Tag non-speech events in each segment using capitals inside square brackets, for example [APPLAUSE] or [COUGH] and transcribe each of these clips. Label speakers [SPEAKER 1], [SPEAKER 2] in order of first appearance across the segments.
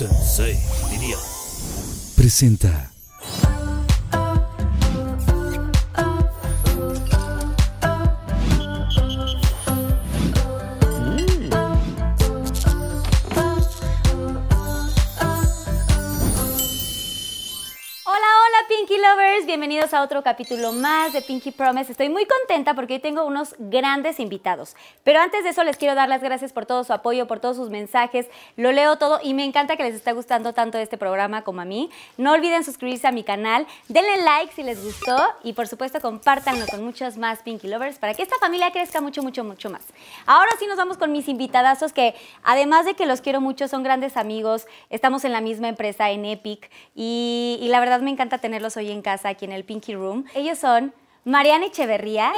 [SPEAKER 1] Sensei, diría. Presenta.
[SPEAKER 2] Hola, hola Pinky Lovers, bienvenidos a otro capítulo más de Pinky Promise. Estoy muy contenta porque hoy tengo unos grandes invitados. Pero antes de eso les quiero dar las gracias por todo su apoyo, por todos sus mensajes. Lo leo todo y me encanta que les está gustando tanto este programa como a mí. No olviden suscribirse a mi canal, denle like si les gustó y por supuesto compártanlo con muchos más Pinky Lovers para que esta familia crezca mucho, mucho, mucho más. Ahora sí nos vamos con mis invitadazos que además de que los quiero mucho, son grandes amigos, estamos en la misma empresa en Epic y, y la verdad me encanta tenerlos hoy en casa, aquí en el Pinky Room. Ellos son Mariana Echeverría.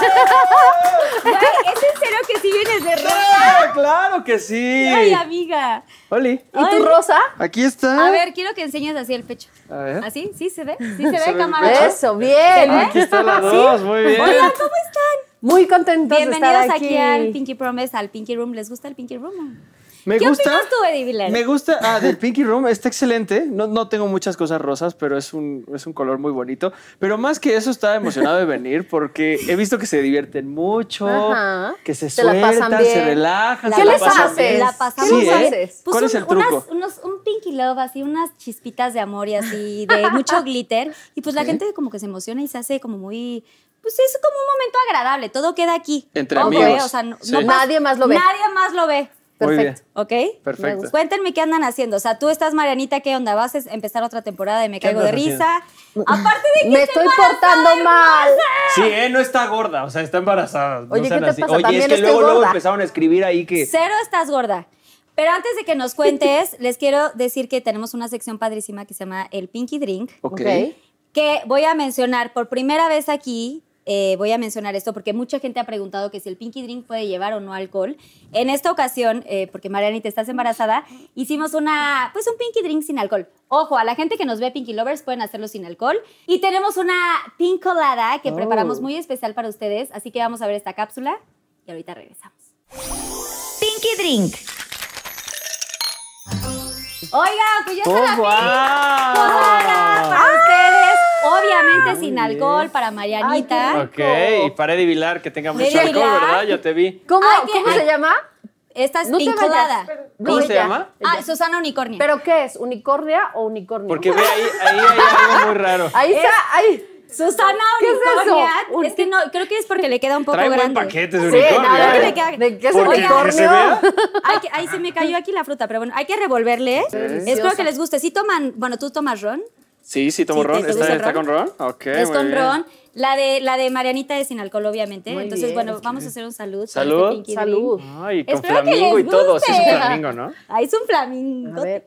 [SPEAKER 2] ¿Es en serio que sí vienes de
[SPEAKER 3] ¡Ah, ¡Claro que sí!
[SPEAKER 2] Ay, amiga.
[SPEAKER 3] ¡Oli!
[SPEAKER 2] ¿Y tu rosa?
[SPEAKER 3] Aquí está.
[SPEAKER 2] A ver, quiero que enseñes así el pecho.
[SPEAKER 3] A ver.
[SPEAKER 2] ¿Así? ¿Sí se ve? ¿Sí se
[SPEAKER 3] ¿Se
[SPEAKER 2] ve,
[SPEAKER 3] ve
[SPEAKER 2] cámara?
[SPEAKER 3] el
[SPEAKER 4] Eso,
[SPEAKER 2] ¿Eh?
[SPEAKER 4] bien.
[SPEAKER 3] Aquí está la dos, muy bien.
[SPEAKER 2] Hola, ¿cómo están?
[SPEAKER 4] Muy contentos de
[SPEAKER 2] Bienvenidos
[SPEAKER 4] estar
[SPEAKER 2] aquí.
[SPEAKER 4] aquí.
[SPEAKER 2] al Pinky Promise, al Pinky Room. ¿Les gusta el Pinky Room?
[SPEAKER 3] Me
[SPEAKER 2] ¿Qué
[SPEAKER 3] gusta.
[SPEAKER 2] opinas tú, Eddie Villar?
[SPEAKER 3] Me gusta. Ah, del Pinky Room está excelente. No, no tengo muchas cosas rosas, pero es un, es un color muy bonito. Pero más que eso, estaba emocionado de venir porque he visto que se divierten mucho,
[SPEAKER 4] Ajá.
[SPEAKER 3] que se
[SPEAKER 4] Se la pasan
[SPEAKER 3] sueltan, se
[SPEAKER 4] bien.
[SPEAKER 3] relajan.
[SPEAKER 4] ¿Qué
[SPEAKER 3] se la
[SPEAKER 4] les
[SPEAKER 3] pasan
[SPEAKER 4] haces?
[SPEAKER 3] bien.
[SPEAKER 2] La pasamos
[SPEAKER 3] Sí, ¿eh?
[SPEAKER 2] bien.
[SPEAKER 4] haces?
[SPEAKER 3] ¿Cuál es el
[SPEAKER 2] un- unas-
[SPEAKER 3] truco?
[SPEAKER 2] unos- un pinky love, así unas chispitas de amor y así, de
[SPEAKER 3] [LAUGHS]
[SPEAKER 2] mucho glitter. Y pues la gente como que se emociona y se hace como muy... Pues es como un momento agradable, todo queda aquí.
[SPEAKER 3] Entre
[SPEAKER 2] Ojo,
[SPEAKER 3] amigos,
[SPEAKER 2] ¿eh? O sea, no-
[SPEAKER 3] sí.
[SPEAKER 2] no pasa-
[SPEAKER 4] Nadie más lo ve.
[SPEAKER 2] Nadie más lo ve.
[SPEAKER 3] Muy bien.
[SPEAKER 4] Perfecto.
[SPEAKER 2] ¿Ok?
[SPEAKER 3] Perfecto. Me gusta.
[SPEAKER 2] Cuéntenme qué andan haciendo. O sea, tú estás, Marianita, ¿qué onda? ¿Vas a empezar otra temporada de Me Caigo de
[SPEAKER 3] andas haciendo?
[SPEAKER 2] Risa? Aparte de que
[SPEAKER 4] Me
[SPEAKER 2] te
[SPEAKER 4] estoy
[SPEAKER 2] embarazas,
[SPEAKER 4] portando mal.
[SPEAKER 3] Sí, ¿eh? no está gorda, o sea, está embarazada. no
[SPEAKER 4] Oye, ¿qué
[SPEAKER 3] sean
[SPEAKER 4] te
[SPEAKER 3] así.
[SPEAKER 4] pasa?
[SPEAKER 3] Oye,
[SPEAKER 4] También
[SPEAKER 3] es que
[SPEAKER 4] estoy
[SPEAKER 3] luego, luego
[SPEAKER 4] gorda.
[SPEAKER 3] empezaron a escribir ahí que.
[SPEAKER 2] Cero estás gorda. Pero antes de que nos cuentes, [LAUGHS] les quiero decir que tenemos una sección padrísima que se llama el Pinky Drink,
[SPEAKER 3] Ok.
[SPEAKER 2] que voy a mencionar por primera vez aquí. eh, voy a mencionar esto porque mucha gente ha preguntado que si el Pinky Drink puede llevar o no alcohol. En esta ocasión, eh, porque Marianita estás embarazada, hicimos una, pues un Pinky Drink sin alcohol. Ojo, a la gente que nos ve Pinky Lovers pueden hacerlo sin alcohol. Y tenemos una Pink Colada que
[SPEAKER 3] Oh.
[SPEAKER 2] preparamos muy especial para ustedes, así que vamos a ver esta cápsula y ahorita regresamos.
[SPEAKER 5] Pinky Drink.
[SPEAKER 2] Oiga, pues ya está
[SPEAKER 3] ¡Oh,
[SPEAKER 2] la
[SPEAKER 3] wow!
[SPEAKER 2] Colada para ustedes.
[SPEAKER 4] Ah,
[SPEAKER 2] Obviamente sin alcohol para Marianita.
[SPEAKER 3] Ok, y para Eddie Vilar, que tenga mucho
[SPEAKER 2] Eddie
[SPEAKER 3] alcohol,
[SPEAKER 2] Vilar.
[SPEAKER 3] ¿verdad? Ya te vi.
[SPEAKER 4] ¿Cómo,
[SPEAKER 2] Ay, qué-
[SPEAKER 4] cómo
[SPEAKER 2] ay.
[SPEAKER 4] se llama?
[SPEAKER 2] Esta es
[SPEAKER 4] No te
[SPEAKER 2] pink
[SPEAKER 4] vayas.
[SPEAKER 2] colada.
[SPEAKER 3] ¿Cómo se
[SPEAKER 4] Ella.
[SPEAKER 3] llama?
[SPEAKER 2] Ah, Susana Unicornio.
[SPEAKER 4] ¿Pero qué es? ¿Unicornia o unicornio?
[SPEAKER 3] Porque ve ahí,
[SPEAKER 2] [LAUGHS]
[SPEAKER 3] ahí hay algo muy raro.
[SPEAKER 4] Ahí está, ahí.
[SPEAKER 2] Susana
[SPEAKER 4] ¿Qué es
[SPEAKER 2] Unicornia.
[SPEAKER 4] eso? Un-
[SPEAKER 2] Es, que no, creo que es porque le queda un poco
[SPEAKER 3] Trae buen
[SPEAKER 2] grande.
[SPEAKER 3] paquete de
[SPEAKER 4] Sí,
[SPEAKER 3] unicornio.
[SPEAKER 4] no,
[SPEAKER 2] Creo que
[SPEAKER 3] ¿eh?
[SPEAKER 2] le queda-
[SPEAKER 4] ¿De qué es
[SPEAKER 3] Porque
[SPEAKER 4] unicornio?
[SPEAKER 3] que se vea.
[SPEAKER 2] Hay que- ahí se me cayó aquí la fruta, pero bueno, hay que revolverle. Espero que les guste. Si toman, bueno, tú tomas ron,
[SPEAKER 3] Sí, sí, tomo
[SPEAKER 2] Sí, ¿te-
[SPEAKER 3] ron.
[SPEAKER 2] te
[SPEAKER 3] ¿Está,
[SPEAKER 2] gusta el
[SPEAKER 3] está
[SPEAKER 2] ron?
[SPEAKER 3] con ron? Ok,
[SPEAKER 2] es
[SPEAKER 3] muy
[SPEAKER 2] con
[SPEAKER 3] bien.
[SPEAKER 2] ron. La de, la de Marianita es sin alcohol, obviamente.
[SPEAKER 4] Muy
[SPEAKER 2] Entonces,
[SPEAKER 4] bien.
[SPEAKER 2] bueno, vamos a hacer un salud. para este
[SPEAKER 3] Salud.
[SPEAKER 2] Pinky Drink.
[SPEAKER 4] Salud.
[SPEAKER 3] Ay, con
[SPEAKER 2] Espero que les
[SPEAKER 3] flamingo y todo. Sí, es un
[SPEAKER 2] guste.
[SPEAKER 3] flamingo, ¿no?
[SPEAKER 2] Ah, es un flamingo.
[SPEAKER 4] A ver.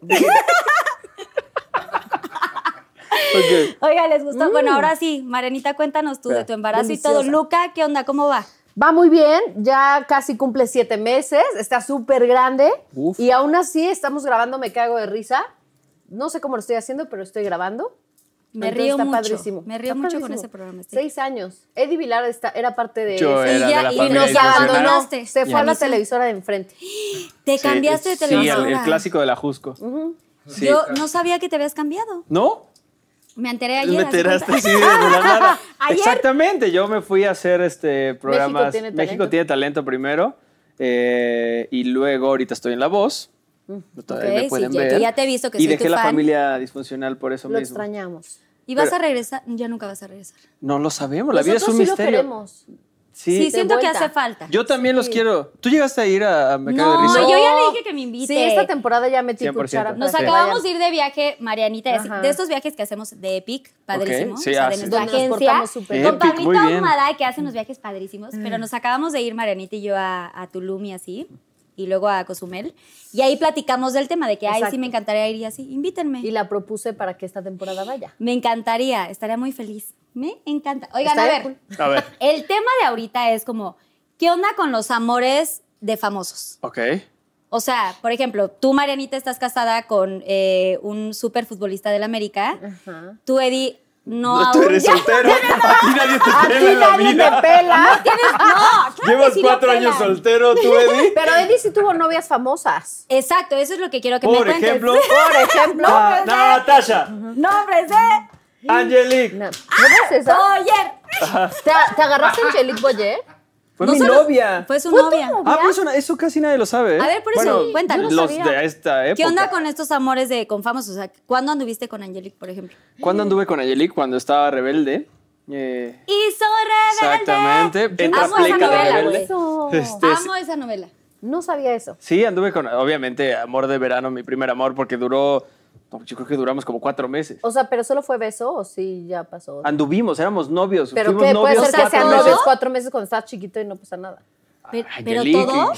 [SPEAKER 3] Ok.
[SPEAKER 2] Oiga, les gustó. Bueno, ahora sí, Marianita, cuéntanos tú de tu embarazo y todo.
[SPEAKER 4] Mm. Deliciosa.
[SPEAKER 2] Luca, ¿qué onda? ¿Cómo va?
[SPEAKER 4] Va muy bien, ya casi cumple siete meses, está súper grande
[SPEAKER 3] Uf.
[SPEAKER 4] y aún así estamos grabando Me Cago de Risa. No sé cómo lo estoy haciendo, pero estoy grabando.
[SPEAKER 2] Me
[SPEAKER 4] Entonces
[SPEAKER 2] río
[SPEAKER 4] está
[SPEAKER 2] mucho.
[SPEAKER 4] Padrísimo.
[SPEAKER 2] Me río
[SPEAKER 4] Está
[SPEAKER 2] mucho con
[SPEAKER 4] padrísimo.
[SPEAKER 2] ese programa, sí.
[SPEAKER 4] Seis años. Eddie Vilar está- era parte de
[SPEAKER 3] Yo eh,
[SPEAKER 4] eso.
[SPEAKER 3] era
[SPEAKER 2] ya-
[SPEAKER 3] de la
[SPEAKER 2] y
[SPEAKER 4] Y
[SPEAKER 3] familia
[SPEAKER 4] nos
[SPEAKER 2] ya
[SPEAKER 3] disfuncional.
[SPEAKER 4] abandonó.
[SPEAKER 2] abandonaste.
[SPEAKER 4] Se fue a la
[SPEAKER 2] Sí.
[SPEAKER 4] televisora de enfrente.
[SPEAKER 2] Te
[SPEAKER 3] Sí,
[SPEAKER 2] cambiaste de televisora.
[SPEAKER 3] Sí, el, el clásico de la Jusco. Sí.
[SPEAKER 2] Yo no sabía que te habías cambiado.
[SPEAKER 3] ¿No?
[SPEAKER 2] Me enteré ayer.
[SPEAKER 3] Me
[SPEAKER 2] haz de cuenta.
[SPEAKER 3] enteraste así de la nada.
[SPEAKER 2] [LAUGHS] Ayer.
[SPEAKER 3] Exactamente, yo me fui a hacer este programas.
[SPEAKER 4] tiene
[SPEAKER 3] México
[SPEAKER 4] talento.
[SPEAKER 3] tiene talento primero eh, y luego ahorita estoy en La Voz. Todavía
[SPEAKER 2] Mm, ok,
[SPEAKER 3] me pueden
[SPEAKER 2] sí, ya-
[SPEAKER 3] ver.
[SPEAKER 2] que ya te he visto que
[SPEAKER 3] y
[SPEAKER 2] soy
[SPEAKER 3] dejé
[SPEAKER 2] tu
[SPEAKER 3] la
[SPEAKER 2] fan.
[SPEAKER 3] familia disfuncional por eso
[SPEAKER 4] Lo
[SPEAKER 3] mismo.
[SPEAKER 4] extrañamos.
[SPEAKER 2] Y vas
[SPEAKER 3] Pero-
[SPEAKER 2] a regresar. Ya nunca vas a regresar.
[SPEAKER 3] No lo sabemos, la vida
[SPEAKER 4] Nosotros
[SPEAKER 3] es un
[SPEAKER 4] sí lo
[SPEAKER 3] misterio.
[SPEAKER 4] queremos.
[SPEAKER 2] Sí,
[SPEAKER 3] sí,
[SPEAKER 2] siento que
[SPEAKER 4] vuelta.
[SPEAKER 2] hace falta.
[SPEAKER 3] yo también los quiero. ¿Tú llegaste a ir a, a Me Cago de
[SPEAKER 2] No,
[SPEAKER 3] Risa?
[SPEAKER 2] yo ya le dije que me invite.
[SPEAKER 4] Sí, esta temporada ya metí
[SPEAKER 3] 100%.
[SPEAKER 4] cuchara. para
[SPEAKER 2] Nos
[SPEAKER 4] que
[SPEAKER 2] acabamos
[SPEAKER 4] vayan.
[SPEAKER 2] de ir de viaje, Marianita, de-
[SPEAKER 4] Ajá.
[SPEAKER 2] de estos viajes que hacemos de Epic, padrísimo.
[SPEAKER 3] Ok, sí,
[SPEAKER 2] o sea,
[SPEAKER 3] ah,
[SPEAKER 2] de
[SPEAKER 3] sí.
[SPEAKER 2] nuestra
[SPEAKER 4] Donde nos
[SPEAKER 2] agencia.
[SPEAKER 4] portamos súper Mm.
[SPEAKER 2] Con
[SPEAKER 3] bien. Epic,
[SPEAKER 2] Pablito
[SPEAKER 3] muy bien.
[SPEAKER 2] Ahumada, que hace unos viajes padrísimos. Pero nos acabamos de ir, Marianita y yo, a, a Tulum y así. Y luego a Cozumel. Y ahí platicamos del tema de que, ay, sí,
[SPEAKER 4] Exacto.
[SPEAKER 2] me encantaría ir y así. Invítenme.
[SPEAKER 4] Y la propuse para que esta temporada vaya.
[SPEAKER 2] Me encantaría, estaría muy feliz. Me encanta. Oigan, a
[SPEAKER 4] Estaría
[SPEAKER 2] ver,
[SPEAKER 4] cool.
[SPEAKER 3] A ver.
[SPEAKER 2] el tema de ahorita es como, ¿qué onda con los amores de famosos?
[SPEAKER 3] Ok.
[SPEAKER 2] O sea, por ejemplo, tú, Marianita, estás casada con eh, un superfutbolista del América.
[SPEAKER 4] Ajá.
[SPEAKER 2] Tú, Eddie, No,
[SPEAKER 3] tú
[SPEAKER 2] aún.
[SPEAKER 3] eres
[SPEAKER 2] Ya, [LAUGHS]
[SPEAKER 3] soltero. A ti nadie te
[SPEAKER 4] A
[SPEAKER 3] pela
[SPEAKER 4] ti
[SPEAKER 3] en la
[SPEAKER 4] nadie te
[SPEAKER 3] vida.
[SPEAKER 4] pela.
[SPEAKER 2] tienes- no, claro que
[SPEAKER 3] Llevas
[SPEAKER 2] sí lo
[SPEAKER 3] cuatro
[SPEAKER 2] pelan.
[SPEAKER 3] años soltero, tú, Eddie.
[SPEAKER 4] Pero Eddie sí tuvo novias famosas.
[SPEAKER 2] Exacto, eso es lo que quiero [LAUGHS] que me
[SPEAKER 3] Por
[SPEAKER 2] cuentes.
[SPEAKER 3] ejemplo, Ah,
[SPEAKER 4] Por ejemplo.
[SPEAKER 3] a
[SPEAKER 2] [LAUGHS]
[SPEAKER 3] Natasha,
[SPEAKER 2] Nombres de
[SPEAKER 3] Angelique.
[SPEAKER 4] No, ¿No ves esa?
[SPEAKER 2] Boyer.
[SPEAKER 4] ¿Te, te agarraste a Angelique Boyer?
[SPEAKER 3] Fue
[SPEAKER 2] No
[SPEAKER 3] mi
[SPEAKER 2] solo-
[SPEAKER 3] novia.
[SPEAKER 2] Fue su
[SPEAKER 4] Fue tu
[SPEAKER 2] novia.
[SPEAKER 4] novia.
[SPEAKER 3] Ah, pues eso, eso casi nadie lo sabe. ¿eh?
[SPEAKER 2] A ver, por eso,
[SPEAKER 3] Bueno,
[SPEAKER 2] cuéntanos.
[SPEAKER 3] Los
[SPEAKER 4] Yo no sabía.
[SPEAKER 3] de esta época.
[SPEAKER 2] ¿Qué onda con estos amores de con famosos? O sea, ¿cuándo anduviste con Angelique, por ejemplo?
[SPEAKER 3] ¿Cuándo anduve con Angelique? Cuando estaba rebelde. Eh,
[SPEAKER 2] Y soy rebelde.
[SPEAKER 3] Exactamente. Entra
[SPEAKER 2] Amo esa
[SPEAKER 3] Play cada
[SPEAKER 2] novela,
[SPEAKER 3] rebelde.
[SPEAKER 2] güey.
[SPEAKER 4] Eso.
[SPEAKER 3] este,
[SPEAKER 2] Amo esa novela.
[SPEAKER 4] No sabía eso.
[SPEAKER 3] Sí, anduve con, obviamente, amor de verano, mi primer amor, porque duró, yo creo que duramos como cuatro meses.
[SPEAKER 4] O sea, ¿pero solo fue beso o sí ya pasó?
[SPEAKER 3] Ah, Anduvimos, éramos novios.
[SPEAKER 4] ¿Pero
[SPEAKER 3] fuimos
[SPEAKER 4] qué? Puede
[SPEAKER 3] pues novios
[SPEAKER 4] ser que
[SPEAKER 3] cuatro
[SPEAKER 4] sean
[SPEAKER 3] meses.
[SPEAKER 4] novios cuatro meses cuando estás chiquito y no pasa nada.
[SPEAKER 2] Pero, pero
[SPEAKER 3] Angelique. [LAUGHS]
[SPEAKER 2] todo.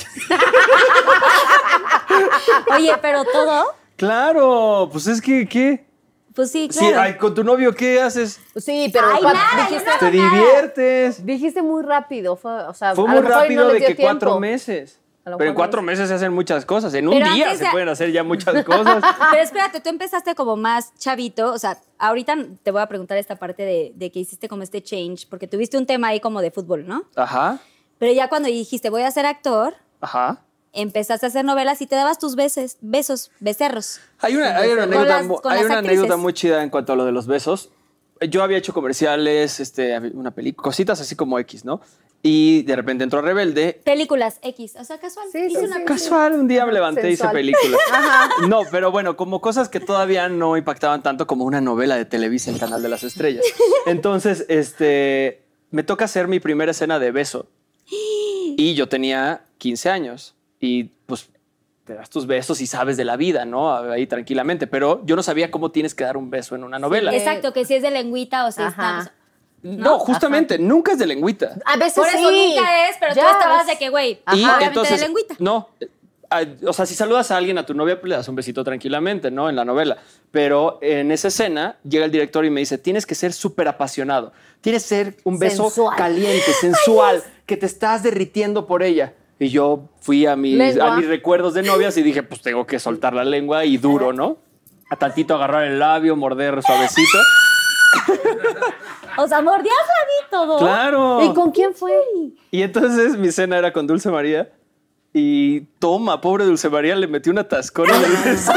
[SPEAKER 2] [LAUGHS] Oye, pero todo.
[SPEAKER 3] Claro, pues es que, ¿qué?
[SPEAKER 2] Pues sí,
[SPEAKER 3] Sí, ay,
[SPEAKER 2] claro.
[SPEAKER 3] con tu novio, ¿qué haces?
[SPEAKER 4] Sí, pero
[SPEAKER 2] Ay,
[SPEAKER 4] cuat-
[SPEAKER 2] nada, yo
[SPEAKER 4] dijiste,
[SPEAKER 2] no-
[SPEAKER 3] Te
[SPEAKER 2] nada.
[SPEAKER 3] diviertes.
[SPEAKER 4] dijiste muy rápido. Fue, o sea,
[SPEAKER 3] Fue
[SPEAKER 4] a
[SPEAKER 3] muy
[SPEAKER 4] lo mejor y no
[SPEAKER 3] rápido
[SPEAKER 4] le
[SPEAKER 3] de
[SPEAKER 4] dio
[SPEAKER 3] que cuatro
[SPEAKER 4] tiempo.
[SPEAKER 3] meses.
[SPEAKER 4] A lo
[SPEAKER 3] Pero en
[SPEAKER 4] mejor
[SPEAKER 3] cuatro
[SPEAKER 4] no.
[SPEAKER 3] meses se hacen muchas cosas. En
[SPEAKER 2] Pero
[SPEAKER 3] un día
[SPEAKER 2] antes
[SPEAKER 3] se
[SPEAKER 2] de-
[SPEAKER 3] pueden hacer ya
[SPEAKER 4] [LAUGHS]
[SPEAKER 3] muchas cosas.
[SPEAKER 2] Pero espérate, tú empezaste como más chavito, o sea, ahorita te voy a preguntar esta parte de, de que hiciste como este change, porque tuviste un tema ahí como de fútbol, ¿no?
[SPEAKER 3] Ajá,
[SPEAKER 2] Pero ya cuando dijiste voy a ser actor,
[SPEAKER 3] ajá.
[SPEAKER 2] empezaste a hacer novelas y te dabas tus besos, besos, becerros.
[SPEAKER 3] Hay una, hay una
[SPEAKER 2] Con
[SPEAKER 3] anécdota,
[SPEAKER 2] las-
[SPEAKER 3] mu-
[SPEAKER 2] con
[SPEAKER 3] hay
[SPEAKER 2] las
[SPEAKER 3] una
[SPEAKER 2] actrices.
[SPEAKER 3] anécdota muy chida en cuanto a lo de los besos. Yo había hecho comerciales, este, hab- una película, cositas así como X, ¿no? Y de repente entró Rebelde.
[SPEAKER 2] Películas X, o sea, casual.
[SPEAKER 4] Sí,
[SPEAKER 2] hice
[SPEAKER 4] sí,
[SPEAKER 2] una
[SPEAKER 4] sí.
[SPEAKER 3] Casual, un día me levanté
[SPEAKER 4] Sensual.
[SPEAKER 3] y hice película. No, pero bueno, como cosas que todavía no impactaban tanto como una novela de Televisa, el canal de las estrellas. Entonces, este, me toca hacer mi primera escena de beso. Y yo tenía 15 años. Y pues te das tus besos y sabes de la vida, ¿no? Ahí tranquilamente. Pero yo no sabía cómo tienes que dar un beso en una novela.
[SPEAKER 2] Exacto, que si es de lengüita o si
[SPEAKER 4] Ajá.
[SPEAKER 2] está.
[SPEAKER 3] no, justamente, nunca es de lengüita.
[SPEAKER 4] A veces
[SPEAKER 2] Por
[SPEAKER 4] sí.
[SPEAKER 2] eso nunca es, pero
[SPEAKER 4] Ya,
[SPEAKER 2] tú estabas
[SPEAKER 4] ves.
[SPEAKER 2] de que, güey,
[SPEAKER 3] Y
[SPEAKER 2] obviamente
[SPEAKER 3] entonces,
[SPEAKER 2] de lengüita.
[SPEAKER 3] No. eh, ah, O sea, si saludas a alguien, a tu novia, pues le das un besito tranquilamente, ¿no? En la novela. Pero en esa escena llega el director y me dice, tienes que ser súper apasionado. Tienes que ser un beso
[SPEAKER 4] Sensual.
[SPEAKER 3] caliente, sensual, que te estás derritiendo por ella. Y yo fui a mis,
[SPEAKER 4] Lengua.
[SPEAKER 3] a mis recuerdos de novias y dije, pues tengo que soltar la lengua y duro, ¿no? A tantito agarrar el labio, morder suavecito.
[SPEAKER 2] O sea, mordías la todo.
[SPEAKER 3] Claro.
[SPEAKER 4] ¿Y con quién fue?
[SPEAKER 3] Y entonces mi cena era con Dulce María. Y toma, pobre Dulce María, le metió una atascona en el beso.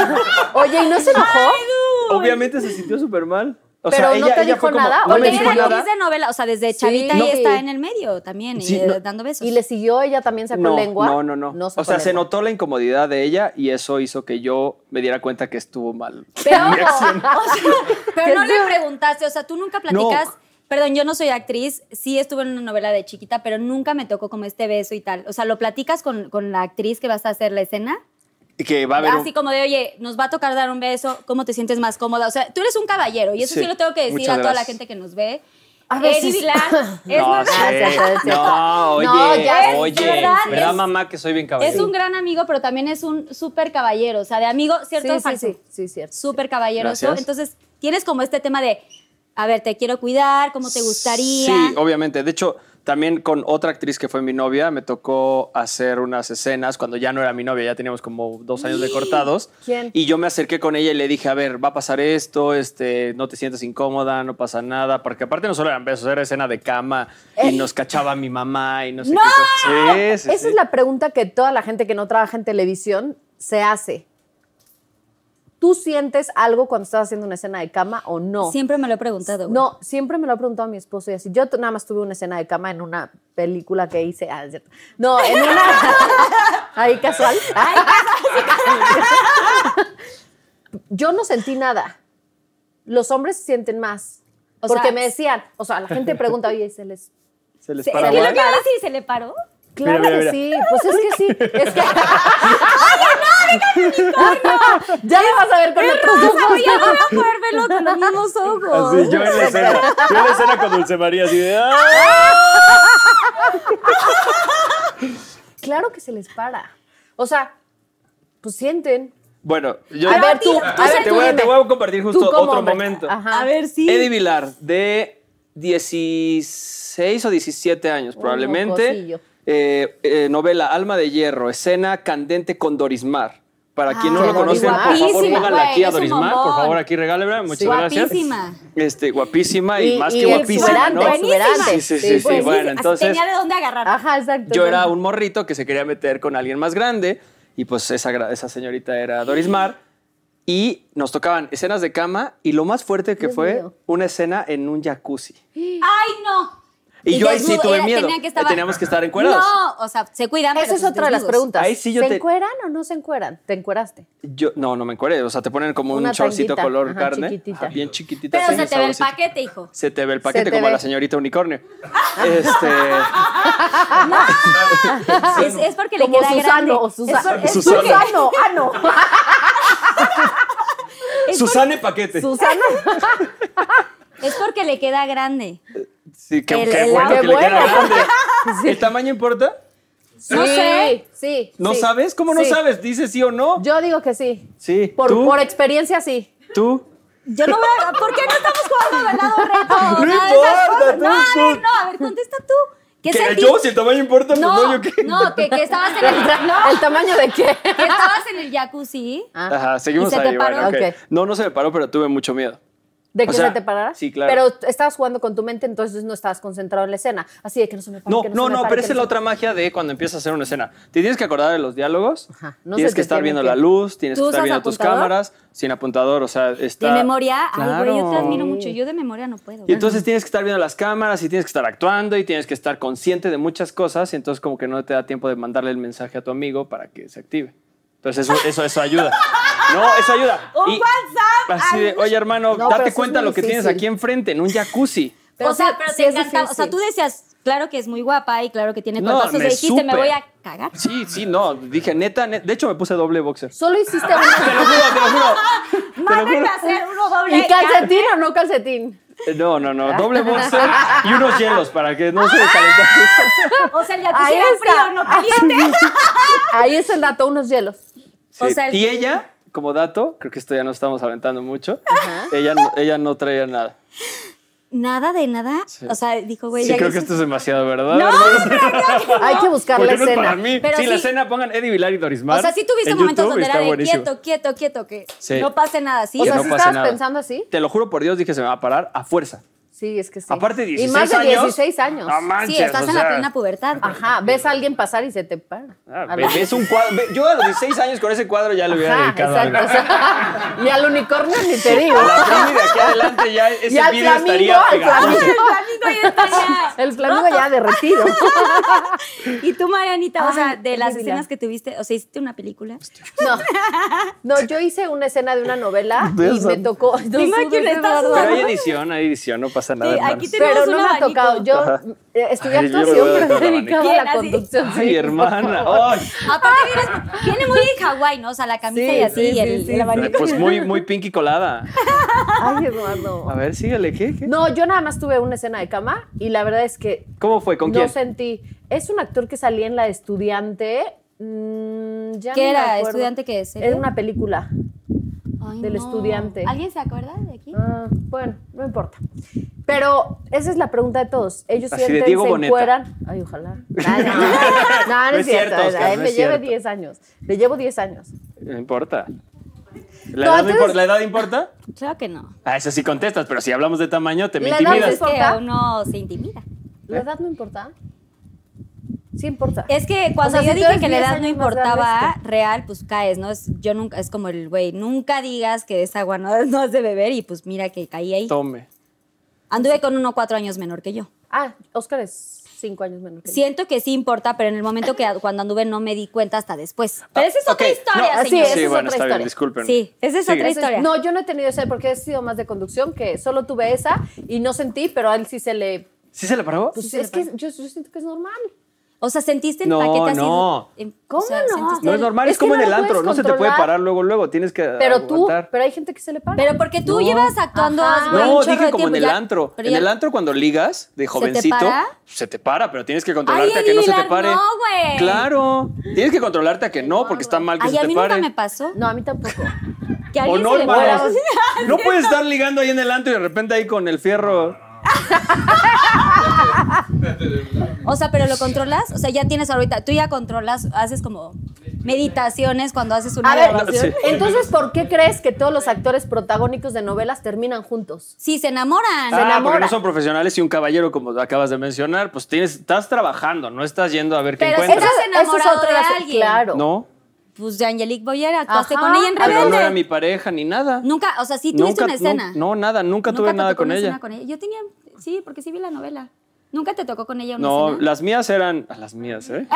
[SPEAKER 4] Oye, ¿y no se enojó?
[SPEAKER 3] [LAUGHS] Obviamente se sintió súper mal. O sea,
[SPEAKER 4] Pero ¿no
[SPEAKER 3] ella,
[SPEAKER 4] te
[SPEAKER 3] ella
[SPEAKER 4] dijo
[SPEAKER 3] fue como,
[SPEAKER 4] nada?
[SPEAKER 3] No
[SPEAKER 4] ¿O
[SPEAKER 3] me
[SPEAKER 4] te
[SPEAKER 2] Porque
[SPEAKER 3] dijo
[SPEAKER 2] era
[SPEAKER 3] nada.
[SPEAKER 2] actriz de novela, o sea, desde chavita
[SPEAKER 4] no.
[SPEAKER 2] ahí está en el medio también,
[SPEAKER 3] Sí,
[SPEAKER 2] eh,
[SPEAKER 3] no.
[SPEAKER 2] dando besos.
[SPEAKER 4] ¿Y le siguió ella también sacó
[SPEAKER 3] No,
[SPEAKER 4] lengua?
[SPEAKER 3] no, no, no.
[SPEAKER 4] no
[SPEAKER 3] o sea, se
[SPEAKER 4] notó.
[SPEAKER 3] notó la incomodidad de ella y eso hizo que yo me diera cuenta que estuvo mal.
[SPEAKER 2] Pero, [LAUGHS] ojo, o sea, pero no
[SPEAKER 4] Que sí.
[SPEAKER 2] le preguntaste, o sea, tú nunca platicas. Perdón, yo no soy actriz, sí estuve en una novela de chiquita, pero nunca me tocó como este beso y tal. O sea, ¿lo platicas con, con la actriz que vas a hacer la escena?
[SPEAKER 3] Y Que va a haber un-
[SPEAKER 2] Así como de, oye, nos va a tocar dar un beso, ¿cómo te sientes más cómoda? O sea, tú eres un caballero y eso sí,
[SPEAKER 3] Sí,
[SPEAKER 2] lo tengo que decir
[SPEAKER 3] muchas
[SPEAKER 2] a toda la
[SPEAKER 3] gracias.
[SPEAKER 2] gente que nos ve.
[SPEAKER 4] A
[SPEAKER 2] Eddie
[SPEAKER 4] veces-
[SPEAKER 2] Vilán
[SPEAKER 4] [LAUGHS]
[SPEAKER 2] es,
[SPEAKER 3] No,
[SPEAKER 2] muy-
[SPEAKER 3] sí.
[SPEAKER 4] Gracias,
[SPEAKER 3] no, oye,
[SPEAKER 4] No, ya,
[SPEAKER 3] oye,
[SPEAKER 2] de verdad, es-
[SPEAKER 3] mamá que soy bien caballero?
[SPEAKER 2] [LAUGHS] es un gran amigo, pero también es un súper caballero. O sea, de amigo, ¿cierto?
[SPEAKER 4] Sí,
[SPEAKER 2] o
[SPEAKER 4] sí,
[SPEAKER 2] falso?
[SPEAKER 4] sí, sí, cierto.
[SPEAKER 2] súper caballeroso.
[SPEAKER 3] Gracias.
[SPEAKER 2] Entonces, tienes como este tema de, a ver, te quiero cuidar, cómo te gustaría.
[SPEAKER 3] Sí, obviamente. De hecho, también con otra actriz que fue mi novia, me tocó hacer unas escenas cuando ya no era mi novia, ya teníamos como dos años de cortados.
[SPEAKER 4] ¿Quién?
[SPEAKER 3] Y yo me acerqué con ella y le dije, a ver, va a pasar esto, este, no te sientas incómoda, no pasa nada, porque aparte no solo eran besos, era escena de cama y nos cachaba mi mamá y no sé qué. cosa. Sí, sí,
[SPEAKER 4] Esa
[SPEAKER 3] sí.
[SPEAKER 4] Eh. es la pregunta que toda la gente que no trabaja en televisión se hace. ¿Tú sientes algo cuando estás haciendo una escena de cama o no?
[SPEAKER 2] Siempre me lo he preguntado. güey.
[SPEAKER 4] No, siempre me lo ha preguntado mi esposo y así. Yo t- nada más tuve una escena de cama en una película que hice. Ah, es cierto. No, en una. [LAUGHS] Ahí casual. [LAUGHS] Yo no sentí nada. Los hombres sienten más.
[SPEAKER 2] O
[SPEAKER 4] porque
[SPEAKER 2] sea,
[SPEAKER 4] me decían, o sea, la gente pregunta, oye, se les.
[SPEAKER 3] Se les
[SPEAKER 2] Sí,
[SPEAKER 3] para
[SPEAKER 2] es que lo
[SPEAKER 3] bola.
[SPEAKER 2] que iba a decir, ¿se le paró?
[SPEAKER 4] Claro
[SPEAKER 3] mira,
[SPEAKER 4] que
[SPEAKER 3] mira.
[SPEAKER 4] sí. Pues es que sí. Es que. [LAUGHS] no, Ya lo vas a ver con otros
[SPEAKER 2] O sea,
[SPEAKER 4] ojos.
[SPEAKER 2] voy a voy a poder Pues, verlo con los mismos ojos.
[SPEAKER 3] Así, yo en la escena, yo en la escena con Dulce María, así de, "Ah".
[SPEAKER 4] Claro que se les para. O sea, pues sienten.
[SPEAKER 3] Bueno, yo
[SPEAKER 4] A ver, tú,
[SPEAKER 3] te,
[SPEAKER 4] tú sé, tú
[SPEAKER 3] voy, a-
[SPEAKER 4] dime.
[SPEAKER 3] te voy a compartir
[SPEAKER 4] Tú
[SPEAKER 3] justo
[SPEAKER 4] como
[SPEAKER 3] otro
[SPEAKER 4] hombre.
[SPEAKER 3] momento.
[SPEAKER 4] Ajá.
[SPEAKER 2] A ver, sí.
[SPEAKER 3] Eddie Vilar, de 16 o 17 años probablemente.
[SPEAKER 4] mocosillo.
[SPEAKER 3] Eh, eh, novela Alma de Hierro, escena candente con Dorismar. Para quien no
[SPEAKER 4] Ah,
[SPEAKER 3] lo conoce, por
[SPEAKER 4] guapísima,
[SPEAKER 3] favor, pónganla
[SPEAKER 2] güey,
[SPEAKER 3] aquí a
[SPEAKER 2] es un
[SPEAKER 3] Doris Mar,
[SPEAKER 2] bombón.
[SPEAKER 3] por favor, aquí regáleme, muchas gracias.
[SPEAKER 2] Guapísima.
[SPEAKER 3] Este, guapísima y,
[SPEAKER 4] Y-
[SPEAKER 3] más
[SPEAKER 4] y
[SPEAKER 3] que guapísima,
[SPEAKER 4] exuberante,
[SPEAKER 3] ¿no?
[SPEAKER 4] exuberante.
[SPEAKER 3] Sí, sí, sí,
[SPEAKER 4] Sí,
[SPEAKER 3] sí,
[SPEAKER 4] pues,
[SPEAKER 2] Buenísima.
[SPEAKER 3] bueno,
[SPEAKER 2] Así
[SPEAKER 3] entonces
[SPEAKER 2] tenía de dónde agarrar.
[SPEAKER 4] Ajá, exacto.
[SPEAKER 3] yo era un morrito que se quería meter con alguien más grande y pues esa, gra- esa señorita era Doris Mar y nos tocaban escenas de cama y lo más fuerte que
[SPEAKER 4] Dios
[SPEAKER 3] fue
[SPEAKER 4] mío.
[SPEAKER 3] una escena en un jacuzzi.
[SPEAKER 2] ¡Ay, no!
[SPEAKER 3] Y,
[SPEAKER 2] Y
[SPEAKER 3] yo ahí sí
[SPEAKER 2] desnudo,
[SPEAKER 3] tuve
[SPEAKER 2] era-
[SPEAKER 3] miedo. Eh,
[SPEAKER 2] tenían que estar-
[SPEAKER 3] Teníamos que estar encuerados.
[SPEAKER 2] No, o sea, se cuidan.
[SPEAKER 4] Esa
[SPEAKER 2] pero
[SPEAKER 4] es
[SPEAKER 2] sus
[SPEAKER 4] otra de las
[SPEAKER 2] desnudos.
[SPEAKER 4] preguntas.
[SPEAKER 3] Ahí sí yo
[SPEAKER 4] ¿Se
[SPEAKER 3] te-
[SPEAKER 4] encueran o no se encueran? Te encueraste.
[SPEAKER 3] Yo, no, no me encueré. O sea, te ponen como
[SPEAKER 4] Una
[SPEAKER 3] un shortcito
[SPEAKER 4] tanguita,
[SPEAKER 3] color
[SPEAKER 4] ajá,
[SPEAKER 3] carne.
[SPEAKER 4] chiquitita.
[SPEAKER 3] ajá, bien chiquitita.
[SPEAKER 2] Pero
[SPEAKER 3] así,
[SPEAKER 2] se te ve el
[SPEAKER 3] saborcito.
[SPEAKER 2] paquete, hijo.
[SPEAKER 3] Se te ve el paquete
[SPEAKER 4] Se te
[SPEAKER 3] como
[SPEAKER 4] ve.
[SPEAKER 3] la señorita unicornio.
[SPEAKER 2] [LAUGHS]
[SPEAKER 3] este, [LAUGHS]
[SPEAKER 2] Es, es porque le
[SPEAKER 4] Como
[SPEAKER 2] queda grande.
[SPEAKER 4] Susano o Susano.
[SPEAKER 2] Es por- es
[SPEAKER 3] Susano.
[SPEAKER 2] porque-
[SPEAKER 4] Susano, ah, no.
[SPEAKER 3] Susane Paquete.
[SPEAKER 4] Susano.
[SPEAKER 2] [LAUGHS] Es porque le queda grande.
[SPEAKER 3] sí, qué,
[SPEAKER 2] el-
[SPEAKER 3] qué
[SPEAKER 2] el-
[SPEAKER 3] bueno
[SPEAKER 4] qué
[SPEAKER 3] que le queda
[SPEAKER 4] bueno.
[SPEAKER 2] [LAUGHS]
[SPEAKER 3] grande.
[SPEAKER 4] [LAUGHS]
[SPEAKER 3] ¿El tamaño importa?
[SPEAKER 2] No sé.
[SPEAKER 4] Sí.
[SPEAKER 3] Eh, ¿No
[SPEAKER 4] sí.
[SPEAKER 3] sabes? ¿Cómo no
[SPEAKER 4] Sí.
[SPEAKER 3] sabes? ¿Dices sí o no?
[SPEAKER 4] Yo digo que sí.
[SPEAKER 3] sí.
[SPEAKER 4] Por,
[SPEAKER 3] ¿Tú?
[SPEAKER 4] por experiencia, sí.
[SPEAKER 3] ¿Tú?
[SPEAKER 2] Yo no voy a. ¿Por qué no estamos jugando a velado reto?
[SPEAKER 3] [LAUGHS] No
[SPEAKER 2] Nada de esas
[SPEAKER 3] importa,
[SPEAKER 2] cosas.
[SPEAKER 3] tú,
[SPEAKER 2] No, a ver,
[SPEAKER 3] tú.
[SPEAKER 2] no, a ver, contesta tú. ¿Qué
[SPEAKER 3] ¿Que
[SPEAKER 2] sentiste?
[SPEAKER 3] yo? Si el tamaño importa, pues no,
[SPEAKER 2] No,
[SPEAKER 3] yo qué.
[SPEAKER 2] no, que, que estabas en el. No,
[SPEAKER 4] ¿El tamaño de qué?
[SPEAKER 2] que estabas en el jacuzzi.
[SPEAKER 3] Ajá, seguimos
[SPEAKER 2] Ah, ¿Y se te
[SPEAKER 3] ahí. Bueno,
[SPEAKER 2] paró?
[SPEAKER 3] ok.
[SPEAKER 4] Ok.
[SPEAKER 3] No, no se me paró, pero tuve mucho miedo.
[SPEAKER 4] ¿De
[SPEAKER 3] O
[SPEAKER 4] que
[SPEAKER 3] sea,
[SPEAKER 4] se te parara?
[SPEAKER 3] sí, claro.
[SPEAKER 4] Pero estabas jugando con tu mente, entonces no estabas concentrado en la escena. Así de que no se me pare,
[SPEAKER 3] No,
[SPEAKER 4] que
[SPEAKER 3] no,
[SPEAKER 4] se me
[SPEAKER 3] no,
[SPEAKER 4] pare,
[SPEAKER 3] pero
[SPEAKER 4] que
[SPEAKER 3] esa es
[SPEAKER 4] no
[SPEAKER 3] la
[SPEAKER 4] se-
[SPEAKER 3] otra magia de cuando empiezas a hacer una escena. Te tienes que acordar de los diálogos,
[SPEAKER 4] Ajá, no
[SPEAKER 3] tienes
[SPEAKER 4] se
[SPEAKER 3] que
[SPEAKER 4] te
[SPEAKER 3] estar
[SPEAKER 4] tiene
[SPEAKER 3] viendo
[SPEAKER 4] que-
[SPEAKER 3] la luz, tienes
[SPEAKER 2] ¿Tú
[SPEAKER 3] que estar
[SPEAKER 2] usas
[SPEAKER 3] viendo tus
[SPEAKER 2] apuntador?
[SPEAKER 3] cámaras, sin apuntador, o sea,
[SPEAKER 2] De
[SPEAKER 3] está...
[SPEAKER 2] memoria. Ay, güey, yo te
[SPEAKER 3] Ah, Claro.
[SPEAKER 2] admiro mucho. Yo de memoria no puedo.
[SPEAKER 3] Y entonces tienes que estar viendo las cámaras y tienes que estar actuando y tienes que estar consciente de muchas cosas y entonces como que no te da tiempo de mandarle el mensaje a tu amigo para que se active. Entonces eso, eso, eso ayuda. No, eso
[SPEAKER 4] [LAUGHS]
[SPEAKER 3] ayuda.
[SPEAKER 2] Un WhatsApp.
[SPEAKER 3] Así de,
[SPEAKER 2] Ay.
[SPEAKER 3] oye hermano,
[SPEAKER 4] No, pero
[SPEAKER 3] date
[SPEAKER 4] eso
[SPEAKER 3] cuenta
[SPEAKER 4] es muy
[SPEAKER 3] lo que tienes
[SPEAKER 4] difícil.
[SPEAKER 3] aquí enfrente, en un jacuzzi.
[SPEAKER 2] o sea, pero
[SPEAKER 4] sí
[SPEAKER 2] te
[SPEAKER 4] es
[SPEAKER 2] encantaba. O sea,
[SPEAKER 4] difícil.
[SPEAKER 2] tú decías, claro que es muy guapa y claro que tiene
[SPEAKER 3] No,
[SPEAKER 2] cuerpazos.
[SPEAKER 3] me
[SPEAKER 2] Le dijiste, me
[SPEAKER 3] súper.
[SPEAKER 2] voy a cagar.
[SPEAKER 3] Sí, sí, no, dije neta, ne- de hecho me puse doble boxer.
[SPEAKER 4] Solo
[SPEAKER 2] [LAUGHS]
[SPEAKER 4] hiciste
[SPEAKER 3] Te
[SPEAKER 4] una.
[SPEAKER 3] lo juro, te lo
[SPEAKER 4] [LAUGHS]
[SPEAKER 3] juro.
[SPEAKER 2] Mándenme a hacer uno doble.
[SPEAKER 4] ¿Y calcetín o no calcetín?
[SPEAKER 3] Eh, No, no, no,
[SPEAKER 4] [LAUGHS]
[SPEAKER 3] doble boxer y unos hielos para que no se calentara.
[SPEAKER 2] O sea, el jacuzzi era
[SPEAKER 4] está.
[SPEAKER 2] frío, no caliente.
[SPEAKER 4] Ahí es el dato, unos hielos.
[SPEAKER 2] O
[SPEAKER 3] Sí,
[SPEAKER 2] sea, el-
[SPEAKER 3] y ella, como dato, creo que esto ya no estamos aventando mucho, ella, no- ella no traía nada.
[SPEAKER 2] Nada de nada. O sea, dijo, güey,
[SPEAKER 3] Sí,
[SPEAKER 2] ya
[SPEAKER 3] creo que
[SPEAKER 2] hice-
[SPEAKER 3] esto es demasiado,
[SPEAKER 2] No,
[SPEAKER 3] ¿verdad? [LAUGHS] hermanos?
[SPEAKER 4] Hay que buscar
[SPEAKER 3] ¿Por
[SPEAKER 4] la
[SPEAKER 3] qué no es
[SPEAKER 4] escena.
[SPEAKER 3] para mí?
[SPEAKER 2] Pero
[SPEAKER 3] sí, la
[SPEAKER 2] sí.
[SPEAKER 3] escena pongan Eddie Vilar y Doris Mar.
[SPEAKER 2] O sea, sí tuviste
[SPEAKER 3] en
[SPEAKER 2] momentos
[SPEAKER 3] YouTube,
[SPEAKER 2] donde
[SPEAKER 3] está
[SPEAKER 2] era de
[SPEAKER 3] buenísimo.
[SPEAKER 2] quieto, quieto, quieto, que
[SPEAKER 3] Sí.
[SPEAKER 2] no pase nada, ¿sí?
[SPEAKER 4] O
[SPEAKER 3] Que
[SPEAKER 4] sea,
[SPEAKER 3] no
[SPEAKER 4] ¿sí
[SPEAKER 3] pase
[SPEAKER 4] estabas
[SPEAKER 3] nada.
[SPEAKER 4] pensando así?
[SPEAKER 3] Te lo juro por Dios, dije, se me va a parar a fuerza.
[SPEAKER 4] Sí, es que sí.
[SPEAKER 3] Aparte, 16
[SPEAKER 4] Y más de
[SPEAKER 3] años.
[SPEAKER 4] 16 años.
[SPEAKER 3] No manches,
[SPEAKER 2] sí, estás
[SPEAKER 3] o
[SPEAKER 2] en la
[SPEAKER 3] sea,
[SPEAKER 2] plena pubertad. [LAUGHS] güey.
[SPEAKER 4] Ajá, ves a alguien pasar y se te para.
[SPEAKER 3] ah,
[SPEAKER 4] A
[SPEAKER 3] ve-
[SPEAKER 4] la-
[SPEAKER 3] ves un cuadro. ve- yo a los 16 años con ese cuadro ya le hubiera
[SPEAKER 4] Ajá,
[SPEAKER 3] dedicado algo.
[SPEAKER 4] exacto. o sea, y al unicornio ni te
[SPEAKER 3] [LAUGHS]
[SPEAKER 4] digo.
[SPEAKER 3] A la Fini de aquí
[SPEAKER 2] [LAUGHS]
[SPEAKER 3] adelante ya
[SPEAKER 4] Y
[SPEAKER 3] ese
[SPEAKER 4] al
[SPEAKER 3] video
[SPEAKER 4] flamingo,
[SPEAKER 3] estaría
[SPEAKER 4] al
[SPEAKER 3] pegado.
[SPEAKER 4] flamingo.
[SPEAKER 2] Flamingo ahí está ya. [LAUGHS]
[SPEAKER 4] El flamingo ya derretido.
[SPEAKER 2] Y tú, Marianita, o sea,
[SPEAKER 4] Ay,
[SPEAKER 2] de las
[SPEAKER 4] Eddie
[SPEAKER 2] escenas
[SPEAKER 4] Vilar.
[SPEAKER 2] que tuviste, o sea, hiciste una película.
[SPEAKER 3] [LAUGHS]
[SPEAKER 4] No, no, yo hice una escena de una novela
[SPEAKER 3] De
[SPEAKER 4] y
[SPEAKER 3] esa.
[SPEAKER 4] me tocó. No,
[SPEAKER 2] Dime
[SPEAKER 4] sí,
[SPEAKER 2] quién
[SPEAKER 4] de
[SPEAKER 2] está
[SPEAKER 4] verdad.
[SPEAKER 3] Pero hay edición, hay edición, no pasa nada.
[SPEAKER 2] Sí, aquí
[SPEAKER 3] hermanos.
[SPEAKER 2] te-
[SPEAKER 4] Pero
[SPEAKER 2] Tenemos un
[SPEAKER 4] no me ha
[SPEAKER 2] abanico.
[SPEAKER 4] tocado. Yo eh, estudié
[SPEAKER 3] Ay, yo me voy a
[SPEAKER 4] actuación, pero
[SPEAKER 3] dejar
[SPEAKER 4] me
[SPEAKER 3] el
[SPEAKER 2] abanico.
[SPEAKER 4] dedicaba a la
[SPEAKER 2] ¿Quién así?
[SPEAKER 4] conducción.
[SPEAKER 3] Ay,
[SPEAKER 4] sí.
[SPEAKER 3] hermana. ay.
[SPEAKER 2] Ah, Aparte, vienes- viene muy en Hawái, ¿no? O sea, la camisa
[SPEAKER 4] Sí,
[SPEAKER 2] y así,
[SPEAKER 4] sí,
[SPEAKER 2] y el,
[SPEAKER 4] sí,
[SPEAKER 2] el
[SPEAKER 4] sí.
[SPEAKER 2] abanico.
[SPEAKER 3] Pues muy, muy pinky colada.
[SPEAKER 4] Ay, Eduardo.
[SPEAKER 3] A ver, síguele, ¿qué? qué?
[SPEAKER 4] No, yo nada más tuve una escena de cama y la verdad es que
[SPEAKER 3] ¿Cómo fue? ¿Con
[SPEAKER 4] no
[SPEAKER 3] quién?
[SPEAKER 4] sentí. Es un actor que salía en la de estudiante. mm, ya
[SPEAKER 2] ¿Qué
[SPEAKER 4] ni me
[SPEAKER 2] era?
[SPEAKER 4] acuerdo.
[SPEAKER 2] ¿Estudiante qué es?
[SPEAKER 4] Era una película.
[SPEAKER 2] Ay,
[SPEAKER 4] del
[SPEAKER 2] no.
[SPEAKER 4] estudiante.
[SPEAKER 2] ¿Alguien se acuerda de aquí?
[SPEAKER 4] Ah, bueno, no importa. Pero esa es la pregunta de todos. Ellos
[SPEAKER 3] Así de
[SPEAKER 4] sienten,
[SPEAKER 3] Diego
[SPEAKER 4] se
[SPEAKER 3] Boneta.
[SPEAKER 4] encueran. Ay, ojalá.
[SPEAKER 3] [LAUGHS]
[SPEAKER 4] Ay, no, no, no,
[SPEAKER 3] No
[SPEAKER 4] es
[SPEAKER 3] es
[SPEAKER 4] cierto.
[SPEAKER 3] cierto, Oscar,
[SPEAKER 4] ay,
[SPEAKER 3] no
[SPEAKER 4] me
[SPEAKER 3] es
[SPEAKER 4] lleve
[SPEAKER 3] cierto. ¿Eh?
[SPEAKER 4] 10 años. Le llevo 10 años.
[SPEAKER 3] No importa. ¿La,
[SPEAKER 4] No,
[SPEAKER 3] edad
[SPEAKER 4] entonces-
[SPEAKER 3] no importa? ¿La edad importa?
[SPEAKER 2] Claro que no.
[SPEAKER 3] Ah, eso sí contestas, pero si hablamos de tamaño, te me
[SPEAKER 4] La edad
[SPEAKER 3] intimidas.
[SPEAKER 2] Es
[SPEAKER 4] ¿Importa?
[SPEAKER 2] que a uno se intimida.
[SPEAKER 4] ¿La edad no importa? Sí importa.
[SPEAKER 2] Es que cuando
[SPEAKER 4] O sea,
[SPEAKER 2] yo
[SPEAKER 4] si tú
[SPEAKER 2] dije
[SPEAKER 4] eres
[SPEAKER 2] que la
[SPEAKER 4] 10
[SPEAKER 2] edad no
[SPEAKER 4] años más
[SPEAKER 2] importaba,
[SPEAKER 4] grande
[SPEAKER 2] real, pues caes, ¿no? Es, yo nunca, es como el güey, nunca digas que esa agua no, [LAUGHS] no es de beber y pues mira que caí ahí.
[SPEAKER 3] Tome.
[SPEAKER 2] Anduve con uno cuatro años menor que yo.
[SPEAKER 4] Ah, Oscar es 5 años menos que yo.
[SPEAKER 2] Siento que sí importa, pero en el momento que cuando anduve no me di cuenta hasta después. Pero esa es
[SPEAKER 3] Ah,
[SPEAKER 2] otra
[SPEAKER 3] ok.
[SPEAKER 2] historia,
[SPEAKER 3] No,
[SPEAKER 4] así
[SPEAKER 2] señor.
[SPEAKER 4] es.
[SPEAKER 3] Sí,
[SPEAKER 4] esa
[SPEAKER 3] bueno,
[SPEAKER 4] otra
[SPEAKER 3] está bien,
[SPEAKER 4] historia.
[SPEAKER 3] disculpen.
[SPEAKER 2] Sí, esa es otra
[SPEAKER 3] Sigue.
[SPEAKER 2] historia.
[SPEAKER 4] No, yo no he tenido esa porque he sido más de conducción, que solo tuve esa y no sentí, pero a él sí se le...
[SPEAKER 3] ¿Sí se la paró?
[SPEAKER 4] Pues es que yo, yo siento que es normal.
[SPEAKER 2] O sea, sentiste el
[SPEAKER 3] No,
[SPEAKER 2] paquete así.
[SPEAKER 3] no.
[SPEAKER 2] en-
[SPEAKER 4] ¿Cómo
[SPEAKER 2] o sea,
[SPEAKER 4] no?
[SPEAKER 2] sentiste
[SPEAKER 3] No es
[SPEAKER 2] el-
[SPEAKER 3] normal, es,
[SPEAKER 4] es que
[SPEAKER 3] como
[SPEAKER 4] no
[SPEAKER 3] en el
[SPEAKER 4] lo
[SPEAKER 3] antro,
[SPEAKER 4] puedes
[SPEAKER 3] no se te puede
[SPEAKER 4] controlar.
[SPEAKER 3] parar luego, luego, tienes que
[SPEAKER 4] Pero
[SPEAKER 3] aguantar.
[SPEAKER 4] tú, pero hay gente que se le para.
[SPEAKER 2] Pero porque tú llevas actuando
[SPEAKER 4] Ajá.
[SPEAKER 2] así, güey, un
[SPEAKER 3] No,
[SPEAKER 2] chorro
[SPEAKER 3] dije
[SPEAKER 2] de
[SPEAKER 3] como en
[SPEAKER 2] tiempo
[SPEAKER 3] el
[SPEAKER 2] ya,
[SPEAKER 3] antro.
[SPEAKER 2] pero
[SPEAKER 3] En
[SPEAKER 2] ya-
[SPEAKER 3] el antro cuando ligas de jovencito,
[SPEAKER 2] para?
[SPEAKER 3] se te para, pero tienes que controlarte a
[SPEAKER 2] Eddie
[SPEAKER 3] que no se te
[SPEAKER 2] Vilar,
[SPEAKER 3] pare.
[SPEAKER 2] no, güey.
[SPEAKER 3] Claro, tienes que controlarte a que no, porque está mal que
[SPEAKER 2] Ay,
[SPEAKER 3] se
[SPEAKER 2] a
[SPEAKER 3] te
[SPEAKER 2] mí nunca
[SPEAKER 3] pare.
[SPEAKER 2] me pasó.
[SPEAKER 4] No, a mí tampoco.
[SPEAKER 2] Que
[SPEAKER 3] O
[SPEAKER 2] alguien
[SPEAKER 3] no,
[SPEAKER 2] se le
[SPEAKER 3] hermanos.
[SPEAKER 2] parara.
[SPEAKER 3] [LAUGHS] No puedes estar ligando ahí en el antro y de repente ahí con el fierro.
[SPEAKER 2] O sea, pero lo controlas, o sea, ya tienes ahorita, tú ya controlas, haces como meditaciones cuando haces una
[SPEAKER 4] A ver,
[SPEAKER 2] grabación.
[SPEAKER 3] sí.
[SPEAKER 4] entonces, ¿por qué crees que todos los actores protagónicos de novelas terminan juntos?
[SPEAKER 2] Sí, se enamoran.
[SPEAKER 3] Ah, porque
[SPEAKER 4] enamora.
[SPEAKER 3] no son profesionales y un caballero, como acabas de mencionar, pues tienes, estás trabajando, no estás yendo a ver qué
[SPEAKER 2] Pero si
[SPEAKER 3] encuentras.
[SPEAKER 2] estás enamorado de
[SPEAKER 4] aspecto,
[SPEAKER 2] alguien.
[SPEAKER 4] Claro.
[SPEAKER 3] No,
[SPEAKER 2] Pues de Angelique Boyer actuaste
[SPEAKER 4] Ajá.
[SPEAKER 2] con ella en
[SPEAKER 4] Pero
[SPEAKER 3] pero no
[SPEAKER 2] Rebelde.
[SPEAKER 3] era mi pareja ni nada.
[SPEAKER 2] Nunca, o sea, sí tuviste
[SPEAKER 3] nunca,
[SPEAKER 2] una escena.
[SPEAKER 3] No, no, nada, nunca, tuve
[SPEAKER 2] te
[SPEAKER 3] nada
[SPEAKER 2] tocó
[SPEAKER 3] con
[SPEAKER 2] una
[SPEAKER 3] ella.
[SPEAKER 2] escena con Yo tenía, sí, porque sí vi la novela. ¿Nunca te tocó con ella una
[SPEAKER 3] No,
[SPEAKER 2] escena?
[SPEAKER 3] las mías eran. ah, Las
[SPEAKER 2] [LAUGHS]
[SPEAKER 3] mías, ¿eh?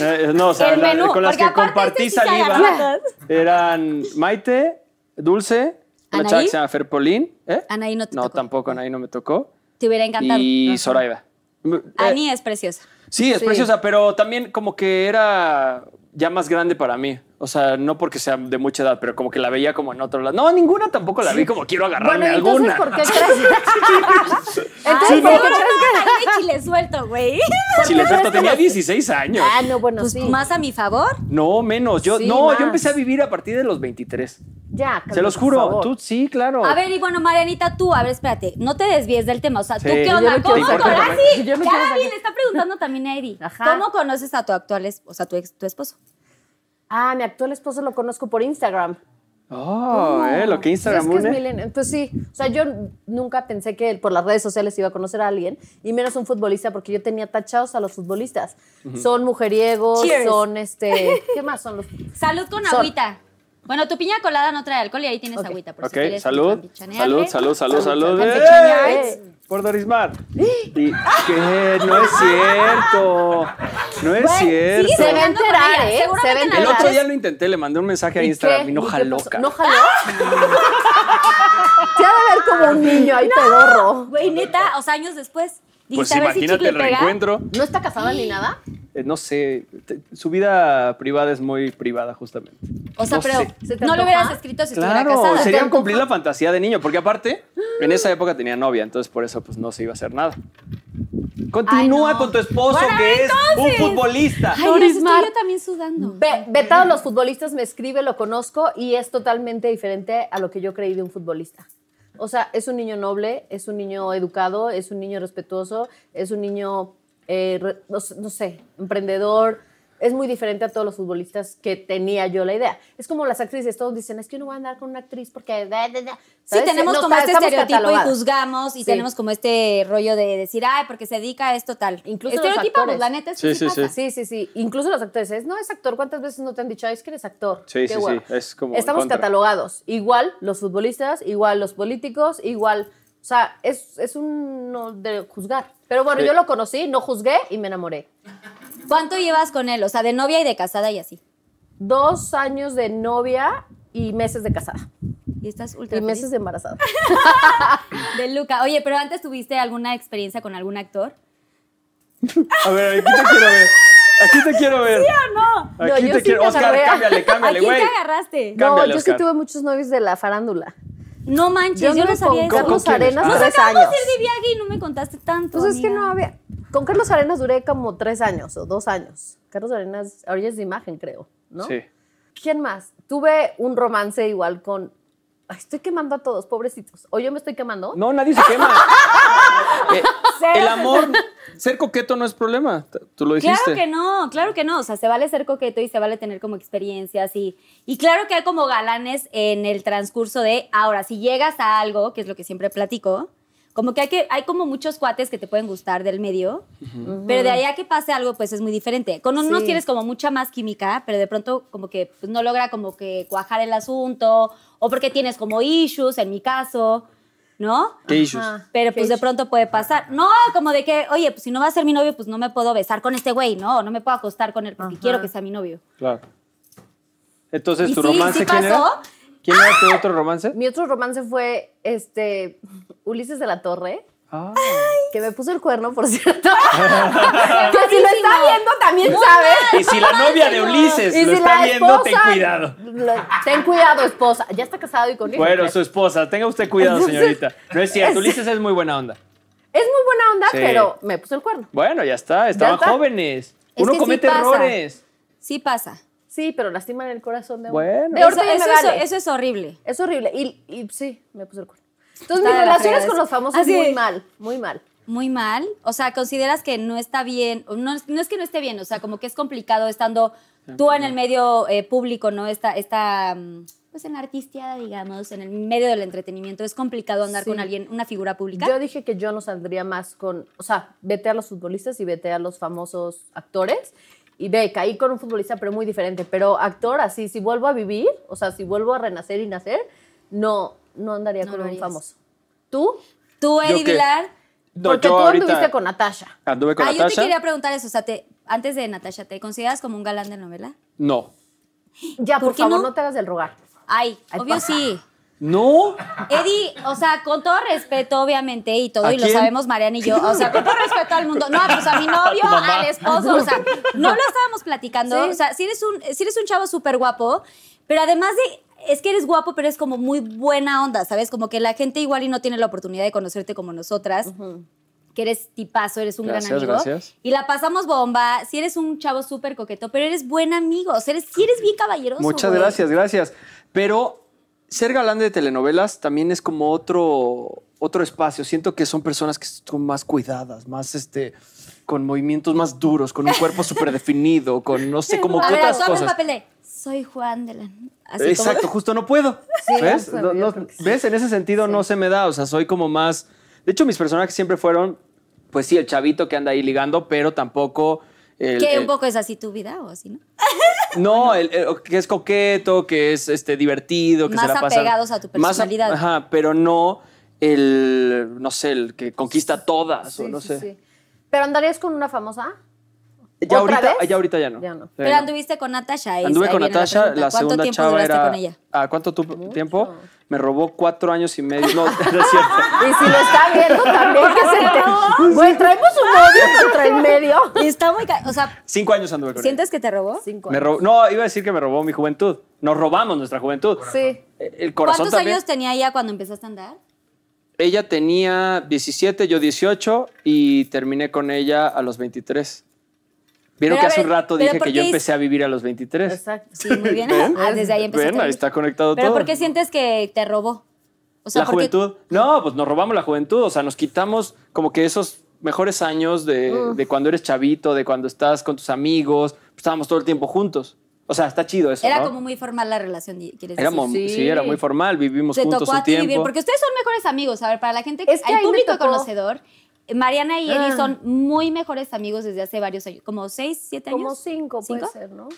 [SPEAKER 3] Eh, no, o sea,
[SPEAKER 2] El
[SPEAKER 3] la-
[SPEAKER 2] menú,
[SPEAKER 3] con las
[SPEAKER 2] porque
[SPEAKER 3] que
[SPEAKER 2] aparte
[SPEAKER 3] compartí
[SPEAKER 2] este sí se
[SPEAKER 3] saliva
[SPEAKER 2] agarra.
[SPEAKER 3] eran Maite, Dulce, una
[SPEAKER 2] ¿Anaí?
[SPEAKER 3] chava que se llama Ferpolín. ¿eh?
[SPEAKER 2] Anaí no te
[SPEAKER 3] No,
[SPEAKER 2] tocó.
[SPEAKER 3] tampoco, Anaí no me tocó.
[SPEAKER 2] Te hubiera encantado.
[SPEAKER 3] Y
[SPEAKER 2] Razón.
[SPEAKER 3] Zoraida. Eh,
[SPEAKER 2] Ani es preciosa.
[SPEAKER 3] Sí, es
[SPEAKER 4] Sí.
[SPEAKER 3] preciosa, pero también como que era ya más grande para mí. O sea, no porque sea de mucha edad, pero como que la veía como en otro lado. No, ninguna tampoco la vi como quiero agarrarme
[SPEAKER 4] Bueno, ¿y
[SPEAKER 3] a
[SPEAKER 4] entonces,
[SPEAKER 3] alguna.
[SPEAKER 4] ¿por qué crees? entonces,
[SPEAKER 2] Ay,
[SPEAKER 4] ¿por qué
[SPEAKER 2] seguro
[SPEAKER 4] crees que.?
[SPEAKER 2] no, Anaí chile suelto, güey.
[SPEAKER 3] [LAUGHS] Si les gusta, tenía 16 años.
[SPEAKER 4] Ah, [LAUGHS] no, bueno,
[SPEAKER 2] Pues
[SPEAKER 4] sí.
[SPEAKER 2] más a mi favor.
[SPEAKER 3] No, menos. Yo,
[SPEAKER 4] Sí,
[SPEAKER 3] no,
[SPEAKER 4] más.
[SPEAKER 3] yo empecé a vivir a partir de los 23.
[SPEAKER 4] Ya,
[SPEAKER 3] Se los
[SPEAKER 4] por
[SPEAKER 3] juro.
[SPEAKER 4] favor.
[SPEAKER 3] Tú sí, claro.
[SPEAKER 2] A ver, y bueno, Marianita, tú, a ver, espérate, no te desvíes del tema. O sea, ¿tú
[SPEAKER 3] Sí.
[SPEAKER 2] qué
[SPEAKER 3] Yo
[SPEAKER 2] onda?
[SPEAKER 4] no
[SPEAKER 2] ¿Cómo
[SPEAKER 4] quiero
[SPEAKER 3] saber.
[SPEAKER 2] conoces?
[SPEAKER 4] Yo no
[SPEAKER 2] Ya
[SPEAKER 4] quiero saber.
[SPEAKER 2] Gaby le está preguntando también a Eddie.
[SPEAKER 4] Ajá.
[SPEAKER 2] ¿Cómo conoces a tu actual, es- o sea, tu, ex- tu esposo?
[SPEAKER 4] Ah, mi actual esposo lo conozco por Instagram.
[SPEAKER 3] Oh, eh, lo que Instagram
[SPEAKER 4] Pues es que es
[SPEAKER 3] une.
[SPEAKER 4] milenio. Pues sí, o sea, yo nunca pensé que por las redes sociales iba a conocer a alguien, y menos un futbolista, porque yo tenía tachados a los futbolistas. Son mujeriegos,
[SPEAKER 2] Cheers.
[SPEAKER 4] son este. ¿Qué más son los.?
[SPEAKER 2] Salud con
[SPEAKER 4] Sol.
[SPEAKER 2] agüita. Bueno, tu piña colada no trae alcohol y ahí tienes
[SPEAKER 4] Ok.
[SPEAKER 2] agüita. Por si
[SPEAKER 3] Ok,
[SPEAKER 2] quieres
[SPEAKER 3] salud.
[SPEAKER 2] chambichanearte.
[SPEAKER 3] Salud, salud, salud, salud.
[SPEAKER 2] chambichanearte.
[SPEAKER 3] ¡Eh! Por Dorismar. Y, ¿Qué? No es cierto. No es
[SPEAKER 2] Sí,
[SPEAKER 3] cierto.
[SPEAKER 4] Se
[SPEAKER 2] se
[SPEAKER 4] va a enterar, ¿eh?
[SPEAKER 2] Seguramente
[SPEAKER 4] Se va a
[SPEAKER 2] en
[SPEAKER 4] enterar.
[SPEAKER 3] El
[SPEAKER 2] la-
[SPEAKER 3] otro día lo intenté, le mandé un mensaje a Instagram
[SPEAKER 4] qué?
[SPEAKER 3] y no
[SPEAKER 4] qué
[SPEAKER 3] jaló.
[SPEAKER 4] pasó?
[SPEAKER 3] cara.
[SPEAKER 4] ¿No [LAUGHS] jaló? Se ha de ver como un niño ahí pedorro.
[SPEAKER 2] Güey, neta, o sea, años después.
[SPEAKER 3] Pues
[SPEAKER 2] Dijiste, a ver si
[SPEAKER 3] imagínate
[SPEAKER 2] chicle
[SPEAKER 3] el
[SPEAKER 2] pega.
[SPEAKER 3] reencuentro.
[SPEAKER 4] ¿No está casada ni nada?
[SPEAKER 3] Eh, no sé, te- su vida privada es muy privada justamente.
[SPEAKER 2] O sea,
[SPEAKER 3] No
[SPEAKER 2] pero
[SPEAKER 3] sé.
[SPEAKER 4] ¿Se te
[SPEAKER 2] no lo
[SPEAKER 4] antoja?
[SPEAKER 2] hubieras escrito si estuviera
[SPEAKER 3] Claro,
[SPEAKER 2] casada.
[SPEAKER 3] sería cumplir la fantasía de niño, porque aparte, en esa época tenía novia, entonces por eso pues no se iba a hacer nada. Continúa
[SPEAKER 2] Ay, no.
[SPEAKER 3] con tu esposo
[SPEAKER 2] Bueno,
[SPEAKER 3] que
[SPEAKER 2] entonces.
[SPEAKER 3] es un futbolista.
[SPEAKER 2] Ay, Dios,
[SPEAKER 4] Dorismar.
[SPEAKER 2] estoy yo también sudando.
[SPEAKER 4] Ve, vetado a los futbolistas, me escribe, lo conozco y es totalmente diferente a lo que yo creí de un futbolista. O sea, es un niño noble, es un niño educado, es un niño respetuoso, es un niño, eh, re- no, s- no sé, emprendedor. Es muy diferente a todos los futbolistas que tenía yo la idea. Es como las actrices, todos dicen, es que no voy a andar con una actriz porque... da, da, da".
[SPEAKER 2] Sí,
[SPEAKER 4] ¿Sabes?
[SPEAKER 2] tenemos
[SPEAKER 4] No
[SPEAKER 2] como
[SPEAKER 4] está-
[SPEAKER 2] este
[SPEAKER 4] estamos
[SPEAKER 2] estereotipo y
[SPEAKER 4] catalogadas.
[SPEAKER 2] juzgamos y
[SPEAKER 4] Sí.
[SPEAKER 2] tenemos como este rollo de decir, ay, porque se dedica a esto tal.
[SPEAKER 4] Incluso los
[SPEAKER 2] Estereotipamos,
[SPEAKER 4] actores.
[SPEAKER 2] la neta es
[SPEAKER 3] Sí,
[SPEAKER 2] que
[SPEAKER 3] sí,
[SPEAKER 2] sí, pasa.
[SPEAKER 4] Sí, sí, sí. Incluso los actores. es, No es actor. ¿Cuántas veces no te han dicho, "Ay, es que eres actor?
[SPEAKER 3] Sí,
[SPEAKER 4] Qué
[SPEAKER 3] sí, sí,
[SPEAKER 4] hueva".
[SPEAKER 3] es como en
[SPEAKER 4] Estamos
[SPEAKER 3] contra.
[SPEAKER 4] catalogados. Igual los futbolistas, igual los políticos, igual. O sea, es, es un no de juzgar. Pero bueno,
[SPEAKER 3] Sí.
[SPEAKER 4] yo lo conocí, no juzgué y me enamoré.
[SPEAKER 2] ¿Cuánto llevas con él? O sea, de novia y de casada y así.
[SPEAKER 4] Dos años de novia y meses de casada.
[SPEAKER 2] Y estás ultra
[SPEAKER 4] Y
[SPEAKER 2] feliz
[SPEAKER 4] meses de embarazada.
[SPEAKER 2] de Luca. Oye, pero antes tuviste alguna experiencia con algún actor.
[SPEAKER 3] A ver, aquí te quiero ver. Aquí te quiero ver.
[SPEAKER 2] No.
[SPEAKER 4] No,
[SPEAKER 3] Aquí
[SPEAKER 4] yo
[SPEAKER 3] te
[SPEAKER 4] sí
[SPEAKER 3] quiero.
[SPEAKER 4] te
[SPEAKER 3] Oscar,
[SPEAKER 4] agarré.
[SPEAKER 3] cámbiale,
[SPEAKER 2] ¿A
[SPEAKER 3] cámbiale,
[SPEAKER 2] quién
[SPEAKER 3] güey.
[SPEAKER 2] te agarraste?
[SPEAKER 4] No,
[SPEAKER 3] Cámbiale,
[SPEAKER 4] yo sí
[SPEAKER 3] Oscar.
[SPEAKER 4] tuve muchos novios de la farándula.
[SPEAKER 2] No manches, yo, no
[SPEAKER 4] anduve
[SPEAKER 2] sabía eso.
[SPEAKER 4] con
[SPEAKER 3] ¿Con
[SPEAKER 4] Carlos
[SPEAKER 3] quién?
[SPEAKER 4] Arenas
[SPEAKER 3] Ah.
[SPEAKER 4] tres
[SPEAKER 2] Acabamos
[SPEAKER 4] años.
[SPEAKER 2] de ir de viaje y no me contaste tanto.
[SPEAKER 4] Pues es que
[SPEAKER 2] amiga.
[SPEAKER 4] no había. Con Carlos Arenas duré como tres años o dos años. Carlos Arenas, ahora ya es de imagen, creo, ¿no?
[SPEAKER 3] Sí.
[SPEAKER 4] ¿Quién más? Tuve un romance igual con. Ay, estoy quemando a todos, pobrecitos. O yo me estoy quemando.
[SPEAKER 3] No, nadie se
[SPEAKER 2] [LAUGHS]
[SPEAKER 3] quema. Eh, el amor, ser coqueto no es problema. t- Tú lo dijiste.
[SPEAKER 2] Claro que no, claro que no. O sea, se vale ser coqueto y se vale tener como experiencias y, y claro que hay como galanes en el transcurso de ahora, si llegas a algo, que es lo que siempre platico, como que hay, que, hay como muchos cuates que te pueden gustar del medio, pero de ahí a que pase algo, pues es muy diferente. Con unos
[SPEAKER 4] Sí.
[SPEAKER 2] tienes como mucha más química, pero de pronto como que pues, no logra como que cuajar el asunto o porque tienes como issues, en mi caso, ¿no?
[SPEAKER 3] ¿Qué issues?
[SPEAKER 4] Ajá.
[SPEAKER 2] Pero pues de pronto puede pasar. No, como de que, oye, pues si no va a ser mi novio, pues no me puedo besar con este güey, ¿no? No me puedo acostar con él porque quiero que sea mi novio.
[SPEAKER 3] Claro. Entonces,
[SPEAKER 2] ¿Y
[SPEAKER 3] ¿tu
[SPEAKER 2] sí,
[SPEAKER 3] romance
[SPEAKER 2] sí
[SPEAKER 3] quién era?
[SPEAKER 2] pasó?
[SPEAKER 3] ¿Quién era tu otro romance?
[SPEAKER 4] Mi otro romance fue este [LAUGHS] Ulises de la Torre,
[SPEAKER 3] Ah.
[SPEAKER 4] que me puso el cuerno, por [LAUGHS] cierto. que si lo está
[SPEAKER 2] Buenísimo.
[SPEAKER 4] viendo también sabe.
[SPEAKER 3] Y si la novia de Ulises lo está viendo, ten cuidado.
[SPEAKER 4] lo- ten cuidado, esposa. Ya está casado y con hijos,
[SPEAKER 3] Bueno,
[SPEAKER 4] creo.
[SPEAKER 3] su esposa, tenga usted cuidado,
[SPEAKER 4] Entonces-
[SPEAKER 3] señorita. No es cierto,
[SPEAKER 4] Es-
[SPEAKER 3] Ulises es muy buena onda.
[SPEAKER 4] Es muy buena onda,
[SPEAKER 3] Sí.
[SPEAKER 4] pero me puso el cuerno.
[SPEAKER 3] Bueno, ya está, estaban
[SPEAKER 4] está.
[SPEAKER 3] jóvenes.
[SPEAKER 2] Es
[SPEAKER 3] Uno
[SPEAKER 2] que sí
[SPEAKER 3] comete
[SPEAKER 2] pasa.
[SPEAKER 3] errores.
[SPEAKER 2] Sí pasa.
[SPEAKER 4] Sí, pero lastiman el corazón de uno.
[SPEAKER 3] Bueno.
[SPEAKER 4] De
[SPEAKER 2] Eso,
[SPEAKER 4] Orte y
[SPEAKER 2] eso-
[SPEAKER 4] me vale.
[SPEAKER 2] eso- eso es horrible.
[SPEAKER 4] Es horrible. Y, y sí, me puse el cuerno. Entonces,
[SPEAKER 2] Está de
[SPEAKER 4] mis
[SPEAKER 2] la
[SPEAKER 4] relaciones
[SPEAKER 2] fregada
[SPEAKER 4] con
[SPEAKER 2] eso. Ah,
[SPEAKER 4] los famosos
[SPEAKER 2] Así
[SPEAKER 4] muy
[SPEAKER 2] es.
[SPEAKER 4] mal, muy mal.
[SPEAKER 2] muy mal. O sea, consideras que no está bien, o no, no es que no esté bien, o sea, como que es complicado estando tú en el medio eh, público, ¿no? Esta, esta, mm, pues en la artisteada, digamos, en el medio del entretenimiento, es complicado andar
[SPEAKER 4] Sí.
[SPEAKER 2] con alguien, una figura pública.
[SPEAKER 4] Yo dije que yo no saldría más con, o sea, vete a los futbolistas y vete a los famosos actores. Y ve, caí con un futbolista, pero muy diferente. Pero actor, así, si vuelvo a vivir, o sea, si vuelvo a renacer y nacer, no, no andaría
[SPEAKER 2] No
[SPEAKER 4] con
[SPEAKER 2] lo
[SPEAKER 4] un
[SPEAKER 2] harías.
[SPEAKER 4] famoso. ¿Tú?
[SPEAKER 2] tú,
[SPEAKER 3] ¿Yo
[SPEAKER 2] Eddie
[SPEAKER 3] qué?
[SPEAKER 2] Vilar.
[SPEAKER 3] No,
[SPEAKER 4] Porque
[SPEAKER 3] yo
[SPEAKER 4] tú
[SPEAKER 3] ahorita
[SPEAKER 4] anduviste con Natasha.
[SPEAKER 3] anduve con
[SPEAKER 2] ah, yo te
[SPEAKER 3] Natasha.
[SPEAKER 2] quería preguntar eso, o sea, te- antes de Natasha, ¿te consideras como un galán de novela?
[SPEAKER 3] No.
[SPEAKER 4] Ya,
[SPEAKER 2] ¿Por
[SPEAKER 4] por,
[SPEAKER 2] qué
[SPEAKER 4] favor,
[SPEAKER 2] no?
[SPEAKER 4] no? te hagas el rogar.
[SPEAKER 2] Ay,
[SPEAKER 4] Ay,
[SPEAKER 2] obvio
[SPEAKER 4] pa.
[SPEAKER 2] sí.
[SPEAKER 3] No.
[SPEAKER 2] Eddie, o sea, con todo respeto, obviamente, y todo,
[SPEAKER 3] ¿A
[SPEAKER 2] y lo
[SPEAKER 3] quién?
[SPEAKER 2] sabemos Mariana y yo, o sea, con todo respeto al mundo. No, pues a mi
[SPEAKER 3] [LAUGHS]
[SPEAKER 2] novio, al esposo, o sea, no lo estábamos platicando.
[SPEAKER 4] Sí.
[SPEAKER 2] O sea, si eres un, si eres un chavo súper guapo, pero además de. Es que eres guapo, pero es como muy buena onda, ¿sabes? Como que la gente igual y no tiene la oportunidad de conocerte como nosotras. Que eres tipazo, eres un gran
[SPEAKER 3] Gracias,
[SPEAKER 2] amigo.
[SPEAKER 3] gracias.
[SPEAKER 2] Y la pasamos bomba. Si eres un chavo súper coqueto, pero eres buen amigo. O sea, eres, si eres bien caballeroso.
[SPEAKER 3] Muchas
[SPEAKER 2] güey.
[SPEAKER 3] gracias, gracias. Pero ser galán de telenovelas también es como otro, otro espacio. Siento que son personas que son más cuidadas, más este, con movimientos más duros, con un cuerpo súper definido, con no sé, como
[SPEAKER 2] A
[SPEAKER 3] que
[SPEAKER 2] ver,
[SPEAKER 3] otras
[SPEAKER 2] tú abres
[SPEAKER 3] cosas.
[SPEAKER 2] papel de. Soy Juan de la. Así como-
[SPEAKER 3] Exacto, justo no puedo. ¿Ves?
[SPEAKER 4] no puedo,
[SPEAKER 3] No-
[SPEAKER 4] yo
[SPEAKER 3] no-
[SPEAKER 4] creo que sí.
[SPEAKER 3] ¿Ves? En ese sentido no se me da. O sea, soy como más. De hecho, mis personajes siempre fueron, pues sí, el chavito que anda ahí ligando, pero tampoco. El,
[SPEAKER 2] Que
[SPEAKER 3] el-
[SPEAKER 2] un poco es así tu vida o así, ¿no?
[SPEAKER 3] No, el- el- que es coqueto, que es este, divertido, que
[SPEAKER 2] Más
[SPEAKER 3] se la pasa-
[SPEAKER 2] apegados a tu
[SPEAKER 3] más a-
[SPEAKER 2] personalidad.
[SPEAKER 3] ajá, pero no el, no sé, el que conquista todas o no sé.
[SPEAKER 4] ¿Pero andarías con una famosa?
[SPEAKER 3] Ya,
[SPEAKER 4] ¿Otra
[SPEAKER 3] ahorita,
[SPEAKER 4] vez?
[SPEAKER 3] ya ahorita ya no.
[SPEAKER 4] Ya no.
[SPEAKER 3] Ya
[SPEAKER 2] Pero
[SPEAKER 3] no.
[SPEAKER 2] anduviste con Natasha. ahí-
[SPEAKER 3] Anduve
[SPEAKER 2] ahí
[SPEAKER 3] con
[SPEAKER 2] viene la
[SPEAKER 3] Natasha,
[SPEAKER 2] pregunta.
[SPEAKER 3] la
[SPEAKER 2] ¿Cuánto
[SPEAKER 3] segunda
[SPEAKER 2] tiempo
[SPEAKER 3] chava
[SPEAKER 2] duraste
[SPEAKER 3] era...
[SPEAKER 2] con ella?
[SPEAKER 3] ¿A cuánto tu- tiempo? Me robó cuatro años y medio. No, [LAUGHS] no es cierto.
[SPEAKER 4] Y si lo está viendo también, que
[SPEAKER 2] [LAUGHS]
[SPEAKER 4] se te... Güey, traemos un odio contra el medio.
[SPEAKER 2] Está muy... ca- O sea,
[SPEAKER 3] Cinco años anduve con
[SPEAKER 2] ¿sientes que te robó?
[SPEAKER 4] Cinco.
[SPEAKER 3] ella. Me robó- no, iba a decir que me robó mi juventud. Nos robamos nuestra juventud.
[SPEAKER 4] Sí.
[SPEAKER 3] Eh, El corazón
[SPEAKER 2] ¿Cuántos
[SPEAKER 3] también.
[SPEAKER 2] años tenía ella cuando empezaste a andar?
[SPEAKER 3] Ella tenía 17, yo 18 y terminé con ella a los 23. Vieron
[SPEAKER 2] Pero
[SPEAKER 3] que
[SPEAKER 2] a
[SPEAKER 3] hace un
[SPEAKER 2] ver,
[SPEAKER 3] rato
[SPEAKER 2] pero
[SPEAKER 3] dije
[SPEAKER 2] ¿por
[SPEAKER 3] que
[SPEAKER 2] qué
[SPEAKER 3] yo
[SPEAKER 2] es-
[SPEAKER 3] empecé a vivir a los 23.
[SPEAKER 4] Exacto.
[SPEAKER 2] Sí, muy bien.
[SPEAKER 3] [LAUGHS] ¿Ven?
[SPEAKER 2] Ah, desde ahí empezaste.
[SPEAKER 3] Ven,
[SPEAKER 2] a
[SPEAKER 3] ahí
[SPEAKER 2] vivir.
[SPEAKER 3] está conectado
[SPEAKER 2] ¿Pero
[SPEAKER 3] todo.
[SPEAKER 2] por qué sientes que te robó? O sea,
[SPEAKER 3] la
[SPEAKER 2] porque-
[SPEAKER 3] juventud. No, pues nos robamos la juventud. O sea, nos quitamos como que esos mejores años de,
[SPEAKER 2] Mm.
[SPEAKER 3] de cuando eres chavito, de cuando estás con tus amigos. pues, estábamos todo el tiempo juntos. O sea, está chido eso.
[SPEAKER 2] Era
[SPEAKER 3] ¿no?
[SPEAKER 2] como muy formal la relación, di- ¿quieres
[SPEAKER 3] Era
[SPEAKER 2] decir?
[SPEAKER 3] mo- sí.
[SPEAKER 4] Sí.
[SPEAKER 3] era muy formal. Vivimos
[SPEAKER 2] Te
[SPEAKER 3] pues, juntos
[SPEAKER 2] tocó
[SPEAKER 3] un
[SPEAKER 2] a ti
[SPEAKER 3] tiempo.
[SPEAKER 2] vivir, porque ustedes son mejores amigos. A ver, para la gente,
[SPEAKER 4] Es que
[SPEAKER 2] al
[SPEAKER 4] ahí me
[SPEAKER 2] público
[SPEAKER 4] tocó.
[SPEAKER 2] conocedor, Mariana y Eddie
[SPEAKER 4] Ah.
[SPEAKER 2] son muy mejores amigos desde hace varios años, como seis, siete años.
[SPEAKER 4] Como cinco, puede
[SPEAKER 2] ¿Cinco?
[SPEAKER 4] ser, ¿no?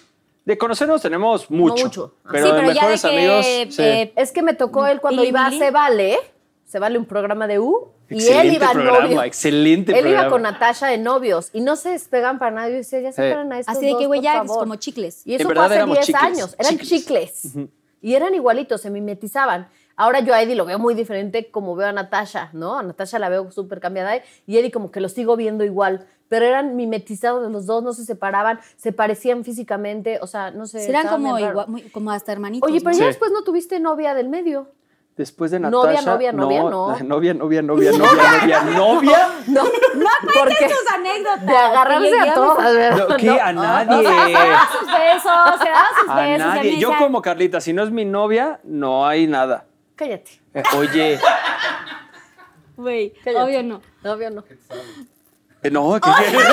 [SPEAKER 3] De conocernos tenemos mucho.
[SPEAKER 4] mucho. Ah.
[SPEAKER 3] Pero,
[SPEAKER 2] Sí,
[SPEAKER 3] de
[SPEAKER 2] pero ya de
[SPEAKER 3] mejores
[SPEAKER 2] que,
[SPEAKER 3] amigos.
[SPEAKER 2] eh,
[SPEAKER 4] Es que me tocó él cuando
[SPEAKER 2] Pili,
[SPEAKER 4] iba a
[SPEAKER 2] Mili.
[SPEAKER 4] Se Vale, Se Vale un programa de U, y él
[SPEAKER 3] Excelente
[SPEAKER 4] iba
[SPEAKER 3] programa,
[SPEAKER 4] novio.
[SPEAKER 3] excelente
[SPEAKER 4] Él
[SPEAKER 3] programa.
[SPEAKER 4] iba con Natasha de novios y no se despegan para nadie. Yo decía, ya se
[SPEAKER 3] Sí.
[SPEAKER 4] paran a estos
[SPEAKER 2] Así de que,
[SPEAKER 4] dos,
[SPEAKER 2] güey,
[SPEAKER 4] por
[SPEAKER 2] ya es
[SPEAKER 4] favor.
[SPEAKER 2] como chicles.
[SPEAKER 4] Y eso
[SPEAKER 3] En
[SPEAKER 4] fue
[SPEAKER 3] verdad
[SPEAKER 4] hace
[SPEAKER 3] éramos
[SPEAKER 4] 10
[SPEAKER 3] chicles,
[SPEAKER 4] años. Eran
[SPEAKER 3] chicles.
[SPEAKER 4] chicles. Y eran igualitos, se mimetizaban. Ahora yo a Eddie lo veo muy diferente como veo a Natasha, ¿no? A Natasha la veo súper cambiada ¿eh? y Eddie como que lo sigo viendo igual. Pero eran mimetizados los dos, no se separaban, se parecían físicamente, o sea, no sé.
[SPEAKER 2] Serán
[SPEAKER 4] estaba
[SPEAKER 2] como,
[SPEAKER 4] bien raro.
[SPEAKER 2] igual- muy- como hasta hermanitos.
[SPEAKER 4] Oye, pero
[SPEAKER 2] ¿no?
[SPEAKER 4] ya
[SPEAKER 3] Sí.
[SPEAKER 4] después no tuviste novia del medio.
[SPEAKER 2] [LAUGHS]
[SPEAKER 3] Después de
[SPEAKER 4] Novia,
[SPEAKER 3] Natasha.
[SPEAKER 4] novia, novia,
[SPEAKER 3] no.
[SPEAKER 4] no.
[SPEAKER 3] la [LAUGHS] Novia, novia, novia, novia, novia, novia.
[SPEAKER 4] [LAUGHS] No, [LAUGHS] no
[SPEAKER 2] [LAUGHS]
[SPEAKER 4] porque
[SPEAKER 2] sus anécdotas.
[SPEAKER 4] de agarrarse
[SPEAKER 2] Oye,
[SPEAKER 4] a todas. ¿verdad?
[SPEAKER 3] No, ¿Qué? Ah.
[SPEAKER 4] No.
[SPEAKER 3] A nadie.
[SPEAKER 2] sus besos, se daban sus
[SPEAKER 3] A
[SPEAKER 2] besos.
[SPEAKER 3] nadie.
[SPEAKER 2] se
[SPEAKER 3] Yo
[SPEAKER 2] besan.
[SPEAKER 3] como Carlita, si no es mi novia, no hay nada.
[SPEAKER 4] Cállate.
[SPEAKER 3] Eh, Oye,
[SPEAKER 2] Güey,
[SPEAKER 4] cállate.
[SPEAKER 2] obvio no.
[SPEAKER 4] Novio no.
[SPEAKER 3] [LAUGHS] eh, no, ¿qué quieres?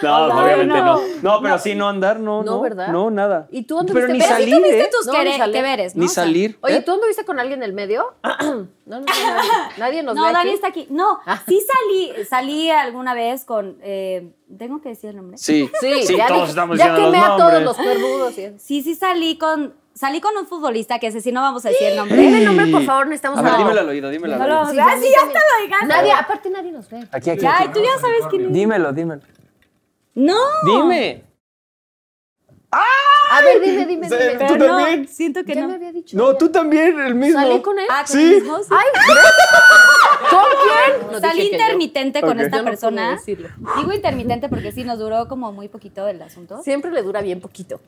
[SPEAKER 3] No,
[SPEAKER 4] Hola,
[SPEAKER 3] obviamente
[SPEAKER 4] no.
[SPEAKER 3] [LAUGHS] no. No, pero sí, no andar, no,
[SPEAKER 4] No,
[SPEAKER 3] no,
[SPEAKER 4] ¿verdad?
[SPEAKER 3] no, nada.
[SPEAKER 4] ¿Y tú dónde
[SPEAKER 3] Pero
[SPEAKER 4] viste-
[SPEAKER 3] ni
[SPEAKER 4] pero sí
[SPEAKER 3] salir,
[SPEAKER 2] tuviste
[SPEAKER 3] ¿eh?
[SPEAKER 2] tus
[SPEAKER 4] No,
[SPEAKER 2] quere-
[SPEAKER 4] ni salir.
[SPEAKER 2] queveres, ¿no?
[SPEAKER 3] Ni
[SPEAKER 2] O sea,
[SPEAKER 3] salir.
[SPEAKER 4] Oye,
[SPEAKER 3] ¿eh?
[SPEAKER 4] ¿tú anduviste con alguien del medio? [CLEARS THROAT] no, no, no, no. Nadie nos ve
[SPEAKER 2] No, Dani
[SPEAKER 4] aquí.
[SPEAKER 2] está aquí. No,
[SPEAKER 4] Ah.
[SPEAKER 2] sí salí, salí alguna vez con. eh, ¿Tengo que decir el nombre?
[SPEAKER 3] Sí,
[SPEAKER 4] Sí,
[SPEAKER 3] sí,
[SPEAKER 4] ya,
[SPEAKER 3] todos
[SPEAKER 4] dije-
[SPEAKER 3] estamos
[SPEAKER 4] ya
[SPEAKER 3] diciendo los
[SPEAKER 4] quemé a todos los
[SPEAKER 3] nombres.
[SPEAKER 4] cuervudos. y-
[SPEAKER 2] Sí, sí salí con. Salí con un futbolista que ese sí no vamos a decir el nombre.
[SPEAKER 4] Dime el nombre, por favor, necesitamos
[SPEAKER 3] A ver,
[SPEAKER 4] no.
[SPEAKER 3] dímelo al oído, dímelo al
[SPEAKER 2] No lo
[SPEAKER 3] oído.
[SPEAKER 2] vamos a decir. Ah, sí, ya
[SPEAKER 4] también.
[SPEAKER 2] te lo digas.
[SPEAKER 4] Nadie, aparte nadie nos ve.
[SPEAKER 3] Aquí, aquí,
[SPEAKER 2] Ay,
[SPEAKER 3] aquí.
[SPEAKER 2] tú ya sabes quién es.
[SPEAKER 3] Dímelo, dímelo.
[SPEAKER 2] No.
[SPEAKER 3] Dime.
[SPEAKER 4] A ver, dime, dime,
[SPEAKER 3] Sí,
[SPEAKER 4] dime.
[SPEAKER 3] tú
[SPEAKER 2] Pero no,
[SPEAKER 3] también.
[SPEAKER 2] siento que
[SPEAKER 4] ya
[SPEAKER 2] no.
[SPEAKER 4] me había dicho.
[SPEAKER 3] No,
[SPEAKER 4] ya.
[SPEAKER 3] tú también, el mismo.
[SPEAKER 4] ¿Salí con él?
[SPEAKER 2] Ah, con
[SPEAKER 3] Sí.
[SPEAKER 2] el mismo, sí.
[SPEAKER 4] Ay, ¿Con quién? No
[SPEAKER 2] Salí
[SPEAKER 4] dije que yo.
[SPEAKER 2] intermitente con
[SPEAKER 3] Ok.
[SPEAKER 2] esta
[SPEAKER 4] Yo no puedo
[SPEAKER 2] persona.
[SPEAKER 4] decirlo.
[SPEAKER 2] Digo intermitente porque sí nos duró como muy poquito el asunto.
[SPEAKER 4] Siempre le dura bien poquito.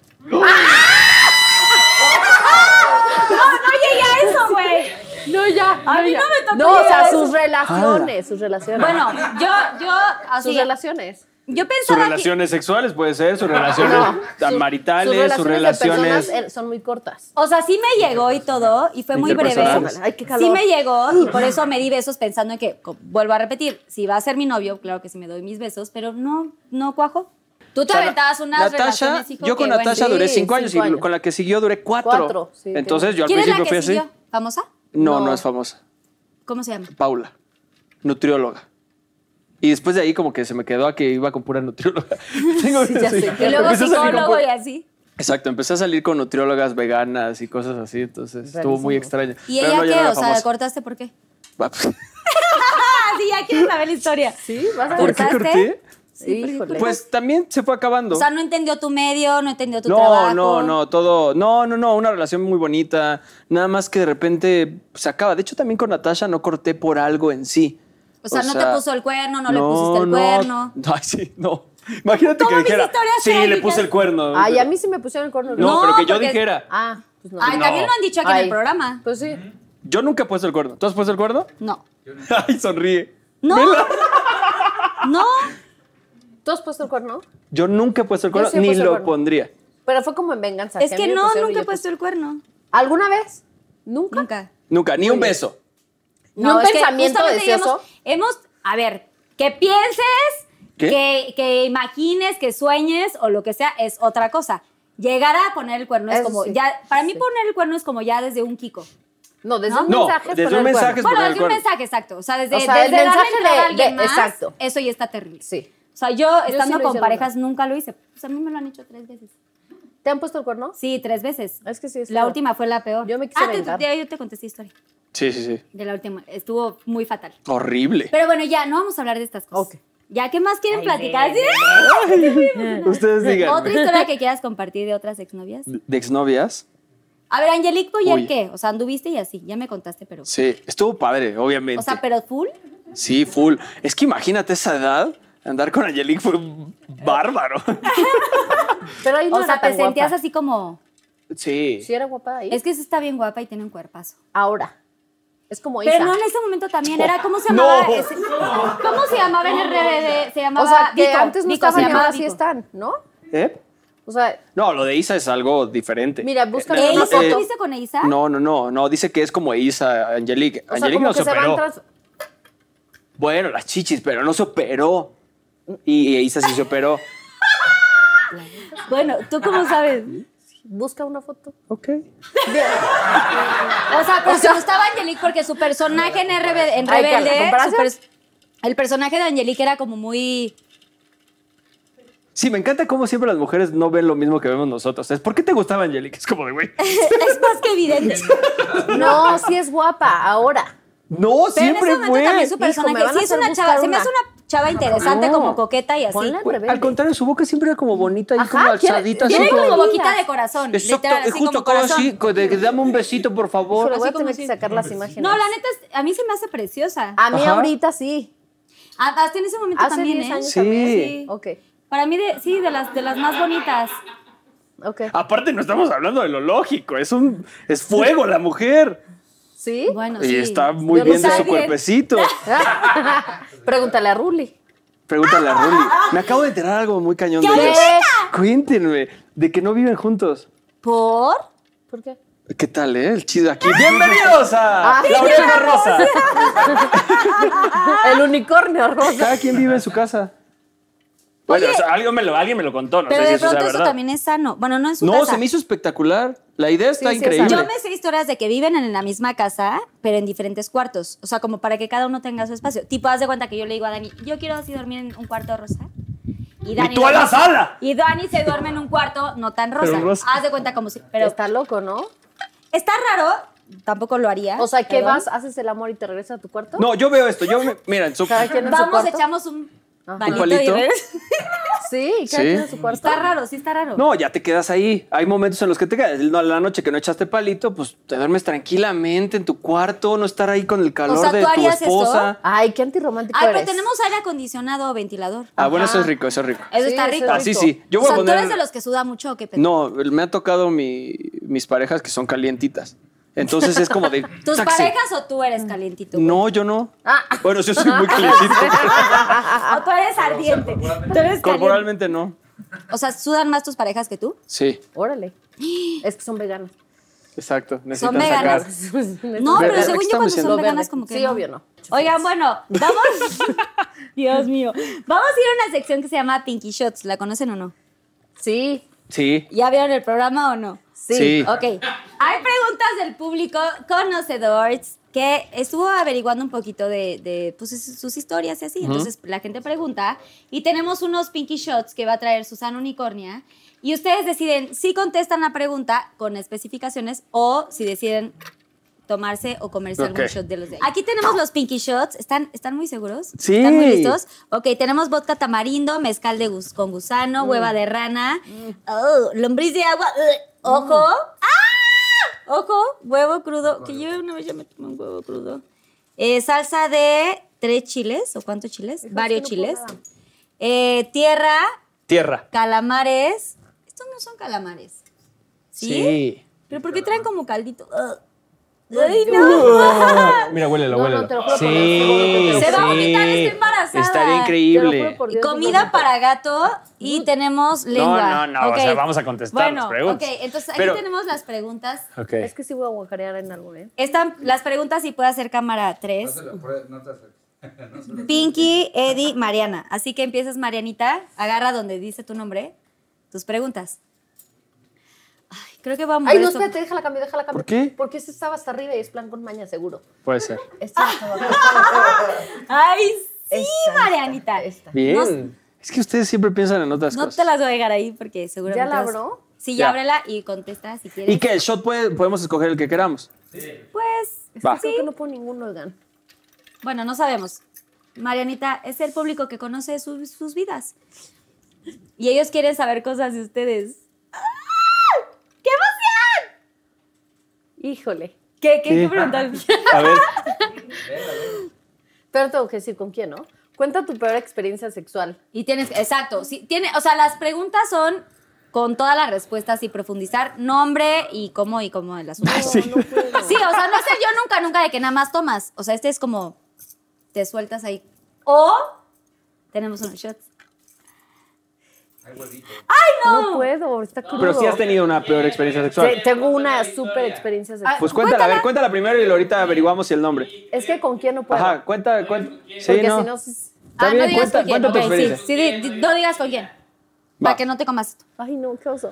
[SPEAKER 2] No llegué a eso, güey.
[SPEAKER 4] No, Ah. ya.
[SPEAKER 2] A mí no me tocó
[SPEAKER 4] No, o sea,
[SPEAKER 2] eso.
[SPEAKER 4] sus relaciones, sus relaciones.
[SPEAKER 2] Bueno, yo, yo, así,
[SPEAKER 4] sus relaciones.
[SPEAKER 2] Yo
[SPEAKER 3] Sus
[SPEAKER 2] pensaba que...
[SPEAKER 3] relaciones sexuales puede ser, sus relaciones tan
[SPEAKER 4] Sus-
[SPEAKER 3] maritales, sus
[SPEAKER 4] de
[SPEAKER 3] relaciones.
[SPEAKER 4] personas eh, son muy cortas.
[SPEAKER 2] O sea, sí me llegó y todo, y fue muy breve.
[SPEAKER 3] Interpersonales.
[SPEAKER 4] Ay, qué calor.
[SPEAKER 2] Sí me llegó y por eso me di besos pensando en que, co- vuelvo a repetir, si va a ser mi novio, claro que sí me doy mis besos, pero no, no cuajo. Tú te
[SPEAKER 3] O sea,
[SPEAKER 2] aventabas unas
[SPEAKER 3] Natasha,
[SPEAKER 2] relaciones, hijo,
[SPEAKER 3] yo con
[SPEAKER 2] que, bueno,
[SPEAKER 3] Natasha
[SPEAKER 4] sí,
[SPEAKER 3] duré cinco años
[SPEAKER 4] cinco
[SPEAKER 3] y
[SPEAKER 4] años.
[SPEAKER 3] con la que siguió duré cuatro.
[SPEAKER 4] Cuatro, sí, qué
[SPEAKER 3] Entonces yo al
[SPEAKER 2] ¿Quién es la
[SPEAKER 3] principio
[SPEAKER 2] que
[SPEAKER 3] fui así.
[SPEAKER 2] siguió? ¿Famosa?
[SPEAKER 3] No, no,
[SPEAKER 4] No.
[SPEAKER 3] es famosa.
[SPEAKER 2] ¿Cómo se llama?
[SPEAKER 3] Paula, nutrióloga. Y después de ahí como que se me quedó a que iba con
[SPEAKER 2] [LAUGHS]
[SPEAKER 3] pura nutrióloga. Tengo-
[SPEAKER 4] Sí, ya sé. Y
[SPEAKER 2] Y
[SPEAKER 4] Pero
[SPEAKER 2] luego
[SPEAKER 3] empecé a salir con
[SPEAKER 2] psicólogo
[SPEAKER 3] pura-
[SPEAKER 2] y así.
[SPEAKER 3] Exacto, empecé a salir con nutriólogas veganas y cosas así, entonces estuvo muy extraño.
[SPEAKER 2] ¿Y
[SPEAKER 3] Pero
[SPEAKER 2] ella
[SPEAKER 3] no, yo
[SPEAKER 2] qué?
[SPEAKER 3] no era
[SPEAKER 2] o sea,
[SPEAKER 3] famosa. [LAUGHS]
[SPEAKER 2] ¿cortaste por qué?
[SPEAKER 3] Ah, pues,
[SPEAKER 2] Ah, sí, ya quieres saber la historia.
[SPEAKER 4] Sí, vas a
[SPEAKER 3] ¿Por qué
[SPEAKER 2] ¿Cortaste?
[SPEAKER 3] corté?
[SPEAKER 4] Sí, híjole.
[SPEAKER 3] Pues también se fue acabando.
[SPEAKER 2] O sea, no entendió tu medio, no entendió tu
[SPEAKER 3] no,
[SPEAKER 2] trabajo.
[SPEAKER 3] no, no, todo. No, no, no, una relación muy bonita. Nada más que de repente se acaba. De hecho, también con Natasha no corté por algo en sí.
[SPEAKER 2] O sea, no te puso el cuerno, no, le pusiste el
[SPEAKER 3] no.
[SPEAKER 2] cuerno.
[SPEAKER 3] [LAUGHS] Ay, sí, no. Imagínate
[SPEAKER 2] Todas
[SPEAKER 3] que
[SPEAKER 2] mis
[SPEAKER 3] dijera.
[SPEAKER 2] historias
[SPEAKER 3] Sí, le
[SPEAKER 2] trágicas.
[SPEAKER 3] puse el cuerno.
[SPEAKER 4] Ay, a mí sí me pusieron el
[SPEAKER 3] No,
[SPEAKER 4] corno.
[SPEAKER 2] No,
[SPEAKER 3] pero que yo
[SPEAKER 2] porque-
[SPEAKER 3] dijera.
[SPEAKER 4] Ah, pues no.
[SPEAKER 2] Ay,
[SPEAKER 3] No.
[SPEAKER 2] también lo han dicho aquí en
[SPEAKER 4] Ay.
[SPEAKER 2] el programa.
[SPEAKER 4] Pues sí.
[SPEAKER 3] Yo nunca he puesto el cuerno. ¿Tú has puesto el cuerno?
[SPEAKER 2] No.
[SPEAKER 3] [LAUGHS] Ay, sonríe.
[SPEAKER 2] No.
[SPEAKER 3] Vela.
[SPEAKER 2] [LAUGHS] No.
[SPEAKER 4] ¿Tú has puesto el corno?
[SPEAKER 3] Yo nunca he puesto el cuerno,
[SPEAKER 4] sí he
[SPEAKER 3] ni
[SPEAKER 4] puesto el
[SPEAKER 3] lo
[SPEAKER 4] cuerno.
[SPEAKER 3] pondría.
[SPEAKER 4] Pero fue como en venganza.
[SPEAKER 2] Es
[SPEAKER 4] a
[SPEAKER 2] que
[SPEAKER 4] mí me
[SPEAKER 2] no,
[SPEAKER 4] pusieron y
[SPEAKER 2] nunca he
[SPEAKER 4] yo puse-
[SPEAKER 2] puesto el cuerno.
[SPEAKER 4] ¿Alguna vez? ¿Nunca?
[SPEAKER 2] Nunca.
[SPEAKER 3] Nunca, ni un beso.
[SPEAKER 4] No,
[SPEAKER 2] un
[SPEAKER 4] es que justamente
[SPEAKER 2] digamos, hemos, a ver, que pienses,
[SPEAKER 3] ¿Qué?
[SPEAKER 2] Que, que imagines, que sueñes o lo que sea, es otra cosa. Llegar a poner el cuerno es
[SPEAKER 4] Eso
[SPEAKER 2] como
[SPEAKER 4] sí.
[SPEAKER 2] ya, para mí
[SPEAKER 4] Sí.
[SPEAKER 2] poner el cuerno es como ya desde un Kiko.
[SPEAKER 4] No, desde
[SPEAKER 2] No.
[SPEAKER 4] un
[SPEAKER 3] No,
[SPEAKER 4] mensaje. es
[SPEAKER 3] desde
[SPEAKER 4] poner
[SPEAKER 3] un
[SPEAKER 4] el cuerno.
[SPEAKER 3] mensaje es-
[SPEAKER 2] Bueno,
[SPEAKER 3] poner el
[SPEAKER 2] desde un
[SPEAKER 3] cuerno.
[SPEAKER 2] mensaje, exacto. O sea, desde,
[SPEAKER 4] O sea, el
[SPEAKER 2] desde darle
[SPEAKER 4] mensaje
[SPEAKER 2] entrada
[SPEAKER 4] de-
[SPEAKER 2] a alguien
[SPEAKER 4] de-
[SPEAKER 2] más,
[SPEAKER 4] exacto.
[SPEAKER 2] eso ya está terrible.
[SPEAKER 4] Sí.
[SPEAKER 2] O sea, yo estando
[SPEAKER 4] lo
[SPEAKER 2] con
[SPEAKER 4] hice
[SPEAKER 2] parejas
[SPEAKER 4] alguna
[SPEAKER 2] nunca lo hice. Pues a mí me lo han hecho tres veces.
[SPEAKER 4] ¿Te han puesto el cuerno?
[SPEAKER 2] Sí, tres veces.
[SPEAKER 4] Es que sí, es
[SPEAKER 2] La
[SPEAKER 4] feo.
[SPEAKER 2] última fue la peor. Ah,
[SPEAKER 4] Yo me quise
[SPEAKER 2] te-
[SPEAKER 4] vengar.
[SPEAKER 2] te- yo te conté esta historia
[SPEAKER 3] Sí, sí, sí.
[SPEAKER 2] de la última. Estuvo muy fatal.
[SPEAKER 3] Horrible.
[SPEAKER 2] Pero bueno, ya, no vamos a hablar de estas cosas.
[SPEAKER 4] Ok.
[SPEAKER 2] ¿Ya qué más quieren platicar? Sí.
[SPEAKER 3] Ustedes
[SPEAKER 2] ¿Otra
[SPEAKER 3] digan.
[SPEAKER 2] historia que quieras compartir de otras exnovias?
[SPEAKER 3] ¿De exnovias?
[SPEAKER 2] A ver, Angelique Boyer,
[SPEAKER 3] Uy.
[SPEAKER 2] ¿qué? O sea, anduviste y así, ya me contaste, pero...
[SPEAKER 3] Sí, estuvo padre, obviamente.
[SPEAKER 2] O sea, pero full.
[SPEAKER 3] Sí, full. Es que imagínate esa edad, andar con Angelique fue bárbaro.
[SPEAKER 4] Pero ahí no
[SPEAKER 2] O
[SPEAKER 4] era
[SPEAKER 2] sea, te
[SPEAKER 4] tan guapa.
[SPEAKER 2] sentías así como...
[SPEAKER 3] Sí.
[SPEAKER 4] Sí, era guapa ahí.
[SPEAKER 2] Es que sí está bien guapa y tiene un cuerpazo.
[SPEAKER 4] ahora. Es como Isa.
[SPEAKER 2] Pero no en ese momento también era, ¿cómo se llamaba?
[SPEAKER 3] No.
[SPEAKER 2] ese- ¿Cómo se llamaba en RBD? Se llamaba
[SPEAKER 4] o sea, que
[SPEAKER 2] Vico,
[SPEAKER 4] antes no
[SPEAKER 2] Vico,
[SPEAKER 4] estaban
[SPEAKER 2] se
[SPEAKER 4] y ahora
[SPEAKER 2] llamaba
[SPEAKER 4] sí
[SPEAKER 2] Vico.
[SPEAKER 4] están, ¿no?
[SPEAKER 3] ¿Eh?
[SPEAKER 4] O sea,
[SPEAKER 3] No, lo de Isa es algo diferente.
[SPEAKER 4] Mira, búscame
[SPEAKER 3] Eh,
[SPEAKER 4] una
[SPEAKER 2] ¿Eiza?
[SPEAKER 4] foto.
[SPEAKER 2] ¿Tú viste con Eiza?
[SPEAKER 3] No, no, no, no. Dice que es como Isa, Angelique.
[SPEAKER 4] o sea
[SPEAKER 3] Angelique
[SPEAKER 4] como
[SPEAKER 3] no
[SPEAKER 4] que
[SPEAKER 3] se
[SPEAKER 4] se van
[SPEAKER 3] operó.
[SPEAKER 4] tras...
[SPEAKER 3] Bueno, las chichis, pero no se operó. Y, y Isa sí se operó.
[SPEAKER 2] Bueno, ¿tú cómo sabes?
[SPEAKER 4] Busca una
[SPEAKER 2] [LAUGHS]
[SPEAKER 4] foto.
[SPEAKER 3] [LAUGHS] ok.
[SPEAKER 2] O sea, pues te gustaba Angelique porque su personaje en, RBD, en
[SPEAKER 4] Ay, ¿que la
[SPEAKER 2] Rebelde. su
[SPEAKER 4] comparación?
[SPEAKER 2] pers- el personaje de Angelique era como
[SPEAKER 4] [LAUGHS]
[SPEAKER 2] muy.
[SPEAKER 3] Sí, me encanta cómo siempre las mujeres no ven lo mismo que vemos nosotros. Es, ¿Por qué te gustaba Angelique? Es como de, güey.
[SPEAKER 2] es más que evidente.
[SPEAKER 4] No, sí es guapa, ahora.
[SPEAKER 3] No,
[SPEAKER 2] Pero en ese
[SPEAKER 3] siempre
[SPEAKER 2] momento
[SPEAKER 3] fue.
[SPEAKER 2] también su
[SPEAKER 4] Hijo, me van
[SPEAKER 2] personaje.
[SPEAKER 4] a
[SPEAKER 2] Sí, es
[SPEAKER 4] hacer
[SPEAKER 2] una
[SPEAKER 4] buscar
[SPEAKER 2] chava. Se me
[SPEAKER 4] una.
[SPEAKER 2] hace una chava interesante,
[SPEAKER 3] No.
[SPEAKER 2] como coqueta y así.
[SPEAKER 4] Ponla en
[SPEAKER 3] Güey,
[SPEAKER 4] rebelde.
[SPEAKER 3] Al contrario, su boca siempre era como bonita y
[SPEAKER 4] Ajá,
[SPEAKER 3] como
[SPEAKER 4] quiere-
[SPEAKER 3] alzadita. así
[SPEAKER 2] Tiene
[SPEAKER 4] Son
[SPEAKER 2] como
[SPEAKER 4] como
[SPEAKER 2] boquita
[SPEAKER 4] niñas.
[SPEAKER 2] de corazón.
[SPEAKER 3] Exacto,
[SPEAKER 4] eh,
[SPEAKER 2] literal,
[SPEAKER 3] es
[SPEAKER 2] así como
[SPEAKER 3] justo
[SPEAKER 2] corazón.
[SPEAKER 3] así, co- de- de- dame un besito, por favor.
[SPEAKER 4] Pero voy
[SPEAKER 2] así
[SPEAKER 4] a
[SPEAKER 2] como
[SPEAKER 4] tener que
[SPEAKER 2] si-
[SPEAKER 4] sacar las imágenes.
[SPEAKER 2] No, pues la neta, es- a mí se me hace preciosa.
[SPEAKER 4] A mí
[SPEAKER 3] Ajá.
[SPEAKER 4] ahorita sí.
[SPEAKER 2] A- Hasta en ese momento
[SPEAKER 4] Ah. Hace
[SPEAKER 2] también,
[SPEAKER 4] 10
[SPEAKER 2] ¿eh?
[SPEAKER 4] años
[SPEAKER 3] Sí.
[SPEAKER 4] también. Ok,
[SPEAKER 2] Para mí, de, sí, de las, de las más bonitas.
[SPEAKER 4] ok.
[SPEAKER 2] Ah.
[SPEAKER 3] Aparte, no estamos hablando de lo lógico, es un es fuego la mujer.
[SPEAKER 4] ¿Sí?
[SPEAKER 2] Bueno,
[SPEAKER 3] y
[SPEAKER 2] sí.
[SPEAKER 3] está muy
[SPEAKER 4] Yo lo
[SPEAKER 3] bien de su
[SPEAKER 2] sabía. [LAUGHS]
[SPEAKER 3] cuerpecito.
[SPEAKER 4] [LAUGHS] Pregúntale a Ruli.
[SPEAKER 3] Pregúntale a Ruli. Me acabo de enterar algo muy cañón de
[SPEAKER 2] ¿Qué?
[SPEAKER 3] ellos. Cuéntenme, de que no viven juntos.
[SPEAKER 2] ¿Por?
[SPEAKER 4] ¿Por qué?
[SPEAKER 3] ¿Qué tal, eh? El chido aquí. ¡Bienvenidos
[SPEAKER 2] Ah,
[SPEAKER 3] a La Oreja Rosa!
[SPEAKER 2] Ah.
[SPEAKER 4] El unicornio rosa.
[SPEAKER 3] Cada quien vive en su casa. Bueno, o sea, alguien, me lo, alguien me lo contó, no
[SPEAKER 2] Pero
[SPEAKER 3] sé si
[SPEAKER 2] de
[SPEAKER 3] eso sea
[SPEAKER 2] pronto eso
[SPEAKER 3] verdad.
[SPEAKER 2] también es sano. Bueno, no en su
[SPEAKER 3] no,
[SPEAKER 2] casa.
[SPEAKER 3] se me hizo espectacular. La idea está
[SPEAKER 4] sí, es
[SPEAKER 3] increíble.
[SPEAKER 2] Yo me sé historias de que viven en la misma casa, pero en diferentes cuartos. O sea, como para que cada uno tenga su espacio. Tipo, haz de cuenta que yo le digo a Dani, yo quiero así dormir en un cuarto rosa. Y,
[SPEAKER 3] tú a la
[SPEAKER 2] duerme-
[SPEAKER 3] sala!
[SPEAKER 2] Y Dani se duerme en un cuarto no tan rosa.
[SPEAKER 3] Pero rosa.
[SPEAKER 2] Haz de cuenta como si...
[SPEAKER 4] Pero
[SPEAKER 2] Pero está,
[SPEAKER 4] está loco, ¿no?
[SPEAKER 2] raro, tampoco lo haría.
[SPEAKER 4] O sea, ¿qué
[SPEAKER 2] perdón.
[SPEAKER 4] vas? ¿Haces el amor y te regresas a tu cuarto?
[SPEAKER 3] No, yo veo esto. Yo
[SPEAKER 2] [LAUGHS]
[SPEAKER 3] me, miren, su-
[SPEAKER 4] Cada quien en su
[SPEAKER 2] Vamos,
[SPEAKER 4] cuarto. Ah.
[SPEAKER 2] echamos un palito
[SPEAKER 3] ¿Un
[SPEAKER 2] y
[SPEAKER 3] palito?
[SPEAKER 2] regresamos.
[SPEAKER 4] Sí, cada
[SPEAKER 3] Sí.
[SPEAKER 4] quien en su cuarto.
[SPEAKER 2] Está raro, sí está raro.
[SPEAKER 3] No, ya te quedas ahí. Hay momentos en los que te quedas. No, La noche que no echaste palito, pues te duermes tranquilamente en tu cuarto, no estar ahí con el calor
[SPEAKER 2] O sea,
[SPEAKER 3] de
[SPEAKER 2] ¿tú
[SPEAKER 3] tu
[SPEAKER 2] harías eso?
[SPEAKER 3] esposa.
[SPEAKER 4] Ay, qué antirromántico
[SPEAKER 2] Ay, pero
[SPEAKER 4] eres.
[SPEAKER 2] tenemos aire acondicionado o ventilador.
[SPEAKER 3] Ah, bueno,
[SPEAKER 4] Ajá.
[SPEAKER 3] eso es rico, eso es rico.
[SPEAKER 2] Eso
[SPEAKER 4] Sí,
[SPEAKER 2] está
[SPEAKER 4] eso es
[SPEAKER 2] rico.
[SPEAKER 4] rico.
[SPEAKER 3] Así Ah, sí. Yo
[SPEAKER 2] o
[SPEAKER 3] voy
[SPEAKER 2] sea,
[SPEAKER 3] a
[SPEAKER 2] tú
[SPEAKER 3] poner.
[SPEAKER 2] Este. eres de los que suda mucho, o ¿qué pedo?
[SPEAKER 3] No, me ha tocado mi- mis parejas que son calientitas. Entonces es como de.
[SPEAKER 2] [LAUGHS] ¿Tus
[SPEAKER 3] taxi.
[SPEAKER 2] parejas o tú eres calientito? güey?
[SPEAKER 3] No, yo no.
[SPEAKER 4] Ah.
[SPEAKER 3] Bueno, yo soy
[SPEAKER 2] [LAUGHS]
[SPEAKER 3] muy calientito.
[SPEAKER 2] Ah, O tú eres ardiente. Tú eres caliente.
[SPEAKER 3] Corporalmente no.
[SPEAKER 2] O sea, ¿sudan más tus parejas que tú?
[SPEAKER 3] Sí,
[SPEAKER 4] Órale. Es que son veganos. Pues, este
[SPEAKER 3] exacto.
[SPEAKER 2] Son
[SPEAKER 3] Necesitan sacar.
[SPEAKER 4] [LAUGHS]
[SPEAKER 2] veganas. No, pero
[SPEAKER 3] Verde, ¿qué
[SPEAKER 2] según yo
[SPEAKER 3] estamos
[SPEAKER 2] cuando
[SPEAKER 3] diciendo?
[SPEAKER 2] son veganas
[SPEAKER 4] Verde.
[SPEAKER 2] como que
[SPEAKER 4] Sí, obvio, no.
[SPEAKER 2] Oigan, bueno, vamos... Dios mío. Vamos a ir a una sección que se llama Pinky Shots. ¿La conocen o no?
[SPEAKER 4] Sí,
[SPEAKER 3] Sí.
[SPEAKER 2] ¿Ya vieron el programa o no?
[SPEAKER 4] sí.
[SPEAKER 3] Sí.
[SPEAKER 2] Ok. Hay preguntas del público conocedor que estuvo averiguando un poquito de, de, pues, es- sus historias y así. Entonces la gente pregunta y tenemos unos pinky shots que va a traer Susana Unicornia y ustedes deciden si contestan la pregunta con especificaciones o si deciden tomarse o comerse algún
[SPEAKER 3] Ok.
[SPEAKER 2] shot de los de ahí. Aquí tenemos los pinky shots. ¿Están, están muy seguros?
[SPEAKER 3] Sí.
[SPEAKER 2] ¿Están muy listos? Ok, tenemos vodka tamarindo, mezcal de gus- con gusano, hueva de rana, oh, lombriz de agua, ugh, ojo. ¡Ah! Mm. Ojo, huevo crudo, que yo una vez ya me tomé un huevo crudo. Eh, salsa de tres chiles, ¿o cuántos chiles? Varios chiles. Eh, tierra,
[SPEAKER 3] Tierra.
[SPEAKER 2] calamares. Estos no son calamares. ¿Sí? ¿Pero por qué traen como caldito? Ugh. ¡Ay, no!
[SPEAKER 3] [LAUGHS] Mira, huélelo,
[SPEAKER 4] No, no,
[SPEAKER 3] huélelo.
[SPEAKER 4] te lo juro por
[SPEAKER 3] sí.
[SPEAKER 4] Dios,
[SPEAKER 2] Se va a
[SPEAKER 3] sí.
[SPEAKER 2] vomitar, está embarazada.
[SPEAKER 3] Estaría
[SPEAKER 4] Te lo juro
[SPEAKER 3] increíble.
[SPEAKER 4] por
[SPEAKER 2] Y comida para gato y tenemos lengua.
[SPEAKER 3] no, no, o sea,
[SPEAKER 2] Ok.
[SPEAKER 3] vamos a contestar
[SPEAKER 2] bueno,
[SPEAKER 3] las preguntas.
[SPEAKER 2] Ok, entonces aquí
[SPEAKER 3] Pero-
[SPEAKER 2] tenemos las preguntas.
[SPEAKER 3] Ok.
[SPEAKER 4] Es que sí voy a guacarear en algo, ¿eh?
[SPEAKER 2] Están las preguntas y puede hacer cámara 3. Pinky, Eddie, Mariana. Así que empiezas, Marianita. Agarra donde dice tu nombre tus preguntas. Ay, creo que vamos a
[SPEAKER 4] Ay,
[SPEAKER 2] mover
[SPEAKER 4] no,
[SPEAKER 2] esto.
[SPEAKER 4] espérate, déjala cambiar, déjala cambiar.
[SPEAKER 3] ¿Por qué?
[SPEAKER 4] Porque este estaba hasta arriba y es plan con maña, seguro.
[SPEAKER 3] Puede ser.
[SPEAKER 4] Este estaba abajo.
[SPEAKER 2] Ay, sí,
[SPEAKER 4] Esta, esta,
[SPEAKER 2] Marianita.
[SPEAKER 4] esta.
[SPEAKER 3] Bien.
[SPEAKER 2] No-
[SPEAKER 3] es que ustedes siempre piensan en otras
[SPEAKER 2] No
[SPEAKER 3] cosas.
[SPEAKER 2] te las voy a dejar ahí porque seguramente.
[SPEAKER 4] ¿Ya la
[SPEAKER 2] vas-
[SPEAKER 4] abro?
[SPEAKER 2] Sí, ya,
[SPEAKER 3] Ya.
[SPEAKER 2] ábrela y contesta si quieres.
[SPEAKER 3] Y que el shot puede, podemos escoger el que queramos.
[SPEAKER 2] Pues,
[SPEAKER 3] Va.
[SPEAKER 4] Creo que no puedo ninguno, oigan.
[SPEAKER 2] bueno, no sabemos. Marianita es el público que conoce su- sus vidas. Y ellos quieren saber cosas de ustedes. ¡Ah! ¡Qué emoción!
[SPEAKER 4] Híjole.
[SPEAKER 2] ¿Qué, qué,
[SPEAKER 3] Sí.
[SPEAKER 2] qué pregunta?
[SPEAKER 3] A ver.
[SPEAKER 4] Pero tengo que decir con quién, ¿no? Cuenta tu peor experiencia sexual.
[SPEAKER 2] Y tienes, exacto, sí, tiene, o sea, las preguntas son con todas las respuestas y profundizar nombre y cómo y cómo el asunto.
[SPEAKER 3] Sí.
[SPEAKER 2] Sí, o sea, no es el yo nunca, nunca de que nada más tomas. O sea, este es como te sueltas ahí. O tenemos unos shots.
[SPEAKER 4] No puedo, está crudo.
[SPEAKER 3] Pero sí has tenido una peor experiencia sexual.
[SPEAKER 4] Te- Tengo una Ah. súper experiencia sexual.
[SPEAKER 3] Pues cuéntala, a ver, cuéntala primero y ahorita averiguamos si el nombre.
[SPEAKER 4] Es que con quién no puedo.
[SPEAKER 3] Ajá, cuenta, cuenta. Sí,
[SPEAKER 4] Porque
[SPEAKER 3] no.
[SPEAKER 4] si no... Ah, s-
[SPEAKER 3] Está bien, cuenta,
[SPEAKER 2] Ah, con quién.
[SPEAKER 3] cuenta tu
[SPEAKER 2] Ok, sí,
[SPEAKER 3] experiencia.
[SPEAKER 2] sí, di- di- no digas con quién.
[SPEAKER 3] Va.
[SPEAKER 2] Para que no te comas esto.
[SPEAKER 3] pues.
[SPEAKER 4] Ay, no, qué oso.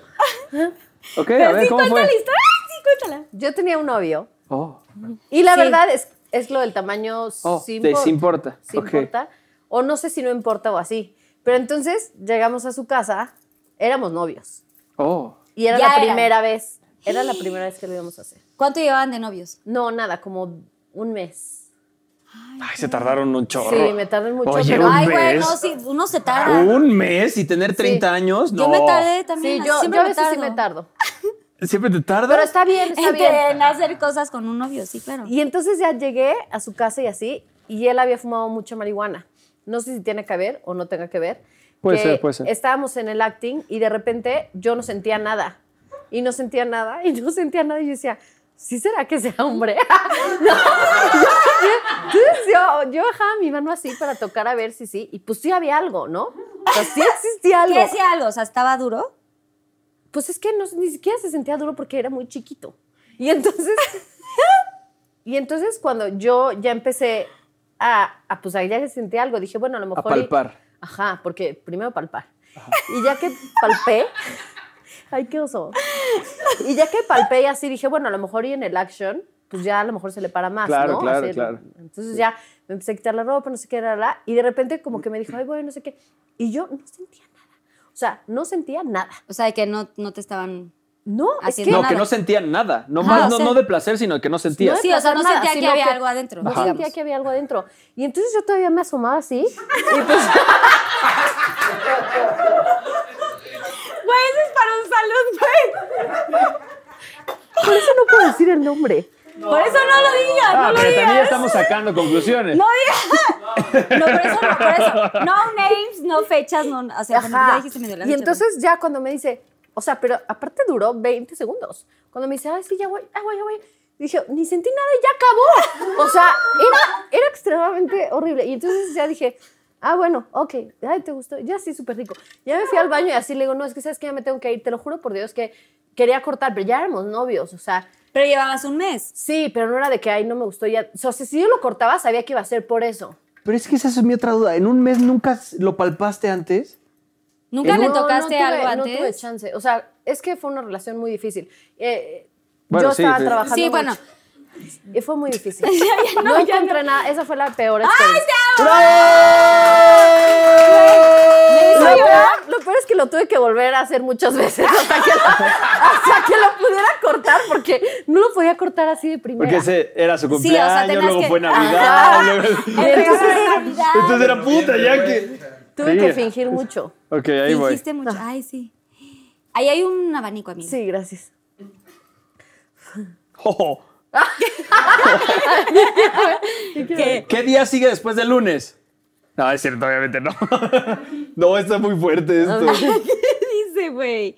[SPEAKER 3] Ok, a ver,
[SPEAKER 2] sí,
[SPEAKER 3] ¿cómo
[SPEAKER 2] cuéntala
[SPEAKER 3] fue?
[SPEAKER 2] la historia. Ah, Sí, cuéntala.
[SPEAKER 4] Yo tenía un novio
[SPEAKER 3] Oh,
[SPEAKER 4] y la
[SPEAKER 2] Sí.
[SPEAKER 4] verdad es, es lo del tamaño
[SPEAKER 3] oh,
[SPEAKER 4] sin
[SPEAKER 3] te
[SPEAKER 4] por-
[SPEAKER 3] importa.
[SPEAKER 4] sí
[SPEAKER 3] ok.
[SPEAKER 4] importa, o no sé si no importa o así. Pero entonces llegamos a su casa, éramos novios
[SPEAKER 3] Oh,
[SPEAKER 4] y era
[SPEAKER 2] Ya
[SPEAKER 4] la
[SPEAKER 2] eran.
[SPEAKER 4] primera vez, era la primera vez que lo íbamos a hacer.
[SPEAKER 2] ¿Cuánto llevaban de novios?
[SPEAKER 4] No, nada, como un mes.
[SPEAKER 3] ay, se tardaron un chorro.
[SPEAKER 4] Sí, me tardé mucho,
[SPEAKER 3] Oye,
[SPEAKER 4] pero-
[SPEAKER 3] un
[SPEAKER 2] Ay,
[SPEAKER 3] mes.
[SPEAKER 2] güey, no, sí, uno se tarda.
[SPEAKER 3] Un mes y tener 30 años, no.
[SPEAKER 2] Ah. Yo me tardé también.
[SPEAKER 4] Sí, yo,
[SPEAKER 2] siempre
[SPEAKER 4] yo a
[SPEAKER 2] me
[SPEAKER 4] veces
[SPEAKER 2] tardo.
[SPEAKER 4] sí me tardo.
[SPEAKER 3] ¿Siempre te
[SPEAKER 4] Pero
[SPEAKER 3] tardas?
[SPEAKER 4] está bien, está
[SPEAKER 2] En,
[SPEAKER 4] bien.
[SPEAKER 2] en hacer cosas con un novio, sí, claro.
[SPEAKER 4] Y entonces ya llegué a su casa y así, y él había fumado mucha marihuana. No sé si tiene que ver o no tenga que ver.
[SPEAKER 3] Puede
[SPEAKER 4] que
[SPEAKER 3] ser, puede ser.
[SPEAKER 4] Estábamos en el acting y de repente yo no sentía nada. Y no sentía nada, y no sentía nada. Y yo decía, ¿sí será que sea hombre? [LAUGHS] No. Entonces yo, yo bajaba mi mano así para tocar a ver si sí. Y pues sí había algo, ¿no? O sea, sí existía
[SPEAKER 2] ¿Qué
[SPEAKER 4] algo.
[SPEAKER 2] decía algo? O sea, ¿estaba duro?
[SPEAKER 4] Pues es que no, ni siquiera se sentía duro porque era muy chiquito. Y entonces, [LAUGHS] y entonces cuando yo ya empecé a, a pues ahí ya sentí algo, dije, bueno, a lo mejor... y-
[SPEAKER 3] palpar.
[SPEAKER 4] ajá, porque primero palpar. Y ya que
[SPEAKER 3] [LAUGHS]
[SPEAKER 4] palpé, ay, qué oso. Y ya que palpé y así dije, bueno, a lo mejor y en el action, pues ya a lo mejor se le para más,
[SPEAKER 3] Claro,
[SPEAKER 4] ¿no?
[SPEAKER 3] claro,
[SPEAKER 4] Así,
[SPEAKER 3] claro.
[SPEAKER 4] Entonces ya me empecé a quitar la ropa, no sé qué, la, la, y de repente como que me dijo, ay, bueno, no sé qué. Y yo no sentía nada. O sea, no sentía nada.
[SPEAKER 2] O sea, de que no, no te estaban...
[SPEAKER 4] No, es
[SPEAKER 2] Haciendo
[SPEAKER 4] que
[SPEAKER 3] No,
[SPEAKER 2] nada.
[SPEAKER 3] que no sentían nada. No,
[SPEAKER 2] Ajá,
[SPEAKER 3] más,
[SPEAKER 2] Ah, o
[SPEAKER 3] no,
[SPEAKER 2] sea-
[SPEAKER 3] no de placer, sino que no sentían.
[SPEAKER 4] de
[SPEAKER 2] Sí, o sea, no
[SPEAKER 4] pasar nada,
[SPEAKER 2] sentía que
[SPEAKER 4] sino
[SPEAKER 2] había algo adentro,
[SPEAKER 4] No
[SPEAKER 2] digamos.
[SPEAKER 4] sentía que había algo adentro. Y entonces yo todavía me asomaba así. Y pues,
[SPEAKER 2] [LAUGHS] Güey, eso es para un salud, güey.
[SPEAKER 4] por eso no puedo decir el nombre.
[SPEAKER 2] Por eso no lo digas,
[SPEAKER 3] Ah,
[SPEAKER 2] no lo
[SPEAKER 3] pero
[SPEAKER 2] digas.
[SPEAKER 3] también ya estamos sacando conclusiones.
[SPEAKER 2] No digas. No, por eso no, por eso. No names, no fechas, no... O sea, como
[SPEAKER 4] Ajá.
[SPEAKER 2] ya dijiste medio la
[SPEAKER 4] y
[SPEAKER 2] fecha,
[SPEAKER 4] entonces ya cuando me dice, o sea, pero aparte duró 20 segundos. Cuando me dice, ay, sí, ya voy, ya voy, ya voy. Dije, ni sentí nada y ya acabó. O sea, era, era extremadamente horrible. Y entonces ya dije, ah, bueno, ok, ay, te gustó, ya sí, súper rico. Ya me fui al baño y así le digo, no, es que sabes que ya me tengo que ir, te lo juro por Dios que quería cortar, pero ya éramos novios, o sea,
[SPEAKER 2] Pero llevabas un mes.
[SPEAKER 4] sí, pero no era de que, ay, no me gustó ya. O sea, si yo lo cortaba, sabía que iba a ser por eso.
[SPEAKER 3] Pero es que esa es mi otra duda. ¿En un mes nunca lo palpaste antes?
[SPEAKER 2] ¿Nunca
[SPEAKER 3] No,
[SPEAKER 2] le
[SPEAKER 4] No,
[SPEAKER 2] tocaste
[SPEAKER 4] no tuve-
[SPEAKER 2] algo
[SPEAKER 4] No
[SPEAKER 2] antes?
[SPEAKER 4] tuve chance. O sea, es que fue una relación muy difícil. Eh,
[SPEAKER 3] Bueno,
[SPEAKER 4] yo
[SPEAKER 3] sí,
[SPEAKER 4] estaba
[SPEAKER 3] sí.
[SPEAKER 4] trabajando.
[SPEAKER 2] Sí,
[SPEAKER 4] mucho.
[SPEAKER 2] bueno.
[SPEAKER 4] Y fue muy
[SPEAKER 2] [LAUGHS]
[SPEAKER 4] difícil. no, encontré nada. Esa fue la peor experiencia. Me hizo llorar. Lo peor es que lo tuve que volver a hacer muchas veces hasta que lo, hasta que lo pudiera cortar porque no lo podía cortar así de primera.
[SPEAKER 3] Porque ese era su
[SPEAKER 2] Sí, o sea,
[SPEAKER 3] cumpleaños,
[SPEAKER 2] tenías
[SPEAKER 3] luego
[SPEAKER 2] que-
[SPEAKER 3] fue
[SPEAKER 4] Ajá.
[SPEAKER 3] Navidad. luego-
[SPEAKER 2] [LAUGHS]
[SPEAKER 3] [LAUGHS]
[SPEAKER 2] El
[SPEAKER 4] [LAUGHS]
[SPEAKER 2] regalo de Navidad.
[SPEAKER 3] Entonces era puta, ya que.
[SPEAKER 4] Tuve
[SPEAKER 3] Sí.
[SPEAKER 4] que fingir mucho.
[SPEAKER 3] Ok, ahí voy.
[SPEAKER 2] Fingiste mucho. Ay, sí. Ahí hay un abanico, amigo.
[SPEAKER 4] Sí, gracias.
[SPEAKER 3] [LAUGHS] Ojo. [LAUGHS] ¿Qué día sigue después del lunes? No, es cierto, obviamente no. [LAUGHS] No, está muy fuerte esto.
[SPEAKER 2] ¿Qué dice, güey?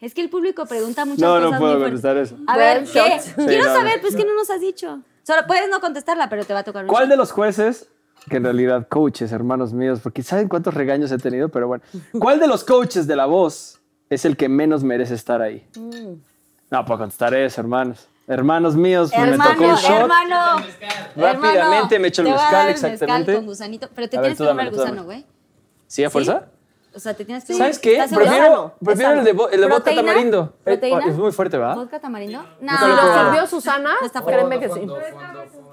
[SPEAKER 2] Es que el público pregunta muchas
[SPEAKER 3] No,
[SPEAKER 2] cosas.
[SPEAKER 3] no puedo
[SPEAKER 2] muy fuertes.
[SPEAKER 3] contestar eso.
[SPEAKER 2] A ver,
[SPEAKER 4] Well,
[SPEAKER 2] ¿qué?
[SPEAKER 4] shots.
[SPEAKER 2] Quiero
[SPEAKER 3] no, no.
[SPEAKER 2] saber, pues, ¿qué no nos has dicho? Solo puedes no contestarla, pero te va a tocar un
[SPEAKER 3] ¿Cuál
[SPEAKER 2] shot.
[SPEAKER 3] de los jueces, que en realidad coaches, hermanos míos, porque saben cuántos regaños he tenido, pero
[SPEAKER 2] [LAUGHS]
[SPEAKER 3] bueno, ¿cuál de los coaches de la voz es el que menos merece estar ahí?
[SPEAKER 2] Mm.
[SPEAKER 3] No, puedo contestar eso, hermanos. Hermanos míos, me tocó un
[SPEAKER 2] Hermano,
[SPEAKER 3] shot.
[SPEAKER 2] hermano.
[SPEAKER 3] Rápidamente me echo el
[SPEAKER 2] te voy a
[SPEAKER 3] mezcal,
[SPEAKER 2] dar el
[SPEAKER 3] exactamente.
[SPEAKER 2] con gusanito, pero te
[SPEAKER 3] A ver,
[SPEAKER 2] tienes
[SPEAKER 3] tú
[SPEAKER 2] que comer el
[SPEAKER 3] dámelo, tú
[SPEAKER 2] gusano, güey.
[SPEAKER 3] ¿Sí, a fuerza?
[SPEAKER 2] O sea, te tienes que
[SPEAKER 3] ¿Sabes qué?
[SPEAKER 2] ¿Estás seguro?
[SPEAKER 3] Prefiero, prefiero
[SPEAKER 2] Exacto.
[SPEAKER 3] el de, vo- el de vodka
[SPEAKER 2] ¿Proteína?
[SPEAKER 3] tamarindo. Eh,
[SPEAKER 2] ¿Proteína?
[SPEAKER 3] es muy fuerte, ¿verdad?
[SPEAKER 2] ¿Vodka tamarindo? No.
[SPEAKER 4] Si lo
[SPEAKER 3] Ah.
[SPEAKER 4] sirvió Susana,
[SPEAKER 2] No está fuerte.
[SPEAKER 4] créeme que sí.
[SPEAKER 2] No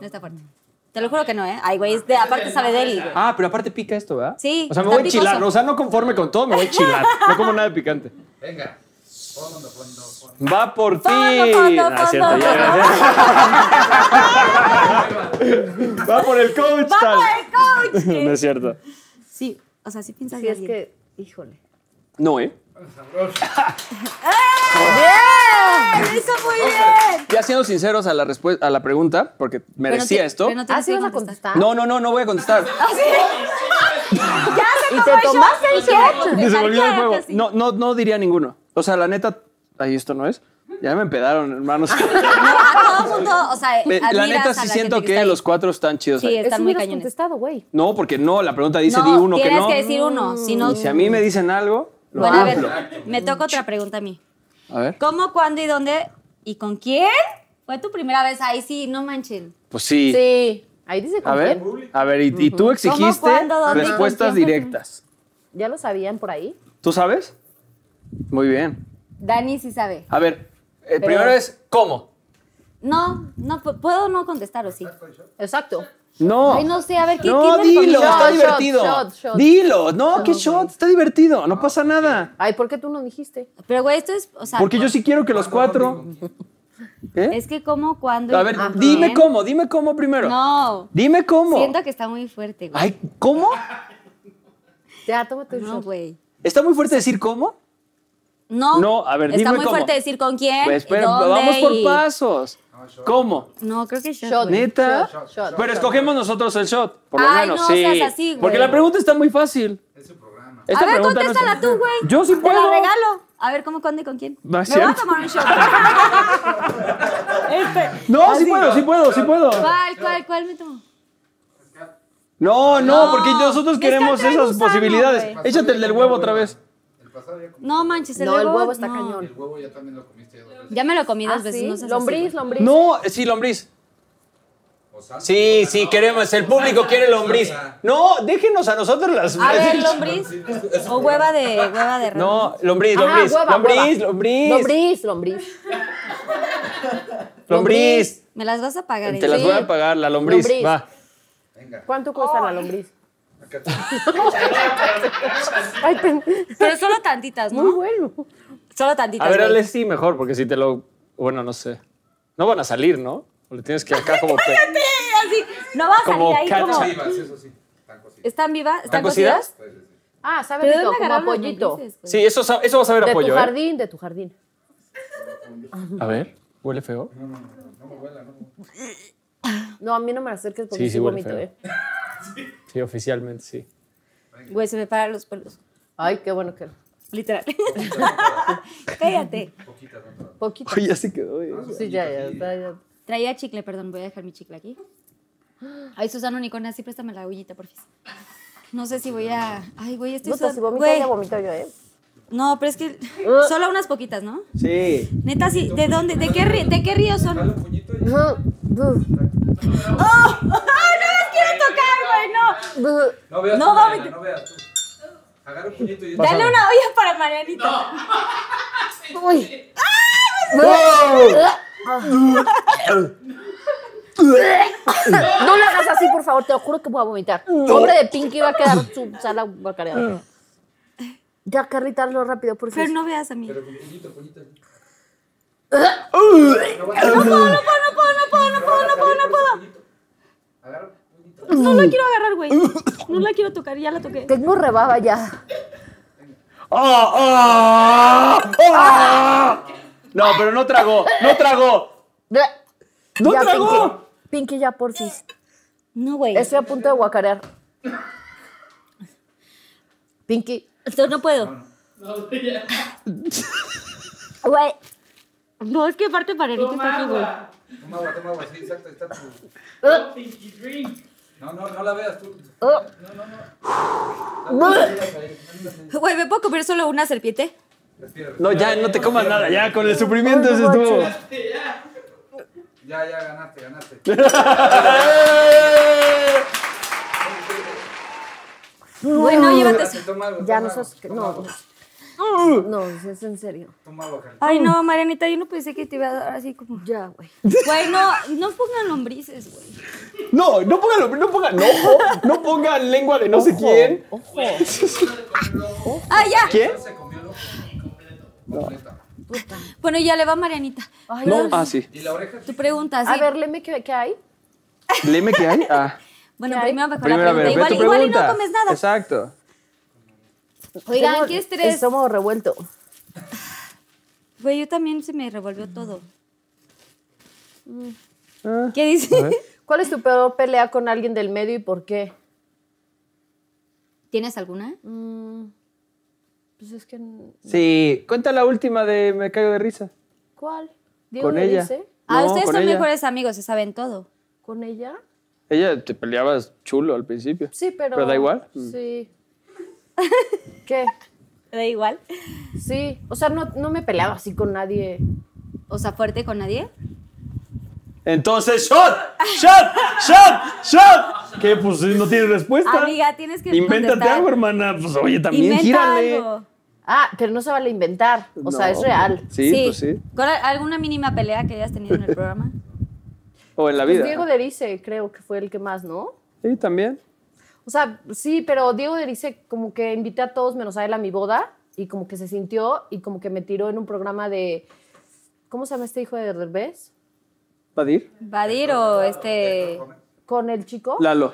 [SPEAKER 2] está fuerte. Te lo juro que no, ¿eh? Ay, güey, es de- aparte sabe deli, güey.
[SPEAKER 3] Ah, pero aparte pica esto, ¿verdad?
[SPEAKER 2] Sí,
[SPEAKER 3] O sea, me
[SPEAKER 2] está
[SPEAKER 3] voy a enchilar.
[SPEAKER 2] picoso.
[SPEAKER 3] O sea, no conforme con todo, me voy
[SPEAKER 2] [LAUGHS]
[SPEAKER 3] a enchilar. No como nada de picante.
[SPEAKER 6] Venga.
[SPEAKER 3] Va por ti.
[SPEAKER 2] Fondo, fondo,
[SPEAKER 3] Ah, es cierto,
[SPEAKER 2] fondo,
[SPEAKER 3] ya,
[SPEAKER 2] fondo. [LAUGHS]
[SPEAKER 3] ya. Va por el coach.
[SPEAKER 2] ¡Va
[SPEAKER 3] tal.
[SPEAKER 2] por el coach!
[SPEAKER 3] [LAUGHS] No es cierto.
[SPEAKER 2] Sí, o sea, sí piensas
[SPEAKER 4] Sí,
[SPEAKER 2] que
[SPEAKER 4] es
[SPEAKER 2] alguien.
[SPEAKER 4] que, híjole.
[SPEAKER 3] No, ¿eh?
[SPEAKER 2] ¡Bien! ¡Lo hizo muy bien!
[SPEAKER 3] Ya siendo sinceros a la, respu- a la pregunta, porque merecía
[SPEAKER 2] Pero no te-
[SPEAKER 3] esto.
[SPEAKER 2] pero no
[SPEAKER 4] ¿Ah,
[SPEAKER 2] tienes
[SPEAKER 4] sí
[SPEAKER 2] que
[SPEAKER 4] vas a
[SPEAKER 2] contestar.
[SPEAKER 4] contestar?
[SPEAKER 3] No, no, no, no voy
[SPEAKER 2] [LAUGHS]
[SPEAKER 3] a contestar.
[SPEAKER 2] ¡Ya se
[SPEAKER 4] ¿Y
[SPEAKER 2] tomó
[SPEAKER 4] te
[SPEAKER 2] el shot!
[SPEAKER 4] tomaste el shot?
[SPEAKER 3] Ni se me olvidó el
[SPEAKER 2] Claro que
[SPEAKER 3] juego.
[SPEAKER 2] sí.
[SPEAKER 3] No, no, no diría ninguno. O sea, la neta, ahí esto no es. Ya me
[SPEAKER 2] [LAUGHS]
[SPEAKER 3] empedaron, hermanos.
[SPEAKER 2] A todo mundo, o sea,
[SPEAKER 3] Me-
[SPEAKER 2] admiras
[SPEAKER 3] la
[SPEAKER 2] a
[SPEAKER 3] neta sí
[SPEAKER 2] gente
[SPEAKER 3] siento que,
[SPEAKER 2] está ahí.
[SPEAKER 3] los cuatro están chidos.
[SPEAKER 2] Sí,
[SPEAKER 3] ahí.
[SPEAKER 2] están
[SPEAKER 4] Eso
[SPEAKER 2] muy
[SPEAKER 4] hubieras
[SPEAKER 2] cañones.
[SPEAKER 4] contestado, güey.
[SPEAKER 3] No, porque no, la pregunta dice di uno que
[SPEAKER 2] tienes
[SPEAKER 3] no.
[SPEAKER 2] que decir uno, si no...
[SPEAKER 3] Y si a mí me dicen algo, lo
[SPEAKER 2] Bueno, a
[SPEAKER 3] cumplo.
[SPEAKER 2] ver, me toca otra pregunta a mí.
[SPEAKER 3] A ver.
[SPEAKER 2] ¿Cómo, cuándo y dónde y con quién? Fue tu primera vez ahí, sí, no manchen.
[SPEAKER 3] Pues sí.
[SPEAKER 4] Sí. Ahí dice
[SPEAKER 3] A
[SPEAKER 4] con
[SPEAKER 3] ver,
[SPEAKER 4] quién.
[SPEAKER 3] a ver, y, y tú exigiste
[SPEAKER 2] cuándo, dónde y con
[SPEAKER 3] respuestas
[SPEAKER 2] quién?
[SPEAKER 3] directas.
[SPEAKER 4] ¿Ya lo sabían por ahí?
[SPEAKER 3] ¿Tú sabes? Muy bien.
[SPEAKER 2] Dani sí sabe.
[SPEAKER 3] A ver, el primero es ¿cómo?
[SPEAKER 2] No, no, pu- puedo no contestar o sí.
[SPEAKER 4] Exacto.
[SPEAKER 3] No.
[SPEAKER 2] Ay, no sé, a ver, ¿qué-
[SPEAKER 3] No,
[SPEAKER 2] qué me
[SPEAKER 3] dilo,
[SPEAKER 2] recomiendas?
[SPEAKER 3] está
[SPEAKER 4] Shot,
[SPEAKER 3] divertido.
[SPEAKER 4] shot, shot.
[SPEAKER 3] Dilo, no, qué shot, está divertido, no pasa nada.
[SPEAKER 4] Ay, ¿por qué tú no dijiste?
[SPEAKER 2] Pero, güey, esto es, o sea...
[SPEAKER 3] Porque yo sí quiero que los cuatro. ¿Eh?
[SPEAKER 2] Es que cómo, cuándo y
[SPEAKER 3] A ver,
[SPEAKER 2] con
[SPEAKER 3] dime
[SPEAKER 2] quién.
[SPEAKER 3] cómo, dime cómo primero.
[SPEAKER 2] No.
[SPEAKER 3] Dime cómo.
[SPEAKER 2] Siento que está muy fuerte, güey.
[SPEAKER 3] Ay, ¿cómo?
[SPEAKER 4] Ya, tómate un
[SPEAKER 2] No,
[SPEAKER 4] shot.
[SPEAKER 2] güey.
[SPEAKER 3] ¿Está muy fuerte decir cómo?
[SPEAKER 2] No.
[SPEAKER 3] No, a ver,
[SPEAKER 2] Está
[SPEAKER 3] dime
[SPEAKER 2] muy
[SPEAKER 3] cómo.
[SPEAKER 2] fuerte decir con quién.
[SPEAKER 3] Pues, pero
[SPEAKER 2] dónde
[SPEAKER 3] vamos por
[SPEAKER 2] ¿Eh? y-
[SPEAKER 3] pasos. ¿Cómo?
[SPEAKER 2] No, creo que shot.
[SPEAKER 4] Shot.
[SPEAKER 2] güey.
[SPEAKER 3] ¿Neta?
[SPEAKER 4] Shot, shot, shot.
[SPEAKER 3] pero escogemos nosotros el shot, por lo
[SPEAKER 2] Ay,
[SPEAKER 3] menos.
[SPEAKER 2] no
[SPEAKER 3] sí.
[SPEAKER 2] seas así, güey.
[SPEAKER 3] Porque la pregunta está muy fácil. Es su programa.
[SPEAKER 2] a ver, contéstala tú, güey.
[SPEAKER 3] Yo sí
[SPEAKER 2] Te
[SPEAKER 3] puedo.
[SPEAKER 2] la regalo. A ver, ¿cómo, cuándo y con quién?
[SPEAKER 3] No
[SPEAKER 2] Me
[SPEAKER 3] es
[SPEAKER 2] voy a
[SPEAKER 3] cierto.
[SPEAKER 2] tomar un shot.
[SPEAKER 3] [LAUGHS] No, sí puedo, sí puedo, sí puedo.
[SPEAKER 2] ¿Cuál, cuál, cuál me tomo?
[SPEAKER 3] No, no,
[SPEAKER 2] No.
[SPEAKER 3] porque nosotros
[SPEAKER 2] Es que
[SPEAKER 3] queremos
[SPEAKER 2] trae
[SPEAKER 3] esas
[SPEAKER 2] gusano,
[SPEAKER 3] posibilidades.
[SPEAKER 2] güey.
[SPEAKER 3] Échate el del huevo otra vez.
[SPEAKER 2] No manches, el
[SPEAKER 4] No,
[SPEAKER 2] huevo.
[SPEAKER 4] el huevo está
[SPEAKER 2] no.
[SPEAKER 4] cañón.
[SPEAKER 2] Ya me lo comí dos
[SPEAKER 4] Ah,
[SPEAKER 2] veces.
[SPEAKER 4] ¿sí?
[SPEAKER 2] No seas así,
[SPEAKER 4] lombriz,
[SPEAKER 2] güey.
[SPEAKER 4] lombriz.
[SPEAKER 3] No, sí, lombriz. Sí, sí, queremos. El público quiere lombriz. No, déjenos a nosotros las.
[SPEAKER 2] A
[SPEAKER 3] [LAUGHS]
[SPEAKER 2] ver, lombriz. O hueva de hueva de rana.
[SPEAKER 3] No, lombriz,
[SPEAKER 4] Ajá,
[SPEAKER 3] lombriz.
[SPEAKER 4] hueva,
[SPEAKER 3] lombriz,
[SPEAKER 4] hueva.
[SPEAKER 3] lombriz, lombriz.
[SPEAKER 4] Lombriz, lombriz.
[SPEAKER 2] Me las vas a pagar.
[SPEAKER 3] Te
[SPEAKER 2] ¿eh?
[SPEAKER 3] las
[SPEAKER 2] Sí.
[SPEAKER 3] voy a pagar, la lombriz.
[SPEAKER 4] Lombriz.
[SPEAKER 3] Va.
[SPEAKER 4] ¿Cuánto cuesta la lombriz? Ay, pen-
[SPEAKER 2] Pero solo tantitas, ¿no?
[SPEAKER 4] muy bueno.
[SPEAKER 2] Solo tantitas.
[SPEAKER 3] A ver,
[SPEAKER 2] güey.
[SPEAKER 3] Ale, sí, mejor, porque si te lo. Bueno, no sé. No van a salir, ¿no? O le tienes que acá como. pe-
[SPEAKER 2] Sí, [LAUGHS] así. No va a salir
[SPEAKER 3] Como
[SPEAKER 2] ahí como.
[SPEAKER 3] cacha.
[SPEAKER 2] ¿Están vivas? ¿Están
[SPEAKER 3] ¿Están cocidas?
[SPEAKER 2] cocidas?
[SPEAKER 4] Ah, sabe
[SPEAKER 2] ¿Pero
[SPEAKER 4] rico,
[SPEAKER 2] dónde
[SPEAKER 4] como a
[SPEAKER 2] agarraron los
[SPEAKER 4] pollito.
[SPEAKER 2] lombrices, güey?
[SPEAKER 3] Sí, eso, sa- eso va a saber
[SPEAKER 4] De
[SPEAKER 3] apoyo,
[SPEAKER 4] tu
[SPEAKER 3] ¿eh?
[SPEAKER 4] jardín, de tu jardín.
[SPEAKER 3] A ver, huele feo.
[SPEAKER 4] No, a mí no me la acerques porque
[SPEAKER 3] Sí,
[SPEAKER 4] sí,
[SPEAKER 3] sí huele
[SPEAKER 4] vomito,
[SPEAKER 3] feo.
[SPEAKER 4] ¿eh?
[SPEAKER 3] Sí, oficialmente, sí.
[SPEAKER 2] Güey, se me paran los pelos.
[SPEAKER 4] Ay, qué bueno que...
[SPEAKER 2] Literal. [LAUGHS] Cállate.
[SPEAKER 4] Poquito.
[SPEAKER 3] ya se quedó. eh.
[SPEAKER 4] Sí, ya, ya, ya, ya.
[SPEAKER 2] Traía chicle, perdón, voy a dejar mi chicle aquí. Ay, Susana Unicornia, sí préstame la ollita, por favor. No sé si voy a. Ay, güey, estoy
[SPEAKER 4] Puta, si
[SPEAKER 2] sudando.
[SPEAKER 4] vomito,
[SPEAKER 2] Güey.
[SPEAKER 4] ya Ah. vomito yo, ¿eh?
[SPEAKER 2] No, pero es que solo unas poquitas, ¿no?
[SPEAKER 3] Sí.
[SPEAKER 2] Neta, sí, ¿de dónde? ¿De qué, ri- de qué río son?
[SPEAKER 4] Buh, buh,
[SPEAKER 2] ¡Oh! [LAUGHS] ¡Ah, ¡No las quiero tocar, güey! ¡No!
[SPEAKER 4] buh.
[SPEAKER 6] No veas
[SPEAKER 2] No,
[SPEAKER 6] tú, Mariana,
[SPEAKER 2] vomite.
[SPEAKER 6] no veas tú. Agarra un puñito y
[SPEAKER 2] Dale una olla para Marianita.
[SPEAKER 4] Uy. No lo hagas así, por favor, te lo juro que voy a vomitar. Pobre de Pinky va a quedar su sala guacareada. Ya, Carritarlo rápido, por
[SPEAKER 2] Pero
[SPEAKER 4] favor.
[SPEAKER 2] no veas a mí.
[SPEAKER 6] Pero puñito, puñito.
[SPEAKER 2] No puedo, no puedo, no puedo, no puedo, no puedo, no puedo.
[SPEAKER 6] Agarra un puñito.
[SPEAKER 2] No la quiero agarrar, güey. No la quiero tocar, ya la toqué.
[SPEAKER 4] Tengo rebaba ya.
[SPEAKER 3] Oh, No, pero no tragó, no tragó. ¡No
[SPEAKER 4] Ya,
[SPEAKER 3] tragó!
[SPEAKER 4] Pinky. Pinky, ya, por fin.
[SPEAKER 2] No, güey.
[SPEAKER 4] Estoy a punto de guacarear. Pinky.
[SPEAKER 2] Esto no puedo.
[SPEAKER 4] Güey.
[SPEAKER 2] No, es que aparte Marianita está aquí, güey.
[SPEAKER 6] Toma agua, toma agua. Sí, exacto, ahí está tu...
[SPEAKER 4] Ah,
[SPEAKER 6] No, no, no la veas tú.
[SPEAKER 4] ah.
[SPEAKER 2] Güey, ¿me puedo comer solo una serpiente?
[SPEAKER 6] Respira, respira.
[SPEAKER 3] No, ya no te comas nada, ya con el sufrimiento ese estuvo.
[SPEAKER 6] Ya, ya ganaste,
[SPEAKER 4] [LAUGHS]
[SPEAKER 6] ganaste.
[SPEAKER 2] Bueno, llévate eso.
[SPEAKER 6] Toma agua,
[SPEAKER 4] Ya,
[SPEAKER 6] toma
[SPEAKER 4] no
[SPEAKER 6] agua,
[SPEAKER 4] sos...
[SPEAKER 6] toma
[SPEAKER 4] No,
[SPEAKER 6] agua,
[SPEAKER 4] no, no, es en serio.
[SPEAKER 6] Toma agua, Carlita.
[SPEAKER 2] Ay, no, Marianita, yo no pensé que te iba a dar así como.
[SPEAKER 4] Ya, güey.
[SPEAKER 2] Güey, no, no pongan lombrices, güey.
[SPEAKER 3] No, no ponga, lo- no ponga, no, no ponga lengua de no sé quién.
[SPEAKER 4] Ojo.
[SPEAKER 2] Ah, ya.
[SPEAKER 3] ¿Quién?
[SPEAKER 6] Se comió el ojo completo.
[SPEAKER 2] Bueno, ya le va Marianita.
[SPEAKER 4] Ay,
[SPEAKER 3] No, ah, sí.
[SPEAKER 6] Y la oreja,
[SPEAKER 2] Tu pregunta, sí.
[SPEAKER 4] A ver, léeme qué, qué hay.
[SPEAKER 3] Leme que hay. Ah,
[SPEAKER 2] bueno,
[SPEAKER 4] ¿qué hay?
[SPEAKER 2] primero mejor
[SPEAKER 3] primero
[SPEAKER 2] la
[SPEAKER 3] a ver,
[SPEAKER 2] pregunta.
[SPEAKER 3] ve
[SPEAKER 2] Igual,
[SPEAKER 3] tu
[SPEAKER 2] igual y
[SPEAKER 3] pregunta.
[SPEAKER 2] no comes nada.
[SPEAKER 3] Exacto.
[SPEAKER 2] Oigan,
[SPEAKER 4] Tengo
[SPEAKER 2] qué
[SPEAKER 4] el
[SPEAKER 2] estrés.
[SPEAKER 4] Estómago revuelto.
[SPEAKER 2] Güey, yo también se me revolvió todo. ¿Qué dice?
[SPEAKER 4] ¿Cuál es tu peor pelea con alguien del medio y por qué?
[SPEAKER 2] ¿Tienes alguna?
[SPEAKER 4] Pues es que.
[SPEAKER 3] Sí, cuenta la última de Me Caigo de Risa.
[SPEAKER 4] ¿Cuál? Diego
[SPEAKER 3] Con
[SPEAKER 4] lo
[SPEAKER 3] ella.
[SPEAKER 4] dice.
[SPEAKER 2] ah,
[SPEAKER 3] No,
[SPEAKER 2] ustedes
[SPEAKER 3] con
[SPEAKER 2] son
[SPEAKER 3] ella.
[SPEAKER 2] mejores amigos, se saben todo.
[SPEAKER 4] ¿Con ella?
[SPEAKER 3] Ella te peleabas chulo al principio.
[SPEAKER 4] Sí, pero.
[SPEAKER 3] Pero da igual. Mm.
[SPEAKER 4] Sí. [LAUGHS] ¿Qué?
[SPEAKER 2] Da igual.
[SPEAKER 4] Sí. O sea, no, no me peleaba así con nadie.
[SPEAKER 2] O sea, fuerte con nadie.
[SPEAKER 3] Entonces, shot, shot, shot, shot. ¿Qué? Pues no tienes respuesta.
[SPEAKER 2] Ah, Amiga, tienes que
[SPEAKER 3] Invéntate
[SPEAKER 2] contestar.
[SPEAKER 3] algo, hermana. Pues oye, también
[SPEAKER 2] Inventa
[SPEAKER 3] gírale.
[SPEAKER 2] algo.
[SPEAKER 4] Ah, pero no se vale inventar. O sea,
[SPEAKER 3] No,
[SPEAKER 4] es real.
[SPEAKER 3] Sí, pues sí.
[SPEAKER 2] ¿Con a- alguna mínima pelea que hayas tenido en el
[SPEAKER 3] [LAUGHS]
[SPEAKER 2] programa?
[SPEAKER 3] O en la
[SPEAKER 4] Pues
[SPEAKER 3] vida.
[SPEAKER 4] Diego de Erice, creo que fue el que más, ¿no?
[SPEAKER 3] Sí, también.
[SPEAKER 4] O sea, sí, pero Diego de Erice como que invité a todos menos a él a mi boda y como que se sintió y como que me tiró en un programa de. ¿Cómo se llama este hijo de Derbez?
[SPEAKER 3] Padir.
[SPEAKER 2] Vadir o este
[SPEAKER 4] Con el chico.
[SPEAKER 3] Lalo.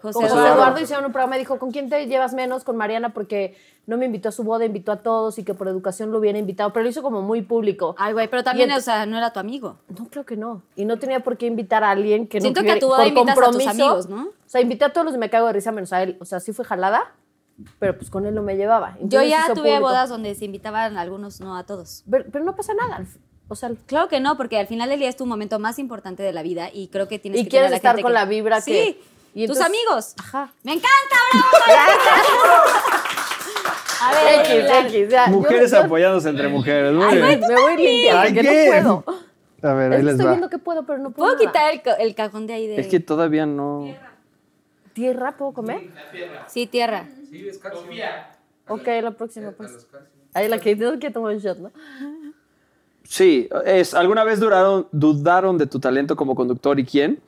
[SPEAKER 2] José
[SPEAKER 4] Con José
[SPEAKER 2] Eduardo.
[SPEAKER 4] Eduardo hicieron un programa y dijo, ¿con quién te llevas menos? Con Mariana, porque no me invitó a su boda, invitó a todos y que por educación lo hubiera invitado, pero lo hizo como muy público.
[SPEAKER 2] Ay, güey, pero también,
[SPEAKER 4] Y ent-
[SPEAKER 2] o sea, no era tu amigo.
[SPEAKER 4] No, creo que no. Y no tenía por qué invitar a alguien que
[SPEAKER 2] Siento
[SPEAKER 4] no
[SPEAKER 2] que a tu boda
[SPEAKER 4] por
[SPEAKER 2] invitas a tus
[SPEAKER 4] compromiso.
[SPEAKER 2] amigos, ¿no?
[SPEAKER 4] O sea, invité a todos los de me cago de risa menos a él. O sea, sí fue jalada, pero pues con él no me llevaba.
[SPEAKER 2] Yo
[SPEAKER 4] Entonces
[SPEAKER 2] ya
[SPEAKER 4] hizo
[SPEAKER 2] tuve
[SPEAKER 4] público.
[SPEAKER 2] bodas donde se invitaban a algunos, no a todos.
[SPEAKER 4] Pero, pero no pasa nada. O sea,
[SPEAKER 2] Claro que no, porque al final del día es tu momento más importante de la vida y creo que tienes
[SPEAKER 4] y
[SPEAKER 2] que tener a
[SPEAKER 4] quieres
[SPEAKER 2] la
[SPEAKER 4] estar
[SPEAKER 2] gente
[SPEAKER 4] con
[SPEAKER 2] que-
[SPEAKER 4] la vibra
[SPEAKER 2] sí,
[SPEAKER 4] que... y
[SPEAKER 2] tus
[SPEAKER 4] entonces-
[SPEAKER 2] amigos.
[SPEAKER 4] Ajá.
[SPEAKER 2] ¡Me encanta, bravo! [LAUGHS]
[SPEAKER 4] A ver, X, X. ya, Ah, yo-
[SPEAKER 3] Mujeres
[SPEAKER 4] yo-
[SPEAKER 3] apoyándose entre mujeres. Muy
[SPEAKER 4] Ay,
[SPEAKER 3] bien.
[SPEAKER 4] güey, me voy limpia,
[SPEAKER 3] Ay,
[SPEAKER 4] porque
[SPEAKER 3] ¿qué?
[SPEAKER 4] no puedo.
[SPEAKER 3] A ver,
[SPEAKER 4] Es que estoy viendo que puedo, pero no puedo.
[SPEAKER 2] ¿Puedo
[SPEAKER 4] nada.
[SPEAKER 2] quitar el, ca- el cajón de ahí de...?
[SPEAKER 3] Es que todavía no.
[SPEAKER 4] ¿Tierra puedo comer?
[SPEAKER 2] Sí, tierra.
[SPEAKER 6] sí, es calcio.
[SPEAKER 4] Ok, la próxima, pues. Ahí la que tengo que tomar un shot, ¿no?
[SPEAKER 2] Ah,
[SPEAKER 3] Sí, es, ¿alguna vez duraron, dudaron de tu talento como conductor y quién?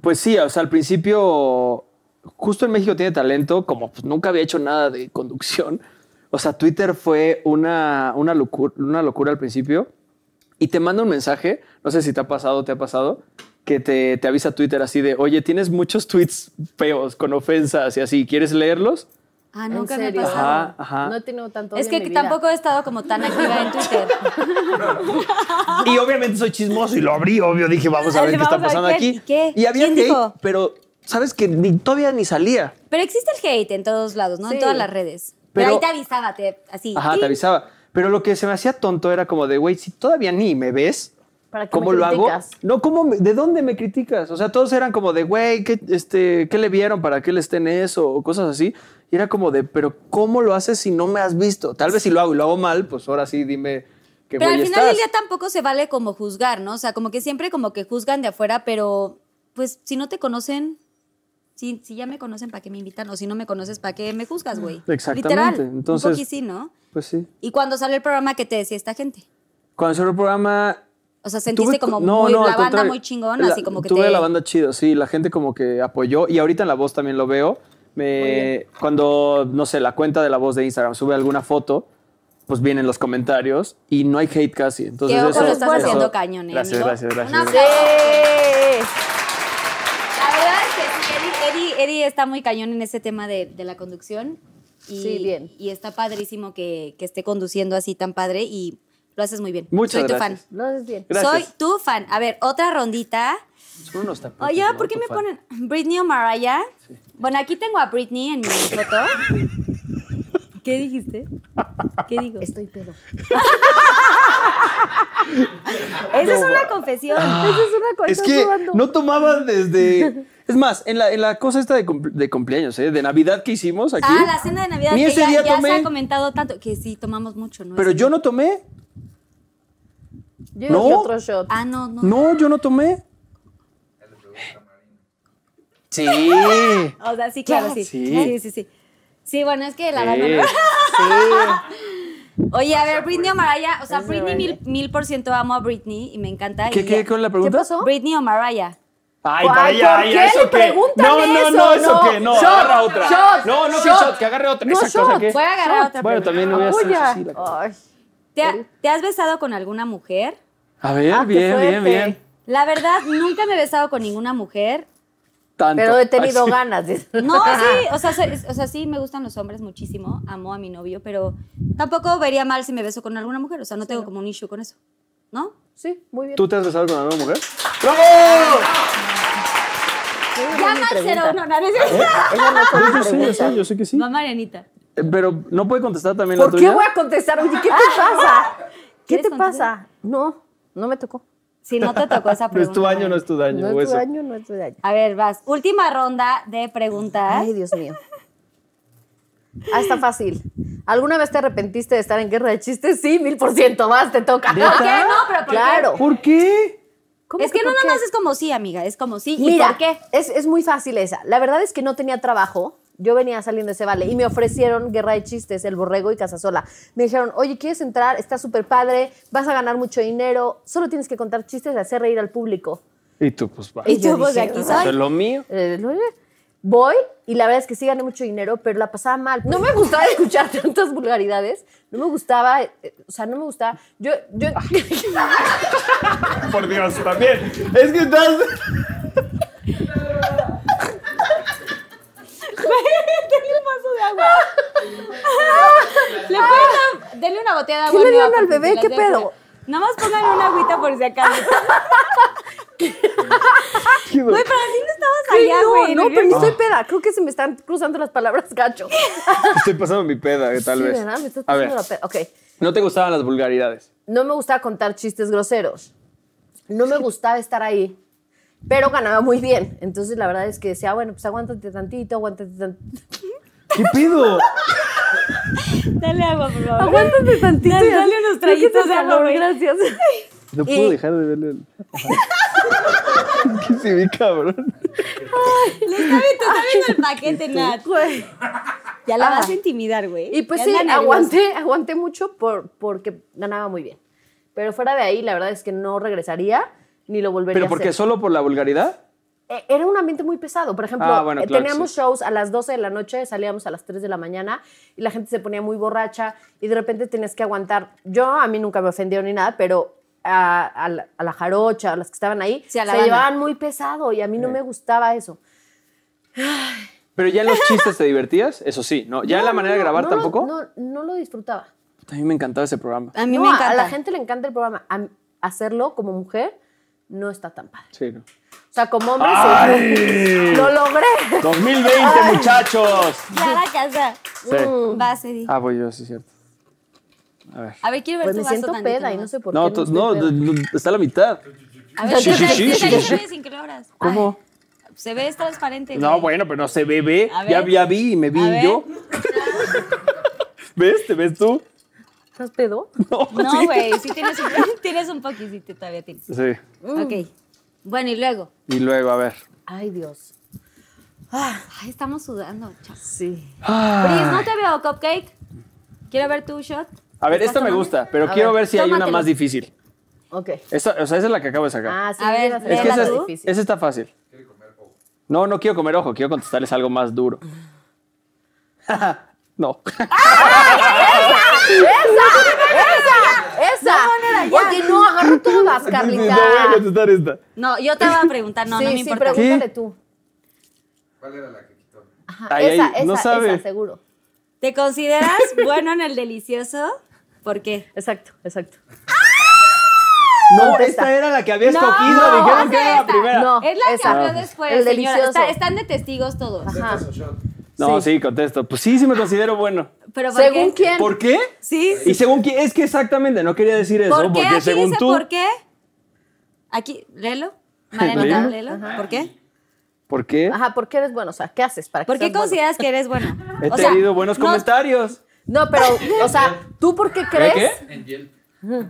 [SPEAKER 3] Pues sí, o sea, al principio, justo en México tiene talento, como pues, nunca había hecho nada de conducción. O sea, Twitter fue una, una, locura, una locura al principio y te manda un mensaje, no sé si te ha pasado, te ha pasado, que te, te avisa Twitter así de, oye, tienes muchos tweets feos, con ofensas y así, ¿quieres leerlos?
[SPEAKER 2] Ah,
[SPEAKER 4] ¿En
[SPEAKER 2] nunca me ha
[SPEAKER 4] serio?
[SPEAKER 2] pasado.
[SPEAKER 3] Ajá, ajá.
[SPEAKER 4] No he tenido tanto
[SPEAKER 2] Es
[SPEAKER 4] odio
[SPEAKER 2] que
[SPEAKER 4] en mi vida.
[SPEAKER 2] tampoco he estado como tan activa en
[SPEAKER 4] [LAUGHS]
[SPEAKER 2] Twitter.
[SPEAKER 3] Y obviamente soy chismoso y lo abrí, obvio. Dije, vamos a ver qué
[SPEAKER 2] Vamos
[SPEAKER 3] está
[SPEAKER 2] a ver
[SPEAKER 3] pasando
[SPEAKER 2] qué-
[SPEAKER 3] aquí.
[SPEAKER 2] ¿y qué?
[SPEAKER 3] Y había
[SPEAKER 2] ¿Quién
[SPEAKER 3] hate,
[SPEAKER 2] dijo?
[SPEAKER 3] pero sabes que ni, todavía ni salía.
[SPEAKER 2] Pero existe el hate en todos lados, ¿no? En
[SPEAKER 4] Sí.
[SPEAKER 2] todas las redes. Pero,
[SPEAKER 3] Pero-
[SPEAKER 2] ahí te avisaba, te, así.
[SPEAKER 3] Ajá,
[SPEAKER 2] ¡ting!
[SPEAKER 3] te avisaba. Pero lo que se me hacía tonto era como de, güey, si todavía ni me ves,
[SPEAKER 4] ¿Para qué
[SPEAKER 3] ¿Cómo
[SPEAKER 4] me
[SPEAKER 3] lo hago?
[SPEAKER 4] criticas?
[SPEAKER 3] No, ¿cómo me- ¿de dónde me criticas? O sea, todos eran como de, güey, ¿qué, este, ¿qué le vieron? ¿Para qué le estén eso? O cosas así. Y era como de, pero ¿cómo lo haces si no me has visto? Tal vez si lo hago y lo hago mal, pues ahora sí dime que
[SPEAKER 2] Pero
[SPEAKER 3] güey
[SPEAKER 2] al final del
[SPEAKER 3] estás.
[SPEAKER 2] día tampoco se vale como juzgar, ¿no? O sea, como que siempre como que juzgan de afuera, pero pues si no te conocen, si, si ya me conocen, ¿para qué me invitan? O si no me conoces, ¿para qué me juzgas, güey?
[SPEAKER 3] Exactamente.
[SPEAKER 2] Literal.
[SPEAKER 3] Entonces-
[SPEAKER 2] un poquito sí, ¿no?
[SPEAKER 3] Pues sí.
[SPEAKER 2] ¿Y cuando salió el programa que te decía esta gente?
[SPEAKER 3] Cuando cerró el programa...
[SPEAKER 2] O sea, sentiste
[SPEAKER 3] tuve-
[SPEAKER 2] como
[SPEAKER 3] no,
[SPEAKER 2] muy,
[SPEAKER 3] no, al
[SPEAKER 2] la banda
[SPEAKER 3] contrario.
[SPEAKER 2] muy chingona,
[SPEAKER 3] La-
[SPEAKER 2] así como que
[SPEAKER 3] Tuve
[SPEAKER 2] te...
[SPEAKER 3] la banda chido, sí. La gente como que apoyó. Y ahorita en La Voz también lo veo. Me, cuando, no sé, la cuenta de La Voz de Instagram sube alguna foto, pues vienen los comentarios y no hay hate casi. Entonces
[SPEAKER 2] Que ojo,
[SPEAKER 3] eso,
[SPEAKER 2] lo estás
[SPEAKER 3] eso-
[SPEAKER 2] haciendo cañón, ¿eh,
[SPEAKER 3] Gracias,
[SPEAKER 2] amigo?
[SPEAKER 3] gracias, gracias.
[SPEAKER 2] Un aplauso.
[SPEAKER 4] ¡Eh!
[SPEAKER 2] La verdad es que sí, Eddie, Eddie- Eddie está muy cañón en ese tema de, de la conducción. Y,
[SPEAKER 4] Sí, bien.
[SPEAKER 2] Y está padrísimo que, que esté conduciendo así tan padre y lo haces muy bien.
[SPEAKER 3] Muchas
[SPEAKER 2] Soy
[SPEAKER 3] gracias.
[SPEAKER 2] tu fan.
[SPEAKER 4] Lo haces bien.
[SPEAKER 3] Gracias.
[SPEAKER 2] Soy tu fan. A ver, otra rondita.
[SPEAKER 3] Son unos tapotes,
[SPEAKER 2] Oye,
[SPEAKER 3] ¿no?
[SPEAKER 2] ¿por qué
[SPEAKER 3] Tu
[SPEAKER 2] me
[SPEAKER 3] fan.
[SPEAKER 2] ponen Britney o Mariah? Bueno, aquí tengo a Britney en mi
[SPEAKER 3] [LAUGHS]
[SPEAKER 2] foto. ¿Qué dijiste? ¿Qué digo?
[SPEAKER 4] Estoy pedo.
[SPEAKER 2] Esa es una confesión.
[SPEAKER 4] Esa es una cosa.
[SPEAKER 3] Ah, Es que no
[SPEAKER 2] [LAUGHS]
[SPEAKER 3] tomaba desde... Es más, en la, en la cosa esta de, cum- de cumpleaños, ¿eh? de Navidad que hicimos aquí.
[SPEAKER 2] Ah, la cena de Navidad
[SPEAKER 3] Ni
[SPEAKER 2] que
[SPEAKER 3] ese
[SPEAKER 2] ya,
[SPEAKER 3] día
[SPEAKER 2] ya
[SPEAKER 3] tomé.
[SPEAKER 2] se ha comentado tanto que sí tomamos mucho, ¿no?
[SPEAKER 3] Pero
[SPEAKER 2] Ese
[SPEAKER 3] yo
[SPEAKER 2] día.
[SPEAKER 3] no tomé.
[SPEAKER 4] Yo digo
[SPEAKER 3] No.
[SPEAKER 4] que otro shot.
[SPEAKER 2] Ah, no, no.
[SPEAKER 3] No, yo no tomé. Sí.
[SPEAKER 2] O sea, sí, claro, sí.
[SPEAKER 3] Sí.
[SPEAKER 2] Sí, sí, sí. Sí, bueno, es que la banda
[SPEAKER 3] Sí.
[SPEAKER 2] no- Oye, a ver, Britney o Mariah. O sea, Britney mil, mil por ciento amo a Britney y me encanta.
[SPEAKER 3] ¿Qué,
[SPEAKER 2] y-
[SPEAKER 3] qué, con la pregunta?
[SPEAKER 4] ¿Qué pasó?
[SPEAKER 2] Britney o Mariah.
[SPEAKER 3] Ay,
[SPEAKER 4] Ay,
[SPEAKER 3] vaya,
[SPEAKER 4] ¿por
[SPEAKER 3] ay,
[SPEAKER 4] qué
[SPEAKER 3] eso
[SPEAKER 4] le
[SPEAKER 3] qué.
[SPEAKER 4] preguntan
[SPEAKER 3] No, no, no,
[SPEAKER 4] eso?
[SPEAKER 3] eso
[SPEAKER 4] No.
[SPEAKER 3] qué. No,
[SPEAKER 4] Shot,
[SPEAKER 3] agarra otra.
[SPEAKER 4] shot,
[SPEAKER 3] no, no, que
[SPEAKER 4] shot.
[SPEAKER 3] shot, que agarre otra.
[SPEAKER 4] No,
[SPEAKER 3] Esa
[SPEAKER 4] shot.
[SPEAKER 3] cosa que.
[SPEAKER 2] Voy a agarrar otra
[SPEAKER 3] Bueno,
[SPEAKER 2] pregunta.
[SPEAKER 3] también no voy a hacer
[SPEAKER 4] Apoya.
[SPEAKER 3] así la-
[SPEAKER 4] Ay.
[SPEAKER 2] ¿Te, ha- te has besado con alguna mujer?
[SPEAKER 3] A ver,
[SPEAKER 4] Ah, qué
[SPEAKER 3] bien, bien,
[SPEAKER 4] fuerte.
[SPEAKER 3] bien.
[SPEAKER 2] La verdad, nunca me he besado con ninguna mujer.
[SPEAKER 3] Tanto.
[SPEAKER 4] Pero he tenido
[SPEAKER 3] Ay, sí.
[SPEAKER 4] ganas. dice.
[SPEAKER 3] [LAUGHS]
[SPEAKER 2] No, sí, o sea, soy- o sea, sí me gustan los hombres muchísimo, amo a mi novio, pero tampoco vería mal si me beso con alguna mujer, o sea, no tengo como un issue con eso, ¿no?
[SPEAKER 4] Sí, muy bien.
[SPEAKER 3] ¿Tú te has besado con alguna mujer? ¡Bravo!
[SPEAKER 2] Llama al 01, no, no es
[SPEAKER 3] ¿Eh?
[SPEAKER 2] cierto.
[SPEAKER 4] Esa
[SPEAKER 3] Yo
[SPEAKER 4] no fue mi
[SPEAKER 3] sí, yo
[SPEAKER 4] pregunta.
[SPEAKER 3] sí, yo sé que sí.
[SPEAKER 2] Va Marianita.
[SPEAKER 3] Eh, Pero no puede contestar también la
[SPEAKER 4] ¿Por qué
[SPEAKER 3] tuya.
[SPEAKER 4] voy a contestar? Oye, ¿qué te pasa? ¿Qué
[SPEAKER 2] Ah. ¿Quieres
[SPEAKER 4] te
[SPEAKER 2] contestar?
[SPEAKER 4] pasa? No, no me tocó.
[SPEAKER 2] Si no te tocó esa
[SPEAKER 3] No
[SPEAKER 2] pregunta.
[SPEAKER 3] es tu año, no
[SPEAKER 2] Mariana.
[SPEAKER 3] es tu daño.
[SPEAKER 4] No
[SPEAKER 3] o
[SPEAKER 4] es tu
[SPEAKER 3] eso.
[SPEAKER 4] daño, no es tu daño.
[SPEAKER 2] A ver, vas. Última ronda de preguntas.
[SPEAKER 4] Ay, Dios mío. Ah, está fácil. ¿Alguna vez te arrepentiste de estar en guerra de chistes? Sí, mil por ciento más, te toca.
[SPEAKER 2] ¿Por qué no? Pero ¿por qué?
[SPEAKER 4] claro.
[SPEAKER 3] ¿Por qué?
[SPEAKER 4] ¿Cómo
[SPEAKER 2] es que no
[SPEAKER 4] por
[SPEAKER 2] nada
[SPEAKER 4] qué?
[SPEAKER 2] más es como sí, amiga, es como sí. ¿Y
[SPEAKER 4] Mira,
[SPEAKER 2] por
[SPEAKER 4] [LAUGHS]
[SPEAKER 2] qué?
[SPEAKER 4] Es, es muy fácil esa. La verdad es que no tenía trabajo. Yo venía saliendo de ese vale y me ofrecieron Guerra de Chistes, El Borrego y Casasola. Me dijeron, oye, ¿quieres entrar? Está súper padre, vas a ganar mucho dinero, solo tienes que contar chistes y hacer reír al público.
[SPEAKER 3] Y tú, pues, va.
[SPEAKER 2] Y
[SPEAKER 4] yo
[SPEAKER 2] tú, pues de
[SPEAKER 4] dije,
[SPEAKER 2] aquí
[SPEAKER 3] Eso es
[SPEAKER 2] soy.
[SPEAKER 3] lo mío.
[SPEAKER 4] Eh, no, eh. Voy y la verdad es que sí gané mucho dinero, pero la pasaba mal. No me gustaba [LAUGHS] escuchar tantas vulgaridades, no me gustaba, eh, o sea, no me gustaba. Yo, yo, [LAUGHS]
[SPEAKER 3] Por Dios, también. Es que estás.
[SPEAKER 4] [LAUGHS]
[SPEAKER 2] [LAUGHS] ¿Le pueden dar- denle una botella de agua.
[SPEAKER 4] ¿Qué le
[SPEAKER 2] amiga,
[SPEAKER 4] dieron al
[SPEAKER 2] porque
[SPEAKER 4] bebé?
[SPEAKER 2] se las
[SPEAKER 4] ¿Qué
[SPEAKER 2] dejo.
[SPEAKER 4] pedo?
[SPEAKER 2] Nada más pongan una agüita por si
[SPEAKER 4] [LAUGHS]
[SPEAKER 2] acaso. Güey, pero así no estabas
[SPEAKER 4] Sí,
[SPEAKER 2] allá,
[SPEAKER 4] no,
[SPEAKER 2] güey.
[SPEAKER 4] no, pero yo estoy peda. Creo que se me están cruzando las palabras gacho.
[SPEAKER 3] Estoy pasando mi peda, eh, tal
[SPEAKER 4] sí,
[SPEAKER 3] vez.
[SPEAKER 4] ¿verdad? Me estás
[SPEAKER 3] A ver,
[SPEAKER 4] cruzando la peda. Ok.
[SPEAKER 3] no te gustaban las vulgaridades.
[SPEAKER 4] No me gustaba contar chistes groseros.
[SPEAKER 3] [LAUGHS]
[SPEAKER 4] No me gustaba estar ahí. Pero ganaba muy bien. Entonces, la verdad es que decía, bueno, pues aguántate tantito, aguántate tantito.
[SPEAKER 3] ¿Qué pido?
[SPEAKER 2] Dale agua, por favor.
[SPEAKER 4] [LAUGHS] Aguántate tantito.
[SPEAKER 2] Dale, dale unos traguitos de agua, güey.
[SPEAKER 4] Gracias.
[SPEAKER 3] No
[SPEAKER 4] Y-
[SPEAKER 3] puedo dejar de verle el. [LAUGHS] Es que sí, vi cabrón.
[SPEAKER 2] Le está viendo, está viendo el paquete, Nat.
[SPEAKER 4] Güey.
[SPEAKER 2] Ya la
[SPEAKER 4] Ajá.
[SPEAKER 2] vas a intimidar, güey.
[SPEAKER 4] [LAUGHS] Ah. Y pues
[SPEAKER 2] Ya
[SPEAKER 4] sí,
[SPEAKER 2] anda nerviosa.
[SPEAKER 4] aguanté, aguanté mucho por, porque ganaba muy bien. Pero fuera de ahí, la verdad es que no regresaría ni lo volvería
[SPEAKER 3] ¿Pero
[SPEAKER 4] a hacer.
[SPEAKER 3] porque solo por la vulgaridad?
[SPEAKER 4] Eh, era un ambiente muy pesado. Por ejemplo,
[SPEAKER 3] Ah, bueno,
[SPEAKER 4] eh,
[SPEAKER 3] claro que
[SPEAKER 4] teníamos
[SPEAKER 3] sí.
[SPEAKER 4] shows a las 12 de la noche, salíamos a las 3 de la mañana y la gente se ponía muy borracha y de repente tenías que aguantar. Yo, a mí nunca me ofendió ni nada, pero a, a la, a la jarocha, a las que estaban ahí,
[SPEAKER 2] Sí,
[SPEAKER 4] se
[SPEAKER 2] a la banda.
[SPEAKER 4] llevaban muy pesado y a mí no me gustaba eso.
[SPEAKER 3] Pero ya en los chistes te divertías, eso sí, ¿no? ¿Ya en la
[SPEAKER 4] No,
[SPEAKER 3] manera de
[SPEAKER 4] no,
[SPEAKER 3] grabar
[SPEAKER 4] no lo-
[SPEAKER 3] tampoco?
[SPEAKER 4] No, no lo disfrutaba.
[SPEAKER 3] A mí me encantaba ese programa.
[SPEAKER 2] A mí
[SPEAKER 4] No,
[SPEAKER 2] me
[SPEAKER 4] a-
[SPEAKER 2] encanta.
[SPEAKER 4] A la gente le encanta el programa. A mí- hacerlo como mujer no está tan padre.
[SPEAKER 3] Sí. ¿no?
[SPEAKER 4] O sea, como hombre,
[SPEAKER 3] ¡Ay!
[SPEAKER 4] sí, [LAUGHS] lo logré.
[SPEAKER 3] 2020, muchachos. Ah,
[SPEAKER 2] Ya la casa.
[SPEAKER 3] Sí.
[SPEAKER 2] Vas, Eddie.
[SPEAKER 3] Ah, voy yo, sí, cierto. A ver.
[SPEAKER 2] A ver, quiero ver
[SPEAKER 4] Pues
[SPEAKER 2] tu
[SPEAKER 4] me
[SPEAKER 2] vaso
[SPEAKER 4] siento
[SPEAKER 2] tantito
[SPEAKER 4] peda y
[SPEAKER 2] más.
[SPEAKER 4] no sé por
[SPEAKER 3] No,
[SPEAKER 4] qué.
[SPEAKER 3] tú-
[SPEAKER 4] estoy
[SPEAKER 3] no,
[SPEAKER 4] peda.
[SPEAKER 3] d- d- está a la mitad.
[SPEAKER 2] A ver,
[SPEAKER 3] Sí,
[SPEAKER 2] ¿qué
[SPEAKER 3] sí,
[SPEAKER 2] tal-
[SPEAKER 3] sí,
[SPEAKER 2] qué
[SPEAKER 3] sí,
[SPEAKER 2] tal
[SPEAKER 3] sí,
[SPEAKER 2] que
[SPEAKER 3] sí.
[SPEAKER 2] tienes sin cloras?
[SPEAKER 3] ¿Cómo?
[SPEAKER 2] Ay, se ve es transparente.
[SPEAKER 3] No,
[SPEAKER 2] güey.
[SPEAKER 3] bueno, pero no se ve, ve.
[SPEAKER 2] A
[SPEAKER 3] Ya,
[SPEAKER 2] ver.
[SPEAKER 3] ya vi y me vi
[SPEAKER 2] A ver.
[SPEAKER 3] yo. ¿Ves? ¿Te ves tú? [LAUGHS]
[SPEAKER 4] ¿Estás pedo?
[SPEAKER 3] No,
[SPEAKER 2] No,
[SPEAKER 3] sí.
[SPEAKER 2] güey, sí tienes un, [LAUGHS] tienes un poquitito, todavía tienes.
[SPEAKER 3] Sí.
[SPEAKER 2] Ok. Bueno, y luego.
[SPEAKER 3] Y luego, a ver.
[SPEAKER 4] Ay, Dios.
[SPEAKER 2] Ay, estamos sudando, chavos.
[SPEAKER 4] Sí.
[SPEAKER 2] Pris, ¿no te veo cupcake? Quiero ver tu shot.
[SPEAKER 3] A ver,
[SPEAKER 2] ¿Estás
[SPEAKER 3] esta me
[SPEAKER 2] tomando?
[SPEAKER 3] gusta, pero
[SPEAKER 4] A
[SPEAKER 3] quiero
[SPEAKER 4] ver,
[SPEAKER 3] ver si hay una
[SPEAKER 2] tómatelo.
[SPEAKER 3] más difícil.
[SPEAKER 4] Ok.
[SPEAKER 3] Esta, o sea, esa es la que acabo de sacar.
[SPEAKER 4] Ah, sí.
[SPEAKER 2] A ver,
[SPEAKER 4] mira,
[SPEAKER 3] es que
[SPEAKER 2] léela
[SPEAKER 3] esa,
[SPEAKER 4] está
[SPEAKER 2] tú.
[SPEAKER 4] difícil.
[SPEAKER 3] esa está fácil. No, no quiero comer ojo, quiero contestarles algo más duro. [LAUGHS] no.
[SPEAKER 4] ¡Esa! Oye, no, agarró todas,
[SPEAKER 3] [LAUGHS]
[SPEAKER 4] Carlita.
[SPEAKER 3] No voy a contestar esta.
[SPEAKER 2] No, yo te voy a preguntar, no,
[SPEAKER 4] [LAUGHS] sí,
[SPEAKER 2] no me
[SPEAKER 4] sí,
[SPEAKER 2] importa.
[SPEAKER 4] pregúntale
[SPEAKER 3] ¿Qué?
[SPEAKER 4] tú.
[SPEAKER 6] ¿Cuál era la que quitó?
[SPEAKER 4] Ajá,
[SPEAKER 3] Ay,
[SPEAKER 4] esa,
[SPEAKER 3] ay,
[SPEAKER 4] esa,
[SPEAKER 3] no sabe.
[SPEAKER 4] esa, seguro.
[SPEAKER 2] ¿Te consideras bueno en el delicioso? ¿Por qué?
[SPEAKER 4] Exacto, exacto.
[SPEAKER 3] No,
[SPEAKER 4] Contesta.
[SPEAKER 3] esta era la que había
[SPEAKER 2] No,
[SPEAKER 3] escogido. Dijeron
[SPEAKER 2] haz
[SPEAKER 3] que era la
[SPEAKER 2] esta.
[SPEAKER 3] primera.
[SPEAKER 4] No.
[SPEAKER 2] es la
[SPEAKER 4] esa.
[SPEAKER 2] que habló después,
[SPEAKER 4] El
[SPEAKER 2] señora.
[SPEAKER 4] delicioso.
[SPEAKER 2] Está- están de testigos todos.
[SPEAKER 4] Ajá.
[SPEAKER 6] Besos o shot.
[SPEAKER 3] No, sí. contesto. Pues sí, sí me considero bueno.
[SPEAKER 2] ¿Pero por
[SPEAKER 4] ¿Según
[SPEAKER 2] qué?
[SPEAKER 4] quién?
[SPEAKER 3] ¿Por qué?
[SPEAKER 2] Sí.
[SPEAKER 3] Y según quién, es que exactamente, no quería decir eso,
[SPEAKER 2] ¿Por qué?
[SPEAKER 3] porque
[SPEAKER 2] Aquí
[SPEAKER 3] según
[SPEAKER 2] dice
[SPEAKER 3] tú,
[SPEAKER 2] por qué. Aquí, léelo. Mariana,
[SPEAKER 3] ¿Leo?
[SPEAKER 2] léelo. ¿Por qué?
[SPEAKER 3] ¿por qué?
[SPEAKER 4] Ajá, ¿por qué eres bueno? O sea, ¿qué haces para que
[SPEAKER 2] ¿Por qué
[SPEAKER 4] seas bueno?
[SPEAKER 2] consideras que eres
[SPEAKER 3] [LAUGHS]
[SPEAKER 2] bueno?
[SPEAKER 3] He
[SPEAKER 2] O sea,
[SPEAKER 3] tenido buenos
[SPEAKER 2] no-
[SPEAKER 3] comentarios.
[SPEAKER 4] No,
[SPEAKER 3] [LAUGHS]
[SPEAKER 4] pero, o sea, ¿tú por qué
[SPEAKER 3] ¿Por
[SPEAKER 4] crees?
[SPEAKER 3] qué?
[SPEAKER 6] En Yelp.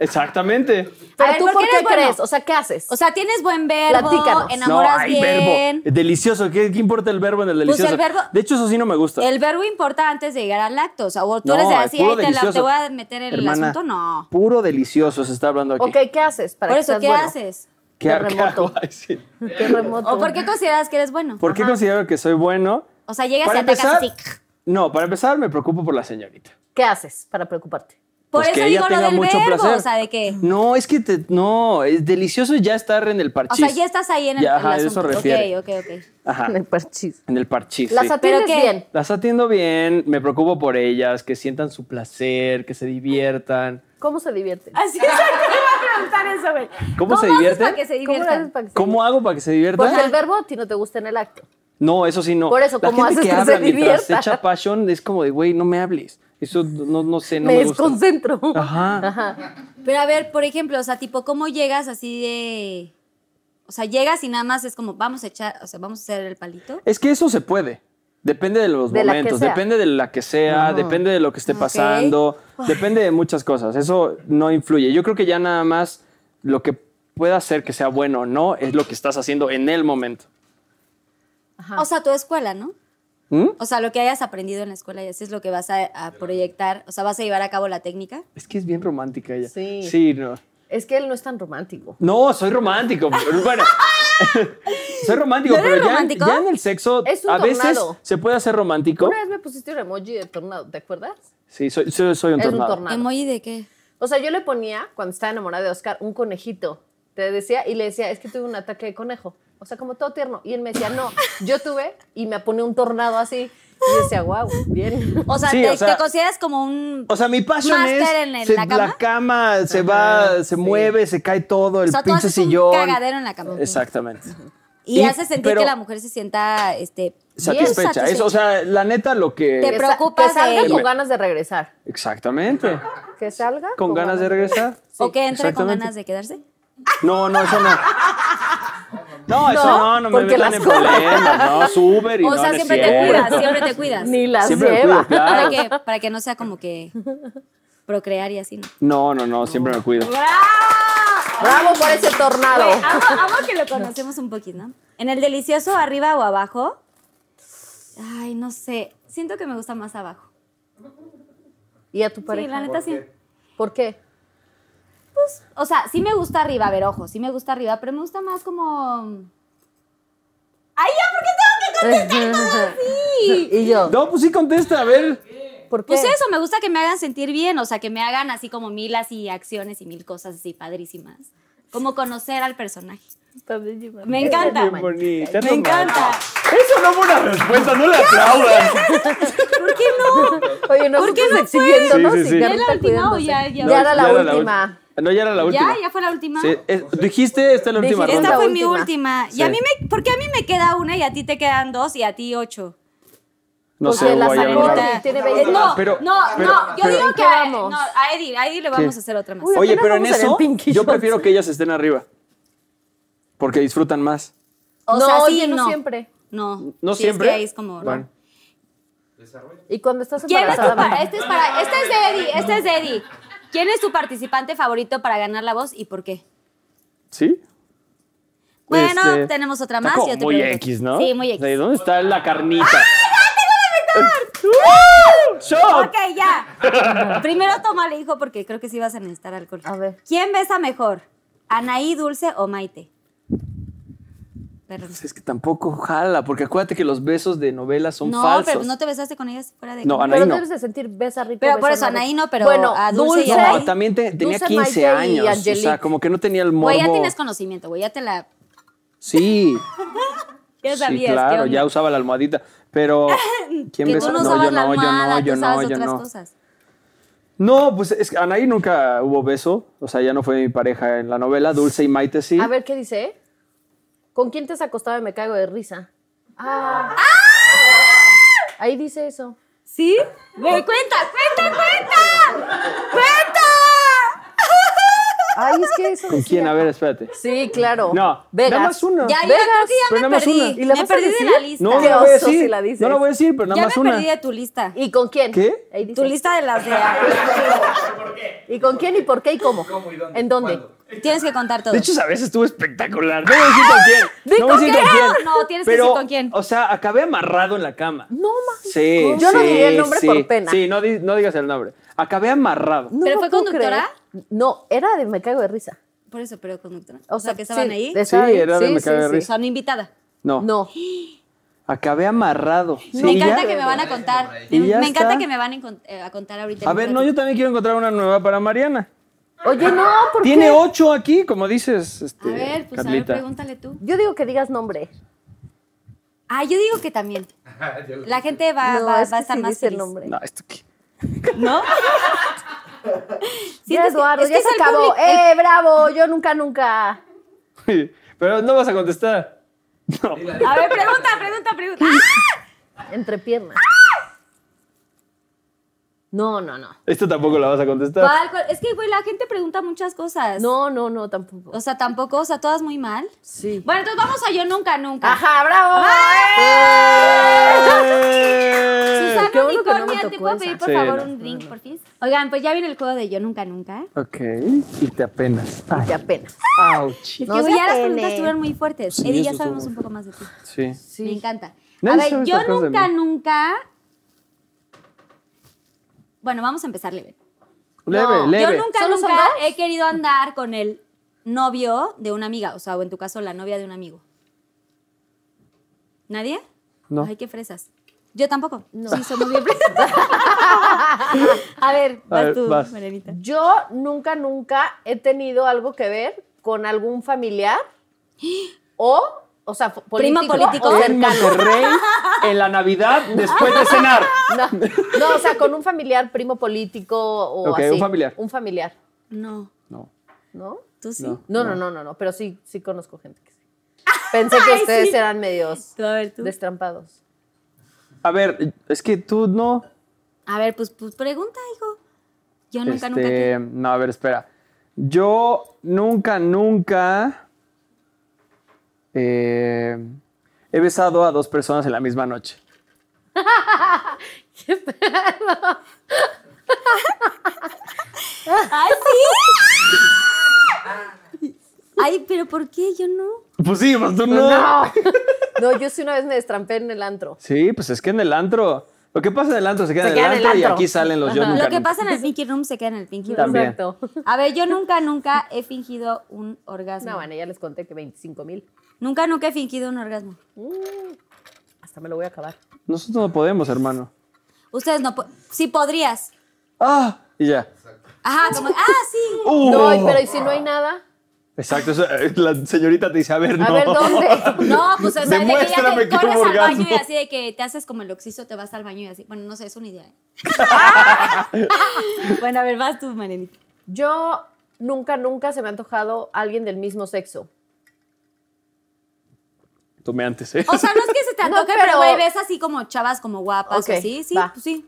[SPEAKER 3] Exactamente.
[SPEAKER 4] Pero
[SPEAKER 2] A ver,
[SPEAKER 4] tú
[SPEAKER 2] ¿por
[SPEAKER 4] por,
[SPEAKER 2] qué
[SPEAKER 4] qué,
[SPEAKER 2] eres bueno?
[SPEAKER 4] crees? O sea, ¿qué haces?
[SPEAKER 2] O sea, tienes buen verbo,
[SPEAKER 4] Platícanos.
[SPEAKER 2] enamoras
[SPEAKER 3] no, hay
[SPEAKER 2] bien.
[SPEAKER 3] verbo. Delicioso. ¿Qué, qué importa el verbo en el
[SPEAKER 2] Pues el
[SPEAKER 3] delicioso?
[SPEAKER 2] verbo-
[SPEAKER 3] De hecho, eso sí no me gusta.
[SPEAKER 2] El verbo importa antes de llegar al acto. O sea, o tú
[SPEAKER 3] No,
[SPEAKER 2] eres de
[SPEAKER 3] es
[SPEAKER 2] así,
[SPEAKER 3] puro
[SPEAKER 2] ahí te, la-
[SPEAKER 3] delicioso.
[SPEAKER 2] te voy a meter el
[SPEAKER 3] Hermana,
[SPEAKER 2] asunto. No.
[SPEAKER 3] Puro delicioso se está hablando aquí.
[SPEAKER 4] ok, ¿qué haces para
[SPEAKER 2] Por
[SPEAKER 4] que
[SPEAKER 2] eso,
[SPEAKER 4] seas
[SPEAKER 2] ¿qué
[SPEAKER 4] bueno?
[SPEAKER 2] haces?
[SPEAKER 3] ¿Qué,
[SPEAKER 4] Qué
[SPEAKER 3] qué
[SPEAKER 4] remoto.
[SPEAKER 3] hago? [LAUGHS] Ay, sí.
[SPEAKER 4] Qué remoto.
[SPEAKER 2] ¿O por qué consideras que eres bueno?
[SPEAKER 3] ¿Por qué considero que soy bueno?
[SPEAKER 2] O sea, llegas
[SPEAKER 3] Para
[SPEAKER 2] y atacas
[SPEAKER 3] empezar,
[SPEAKER 2] así.
[SPEAKER 3] no, para empezar me preocupo por la señorita.
[SPEAKER 4] ¿Qué haces para preocuparte?
[SPEAKER 2] Por
[SPEAKER 3] Pues
[SPEAKER 2] eso
[SPEAKER 3] que ella
[SPEAKER 2] digo lo
[SPEAKER 3] tenga
[SPEAKER 2] del
[SPEAKER 3] mucho
[SPEAKER 2] verbo.
[SPEAKER 3] placer.
[SPEAKER 2] O sea, de que.
[SPEAKER 3] No, es que te- no, es delicioso ya estar en el
[SPEAKER 2] O
[SPEAKER 3] parchís.
[SPEAKER 2] sea, ya estás ahí en el,
[SPEAKER 3] Ya,
[SPEAKER 2] el
[SPEAKER 3] ajá,
[SPEAKER 2] asunto.
[SPEAKER 3] eso refiere.
[SPEAKER 2] Ok, ok, ok.
[SPEAKER 4] [LAUGHS]
[SPEAKER 3] Ajá,
[SPEAKER 4] Me parchís.
[SPEAKER 3] en el parchís.
[SPEAKER 4] Las
[SPEAKER 3] Ah. sí.
[SPEAKER 4] atiendes
[SPEAKER 2] ¿Pero qué?
[SPEAKER 4] bien.
[SPEAKER 3] Las atiendo bien, me preocupo por ellas, que sientan su placer, que se diviertan.
[SPEAKER 4] ¿Cómo se divierten?
[SPEAKER 2] Así es, [LAUGHS] te iba a preguntar eso, güey.
[SPEAKER 3] ¿Cómo se
[SPEAKER 2] haces
[SPEAKER 3] divierten?
[SPEAKER 2] para que se
[SPEAKER 4] ¿Cómo lo haces
[SPEAKER 2] diviertan?
[SPEAKER 4] para que se diviertan?
[SPEAKER 3] ¿Cómo hago para que se diviertan?
[SPEAKER 4] Porque el Pues verbo a ti no te gusta en el acto.
[SPEAKER 3] No, eso sí no.
[SPEAKER 4] Por eso,
[SPEAKER 3] La
[SPEAKER 4] ¿cómo
[SPEAKER 3] gente
[SPEAKER 4] haces
[SPEAKER 3] que
[SPEAKER 4] que
[SPEAKER 3] habla
[SPEAKER 4] se
[SPEAKER 3] mientras se
[SPEAKER 4] divierta?
[SPEAKER 3] echa pasión es como de, güey, no me hables. Eso no,
[SPEAKER 2] [LAUGHS]
[SPEAKER 3] no sé, no
[SPEAKER 4] me,
[SPEAKER 3] me, gusta. Ah.
[SPEAKER 4] desconcentro.
[SPEAKER 3] Ajá.
[SPEAKER 4] Ajá.
[SPEAKER 2] Pero a ver, por ejemplo, o sea, tipo, ¿cómo llegas así de. O sea, llegas y nada más es como, vamos a echar, o sea, vamos a hacer el palito.
[SPEAKER 3] Es que eso se puede. Depende de los
[SPEAKER 4] De la que
[SPEAKER 3] momentos,
[SPEAKER 4] sea.
[SPEAKER 3] depende de la que sea, depende de lo que esté
[SPEAKER 2] Ok.
[SPEAKER 3] pasando, depende de muchas cosas. Eso no influye. Yo creo que ya nada más lo que pueda hacer que sea bueno o no es lo que estás haciendo en el momento.
[SPEAKER 2] O sea, tu escuela, ¿no?
[SPEAKER 3] ¿Mm?
[SPEAKER 2] O sea, lo que hayas aprendido en la escuela y así es lo que vas a, a proyectar. O sea, vas a llevar a cabo la técnica.
[SPEAKER 3] Es que es bien romántica ella.
[SPEAKER 4] Sí.
[SPEAKER 3] Sí, no.
[SPEAKER 4] Es que él no es tan romántico.
[SPEAKER 3] No, soy romántico.
[SPEAKER 4] [LAUGHS]
[SPEAKER 3] pero bueno, [LAUGHS] soy romántico,
[SPEAKER 2] ¿No eres
[SPEAKER 3] pero ya, en-
[SPEAKER 2] romántico?
[SPEAKER 3] ya en el sexo
[SPEAKER 4] Es un
[SPEAKER 3] a veces
[SPEAKER 4] tornado.
[SPEAKER 3] se puede hacer romántico.
[SPEAKER 4] Una vez me pusiste un emoji de tornado, ¿te acuerdas?
[SPEAKER 3] Sí, soy, soy, soy un
[SPEAKER 4] Es un
[SPEAKER 3] tornado.
[SPEAKER 4] tornado. Claro.
[SPEAKER 2] ¿Emoji de qué?
[SPEAKER 4] O sea, yo le ponía, cuando estaba enamorada de Oscar, un conejito. Te decía, y le decía, es que tuve un ataque de conejo. O sea, como todo tierno. Y él me decía, no, yo tuve, y me pone un tornado así. Y yo decía, wow, bien.
[SPEAKER 2] O sea,
[SPEAKER 3] Sí,
[SPEAKER 2] te,
[SPEAKER 3] o
[SPEAKER 2] te
[SPEAKER 3] sea-
[SPEAKER 2] consideras como un.
[SPEAKER 3] O sea, mi pasión
[SPEAKER 2] Master
[SPEAKER 3] es
[SPEAKER 2] en el-
[SPEAKER 3] se-
[SPEAKER 2] la cama.
[SPEAKER 3] cama se va, se mueve, se cae todo, el
[SPEAKER 2] o sea, tú
[SPEAKER 3] pinche
[SPEAKER 2] haces
[SPEAKER 3] sillón.
[SPEAKER 2] un cagadero en la cama.
[SPEAKER 3] Exactamente.
[SPEAKER 2] Y,
[SPEAKER 3] Y-
[SPEAKER 2] hace sentir
[SPEAKER 3] pero-
[SPEAKER 2] que la mujer se sienta este,
[SPEAKER 3] Satisfecha.
[SPEAKER 2] bien
[SPEAKER 3] Eso, o sea, la neta lo que
[SPEAKER 2] Te
[SPEAKER 4] Que
[SPEAKER 2] pre-
[SPEAKER 4] sa-
[SPEAKER 2] preocupas
[SPEAKER 4] Que salga
[SPEAKER 2] de-
[SPEAKER 4] con ganas de regresar.
[SPEAKER 3] Exactamente.
[SPEAKER 4] Que salga.
[SPEAKER 3] Con ganas de regresar.
[SPEAKER 2] o que entre con
[SPEAKER 3] exactamente.
[SPEAKER 2] ganas de quedarse.
[SPEAKER 3] No, no, eso no. No, eso no, no me
[SPEAKER 4] porque
[SPEAKER 3] metan
[SPEAKER 4] las
[SPEAKER 3] en problemas, no, súper
[SPEAKER 2] [LAUGHS]
[SPEAKER 3] y
[SPEAKER 2] O
[SPEAKER 3] no,
[SPEAKER 2] sea,
[SPEAKER 3] no es
[SPEAKER 2] siempre te
[SPEAKER 3] cierto.
[SPEAKER 2] cuidas, siempre te cuidas.
[SPEAKER 4] Ni las
[SPEAKER 3] Siempre me
[SPEAKER 4] lleva.
[SPEAKER 3] cuido, claro.
[SPEAKER 2] Para que, para que no sea como que procrear y así, ¿no?
[SPEAKER 3] No, no, no, siempre me cuido.
[SPEAKER 4] Bravo por ese tornado.
[SPEAKER 2] Amo, amo
[SPEAKER 4] [LAUGHS]
[SPEAKER 2] que lo conocemos un poquito, ¿no? En el delicioso, arriba o abajo. Ay, no sé. Siento que me gusta más abajo.
[SPEAKER 4] Y a tu
[SPEAKER 2] Sí, la
[SPEAKER 4] pareja.
[SPEAKER 2] neta sí.
[SPEAKER 4] ¿Por qué?
[SPEAKER 2] O sea, sí me gusta arriba, a ver, ojo, sí me gusta arriba, pero me gusta más como. ¡Ay, ya! ¿Por qué tengo que contestar?
[SPEAKER 4] [LAUGHS]
[SPEAKER 2] Sí.
[SPEAKER 4] Y yo.
[SPEAKER 3] No, pues sí contesta, a ver.
[SPEAKER 4] ¿Por qué?
[SPEAKER 2] Pues eso, me gusta que me hagan sentir bien, o sea, que me hagan así como milas y acciones y mil cosas así padrísimas. Como conocer al personaje. Me encanta.
[SPEAKER 3] Bien bonita,
[SPEAKER 2] Me encanta.
[SPEAKER 3] Eso no fue una respuesta, no le aplaudan.
[SPEAKER 2] ¿Por qué no?
[SPEAKER 4] Oye, pues, nosotros
[SPEAKER 2] ¿Por qué no fue?
[SPEAKER 4] exhibiéndonos
[SPEAKER 3] Sí, sí, sí.
[SPEAKER 4] y
[SPEAKER 2] ¿Ya era
[SPEAKER 4] Carlita
[SPEAKER 2] la última o
[SPEAKER 4] cuidándose.
[SPEAKER 2] ya? Ya,
[SPEAKER 4] No, era la última.
[SPEAKER 3] ulti- No, ya era [LAUGHS] la última.
[SPEAKER 2] ¿Ya? ¿Ya fue la última?
[SPEAKER 3] Sí, es- dijiste, esta es la última
[SPEAKER 4] Dijiste,
[SPEAKER 2] Esta
[SPEAKER 3] ronda.
[SPEAKER 2] fue
[SPEAKER 4] La
[SPEAKER 2] mi
[SPEAKER 4] última.
[SPEAKER 2] última. Y
[SPEAKER 3] Sí.
[SPEAKER 2] a mí me, porque a mí me queda una y a ti te quedan dos y a ti ocho. Eh,
[SPEAKER 3] No
[SPEAKER 4] Porque
[SPEAKER 3] sé,
[SPEAKER 4] la
[SPEAKER 3] hubo ahí algo
[SPEAKER 4] sacó
[SPEAKER 3] raro.
[SPEAKER 4] de- tiene 20.
[SPEAKER 2] no,
[SPEAKER 3] Pero-
[SPEAKER 2] no,
[SPEAKER 6] pero-
[SPEAKER 2] no, yo
[SPEAKER 6] pero-
[SPEAKER 2] digo que
[SPEAKER 4] ¿Qué vamos?
[SPEAKER 2] no, a Eddie, a Eddie le vamos a hacer otra más.
[SPEAKER 4] Uy,
[SPEAKER 3] Oye,
[SPEAKER 4] apenas
[SPEAKER 3] pero en
[SPEAKER 4] vamos en el
[SPEAKER 3] eso
[SPEAKER 4] Pinky
[SPEAKER 3] yo
[SPEAKER 4] Shots.
[SPEAKER 3] prefiero que ellas estén arriba. Porque disfrutan más.
[SPEAKER 2] O
[SPEAKER 4] No,
[SPEAKER 2] sea, sí,
[SPEAKER 4] oye, no
[SPEAKER 2] no.
[SPEAKER 4] siempre.
[SPEAKER 2] No,
[SPEAKER 3] No
[SPEAKER 2] sí,
[SPEAKER 3] siempre.
[SPEAKER 2] Es que ahí es como.
[SPEAKER 3] Bueno.
[SPEAKER 6] Desarrolla.
[SPEAKER 4] Y cuando estás
[SPEAKER 2] ¿Quién es tu
[SPEAKER 4] embarazada.
[SPEAKER 2] para? Este es para. Este es de Eddie, este es de Eddie. ¿Quién es tu participante favorito para ganar la voz y por qué?
[SPEAKER 3] ¿Sí?
[SPEAKER 2] Bueno,
[SPEAKER 3] Este,
[SPEAKER 2] tenemos otra más.
[SPEAKER 3] está
[SPEAKER 2] y
[SPEAKER 3] como
[SPEAKER 2] yo te
[SPEAKER 3] muy
[SPEAKER 2] pregunto.
[SPEAKER 3] X, ¿no?
[SPEAKER 2] Sí, muy
[SPEAKER 3] O sea,
[SPEAKER 2] X.
[SPEAKER 3] ¿Dónde está la carnita?
[SPEAKER 2] Ok, ya. Primero tómale, hijo, porque creo que sí vas a necesitar alcohol.
[SPEAKER 4] A ver.
[SPEAKER 2] ¿Quién besa mejor? ¿Anaí Dulce o Maite? Perdón.
[SPEAKER 3] Pues es que tampoco jala, porque acuérdate que los besos de novelas son
[SPEAKER 2] no,
[SPEAKER 3] falsos.
[SPEAKER 2] pero no te besaste con ellas fuera de.
[SPEAKER 3] No,
[SPEAKER 2] cámara.
[SPEAKER 3] Anaí
[SPEAKER 4] pero
[SPEAKER 3] no.
[SPEAKER 4] debes de sentir besa rico.
[SPEAKER 2] Pero por
[SPEAKER 4] besa
[SPEAKER 2] eso
[SPEAKER 4] no rico.
[SPEAKER 2] Anaí no, pero
[SPEAKER 4] bueno,
[SPEAKER 2] a Dulce y
[SPEAKER 4] Dulce.
[SPEAKER 2] a
[SPEAKER 3] No,
[SPEAKER 2] Ay,
[SPEAKER 3] también te- tenía
[SPEAKER 4] Dulce,
[SPEAKER 3] 15
[SPEAKER 4] Maite y
[SPEAKER 3] años. O
[SPEAKER 4] Angelique.
[SPEAKER 3] sea, como que no tenía el morbo.
[SPEAKER 2] Güey, ya tienes conocimiento, güey. Ya te la.
[SPEAKER 3] Sí,
[SPEAKER 2] Ya
[SPEAKER 3] sí,
[SPEAKER 2] sabías.
[SPEAKER 3] claro,
[SPEAKER 2] qué
[SPEAKER 3] ya
[SPEAKER 2] onda.
[SPEAKER 3] usaba la almohadita.
[SPEAKER 2] [LAUGHS]
[SPEAKER 3] Pero, ¿quién
[SPEAKER 2] Que
[SPEAKER 3] besa?
[SPEAKER 2] tú no
[SPEAKER 3] No,
[SPEAKER 2] usabas
[SPEAKER 3] yo
[SPEAKER 2] la
[SPEAKER 3] no, yo
[SPEAKER 2] almohada,
[SPEAKER 3] no, yo
[SPEAKER 2] tú usabas
[SPEAKER 3] no, yo
[SPEAKER 2] otras
[SPEAKER 3] no.
[SPEAKER 2] cosas.
[SPEAKER 3] No, pues es que Anaí nunca hubo beso. O sea, ya no fue mi pareja en la novela. Dulce y Maite sí.
[SPEAKER 4] A ver qué dice. ¿Con quién te has acostado y me caigo de risa? Ah. Ahí dice eso.
[SPEAKER 2] ¿Sí? Güey, cuenta, cuenta, cuenta. ¡Cuenta!
[SPEAKER 4] Ay, es que eso.
[SPEAKER 3] Ah. ¿Con
[SPEAKER 4] decía.
[SPEAKER 3] quién? A ver, espérate.
[SPEAKER 4] Sí, claro.
[SPEAKER 3] No,
[SPEAKER 4] Vegas.
[SPEAKER 3] nada más una.
[SPEAKER 2] Ya, yo
[SPEAKER 4] Vegas,
[SPEAKER 2] creo que ya
[SPEAKER 3] pero
[SPEAKER 2] me
[SPEAKER 3] nada más
[SPEAKER 2] perdí.
[SPEAKER 3] una.
[SPEAKER 4] ¿Y la
[SPEAKER 2] me
[SPEAKER 4] vas a
[SPEAKER 2] perdí de
[SPEAKER 4] decir?
[SPEAKER 2] la lista.
[SPEAKER 3] No, no
[SPEAKER 4] Qué
[SPEAKER 3] la voy a
[SPEAKER 4] oso si
[SPEAKER 3] decir.
[SPEAKER 4] la dices.
[SPEAKER 3] no la voy a decir, pero nada
[SPEAKER 2] ya
[SPEAKER 3] más
[SPEAKER 2] me
[SPEAKER 3] una.
[SPEAKER 2] perdí de tu lista.
[SPEAKER 4] ¿Y con quién?
[SPEAKER 3] ¿Qué?
[SPEAKER 4] Ahí dice.
[SPEAKER 2] Tu lista de las de... [LAUGHS]
[SPEAKER 4] ¿Y con quién y por qué y cómo?
[SPEAKER 6] ¿Cómo y dónde?
[SPEAKER 4] ¿En dónde?
[SPEAKER 6] ¿Cuándo?
[SPEAKER 2] Tienes que contar todo.
[SPEAKER 3] De hecho, esa vez
[SPEAKER 2] [LAUGHS]
[SPEAKER 3] estuvo espectacular. No voy a decir con
[SPEAKER 4] Di
[SPEAKER 3] quién. No voy a
[SPEAKER 4] con
[SPEAKER 3] decir
[SPEAKER 4] quién.
[SPEAKER 3] con quién.
[SPEAKER 2] No, tienes que
[SPEAKER 3] Pero,
[SPEAKER 2] decir con quién.
[SPEAKER 3] O sea, acabé amarrado en la cama.
[SPEAKER 4] No, ma.
[SPEAKER 3] Sí.
[SPEAKER 4] Yo no
[SPEAKER 3] sí,
[SPEAKER 4] diré el nombre
[SPEAKER 3] sí.
[SPEAKER 4] por pena.
[SPEAKER 3] Sí, no, di- no digas el nombre. Acabé amarrado.
[SPEAKER 4] No
[SPEAKER 2] ¿Pero
[SPEAKER 4] lo
[SPEAKER 2] fue
[SPEAKER 4] puedo
[SPEAKER 2] conductora?
[SPEAKER 4] creer. No, era de me caigo de risa.
[SPEAKER 2] Por eso, pero conductora.
[SPEAKER 4] O
[SPEAKER 2] O
[SPEAKER 4] sea,
[SPEAKER 2] sea, que estaban
[SPEAKER 4] sí,
[SPEAKER 2] ahí.
[SPEAKER 4] de-
[SPEAKER 3] Sí,
[SPEAKER 4] Está bien.
[SPEAKER 3] era de
[SPEAKER 4] Sí,
[SPEAKER 3] me
[SPEAKER 4] sí,
[SPEAKER 3] cagué de
[SPEAKER 4] sí.
[SPEAKER 2] O
[SPEAKER 3] risa.
[SPEAKER 2] sea, no invitada.
[SPEAKER 3] No.
[SPEAKER 4] No.
[SPEAKER 3] Acabé amarrado. Sí,
[SPEAKER 2] me encanta
[SPEAKER 3] ya.
[SPEAKER 2] que me van a contar.
[SPEAKER 3] Y
[SPEAKER 2] Me,
[SPEAKER 3] ya
[SPEAKER 2] me encanta
[SPEAKER 3] está.
[SPEAKER 2] que me van a, encon- eh, a contar ahorita.
[SPEAKER 3] A ver, no, yo también quiero encontrar una nueva para Mariana.
[SPEAKER 4] Oye, no, ¿por qué?
[SPEAKER 3] Tiene ocho aquí, como dices,
[SPEAKER 2] A
[SPEAKER 3] este,
[SPEAKER 2] ver, pues a ver,
[SPEAKER 3] Carlita.
[SPEAKER 2] pregúntale tú.
[SPEAKER 4] Yo digo que digas nombre.
[SPEAKER 2] Ah, yo digo que también.
[SPEAKER 6] Ya lo-
[SPEAKER 2] La gente va,
[SPEAKER 4] No,
[SPEAKER 2] Ah, va,
[SPEAKER 4] es
[SPEAKER 2] va a
[SPEAKER 4] que
[SPEAKER 2] estar
[SPEAKER 4] sí
[SPEAKER 2] más
[SPEAKER 4] dice el
[SPEAKER 2] feliz.
[SPEAKER 4] nombre.
[SPEAKER 3] no, esto qué.
[SPEAKER 2] ¿No?
[SPEAKER 4] Ya,
[SPEAKER 2] Sientes que-
[SPEAKER 4] Eduardo,
[SPEAKER 2] es que
[SPEAKER 4] ya
[SPEAKER 2] es
[SPEAKER 4] se
[SPEAKER 2] el
[SPEAKER 4] acabó.
[SPEAKER 2] público-
[SPEAKER 4] ¡Eh, bravo! Yo nunca, nunca.
[SPEAKER 3] [LAUGHS] Pero no vas a contestar. No.
[SPEAKER 2] A ver, pregunta, pregunta, pregunta. Ah,
[SPEAKER 4] Entre piernas. No, no, no.
[SPEAKER 3] Esto tampoco la vas a contestar.
[SPEAKER 2] ¿Cuál, cuál? Es que, güey, la gente pregunta muchas cosas.
[SPEAKER 4] No, no, no, tampoco.
[SPEAKER 2] O sea, tampoco, o sea, todas muy mal.
[SPEAKER 4] Sí.
[SPEAKER 2] Bueno, entonces vamos a yo nunca, nunca.
[SPEAKER 4] ¡Ajá, bravo!
[SPEAKER 3] ¡Ah! ¡Eh!
[SPEAKER 2] Susana
[SPEAKER 4] Qué bueno que no me
[SPEAKER 2] Unicornia, ¿te
[SPEAKER 4] tocó
[SPEAKER 2] puedo
[SPEAKER 4] esa.
[SPEAKER 2] pedir por
[SPEAKER 3] Sí,
[SPEAKER 2] favor
[SPEAKER 3] no,
[SPEAKER 2] un drink, por fin? Oigan, pues ya viene el juego de yo nunca, nunca.
[SPEAKER 3] Ok, y te apenas.
[SPEAKER 4] Y te apenas.
[SPEAKER 3] Ouch.
[SPEAKER 2] Es
[SPEAKER 4] No
[SPEAKER 2] que
[SPEAKER 4] se
[SPEAKER 2] güey, ya las
[SPEAKER 4] apene.
[SPEAKER 2] preguntas estuvieron muy fuertes.
[SPEAKER 3] Sí,
[SPEAKER 2] Eddie, ya
[SPEAKER 3] eso
[SPEAKER 2] sabemos
[SPEAKER 3] estuvo
[SPEAKER 2] un poco más de ti.
[SPEAKER 3] Sí.
[SPEAKER 2] Me
[SPEAKER 4] Sí.
[SPEAKER 2] encanta. A
[SPEAKER 3] Nadie
[SPEAKER 2] ver,
[SPEAKER 3] sabe
[SPEAKER 2] yo
[SPEAKER 3] estas cosas de
[SPEAKER 2] nunca,
[SPEAKER 3] mí.
[SPEAKER 2] nunca. Bueno, vamos a empezar leve.
[SPEAKER 3] Leve,
[SPEAKER 4] No, yo
[SPEAKER 3] leve.
[SPEAKER 2] Yo nunca,
[SPEAKER 4] ¿Solo son
[SPEAKER 2] nunca
[SPEAKER 4] dos?
[SPEAKER 2] he querido andar con el novio de una amiga, o sea, o en tu caso, la novia de un amigo. ¿Nadie?
[SPEAKER 3] No.
[SPEAKER 2] Ay, qué fresas. Yo tampoco. Sí, somos bien
[SPEAKER 3] [LAUGHS]
[SPEAKER 2] fresas. a ver, vas
[SPEAKER 3] ver,
[SPEAKER 2] tú,
[SPEAKER 3] vas.
[SPEAKER 2] Marianita.
[SPEAKER 4] Yo nunca, nunca he tenido algo que ver con algún familiar o, o sea, fo- político,
[SPEAKER 2] Primo político.
[SPEAKER 4] o
[SPEAKER 3] En
[SPEAKER 4] cercano.
[SPEAKER 3] Monterrey, en la Navidad, después de
[SPEAKER 2] [LAUGHS]
[SPEAKER 3] cenar.
[SPEAKER 4] No, no, o sea, con un familiar, primo político o
[SPEAKER 3] Ok,
[SPEAKER 4] así.
[SPEAKER 3] un familiar.
[SPEAKER 4] Un familiar,
[SPEAKER 2] No,
[SPEAKER 3] No.
[SPEAKER 4] ¿no?
[SPEAKER 2] tú sí.
[SPEAKER 3] No.
[SPEAKER 4] No, no, no, no, no, pero sí, sí conozco gente que sí. Pensé
[SPEAKER 2] [LAUGHS]
[SPEAKER 4] que
[SPEAKER 2] Ay,
[SPEAKER 4] ustedes
[SPEAKER 2] sí.
[SPEAKER 4] eran medios
[SPEAKER 2] Tú, a ver, tú.
[SPEAKER 4] destrampados.
[SPEAKER 3] A ver, es que tú no.
[SPEAKER 2] A ver, pues, pues pregunta, hijo. Yo nunca, nunca.
[SPEAKER 3] [LAUGHS] este,
[SPEAKER 2] ¿qué?
[SPEAKER 3] No, a ver, espera. Yo nunca, nunca eh, he besado a dos personas en la misma noche.
[SPEAKER 2] ¡Ay, sí!
[SPEAKER 4] Ah.
[SPEAKER 2] Ay, pero ¿por qué yo no?
[SPEAKER 3] Pues sí, pues
[SPEAKER 2] [LAUGHS]
[SPEAKER 3] tú
[SPEAKER 4] No, yo sí una vez me destrampé en el antro.
[SPEAKER 3] Sí, pues es que en el antro. Lo que pasa en el antro se queda,
[SPEAKER 4] Se
[SPEAKER 3] en,
[SPEAKER 4] queda
[SPEAKER 3] el
[SPEAKER 4] en el
[SPEAKER 3] antro, y
[SPEAKER 4] antro.
[SPEAKER 3] aquí salen los yo nunca.
[SPEAKER 2] Lo que
[SPEAKER 3] nunca.
[SPEAKER 2] pasa en el Pinky Room se queda en el Pinky Room.
[SPEAKER 3] También.
[SPEAKER 4] Exacto.
[SPEAKER 2] A ver, yo nunca, nunca he fingido un orgasmo.
[SPEAKER 4] No, bueno, ya les conté que 25 mil. Mm,
[SPEAKER 2] Nunca, nunca he fingido un orgasmo.
[SPEAKER 4] Hasta me lo voy a acabar.
[SPEAKER 3] Nosotros no podemos, hermano.
[SPEAKER 2] Ustedes no. po- Sí podrías.
[SPEAKER 3] ¡Ah! Y ya.
[SPEAKER 2] Ajá, como. ¡Ah, sí!
[SPEAKER 3] [LAUGHS] ¡Uh!
[SPEAKER 4] No, y- pero ¿y si no hay nada?
[SPEAKER 3] Exacto, eso, eh, la señorita te dice, a ver,
[SPEAKER 4] A
[SPEAKER 3] no.
[SPEAKER 2] [LAUGHS]
[SPEAKER 4] ver, ¿dónde?
[SPEAKER 2] No, pues o sea, de que ya
[SPEAKER 3] Demuéstrame
[SPEAKER 2] te
[SPEAKER 3] que hubo
[SPEAKER 2] corres al baño y
[SPEAKER 3] orgasmo.
[SPEAKER 2] así de que te haces como el oxiso, te vas al baño y así. Bueno, no sé, es una idea. ¿eh? bueno, a ver, vas tú, Marenita.
[SPEAKER 4] Yo nunca, nunca se me ha antojado alguien del mismo sexo.
[SPEAKER 3] [LAUGHS] Tomé antes, ¿eh?
[SPEAKER 2] O sea, no es que se te
[SPEAKER 4] No,
[SPEAKER 2] antoje,
[SPEAKER 4] pero-
[SPEAKER 2] pero güey, ves así como chavas como guapas,
[SPEAKER 4] Ok,
[SPEAKER 2] así, sí,
[SPEAKER 4] va.
[SPEAKER 2] pues sí.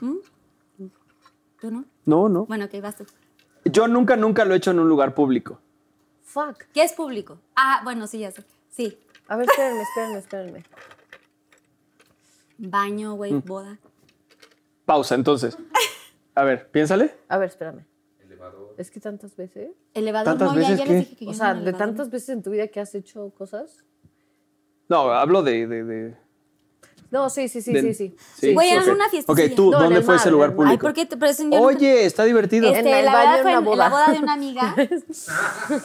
[SPEAKER 2] Mm. Mm. ¿Tú no?
[SPEAKER 3] No, no.
[SPEAKER 2] Bueno, ok, vas tú.
[SPEAKER 3] Yo nunca, nunca lo he hecho en un lugar público.
[SPEAKER 4] Fuck.
[SPEAKER 2] ¿Qué es público? Ah, bueno, sí, ya sé. Sí.
[SPEAKER 4] A ver, espérenme, espérenme, espérenme.
[SPEAKER 2] Baño, güey, boda.
[SPEAKER 3] Pausa, entonces. A ver, piénsale.
[SPEAKER 4] A ver, espérame. Es que tantas veces.
[SPEAKER 2] Elevador.
[SPEAKER 3] ¿Tantas
[SPEAKER 2] no, ya-
[SPEAKER 3] veces
[SPEAKER 2] ya,
[SPEAKER 3] qué?
[SPEAKER 2] les dije que yo
[SPEAKER 4] O
[SPEAKER 2] no
[SPEAKER 4] sea,
[SPEAKER 2] en
[SPEAKER 4] de
[SPEAKER 2] elevador.
[SPEAKER 4] tantas veces en tu vida que has hecho cosas.
[SPEAKER 3] No, hablo de. de, de-
[SPEAKER 4] No, sí, sí, sí,
[SPEAKER 3] de-
[SPEAKER 4] sí, sí.
[SPEAKER 2] Güey, en
[SPEAKER 3] ok.
[SPEAKER 2] una fiestecilla.
[SPEAKER 3] Ok, tú,
[SPEAKER 4] No, en
[SPEAKER 3] ¿dónde
[SPEAKER 4] el
[SPEAKER 3] fue
[SPEAKER 4] mar,
[SPEAKER 3] ese
[SPEAKER 4] en
[SPEAKER 3] lugar
[SPEAKER 4] el mar.
[SPEAKER 2] Ay,
[SPEAKER 3] público?
[SPEAKER 2] ¿por qué? te- Pero eso yo nunca-
[SPEAKER 3] Oye, está divertido.
[SPEAKER 2] Este,
[SPEAKER 4] En el
[SPEAKER 2] la
[SPEAKER 4] baño
[SPEAKER 2] verdad
[SPEAKER 4] de
[SPEAKER 2] fue en,
[SPEAKER 4] una
[SPEAKER 2] en la
[SPEAKER 4] boda.
[SPEAKER 2] boda de una
[SPEAKER 4] [LAUGHS]
[SPEAKER 2] amiga,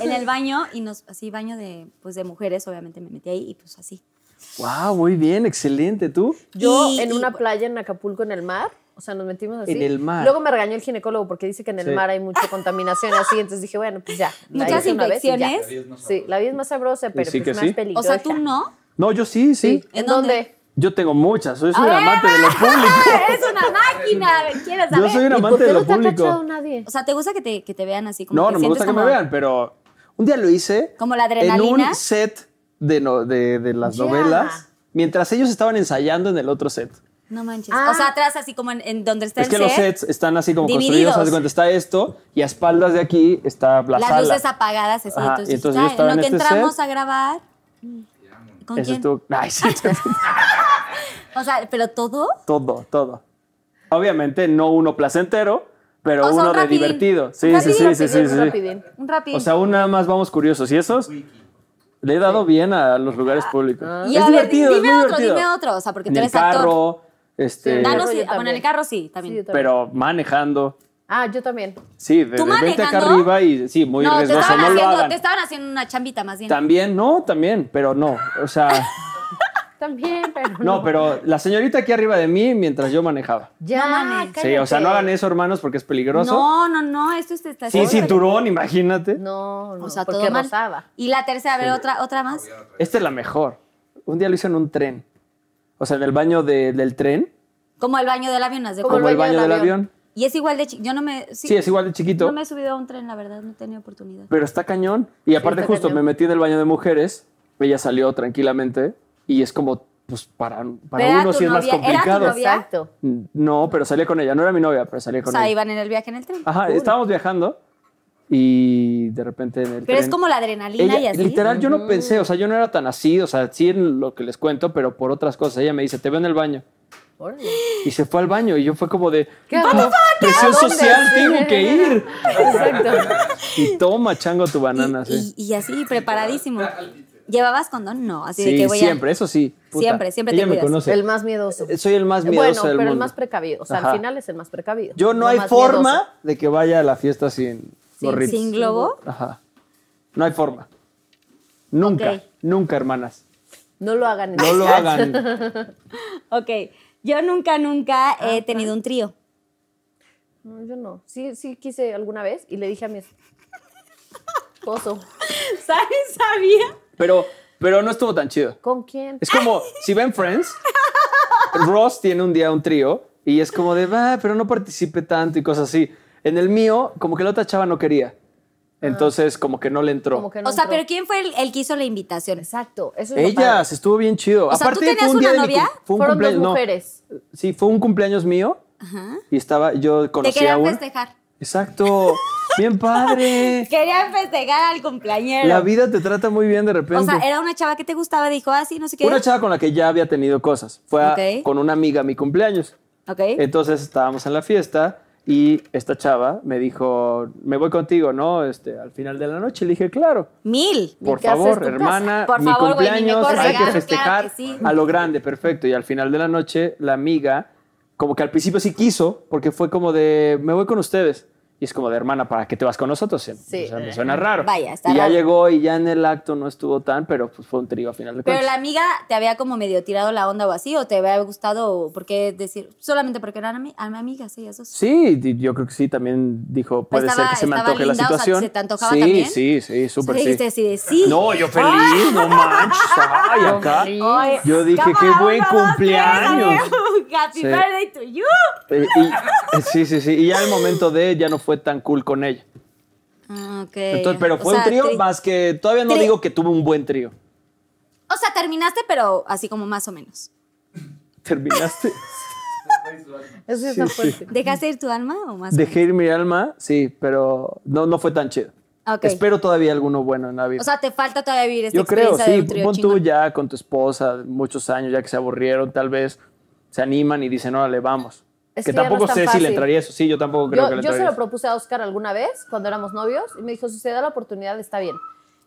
[SPEAKER 2] en el baño, y nos, así, baño de, pues, de mujeres, obviamente me metí ahí, y pues así.
[SPEAKER 3] Wow, muy bien, excelente. ¿Tú?
[SPEAKER 4] Yo
[SPEAKER 2] Y-
[SPEAKER 4] en
[SPEAKER 2] y-
[SPEAKER 4] una playa en Acapulco, en el mar. O sea, nos metimos así.
[SPEAKER 3] En el mar.
[SPEAKER 4] Luego me regañó el ginecólogo porque dice que en el
[SPEAKER 3] Sí.
[SPEAKER 4] mar hay mucha contaminación y así. Entonces dije, bueno,
[SPEAKER 2] [LAUGHS]
[SPEAKER 4] pues ya. la
[SPEAKER 2] Muchas
[SPEAKER 4] hice una vez y ya.
[SPEAKER 2] infecciones.
[SPEAKER 4] Sí, la vida es más sabrosa, pero
[SPEAKER 3] sí
[SPEAKER 4] pues
[SPEAKER 3] que
[SPEAKER 4] más
[SPEAKER 3] sí.
[SPEAKER 2] O
[SPEAKER 4] peligrosa.
[SPEAKER 2] sea, tú no. [LAUGHS]
[SPEAKER 3] No, yo sí, sí.
[SPEAKER 4] Sí.
[SPEAKER 2] ¿En
[SPEAKER 4] ¿En
[SPEAKER 2] dónde?
[SPEAKER 4] dónde?
[SPEAKER 3] Yo tengo muchas. Soy un amante
[SPEAKER 2] [LAUGHS]
[SPEAKER 3] de lo público.
[SPEAKER 2] Eres una máquina, a ver, quieres
[SPEAKER 3] Yo
[SPEAKER 2] saber.
[SPEAKER 3] soy un
[SPEAKER 4] ¿Y por
[SPEAKER 3] amante
[SPEAKER 4] qué
[SPEAKER 3] de
[SPEAKER 4] no
[SPEAKER 3] lo
[SPEAKER 4] te ha cachado
[SPEAKER 3] público.
[SPEAKER 4] nadie?
[SPEAKER 2] O sea, ¿te gusta que te, que te vean así como
[SPEAKER 3] No,
[SPEAKER 2] que
[SPEAKER 3] no me
[SPEAKER 2] sientes
[SPEAKER 3] gusta que me
[SPEAKER 2] como-
[SPEAKER 3] vean, pero un día lo hice.
[SPEAKER 2] ¿Como la
[SPEAKER 3] En
[SPEAKER 2] adrenalina?
[SPEAKER 3] un set de, no- de, de las
[SPEAKER 4] Ya.
[SPEAKER 3] novelas, mientras ellos estaban ensayando en el otro set.
[SPEAKER 2] No manches.
[SPEAKER 4] Ah.
[SPEAKER 2] O sea, atrás así como en, en donde está
[SPEAKER 3] Es
[SPEAKER 2] el
[SPEAKER 3] que
[SPEAKER 2] set,
[SPEAKER 3] los sets están así como
[SPEAKER 2] Divididos.
[SPEAKER 3] construidos, haz de cuenta, está esto, y a espaldas de aquí está la
[SPEAKER 2] las
[SPEAKER 3] sala.
[SPEAKER 2] luces apagadas así.
[SPEAKER 3] Ajá,
[SPEAKER 2] entonces,
[SPEAKER 3] y entonces yo
[SPEAKER 2] ay,
[SPEAKER 3] estaba
[SPEAKER 2] en lo
[SPEAKER 3] en
[SPEAKER 2] que
[SPEAKER 3] este
[SPEAKER 2] entramos
[SPEAKER 3] set.
[SPEAKER 2] a grabar. ¿Con
[SPEAKER 3] Eso
[SPEAKER 2] quién?
[SPEAKER 3] estuvo- Ay, sí,
[SPEAKER 2] [LAUGHS] O sea, pero todo.
[SPEAKER 3] todo, todo. Obviamente no uno placentero, pero
[SPEAKER 2] O sea, un
[SPEAKER 3] uno de
[SPEAKER 2] rapidín.
[SPEAKER 3] divertido. Sí,
[SPEAKER 2] Un
[SPEAKER 3] sí, sí,
[SPEAKER 2] rapidín,
[SPEAKER 3] sí, sí,
[SPEAKER 4] rapidín,
[SPEAKER 3] sí.
[SPEAKER 4] rapidín.
[SPEAKER 2] Un rapidín.
[SPEAKER 3] O sea, aún nada más vamos curiosos. Y esos le he dado bien a los lugares públicos.
[SPEAKER 2] Ah. y
[SPEAKER 3] es
[SPEAKER 2] a ver,
[SPEAKER 3] divertido,
[SPEAKER 2] dime
[SPEAKER 3] es muy
[SPEAKER 2] otro,
[SPEAKER 3] divertido.
[SPEAKER 2] dime otro. O sea, porque
[SPEAKER 3] en
[SPEAKER 2] tú
[SPEAKER 3] el
[SPEAKER 2] eres actor.
[SPEAKER 3] carro, este,
[SPEAKER 2] Danos,
[SPEAKER 4] Yo
[SPEAKER 2] sí, bueno, en el
[SPEAKER 4] también.
[SPEAKER 2] carro sí,
[SPEAKER 4] Sí, yo
[SPEAKER 2] también.
[SPEAKER 4] también.
[SPEAKER 3] pero manejando.
[SPEAKER 4] Ah, yo también.
[SPEAKER 3] Sí, de,
[SPEAKER 2] ¿Tú
[SPEAKER 3] de 20 acá
[SPEAKER 2] manejando?
[SPEAKER 3] arriba y sí, muy
[SPEAKER 2] no, te
[SPEAKER 3] riesgoso,
[SPEAKER 2] estaban,
[SPEAKER 3] no lo
[SPEAKER 2] haciendo,
[SPEAKER 3] hagan.
[SPEAKER 2] te estaban haciendo una chambita más bien.
[SPEAKER 3] También, no, también, pero no.
[SPEAKER 2] [LAUGHS]
[SPEAKER 3] O sea,
[SPEAKER 4] También, [LAUGHS] pero no.
[SPEAKER 3] no, pero la señorita aquí arriba de mí mientras yo manejaba.
[SPEAKER 4] Ya,
[SPEAKER 2] mames.
[SPEAKER 3] Sí, o sea, no
[SPEAKER 4] cállate.
[SPEAKER 3] hagan eso, hermanos, porque es peligroso.
[SPEAKER 2] No, no, no, esto es- está
[SPEAKER 3] sí, cinturón, imagínate.
[SPEAKER 4] No, no,
[SPEAKER 2] O sea,
[SPEAKER 4] porque
[SPEAKER 2] todo mal.
[SPEAKER 4] rozaba.
[SPEAKER 2] Y la tercera, a ver, otra, otra más.
[SPEAKER 3] Esta es la mejor. Un día lo hice en un tren. O sea, en el baño de- del tren,
[SPEAKER 2] Como el baño del avión, haz de
[SPEAKER 4] Como
[SPEAKER 3] como
[SPEAKER 2] cuenta.
[SPEAKER 3] el baño del avión.
[SPEAKER 2] Y es igual de chi- Yo no me. Sí,
[SPEAKER 3] Sí, es igual de chiquito.
[SPEAKER 2] No me he subido a un tren, la verdad, no he tenido oportunidad.
[SPEAKER 3] Pero está cañón. Y aparte
[SPEAKER 4] está
[SPEAKER 3] justo me
[SPEAKER 4] cañón.
[SPEAKER 3] metí en el baño de mujeres, ella salió tranquilamente y es como, pues para, para
[SPEAKER 2] Pero era
[SPEAKER 3] uno
[SPEAKER 2] tu
[SPEAKER 3] sí es más
[SPEAKER 2] novia- era tu
[SPEAKER 3] complicado. Mm,
[SPEAKER 2] novia. ¿Novia?
[SPEAKER 4] Exacto.
[SPEAKER 3] No, pero salía con ella, no era mi novia, pero salía
[SPEAKER 2] O
[SPEAKER 3] con Ah,
[SPEAKER 2] sea,
[SPEAKER 3] ella.
[SPEAKER 2] iban en el viaje en el tren.
[SPEAKER 3] Ajá, estábamos viajando y de repente en el
[SPEAKER 2] Pero es
[SPEAKER 3] tren-
[SPEAKER 2] como la adrenalina y
[SPEAKER 3] Ella-
[SPEAKER 2] así.
[SPEAKER 3] Literal, yo no pensé, o sea, yo no era tan así, o sea, sí en lo que les cuento, pero por otras cosas. Ella me dice, te veo en el baño.
[SPEAKER 4] Órale. [LAUGHS]
[SPEAKER 3] Y se fue al baño y yo fue como de,
[SPEAKER 4] ¿Qué hago?
[SPEAKER 3] presión
[SPEAKER 4] ¿A dónde?
[SPEAKER 3] social,
[SPEAKER 4] Sí.
[SPEAKER 3] tengo
[SPEAKER 2] [LAUGHS]
[SPEAKER 3] que ir.
[SPEAKER 4] Exacto.
[SPEAKER 3] Y toma, chango, tu
[SPEAKER 2] Y-
[SPEAKER 3] banana,
[SPEAKER 2] y,
[SPEAKER 3] sí.
[SPEAKER 2] y así, preparadísimo. ¿Llevabas condón? No, así de
[SPEAKER 3] Sí,
[SPEAKER 2] que voy a-
[SPEAKER 3] siempre, eso sí. puta.
[SPEAKER 2] Siempre, siempre te
[SPEAKER 3] Ella me
[SPEAKER 2] cuidas.
[SPEAKER 3] conoce.
[SPEAKER 4] El más miedoso.
[SPEAKER 3] eh, Soy el más miedoso
[SPEAKER 4] Bueno,
[SPEAKER 3] del
[SPEAKER 4] pero el
[SPEAKER 3] mundo.
[SPEAKER 4] más precavido. O sea,
[SPEAKER 3] Ajá.
[SPEAKER 4] al final es el más precavido.
[SPEAKER 3] Yo no, hay
[SPEAKER 4] más
[SPEAKER 3] forma
[SPEAKER 4] miedoso.
[SPEAKER 3] de que vaya a la fiesta sin
[SPEAKER 2] sin,
[SPEAKER 3] gorritos.
[SPEAKER 2] sin globo.
[SPEAKER 3] Ajá. No hay forma. Nunca,
[SPEAKER 2] Ok.
[SPEAKER 3] nunca, hermanas.
[SPEAKER 4] No lo hagan.
[SPEAKER 2] [LAUGHS]
[SPEAKER 4] este
[SPEAKER 3] No lo hagan.
[SPEAKER 2] Ok. Yo nunca, nunca
[SPEAKER 4] Ah,
[SPEAKER 2] he tenido un trío.
[SPEAKER 4] No, yo no. Sí, sí quise alguna vez y le dije a mi esposo,
[SPEAKER 2] ¿Sabes? Sabía.
[SPEAKER 3] Pero, pero no estuvo tan chido.
[SPEAKER 4] ¿con quién?
[SPEAKER 3] Es como, si ven Friends, Ross tiene un día un trío y es como de, va, pero no participe tanto y cosas así. En el mío, como que la otra chava no quería.
[SPEAKER 2] Ah.
[SPEAKER 3] Entonces, como que no le entró.
[SPEAKER 4] Como que no
[SPEAKER 2] O sea,
[SPEAKER 4] entró.
[SPEAKER 2] pero ¿quién fue el, el que hizo la invitación?
[SPEAKER 4] Exacto. Eso es lo padre.
[SPEAKER 3] Ellas, estuvo bien chido.
[SPEAKER 2] O sea, ¿tú
[SPEAKER 3] Aparte,
[SPEAKER 2] tenías
[SPEAKER 3] fue un día
[SPEAKER 2] una
[SPEAKER 3] de mi
[SPEAKER 2] novia?
[SPEAKER 3] cum- fue un
[SPEAKER 4] Fueron dos
[SPEAKER 3] cumpleaños- no,
[SPEAKER 4] mujeres.
[SPEAKER 3] sí, fue un cumpleaños mío
[SPEAKER 2] Ajá.
[SPEAKER 3] y estaba, yo
[SPEAKER 2] Te
[SPEAKER 3] conocí a
[SPEAKER 2] querían
[SPEAKER 3] una.
[SPEAKER 2] festejar.
[SPEAKER 3] Exacto. Bien
[SPEAKER 2] [LAUGHS]
[SPEAKER 3] padre.
[SPEAKER 2] Querían festejar al cumpleañero.
[SPEAKER 3] La vida te trata muy bien de repente.
[SPEAKER 2] O sea, era una chava que te gustaba, dijo, ah, sí, no sé qué.
[SPEAKER 3] Una chava con la que ya había tenido cosas. Fue a-
[SPEAKER 2] Ok.
[SPEAKER 3] con una amiga a mi cumpleaños.
[SPEAKER 2] Ok.
[SPEAKER 3] Entonces estábamos en la fiesta y esta chava me dijo, me voy contigo, ¿no? Este, al final de la noche. Le dije, claro.
[SPEAKER 2] Mil.
[SPEAKER 3] Por
[SPEAKER 4] casa es
[SPEAKER 3] favor,
[SPEAKER 4] tu casa.
[SPEAKER 3] hermana,
[SPEAKER 2] Por
[SPEAKER 3] mi
[SPEAKER 2] favor, güey, ni me
[SPEAKER 3] cumpleaños,
[SPEAKER 2] corras,
[SPEAKER 3] hay que
[SPEAKER 2] claro que
[SPEAKER 3] festejar
[SPEAKER 2] sí.
[SPEAKER 3] a lo grande, perfecto. Y al final de la noche, la amiga, como que al principio sí quiso, porque fue como de, me voy con ustedes. Y es como de, hermana, ¿para qué te vas con nosotros? O
[SPEAKER 4] Sí.
[SPEAKER 3] sea, me suena raro.
[SPEAKER 2] Vaya, está
[SPEAKER 3] y ya
[SPEAKER 2] raro.
[SPEAKER 3] llegó y ya en el acto no estuvo tan, pero pues fue un trío al final de
[SPEAKER 2] Pero
[SPEAKER 3] cuentas.
[SPEAKER 2] la amiga te había como medio tirado la onda o así, o te había gustado, o por qué decir, solamente porque eran ami- am- amigas, ellas dos.
[SPEAKER 3] Sí, di- yo creo que sí, también dijo, puede
[SPEAKER 2] estaba-
[SPEAKER 3] ser que se me
[SPEAKER 2] estaba
[SPEAKER 3] antoje la
[SPEAKER 2] linda, o sea,
[SPEAKER 3] situación.
[SPEAKER 2] ¿se te antojaba
[SPEAKER 3] sí,
[SPEAKER 2] también?
[SPEAKER 3] sí, sí,
[SPEAKER 2] Entonces
[SPEAKER 3] súper sí.
[SPEAKER 2] dijiste así de sí.
[SPEAKER 3] No, yo feliz,
[SPEAKER 2] [LAUGHS]
[SPEAKER 3] no manches, ay, acá.
[SPEAKER 2] Ay,
[SPEAKER 3] Yo dije,
[SPEAKER 2] cámara,
[SPEAKER 3] qué buen
[SPEAKER 2] uno, dos, tres,
[SPEAKER 3] cumpleaños.
[SPEAKER 2] amigo. [LAUGHS] Happy
[SPEAKER 3] Sí.
[SPEAKER 2] birthday to you.
[SPEAKER 3] Eh, y- sí, sí, sí. Y ya el momento de ya no fue tan cool con ella.
[SPEAKER 2] Ah, ok.
[SPEAKER 3] Entonces, pero
[SPEAKER 2] O
[SPEAKER 3] fue
[SPEAKER 2] sea,
[SPEAKER 3] un trío
[SPEAKER 2] tri-
[SPEAKER 3] más que todavía no
[SPEAKER 2] tri-
[SPEAKER 3] digo que tuvo un buen trío.
[SPEAKER 2] O sea, terminaste, pero así como más o menos. [LAUGHS]
[SPEAKER 3] Terminaste.
[SPEAKER 4] Eso
[SPEAKER 3] Sí,
[SPEAKER 4] está
[SPEAKER 3] sí.
[SPEAKER 4] fuerte.
[SPEAKER 3] [LAUGHS]
[SPEAKER 2] ¿Dejaste ir tu alma o más? o
[SPEAKER 3] Dejé ir mi alma, sí, pero no, no fue tan chido.
[SPEAKER 2] Ok.
[SPEAKER 3] Espero todavía alguno bueno en la vida.
[SPEAKER 2] menos? O sea, te falta todavía vivir esta
[SPEAKER 3] Yo creo,
[SPEAKER 2] experiencia
[SPEAKER 3] sí.
[SPEAKER 2] de un trío
[SPEAKER 3] Pon tú
[SPEAKER 2] chingón.
[SPEAKER 3] ya con tu esposa, muchos años, ya que se aburrieron, tal vez se animan y dicen, órale, vamos.
[SPEAKER 4] Es
[SPEAKER 3] que
[SPEAKER 4] que ya no
[SPEAKER 3] tampoco
[SPEAKER 4] es tan
[SPEAKER 3] sé si
[SPEAKER 4] fácil.
[SPEAKER 3] le entraría eso. Sí, yo tampoco creo
[SPEAKER 4] Yo,
[SPEAKER 3] que le
[SPEAKER 4] yo se
[SPEAKER 3] entraría
[SPEAKER 4] lo
[SPEAKER 3] eso.
[SPEAKER 4] propuse a Oscar alguna vez cuando éramos novios y me dijo, si se da la oportunidad, está bien.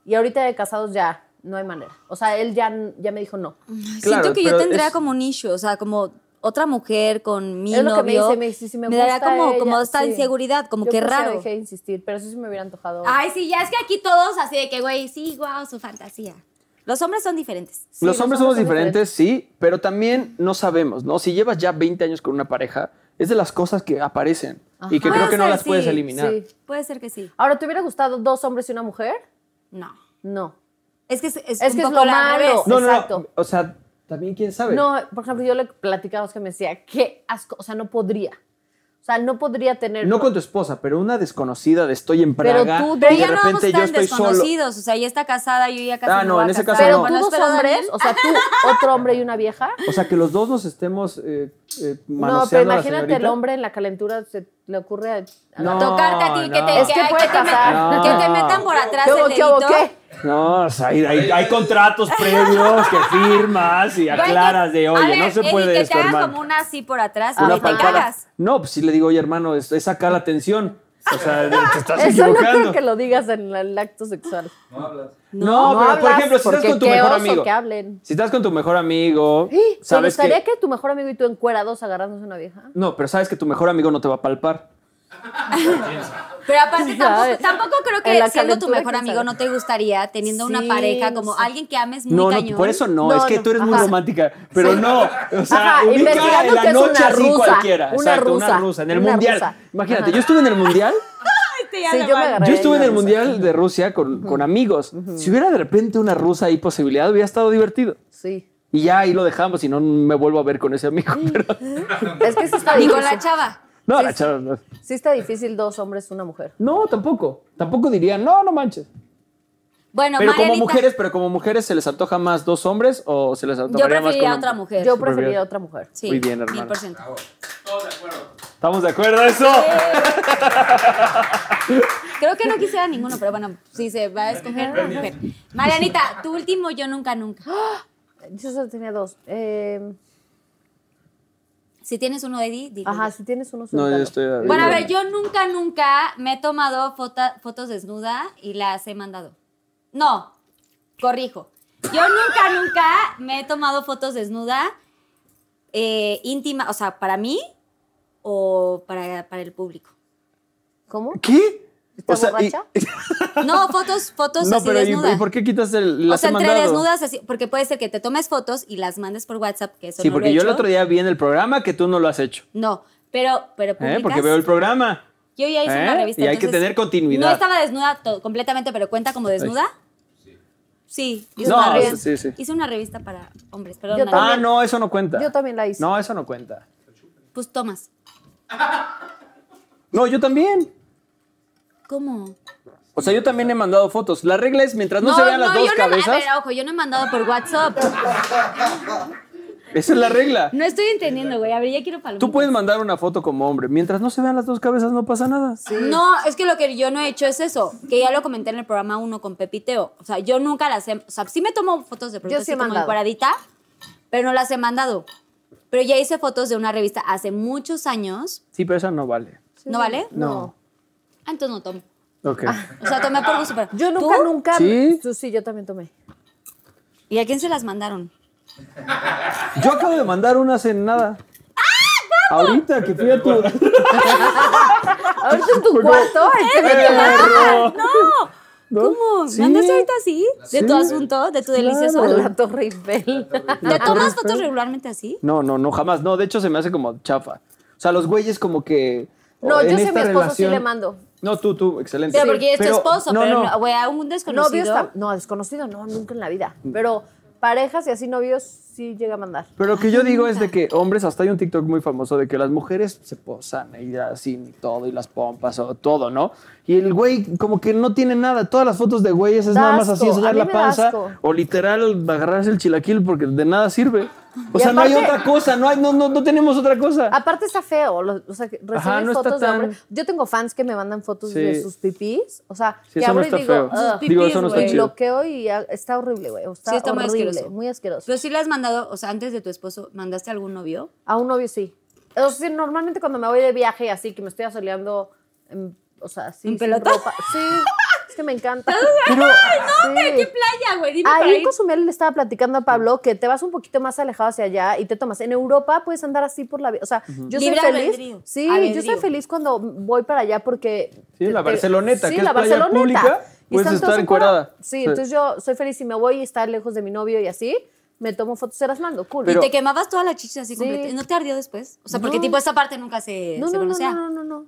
[SPEAKER 4] Y ahorita de casados ya no hay manera. O sea, él ya, ya me dijo no.
[SPEAKER 3] Claro,
[SPEAKER 2] Siento que yo
[SPEAKER 3] pero
[SPEAKER 2] tendría
[SPEAKER 3] es-
[SPEAKER 2] como un issue, o sea, como otra mujer con mi
[SPEAKER 4] Es
[SPEAKER 2] novio.
[SPEAKER 4] lo que me dice, me dice, si me,
[SPEAKER 2] daría
[SPEAKER 4] gusta
[SPEAKER 2] como, como
[SPEAKER 4] ella,
[SPEAKER 2] esta
[SPEAKER 4] sí.
[SPEAKER 2] inseguridad, como
[SPEAKER 4] Yo
[SPEAKER 2] que
[SPEAKER 4] por eso
[SPEAKER 2] raro.
[SPEAKER 4] dejé de insistir, pero eso sí me hubiera antojado.
[SPEAKER 2] Ay, sí, ya es que aquí todos así de que, güey, sí, wow, su fantasía. Los hombres son diferentes.
[SPEAKER 4] Sí,
[SPEAKER 3] los hombres somos diferentes, sí, pero también no sabemos, ¿no? Si llevas ya 20 años con una pareja, es de las cosas que aparecen y que
[SPEAKER 2] Ajá.
[SPEAKER 3] creo que no
[SPEAKER 2] Puede
[SPEAKER 3] las
[SPEAKER 2] ser,
[SPEAKER 3] puedes
[SPEAKER 2] sí,
[SPEAKER 3] eliminar.
[SPEAKER 4] Ah, sí.
[SPEAKER 2] Puede ser que sí.
[SPEAKER 4] Ahora, ¿te hubiera gustado dos hombres y una mujer?
[SPEAKER 2] No.
[SPEAKER 4] No.
[SPEAKER 2] Es que es, es
[SPEAKER 4] Es
[SPEAKER 2] un
[SPEAKER 4] que
[SPEAKER 2] poco
[SPEAKER 4] es lo
[SPEAKER 2] la
[SPEAKER 4] malo.
[SPEAKER 2] revés.
[SPEAKER 3] No, no, no,
[SPEAKER 4] Exacto.
[SPEAKER 3] o sea, también quién sabe.
[SPEAKER 4] No, por ejemplo, yo le platicaba a Oscar y me decía, qué asco, o sea, no podría. O sea, no podría tener...
[SPEAKER 3] No con tu esposa, pero una desconocida de estoy en Praga
[SPEAKER 4] tú-
[SPEAKER 3] y
[SPEAKER 4] pero
[SPEAKER 2] Pero
[SPEAKER 3] de
[SPEAKER 2] ya no vamos
[SPEAKER 3] repente yo
[SPEAKER 2] tan
[SPEAKER 3] estoy solo.
[SPEAKER 2] desconocidos, o sea, ya está casada, yo ya casi
[SPEAKER 3] Ah,
[SPEAKER 2] me
[SPEAKER 3] no,
[SPEAKER 2] voy a
[SPEAKER 3] en ese
[SPEAKER 2] casar.
[SPEAKER 3] caso no.
[SPEAKER 4] Pero tú
[SPEAKER 2] Bueno,
[SPEAKER 4] dos
[SPEAKER 2] espero,
[SPEAKER 4] hombres,
[SPEAKER 2] Daniel.
[SPEAKER 4] o sea, tú otro hombre y una vieja.
[SPEAKER 3] O sea, que los dos nos estemos eh, eh,
[SPEAKER 4] No, pero
[SPEAKER 3] manoseando a la
[SPEAKER 4] imagínate el
[SPEAKER 3] señorita.
[SPEAKER 4] hombre en la calentura, se le ocurre a... a
[SPEAKER 3] No,
[SPEAKER 2] Tocarte a ti, que te,
[SPEAKER 3] no.
[SPEAKER 4] Es que
[SPEAKER 2] ay,
[SPEAKER 4] puede
[SPEAKER 2] que te me-
[SPEAKER 4] pasar.
[SPEAKER 2] que
[SPEAKER 3] No.
[SPEAKER 2] te metan por atrás
[SPEAKER 4] ¿Qué hubo,
[SPEAKER 2] el
[SPEAKER 4] qué hubo,
[SPEAKER 2] dedito.
[SPEAKER 4] qué?
[SPEAKER 3] No, o sea, hay, hay- hay contratos previos que firmas
[SPEAKER 4] [LAUGHS]
[SPEAKER 3] y
[SPEAKER 2] Güey, que-
[SPEAKER 3] aclaras de,
[SPEAKER 2] a
[SPEAKER 3] oye,
[SPEAKER 2] ver,
[SPEAKER 3] no se
[SPEAKER 2] Eddie,
[SPEAKER 3] puede
[SPEAKER 2] que te
[SPEAKER 3] esto,
[SPEAKER 2] hagan
[SPEAKER 3] hermano.
[SPEAKER 2] como una así por atrás,
[SPEAKER 3] Una
[SPEAKER 2] güey, te
[SPEAKER 3] palpada.
[SPEAKER 2] cagas.
[SPEAKER 3] No, pues sí le digo, oye, hermano, es, es acá la atención. O sea, te estás
[SPEAKER 4] Eso no
[SPEAKER 3] equivocando.
[SPEAKER 4] creo que lo digas en el acto sexual.
[SPEAKER 6] No hablas.
[SPEAKER 3] No,
[SPEAKER 4] No
[SPEAKER 3] pero por
[SPEAKER 4] hablas,
[SPEAKER 3] ejemplo, si estás
[SPEAKER 4] porque
[SPEAKER 3] con tu
[SPEAKER 4] qué
[SPEAKER 3] mejor
[SPEAKER 4] oso
[SPEAKER 3] amigo.
[SPEAKER 4] que hablen.
[SPEAKER 3] Si estás con tu mejor amigo,
[SPEAKER 4] [GASPS] ¿Te
[SPEAKER 3] sabes
[SPEAKER 4] gustaría
[SPEAKER 3] que.
[SPEAKER 4] que tu mejor amigo y tú encuerados agarrándose una vieja?
[SPEAKER 3] No, pero sabes que tu mejor amigo no te va a palpar.
[SPEAKER 2] Pero aparte,
[SPEAKER 4] [LAUGHS] Sí, sabe.
[SPEAKER 2] tampoco, tampoco creo
[SPEAKER 4] En la
[SPEAKER 2] que siendo tu
[SPEAKER 4] calentura,
[SPEAKER 2] mejor
[SPEAKER 4] quién
[SPEAKER 2] amigo
[SPEAKER 4] sabe.
[SPEAKER 2] no te gustaría teniendo una
[SPEAKER 4] Sí,
[SPEAKER 2] pareja como
[SPEAKER 4] sí.
[SPEAKER 2] alguien que ames muy
[SPEAKER 3] No,
[SPEAKER 2] cañón.
[SPEAKER 3] no, por eso no,
[SPEAKER 4] No,
[SPEAKER 3] es que
[SPEAKER 4] no,
[SPEAKER 3] tú eres muy
[SPEAKER 4] ajá.
[SPEAKER 3] romántica, pero no, o sea,
[SPEAKER 4] Ajá,
[SPEAKER 3] ubica
[SPEAKER 4] investigando
[SPEAKER 3] en la
[SPEAKER 4] que es
[SPEAKER 3] noche
[SPEAKER 4] una
[SPEAKER 3] así
[SPEAKER 4] rusa,
[SPEAKER 3] cualquiera,
[SPEAKER 4] una
[SPEAKER 3] exacto, una
[SPEAKER 4] rusa,
[SPEAKER 3] rusa, en el
[SPEAKER 4] una
[SPEAKER 3] mundial.
[SPEAKER 4] rusa.
[SPEAKER 3] Imagínate,
[SPEAKER 4] Ajá.
[SPEAKER 3] yo estuve en el mundial,
[SPEAKER 4] Sí, yo me agarré.
[SPEAKER 3] yo estuve en el
[SPEAKER 4] una
[SPEAKER 3] mundial de Rusia con, con amigos, si hubiera de repente una rusa ahí posibilidad, hubiera estado divertido.
[SPEAKER 4] Sí.
[SPEAKER 3] Y ya ahí lo dejamos y no me vuelvo a ver con ese amigo, pero
[SPEAKER 4] Es que sí está
[SPEAKER 2] Ni
[SPEAKER 4] difícil.
[SPEAKER 2] con la chava.
[SPEAKER 3] no,
[SPEAKER 4] Sí,
[SPEAKER 3] la
[SPEAKER 4] sí.
[SPEAKER 3] chava no.
[SPEAKER 4] Sí está difícil dos hombres, una mujer.
[SPEAKER 3] No, tampoco, tampoco diría, no, no manches.
[SPEAKER 2] Bueno,
[SPEAKER 3] Pero como
[SPEAKER 2] Marianita,
[SPEAKER 3] mujeres, pero como mujeres se les antoja más dos hombres o se les
[SPEAKER 2] yo
[SPEAKER 3] antojaría más con
[SPEAKER 2] preferiría a
[SPEAKER 3] un-
[SPEAKER 2] otra mujer.
[SPEAKER 4] Yo
[SPEAKER 3] Súper bien.
[SPEAKER 4] preferiría otra mujer.
[SPEAKER 2] sí,
[SPEAKER 3] Muy bien, hermana.
[SPEAKER 2] mil por
[SPEAKER 6] Ah,
[SPEAKER 2] ciento.
[SPEAKER 6] [LAUGHS]
[SPEAKER 3] ¿Estamos de acuerdo a eso?
[SPEAKER 2] Creo que no quisiera ninguno, pero bueno, si se va a escoger una mujer. Marianita, tu último yo nunca nunca.
[SPEAKER 4] Yo solo tenía dos. Eh,
[SPEAKER 2] Si tienes uno de Eddie, dilo.
[SPEAKER 4] ajá, si tienes uno
[SPEAKER 3] No, yo
[SPEAKER 4] suéltalo.
[SPEAKER 3] estoy de
[SPEAKER 2] Bueno, a
[SPEAKER 3] acuerdo.
[SPEAKER 2] ver, yo nunca nunca me he tomado fota- fotos desnuda y las he mandado. No, corrijo. Yo nunca nunca me he tomado fotos desnuda eh, íntima, o sea, para mí o para, para el público.
[SPEAKER 4] ¿Cómo?
[SPEAKER 3] ¿Qué?
[SPEAKER 4] ¿Estás
[SPEAKER 3] y-
[SPEAKER 4] borracha?
[SPEAKER 2] No, fotos, fotos
[SPEAKER 3] no,
[SPEAKER 2] así
[SPEAKER 3] pero ¿y-
[SPEAKER 2] desnuda.
[SPEAKER 3] ¿y, por qué quitas el,
[SPEAKER 2] o
[SPEAKER 3] las
[SPEAKER 2] sea,
[SPEAKER 3] he
[SPEAKER 2] entre
[SPEAKER 3] mandado?
[SPEAKER 2] desnudas, así, porque puede ser que te tomes fotos y las mandes por WhatsApp, que eso
[SPEAKER 3] Sí,
[SPEAKER 2] no
[SPEAKER 3] porque
[SPEAKER 2] lo he
[SPEAKER 3] yo el
[SPEAKER 2] hecho.
[SPEAKER 3] otro día vi en el programa que tú no lo has hecho.
[SPEAKER 2] No, pero, pero
[SPEAKER 3] ¿eh?
[SPEAKER 2] publicas.
[SPEAKER 3] Porque veo el programa.
[SPEAKER 2] Yo ya hice
[SPEAKER 3] ¿Eh?
[SPEAKER 2] una revista.
[SPEAKER 3] Y hay que
[SPEAKER 2] entonces,
[SPEAKER 3] tener continuidad.
[SPEAKER 2] No estaba desnuda to- completamente, pero cuenta como desnuda. Sí. hice
[SPEAKER 3] No,
[SPEAKER 2] una revista.
[SPEAKER 3] sí, sí.
[SPEAKER 2] Hice una revista para hombres, perdón.
[SPEAKER 4] Yo
[SPEAKER 2] Dani.
[SPEAKER 3] Ah,
[SPEAKER 4] también.
[SPEAKER 3] no, eso no cuenta.
[SPEAKER 4] Yo también la hice.
[SPEAKER 3] No, eso no cuenta.
[SPEAKER 2] Pues tomas.
[SPEAKER 3] No, yo también.
[SPEAKER 2] ¿Cómo?
[SPEAKER 3] O sea, yo también he mandado fotos. La regla es mientras no, se vean las dos
[SPEAKER 2] yo no. A
[SPEAKER 3] cabezas,
[SPEAKER 2] ver, ojo, yo no he mandado por WhatsApp.
[SPEAKER 3] esa es la regla.
[SPEAKER 2] No estoy entendiendo, güey. A ver, ya quiero palomar.
[SPEAKER 3] Tú puedes mandar una foto como hombre. Mientras no se vean las dos cabezas, no pasa nada.
[SPEAKER 2] No, es que lo que yo no he hecho es eso, que ya lo comenté en el programa 1 con Pepiteo. O sea, yo nunca las he. O sea, sí me tomo fotos de productos
[SPEAKER 4] sí he
[SPEAKER 2] así como
[SPEAKER 4] mandado.
[SPEAKER 2] encuadradita, pero no las he mandado. Pero ya hice fotos de una revista hace muchos años.
[SPEAKER 3] Sí, pero esa no vale.
[SPEAKER 2] ¿No Ah. vale?
[SPEAKER 3] No.
[SPEAKER 2] Ah, entonces no tomo.
[SPEAKER 3] Ok.
[SPEAKER 2] O sea, tomé por gusto. Pero
[SPEAKER 4] Yo nunca,
[SPEAKER 2] ¿Tú?
[SPEAKER 4] nunca.
[SPEAKER 3] ¿Sí?
[SPEAKER 4] Tú sí, yo también tomé.
[SPEAKER 2] ¿Y a quién se las mandaron?
[SPEAKER 3] Yo acabo de mandar unas en nada.
[SPEAKER 2] Ah,
[SPEAKER 3] Ahorita que fui
[SPEAKER 2] [LAUGHS]
[SPEAKER 3] a tu.
[SPEAKER 4] Ahorita
[SPEAKER 3] [LAUGHS]
[SPEAKER 4] en tu cuarto.
[SPEAKER 2] [LAUGHS]
[SPEAKER 4] este me-
[SPEAKER 2] ¡No!
[SPEAKER 3] Perro. ¿No?
[SPEAKER 2] ¿Cómo?
[SPEAKER 3] Sí.
[SPEAKER 2] ¿Mandaste ahorita así? ¿De
[SPEAKER 3] Sí.
[SPEAKER 2] tu asunto? ¿De tu delicioso?
[SPEAKER 3] Claro.
[SPEAKER 4] La Torre Eiffel.
[SPEAKER 2] ¿Te tomas fotos regularmente así?
[SPEAKER 3] No, no, no, jamás. No, de hecho se me hace como chafa. O sea, los güeyes como que.
[SPEAKER 4] No,
[SPEAKER 3] o en
[SPEAKER 4] yo sí a
[SPEAKER 3] esta
[SPEAKER 4] mi esposo sí
[SPEAKER 3] relación-
[SPEAKER 4] le mando.
[SPEAKER 3] No, tú, tú, excelente.
[SPEAKER 2] Pero porque es tu esposo,
[SPEAKER 3] no,
[SPEAKER 2] pero
[SPEAKER 3] no.
[SPEAKER 2] no, güey, a un
[SPEAKER 4] Novios
[SPEAKER 2] desconocido.
[SPEAKER 3] Mm.
[SPEAKER 4] tam- No, desconocido no, nunca en la vida. Pero parejas y así novios sí llega a mandar.
[SPEAKER 3] Pero lo que yo digo es de que hombres, hasta hay un TikTok muy famoso de que las mujeres se posan y así y todo, y las pompas, o todo, ¿no? Y el güey como que no tiene nada. Todas las fotos de güeyes es
[SPEAKER 4] Da
[SPEAKER 3] nada más así,
[SPEAKER 4] asco,
[SPEAKER 3] enseñar
[SPEAKER 4] a mí
[SPEAKER 3] la
[SPEAKER 4] me da
[SPEAKER 3] panza
[SPEAKER 4] asco.
[SPEAKER 3] o literal agarrarse el chilaquil porque de nada sirve. O
[SPEAKER 4] Y
[SPEAKER 3] sea, no hay
[SPEAKER 4] aparte-
[SPEAKER 3] otra cosa, no, hay, no, no, no tenemos otra cosa.
[SPEAKER 4] Aparte está feo, lo- o sea, que recibir
[SPEAKER 3] Ajá, no está
[SPEAKER 4] fotos de
[SPEAKER 3] tan-
[SPEAKER 4] hombres. Yo tengo fans que me mandan fotos
[SPEAKER 3] Sí.
[SPEAKER 4] de sus pipís, o sea,
[SPEAKER 3] Sí,
[SPEAKER 4] que
[SPEAKER 3] eso no
[SPEAKER 4] abro y
[SPEAKER 3] está
[SPEAKER 4] digo,
[SPEAKER 3] feo.
[SPEAKER 4] "Ugh",
[SPEAKER 7] Sus
[SPEAKER 3] Digo,
[SPEAKER 7] pipis,
[SPEAKER 3] eso no está
[SPEAKER 7] güey.
[SPEAKER 3] chido.
[SPEAKER 4] bloqueo y ah, está horrible, güey, o está,
[SPEAKER 2] Sí, está muy
[SPEAKER 4] horrible,
[SPEAKER 2] asqueroso.
[SPEAKER 4] muy asqueroso.
[SPEAKER 2] Pero si le has mandado, o sea, antes de tu esposo, ¿mandaste a algún novio?
[SPEAKER 4] A un novio sí. O sea, normalmente cuando me voy de viaje y así, que me estoy asoleando, en- o sea, así.
[SPEAKER 2] ¿En
[SPEAKER 4] sin
[SPEAKER 2] pelota?
[SPEAKER 4] ropa. Sí, es que
[SPEAKER 3] [LAUGHS]
[SPEAKER 4] me encanta. Sí.
[SPEAKER 2] playa, güey! Dime
[SPEAKER 4] Ahí
[SPEAKER 2] para
[SPEAKER 4] en
[SPEAKER 2] ir.
[SPEAKER 4] Cozumel le estaba platicando a Pablo que te vas un poquito más alejado hacia allá y te tomas. En Europa puedes andar así por la vida. O sea, yo soy
[SPEAKER 2] Libre
[SPEAKER 4] feliz.
[SPEAKER 2] albedrío.
[SPEAKER 4] Sí,
[SPEAKER 2] Albedrío.
[SPEAKER 4] yo soy feliz cuando voy para allá porque.
[SPEAKER 3] Sí, la
[SPEAKER 4] te- te-
[SPEAKER 3] Barceloneta,
[SPEAKER 4] Sí,
[SPEAKER 3] que es
[SPEAKER 4] la
[SPEAKER 3] playa
[SPEAKER 4] Barceloneta.
[SPEAKER 3] pública,
[SPEAKER 4] Y
[SPEAKER 3] puedes
[SPEAKER 4] están
[SPEAKER 3] estar
[SPEAKER 4] todos en
[SPEAKER 3] encuerada.
[SPEAKER 4] coro. Sí,
[SPEAKER 3] Sí.
[SPEAKER 4] entonces yo soy feliz si me voy y estar lejos de mi novio y así. Me tomo fotos, se las mando. Cool.
[SPEAKER 3] Pero-
[SPEAKER 2] Te quemabas toda la chicha así
[SPEAKER 4] Sí.
[SPEAKER 2] completa. ¿No te ardió después? O sea, porque
[SPEAKER 4] No.
[SPEAKER 2] tipo esta parte nunca se,
[SPEAKER 4] no,
[SPEAKER 2] se
[SPEAKER 4] no, no,
[SPEAKER 2] conocía.
[SPEAKER 4] no, no, no, no.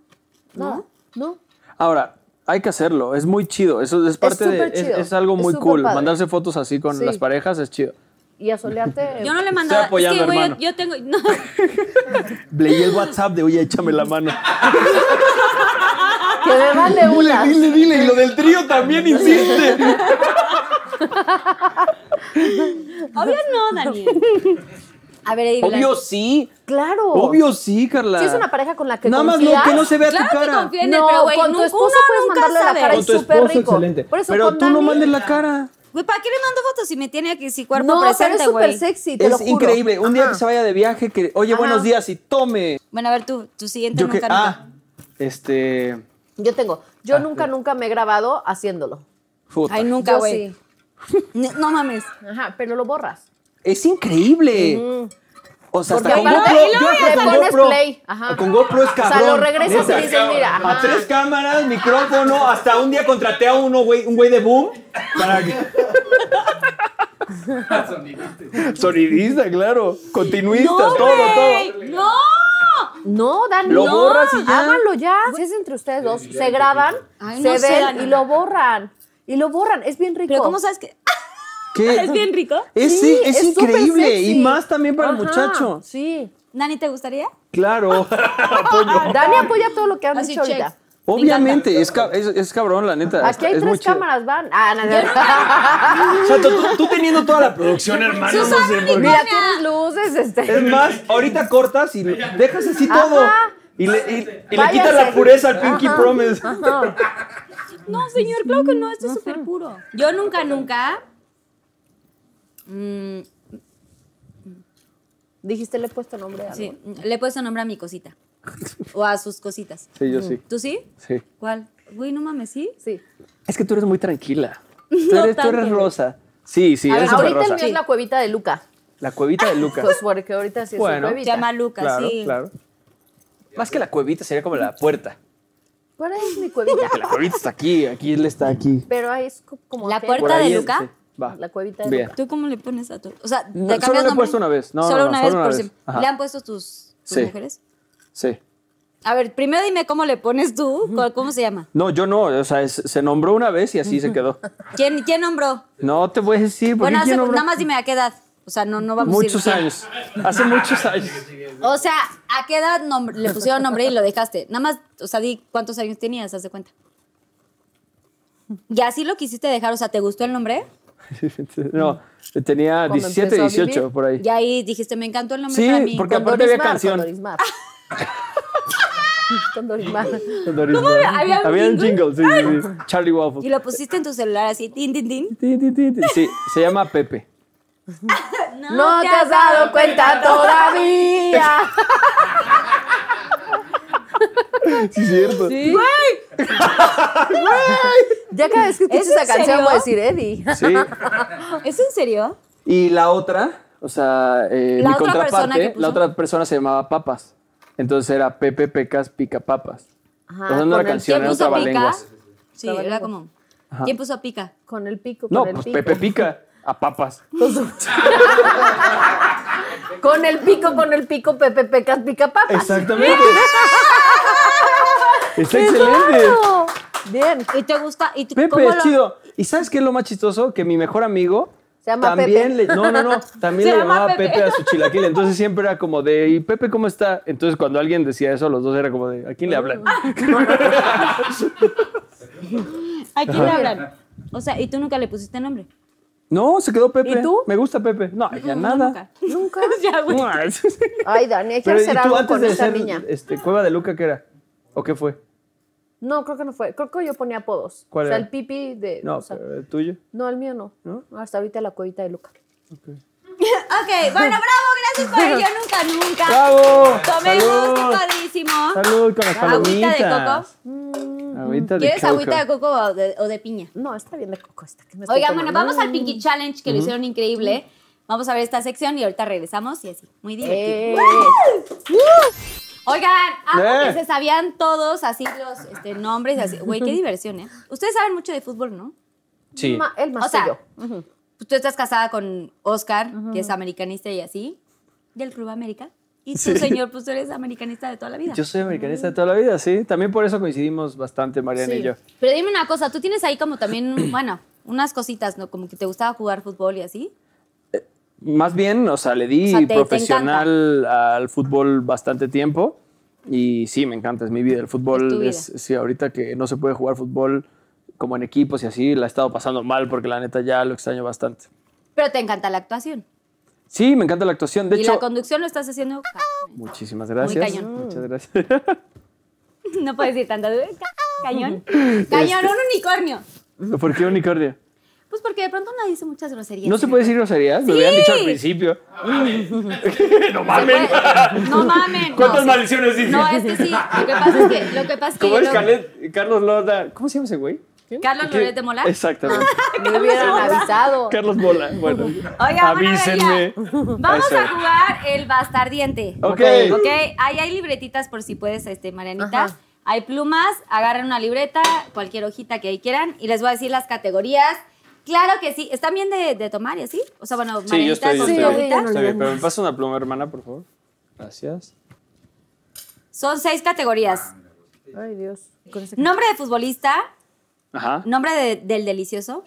[SPEAKER 4] No, no.
[SPEAKER 3] Ahora, hay que hacerlo, es muy chido. Eso es parte de.
[SPEAKER 4] súper
[SPEAKER 3] Es,
[SPEAKER 4] chido,
[SPEAKER 3] es algo
[SPEAKER 4] es
[SPEAKER 3] muy
[SPEAKER 4] súper
[SPEAKER 3] cool.
[SPEAKER 4] padre.
[SPEAKER 3] Mandarse fotos así con
[SPEAKER 4] Sí.
[SPEAKER 3] las parejas es chido.
[SPEAKER 4] Y asolearte.
[SPEAKER 2] [LAUGHS] Yo no le
[SPEAKER 3] Estoy
[SPEAKER 2] mandaba. es
[SPEAKER 3] apoyando,
[SPEAKER 2] que, güey, yo,
[SPEAKER 3] hermano.
[SPEAKER 2] yo tengo. No,
[SPEAKER 3] Leí el WhatsApp de, oye, échame la mano.
[SPEAKER 4] que me mande una.
[SPEAKER 3] dile, dile. Y lo del trío también
[SPEAKER 4] [LAUGHS]
[SPEAKER 3] insiste.
[SPEAKER 7] Obvio no, Daniel.
[SPEAKER 2] a ver, Eddie Blanco.
[SPEAKER 3] Obvio sí.
[SPEAKER 4] Claro.
[SPEAKER 3] Obvio sí, Carla.
[SPEAKER 4] Si Oh. es una pareja con la que
[SPEAKER 3] Nada más no,
[SPEAKER 4] confías.
[SPEAKER 3] que no se vea
[SPEAKER 2] Claro
[SPEAKER 3] tu
[SPEAKER 2] que
[SPEAKER 3] cara.
[SPEAKER 2] confía en él, pero, güey,
[SPEAKER 4] con tu
[SPEAKER 2] nunca-
[SPEAKER 4] esposo
[SPEAKER 2] uno
[SPEAKER 4] puedes
[SPEAKER 2] nunca
[SPEAKER 4] mandarle
[SPEAKER 2] sabe.
[SPEAKER 4] la cara, es súper rico. Por eso
[SPEAKER 3] Pero
[SPEAKER 4] con
[SPEAKER 3] tú no
[SPEAKER 4] Dani- ah,
[SPEAKER 3] mandes la cara.
[SPEAKER 2] Güey, ¿para qué le mando fotos si me tiene aquí si cuerpo
[SPEAKER 4] No, pero es
[SPEAKER 2] presente, güey?
[SPEAKER 4] súper sexy, te lo
[SPEAKER 3] Es
[SPEAKER 4] juro.
[SPEAKER 3] increíble. Un día
[SPEAKER 4] Ajá.
[SPEAKER 3] que se vaya de viaje, que, oye,
[SPEAKER 4] Ajá.
[SPEAKER 3] buenos días y tome.
[SPEAKER 2] Bueno, a ver, tú, tu siguiente
[SPEAKER 3] Yo que.
[SPEAKER 2] nunca, nunca.
[SPEAKER 3] Ah, este.
[SPEAKER 4] Yo tengo.
[SPEAKER 3] Ah,
[SPEAKER 4] Yo nunca, nunca me he grabado haciéndolo.
[SPEAKER 3] puta.
[SPEAKER 2] Ay, nunca,
[SPEAKER 4] Yo
[SPEAKER 2] güey. No, no mames.
[SPEAKER 4] Ajá, pero lo borras.
[SPEAKER 3] Es increíble. O sea, hasta
[SPEAKER 4] Porque
[SPEAKER 3] con
[SPEAKER 4] aparte-
[SPEAKER 3] GoPro,
[SPEAKER 4] y luego
[SPEAKER 3] yo hasta
[SPEAKER 4] le
[SPEAKER 3] con
[SPEAKER 4] pones
[SPEAKER 3] GoPro-
[SPEAKER 4] play, ajá.
[SPEAKER 3] Con GoPro es cabrón.
[SPEAKER 4] o sea, lo regresas
[SPEAKER 3] neta.
[SPEAKER 4] y dices,
[SPEAKER 3] A
[SPEAKER 4] mira, ajá.
[SPEAKER 3] tres cámaras, micrófono, hasta un día contraté a uno, güey, un güey de boom. Para que... Sonidista, claro. Continuista, todo,
[SPEAKER 2] güey!
[SPEAKER 3] todo.
[SPEAKER 2] ¡No!
[SPEAKER 4] No, Dani.
[SPEAKER 3] Lo
[SPEAKER 4] no.
[SPEAKER 3] borras y ya.
[SPEAKER 4] Háganlo ya. Si es entre ustedes dos, se graban,
[SPEAKER 2] Ay,
[SPEAKER 4] se
[SPEAKER 2] no sé,
[SPEAKER 4] ven
[SPEAKER 2] Dani.
[SPEAKER 4] y lo borran. Y lo borran. Es bien rico.
[SPEAKER 2] Pero ¿cómo sabes que.? [LAUGHS]
[SPEAKER 3] ¿Qué? ¿Eh?
[SPEAKER 2] ¿Es bien rico?
[SPEAKER 3] Es,
[SPEAKER 4] Sí,
[SPEAKER 3] es
[SPEAKER 4] súper
[SPEAKER 3] increíble. Y
[SPEAKER 4] sexy.
[SPEAKER 3] más también para el
[SPEAKER 4] Ajá,
[SPEAKER 3] muchacho.
[SPEAKER 4] Sí.
[SPEAKER 2] ¿Nani te gustaría?
[SPEAKER 3] Claro. Apoyo.
[SPEAKER 4] Dani apoya todo lo que han
[SPEAKER 2] Así,
[SPEAKER 4] dicho
[SPEAKER 2] check.
[SPEAKER 4] ahorita.
[SPEAKER 3] Obviamente, es, ca- es- es cabrón, la neta.
[SPEAKER 4] Aquí hay
[SPEAKER 3] es muy
[SPEAKER 4] tres
[SPEAKER 3] chido.
[SPEAKER 4] cámaras, van. Ah, no, no, no.
[SPEAKER 3] O sea, tú, tú- tú teniendo toda la producción, hermano, Ah, no sé por qué.
[SPEAKER 4] [LAUGHS] Mira, tienes luces, este.
[SPEAKER 3] Es más, ahorita cortas y lo- dejas así
[SPEAKER 4] Ajá.
[SPEAKER 3] todo. Y le, y- y le
[SPEAKER 4] Váyase.
[SPEAKER 3] quitas la pureza al Pinky
[SPEAKER 4] Ajá.
[SPEAKER 3] Promise.
[SPEAKER 4] Ajá.
[SPEAKER 2] No, señor, claro que no, esto es súper puro. Yo nunca, nunca. mm,
[SPEAKER 4] Dijiste, le he puesto nombre a algo.
[SPEAKER 2] sí, le he puesto nombre a mi cosita. O a sus cositas.
[SPEAKER 3] Sí, yo sí.
[SPEAKER 2] ¿Tú sí?
[SPEAKER 3] Sí.
[SPEAKER 2] ¿Cuál? Güey, no mames, ¿sí?
[SPEAKER 4] Sí.
[SPEAKER 3] Es que tú eres muy tranquila. Tú
[SPEAKER 2] No
[SPEAKER 3] eres, tú
[SPEAKER 2] tanto.
[SPEAKER 3] eres rosa. Sí, sí,
[SPEAKER 4] A ver,
[SPEAKER 3] eres súper
[SPEAKER 4] ahorita el
[SPEAKER 3] rosa.
[SPEAKER 4] mío es la cuevita de Luca.
[SPEAKER 3] La cuevita de Lucas.
[SPEAKER 4] Pues porque ahorita sí es
[SPEAKER 3] Bueno.
[SPEAKER 4] su cuevita.
[SPEAKER 2] Llama a Lucas,
[SPEAKER 3] claro,
[SPEAKER 2] sí.
[SPEAKER 3] claro. Más que la cuevita sería como la puerta.
[SPEAKER 4] ¿Cuál es mi cuevita?
[SPEAKER 3] Que la cuevita está aquí, aquí él está aquí.
[SPEAKER 4] Pero ahí es co- como.
[SPEAKER 2] La
[SPEAKER 4] que-
[SPEAKER 2] puerta- de
[SPEAKER 3] es-
[SPEAKER 2] Luca?
[SPEAKER 3] sí, va.
[SPEAKER 4] La cuevita de
[SPEAKER 3] Bien.
[SPEAKER 4] Luca.
[SPEAKER 2] ¿Tú cómo le pones a tu.? O sea, ¿te
[SPEAKER 3] No,
[SPEAKER 2] cambias
[SPEAKER 3] solo le he
[SPEAKER 2] nombre?
[SPEAKER 3] puesto una vez. No,
[SPEAKER 2] solo
[SPEAKER 3] no, no,
[SPEAKER 2] una
[SPEAKER 3] solo
[SPEAKER 2] vez
[SPEAKER 3] una
[SPEAKER 2] por
[SPEAKER 3] vez.
[SPEAKER 2] siempre.
[SPEAKER 3] Ajá.
[SPEAKER 2] ¿Le han puesto tus, tus
[SPEAKER 3] Sí.
[SPEAKER 2] mujeres?
[SPEAKER 3] Sí.
[SPEAKER 2] A ver, primero dime cómo le pones tú, cu- cómo se llama.
[SPEAKER 3] No, yo no, o sea, es- se nombró una vez y así se
[SPEAKER 4] [LAUGHS]
[SPEAKER 3] quedó.
[SPEAKER 2] ¿Quién, quién nombró?
[SPEAKER 3] No te voy a decir, porque
[SPEAKER 2] Bueno, hace-
[SPEAKER 3] ¿quién nombró?
[SPEAKER 2] nada más dime a qué edad. O sea, no, no vamos
[SPEAKER 3] Muchos
[SPEAKER 2] a decir quién.
[SPEAKER 3] años. Hace muchos años.
[SPEAKER 2] O sea, ¿a qué edad nom- le pusieron nombre y lo dejaste? Nada más, o sea, di cuántos años tenías, haz de cuenta. ¿Y así lo quisiste dejar? O sea, ¿te gustó el nombre?
[SPEAKER 3] [LAUGHS] No, tenía
[SPEAKER 4] Cuando
[SPEAKER 3] 17,
[SPEAKER 4] empezó a vivir,
[SPEAKER 3] 18 por ahí.
[SPEAKER 2] Y ahí dijiste, me encantó el nombre
[SPEAKER 3] Sí,
[SPEAKER 2] para mí.
[SPEAKER 3] porque
[SPEAKER 4] Con
[SPEAKER 3] aparte había
[SPEAKER 4] Dorismar,
[SPEAKER 3] canción.
[SPEAKER 4] Con [LAUGHS] Dorismar. Con Dorismar.
[SPEAKER 3] ¿Cómo
[SPEAKER 2] había un
[SPEAKER 3] había un
[SPEAKER 2] jingle?
[SPEAKER 3] jingle, sí, sí, sí. Charlie
[SPEAKER 2] Y
[SPEAKER 3] Waffle.
[SPEAKER 2] lo pusiste en tu celular así, tin, tin, tin.
[SPEAKER 3] Ti, ti, ti, ti. Sí, se llama Pepe.
[SPEAKER 4] No te has dado cuenta todavía.
[SPEAKER 3] Sí, es cierto.
[SPEAKER 4] Ya cada vez que escuches
[SPEAKER 2] ¿Es en
[SPEAKER 4] esa canción
[SPEAKER 2] serio?
[SPEAKER 4] voy a decir Eddie.
[SPEAKER 3] Sí.
[SPEAKER 2] ¿Es en serio?
[SPEAKER 3] Y la otra, o sea, eh,
[SPEAKER 2] La
[SPEAKER 3] mi
[SPEAKER 2] otra persona que
[SPEAKER 3] contraparte,
[SPEAKER 2] puso.
[SPEAKER 3] la otra persona se llamaba Papas. Entonces era Pepe Pecas Pica Papas.
[SPEAKER 4] Ajá,
[SPEAKER 3] Entonces Pues no
[SPEAKER 4] con
[SPEAKER 3] era
[SPEAKER 4] el-
[SPEAKER 3] canción,
[SPEAKER 2] ¿Quién
[SPEAKER 3] era un
[SPEAKER 2] puso pica?
[SPEAKER 3] trabalenguas.
[SPEAKER 2] Sí, era como. ¿Quién puso pica?
[SPEAKER 4] Con el pico, con
[SPEAKER 3] No,
[SPEAKER 4] el
[SPEAKER 3] pues
[SPEAKER 4] pico.
[SPEAKER 3] Pepe Pica a Papas.
[SPEAKER 4] Con el pico, con el pico, Pepe Pecas, pica papa.
[SPEAKER 3] [LAUGHS] Exactamente. Está excelente.
[SPEAKER 4] Claro. Bien. [LAUGHS]
[SPEAKER 2] ¿Y te gusta? ¿Y tú,
[SPEAKER 3] Pepe
[SPEAKER 2] cómo
[SPEAKER 3] es
[SPEAKER 2] lo-
[SPEAKER 3] chido. ¿Y sabes qué es lo más chistoso? Que mi mejor amigo
[SPEAKER 4] Se llama Pepe.
[SPEAKER 3] También le, no, no, no, también
[SPEAKER 8] Se
[SPEAKER 3] le
[SPEAKER 8] llama
[SPEAKER 3] llamaba Pepe.
[SPEAKER 8] Pepe.
[SPEAKER 3] a su chilaquil. Entonces siempre era como de, ¿y Pepe cómo está? Entonces cuando alguien decía eso, los dos era como de, ¿a quién le hablan?
[SPEAKER 2] ¿A quién le hablan? O sea, ¿y tú nunca le pusiste nombre?
[SPEAKER 3] No, se quedó Pepe.
[SPEAKER 4] ¿Y tú?
[SPEAKER 3] Me gusta Pepe. No,
[SPEAKER 2] [LAUGHS]
[SPEAKER 3] ya [LAUGHS] nada.
[SPEAKER 4] Nunca.
[SPEAKER 8] Ya, güey.
[SPEAKER 4] Ay, Dani, hay que
[SPEAKER 3] Pero, ¿y
[SPEAKER 4] hacer
[SPEAKER 3] tú
[SPEAKER 4] algo
[SPEAKER 3] antes
[SPEAKER 4] con
[SPEAKER 3] de
[SPEAKER 4] esa
[SPEAKER 3] ser
[SPEAKER 4] niña.
[SPEAKER 3] este, Cueva de Luca qué era? ¿O qué fue?
[SPEAKER 4] No, creo que no fue. Creo que yo ponía apodos.
[SPEAKER 3] ¿Cuál
[SPEAKER 4] o sea,
[SPEAKER 3] era?
[SPEAKER 4] el pipi de.
[SPEAKER 3] No,
[SPEAKER 4] o sea,
[SPEAKER 3] pero el tuyo.
[SPEAKER 4] no, el mío no.
[SPEAKER 3] ¿No?
[SPEAKER 4] Hasta ahorita la cuevita de Luca.
[SPEAKER 2] Ok, bueno, bravo, gracias por el yo nunca, nunca.
[SPEAKER 3] ¡Bravo!
[SPEAKER 2] Tomemos, qué padrísimo.
[SPEAKER 3] Salud con las
[SPEAKER 2] Agüita
[SPEAKER 3] palomitas.
[SPEAKER 2] de coco.
[SPEAKER 3] Agüita de
[SPEAKER 2] ¿Quieres
[SPEAKER 3] coco.
[SPEAKER 2] agüita de coco o de, o de piña?
[SPEAKER 4] No, está bien de coco esta. que
[SPEAKER 3] Este,
[SPEAKER 4] me estoy
[SPEAKER 2] Oigan, bueno,
[SPEAKER 4] tomando.
[SPEAKER 2] vamos al
[SPEAKER 3] Mm.
[SPEAKER 2] Pinky Challenge que lo hicieron increíble. Vamos a ver esta sección y ahorita regresamos y así. Muy divertido.
[SPEAKER 4] Eh,
[SPEAKER 2] Oigan, amo
[SPEAKER 3] Eh.
[SPEAKER 2] que se sabían todos así los este, nombres. y así. Güey,
[SPEAKER 3] [LAUGHS]
[SPEAKER 2] qué diversión, ¿eh? Ustedes saben mucho de fútbol, ¿no?
[SPEAKER 3] Sí.
[SPEAKER 4] ma- el más
[SPEAKER 2] O sea, [LAUGHS]
[SPEAKER 4] que yo.
[SPEAKER 2] Tú estás casada con Oscar, que es americanista y así, del Club América. Y tú, señor, pues tú eres americanista de toda la vida.
[SPEAKER 3] Yo soy americanista de toda la vida, sí. También por eso coincidimos bastante, Mariana
[SPEAKER 4] Sí.
[SPEAKER 3] y yo.
[SPEAKER 2] Pero dime una cosa, tú tienes ahí como también, [CLEARS THROAT] bueno, unas cositas, ¿no? Como que te gustaba jugar fútbol y así.
[SPEAKER 3] Más bien, o sea, le di
[SPEAKER 2] O sea, te- te
[SPEAKER 3] profesional al fútbol bastante tiempo y sí, me encanta, es mi vida. El
[SPEAKER 2] Es tu
[SPEAKER 3] fútbol
[SPEAKER 2] vida.
[SPEAKER 3] es, sí, ahorita que no se puede jugar fútbol como en equipos y así, la he estado pasando mal porque la neta ya lo extraño bastante.
[SPEAKER 2] Pero te encanta la actuación.
[SPEAKER 3] Sí, me encanta la actuación. De
[SPEAKER 2] y la
[SPEAKER 3] hecho,
[SPEAKER 2] conducción lo estás haciendo.
[SPEAKER 3] muchísimas gracias.
[SPEAKER 2] cañón.
[SPEAKER 3] Muchas gracias.
[SPEAKER 2] [LAUGHS]
[SPEAKER 3] [LAUGHS]
[SPEAKER 2] No puedes decir tanto. ¿eh?
[SPEAKER 3] [LAUGHS]
[SPEAKER 2] Cañón.
[SPEAKER 3] Este
[SPEAKER 2] Cañón, un unicornio.
[SPEAKER 3] ¿Por qué unicornio?
[SPEAKER 2] Pues porque de pronto nadie dice muchas groserías. ¿eh?
[SPEAKER 3] No se puede decir groserías, me hubieran dicho
[SPEAKER 2] [LAUGHS]
[SPEAKER 3] al principio. [LAUGHS] no mames.
[SPEAKER 2] No mamen.
[SPEAKER 3] ¿Cuántas
[SPEAKER 2] no, sí.
[SPEAKER 3] maldiciones dije?
[SPEAKER 2] No, es que sí. Lo que pasa es que. Lo que pasa es que
[SPEAKER 3] ¿Cómo es
[SPEAKER 2] lo-
[SPEAKER 3] Calet- Carlos Lorda? ¿Cómo se llama ese güey?
[SPEAKER 2] Carlos
[SPEAKER 3] ¿Qué?
[SPEAKER 2] Loret de Mola. Ah,
[SPEAKER 3] Exactamente.
[SPEAKER 2] [LAUGHS]
[SPEAKER 4] Me hubieran avisado.
[SPEAKER 3] Carlos Bola. Bueno,
[SPEAKER 2] Oiga, bueno,
[SPEAKER 3] avísenme.
[SPEAKER 2] ya. Vamos
[SPEAKER 3] Eso.
[SPEAKER 2] a jugar el bastardiente.
[SPEAKER 3] Ok.
[SPEAKER 2] Ok, ahí hay libretitas por si puedes, este, Marianita.
[SPEAKER 4] Ajá.
[SPEAKER 2] Hay plumas, agarren una libreta, cualquier hojita que ahí quieran, y les voy a decir las categorías. Claro que sí. ¿Están bien de, de tomar y así? O sea, bueno,
[SPEAKER 3] Sí, yo
[SPEAKER 2] Marianita
[SPEAKER 3] estoy, yo
[SPEAKER 2] con
[SPEAKER 3] estoy
[SPEAKER 2] su
[SPEAKER 4] Sí,
[SPEAKER 3] bien.
[SPEAKER 2] hojita.
[SPEAKER 4] no
[SPEAKER 3] Estoy
[SPEAKER 4] le
[SPEAKER 3] bien,
[SPEAKER 4] dan
[SPEAKER 3] pero me
[SPEAKER 4] más.
[SPEAKER 3] pasa una pluma, hermana, por favor. Gracias.
[SPEAKER 2] Son seis categorías.
[SPEAKER 4] Ah, Ay, Dios. Con ese-
[SPEAKER 2] Nombre de futbolista,
[SPEAKER 3] Ajá.
[SPEAKER 2] nombre de- del delicioso.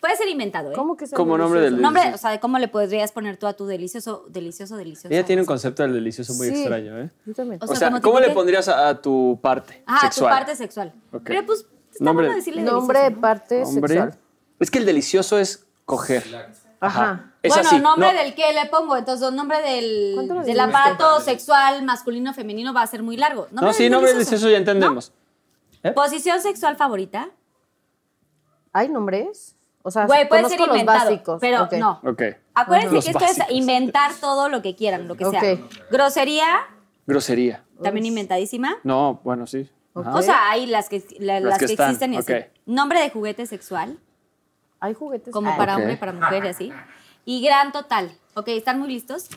[SPEAKER 2] Puede ser inventado, ¿eh?
[SPEAKER 4] ¿Cómo que se
[SPEAKER 3] Como nombre del-
[SPEAKER 2] Nombre, o sea, de cómo le podrías poner tú a tu delicioso, delicioso, delicioso.
[SPEAKER 3] Ella tiene un concepto del delicioso muy
[SPEAKER 4] Sí.
[SPEAKER 3] extraño, ¿eh?
[SPEAKER 4] Yo también.
[SPEAKER 2] O
[SPEAKER 3] O
[SPEAKER 2] sea,
[SPEAKER 3] sea,
[SPEAKER 2] como
[SPEAKER 3] ¿cómo,
[SPEAKER 2] tipo
[SPEAKER 3] le
[SPEAKER 2] que-
[SPEAKER 3] pondrías a, a tu parte
[SPEAKER 2] Ajá,
[SPEAKER 3] sexual?
[SPEAKER 2] tu parte sexual.
[SPEAKER 3] Ok.
[SPEAKER 2] Pero pues, está
[SPEAKER 3] Nombre-
[SPEAKER 2] bueno decirle
[SPEAKER 4] Nombre,
[SPEAKER 2] delicioso.
[SPEAKER 4] parte
[SPEAKER 3] Hombre.
[SPEAKER 4] sexual.
[SPEAKER 3] Es que el delicioso es coger.
[SPEAKER 4] Ajá.
[SPEAKER 3] Es
[SPEAKER 2] bueno,
[SPEAKER 3] así.
[SPEAKER 2] nombre
[SPEAKER 3] no,
[SPEAKER 2] del que le pongo, entonces nombre del,
[SPEAKER 4] ¿Cuánto lo
[SPEAKER 2] del
[SPEAKER 4] dijiste?
[SPEAKER 2] aparato sexual masculino femenino va a ser muy largo.
[SPEAKER 3] No, sí, nombre delicioso ya entendemos.
[SPEAKER 2] ¿Eh? Posición sexual favorita.
[SPEAKER 4] ¿Hay nombres? O sea,
[SPEAKER 2] Güey, puede ser
[SPEAKER 4] Ah, conozco los
[SPEAKER 2] inventado,
[SPEAKER 4] básicos.
[SPEAKER 2] pero
[SPEAKER 4] Ok.
[SPEAKER 2] no.
[SPEAKER 3] Ok.
[SPEAKER 2] Acuérdense
[SPEAKER 3] Los
[SPEAKER 2] que esto
[SPEAKER 3] básicos.
[SPEAKER 2] es inventar todo lo que quieran, lo que sea.
[SPEAKER 4] Ok.
[SPEAKER 2] Grosería,
[SPEAKER 3] Grosería.
[SPEAKER 2] también inventadísima.
[SPEAKER 3] No, bueno, sí. Ajá.
[SPEAKER 2] O sea, hay las que, la- las
[SPEAKER 3] Ah, ¿eh? que
[SPEAKER 2] que,
[SPEAKER 3] están,
[SPEAKER 2] existen y así.
[SPEAKER 3] ok.
[SPEAKER 2] Nombre de juguete sexual,
[SPEAKER 4] Hay juguetes. Ah.
[SPEAKER 2] como
[SPEAKER 4] Ay,
[SPEAKER 2] para
[SPEAKER 3] ah, ok.
[SPEAKER 2] hombre, para mujer y así. Y gran total. Ok, ¿están muy listos?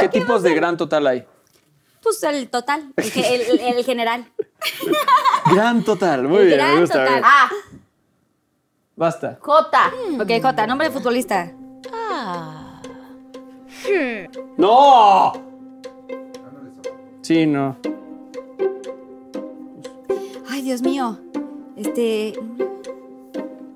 [SPEAKER 3] ¿Qué tipos de gran
[SPEAKER 2] [LAUGHS]
[SPEAKER 3] total hay?
[SPEAKER 2] Pues el total, el, ge- el- el- el
[SPEAKER 3] [LAUGHS]
[SPEAKER 2] general.
[SPEAKER 3] Gran total. Muy
[SPEAKER 2] El
[SPEAKER 3] bien,
[SPEAKER 2] gran
[SPEAKER 3] me gusta.
[SPEAKER 2] total.
[SPEAKER 3] bien.
[SPEAKER 4] Ah,
[SPEAKER 3] Basta.
[SPEAKER 4] Jota.
[SPEAKER 2] Ok, Jota, nombre de futbolista.
[SPEAKER 3] ¡No! Sí, no.
[SPEAKER 2] Ay, Dios mío. Este.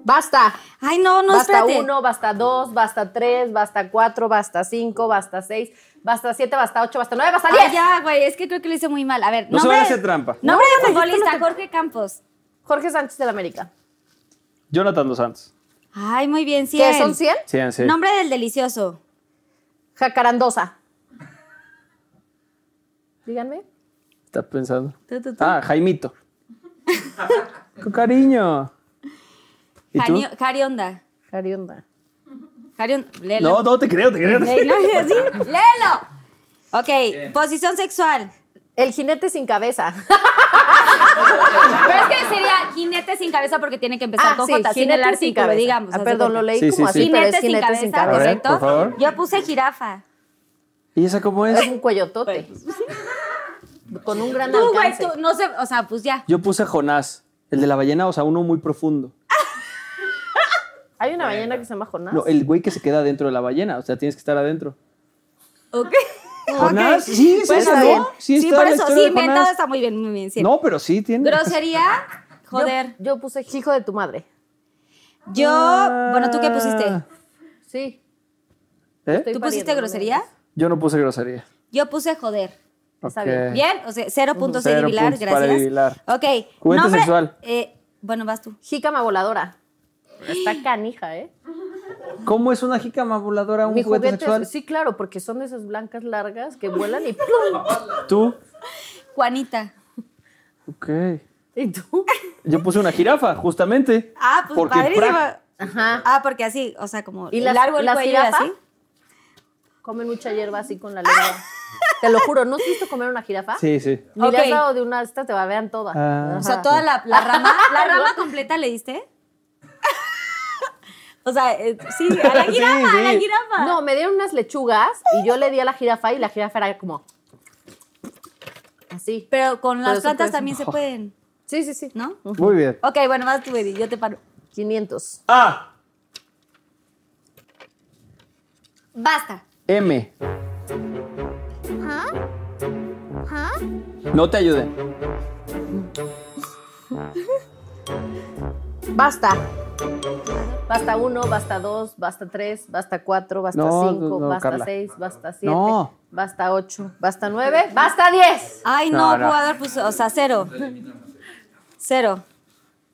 [SPEAKER 4] Basta.
[SPEAKER 2] Ay, no, no,
[SPEAKER 4] basta
[SPEAKER 2] espérate.
[SPEAKER 4] uno, basta dos, basta tres, basta cuatro, basta cinco, basta seis, basta siete, basta ocho, basta nueve, basta
[SPEAKER 2] Ay,
[SPEAKER 4] diez.
[SPEAKER 2] Ah, ya, güey, es que creo que lo hice muy mal. A ver,
[SPEAKER 3] No se
[SPEAKER 2] nombre.
[SPEAKER 3] van a hacer trampa.
[SPEAKER 2] Nombre
[SPEAKER 4] No,
[SPEAKER 2] de
[SPEAKER 4] güey,
[SPEAKER 2] futbolista, Jorge Campos.
[SPEAKER 4] Jorge Sánchez de la América.
[SPEAKER 3] Jonathan Dos Santos.
[SPEAKER 2] Ay, muy bien,
[SPEAKER 4] ¿Qué
[SPEAKER 2] 100.
[SPEAKER 4] son cien?
[SPEAKER 3] Sí, sí.
[SPEAKER 2] Nombre del delicioso.
[SPEAKER 4] Jacarandosa. Díganme.
[SPEAKER 3] Está pensando.
[SPEAKER 2] Tú, tú, tú.
[SPEAKER 3] Ah,
[SPEAKER 2] [LAUGHS]
[SPEAKER 3] Jaimito. Con cariño. ¿Y tú?
[SPEAKER 2] Jani- Jarionda.
[SPEAKER 4] Carionda.
[SPEAKER 2] Jarion, léelo.
[SPEAKER 3] No, no te creo, te creo.
[SPEAKER 2] Ey, no, [LAUGHS] sí, léelo. Ok, posición sexual.
[SPEAKER 4] El jinete sin
[SPEAKER 2] [LAUGHS]
[SPEAKER 4] cabeza.
[SPEAKER 2] Ah, Pero es que sería jinete sin cabeza porque tiene que empezar con J, sin el artículo, digamos.
[SPEAKER 4] Ah,
[SPEAKER 2] haz de
[SPEAKER 4] perdón, lo
[SPEAKER 2] cuenta.
[SPEAKER 4] leí
[SPEAKER 3] Sí,
[SPEAKER 4] como
[SPEAKER 3] sí,
[SPEAKER 4] así,
[SPEAKER 3] sí.
[SPEAKER 4] pero es
[SPEAKER 2] Jinete sin cabeza,
[SPEAKER 3] cabeza. A ver,
[SPEAKER 2] correcto.
[SPEAKER 3] por favor.
[SPEAKER 2] Yo puse jirafa.
[SPEAKER 3] ¿Y esa cómo es?
[SPEAKER 4] Es un cuellotote. Con un gran
[SPEAKER 2] Pues, Tú, güey,
[SPEAKER 4] alcance.
[SPEAKER 2] tú, no sé, o sea, pues ya.
[SPEAKER 3] Yo puse Jonás, el de la ballena, o sea, uno muy profundo.
[SPEAKER 4] Hay una ballena que se llama Jonás.
[SPEAKER 2] eh,
[SPEAKER 3] No, el güey que se queda dentro de la ballena, o sea, tienes que estar adentro.
[SPEAKER 4] [LAUGHS]
[SPEAKER 2] Ok.
[SPEAKER 3] Jonás, sí, sí,
[SPEAKER 4] Bueno,
[SPEAKER 3] está
[SPEAKER 4] bien.
[SPEAKER 3] Sí, está
[SPEAKER 2] por
[SPEAKER 3] la
[SPEAKER 2] eso,
[SPEAKER 3] historia
[SPEAKER 2] sí,
[SPEAKER 3] de
[SPEAKER 2] inventado
[SPEAKER 3] Jonás.
[SPEAKER 2] está muy bien, muy bien. sí.
[SPEAKER 3] No, pero sí tiene.
[SPEAKER 2] Grosería,
[SPEAKER 4] [LAUGHS] Yo-
[SPEAKER 2] joder.
[SPEAKER 4] Yo, puse hijo de tu madre.
[SPEAKER 2] Yo,
[SPEAKER 3] Ah.
[SPEAKER 2] bueno, ¿tú qué pusiste?
[SPEAKER 4] Sí.
[SPEAKER 3] ¿Eh?
[SPEAKER 4] Estoy
[SPEAKER 2] ¿Tú pusiste
[SPEAKER 4] pariendo,
[SPEAKER 2] grosería?
[SPEAKER 3] Yo no puse grosería.
[SPEAKER 2] Yo puse joder.
[SPEAKER 4] Está
[SPEAKER 3] Ok.
[SPEAKER 4] bien.
[SPEAKER 2] ¿Bien? O sea, 0.6 de
[SPEAKER 3] Cero
[SPEAKER 2] Vilar,
[SPEAKER 3] puntos para
[SPEAKER 2] gracias.
[SPEAKER 3] Vilar.
[SPEAKER 2] Ok.
[SPEAKER 3] Juguete
[SPEAKER 2] nombre-
[SPEAKER 3] sexual.
[SPEAKER 2] eh, bueno, vas tú.
[SPEAKER 4] Jícama voladora.
[SPEAKER 3] [GASPS]
[SPEAKER 4] Está canija, ¿eh?
[SPEAKER 3] ¿Cómo es una jícama voladora un
[SPEAKER 4] Mi
[SPEAKER 3] juguete,
[SPEAKER 4] juguete,
[SPEAKER 3] sexual?
[SPEAKER 4] sí, claro, porque son de esas blancas
[SPEAKER 3] [LAUGHS]
[SPEAKER 4] largas que vuelan y [LAUGHS]
[SPEAKER 3] Tú.
[SPEAKER 2] Juanita.
[SPEAKER 3] Ok.
[SPEAKER 4] ¿Y tú?
[SPEAKER 3] Yo puse una jirafa, justamente.
[SPEAKER 2] Ah, pues
[SPEAKER 3] Porque
[SPEAKER 2] padrísimo.
[SPEAKER 3] pra-
[SPEAKER 4] Ajá.
[SPEAKER 2] Ah, porque así, o sea, como
[SPEAKER 4] ¿Y las-
[SPEAKER 2] largo el
[SPEAKER 4] las
[SPEAKER 2] cuello y
[SPEAKER 4] jirafas?
[SPEAKER 2] así.
[SPEAKER 4] Comen mucha hierba así con la lengua. Te lo juro, ¿no has visto comer una jirafa?
[SPEAKER 3] Sí, sí.
[SPEAKER 4] Ni le
[SPEAKER 2] Ok.
[SPEAKER 4] has dado de una, estas te babean todas.
[SPEAKER 3] Ah.
[SPEAKER 2] O sea, toda la,
[SPEAKER 4] [LAUGHS]
[SPEAKER 2] la rama, la rama completa le diste. [LAUGHS] o sea, eh, sí, a la
[SPEAKER 3] Sí,
[SPEAKER 2] jirafa, a la
[SPEAKER 3] sí.
[SPEAKER 2] jirafa.
[SPEAKER 4] No, me dieron unas lechugas y yo le di a la jirafa y la jirafa era como. Así.
[SPEAKER 2] Pero con las
[SPEAKER 4] Pero se
[SPEAKER 2] plantas
[SPEAKER 4] puede-
[SPEAKER 2] también se pueden,
[SPEAKER 4] Sí, sí, sí.
[SPEAKER 2] ¿no?
[SPEAKER 3] Muy bien.
[SPEAKER 2] Ok, bueno, vas tú, Eddie, yo te paro.
[SPEAKER 4] 500.
[SPEAKER 3] A.
[SPEAKER 2] Basta.
[SPEAKER 3] M. No te ayuden.
[SPEAKER 4] Basta. Basta uno, basta dos, basta tres, basta cuatro, basta
[SPEAKER 3] No,
[SPEAKER 4] cinco,
[SPEAKER 3] no, no,
[SPEAKER 4] basta
[SPEAKER 3] Carla.
[SPEAKER 4] seis, basta siete,
[SPEAKER 3] No.
[SPEAKER 4] basta ocho, basta nueve, basta diez.
[SPEAKER 2] Ay, no,
[SPEAKER 3] No, no.
[SPEAKER 2] jugador, pues, o sea, cero. Cero.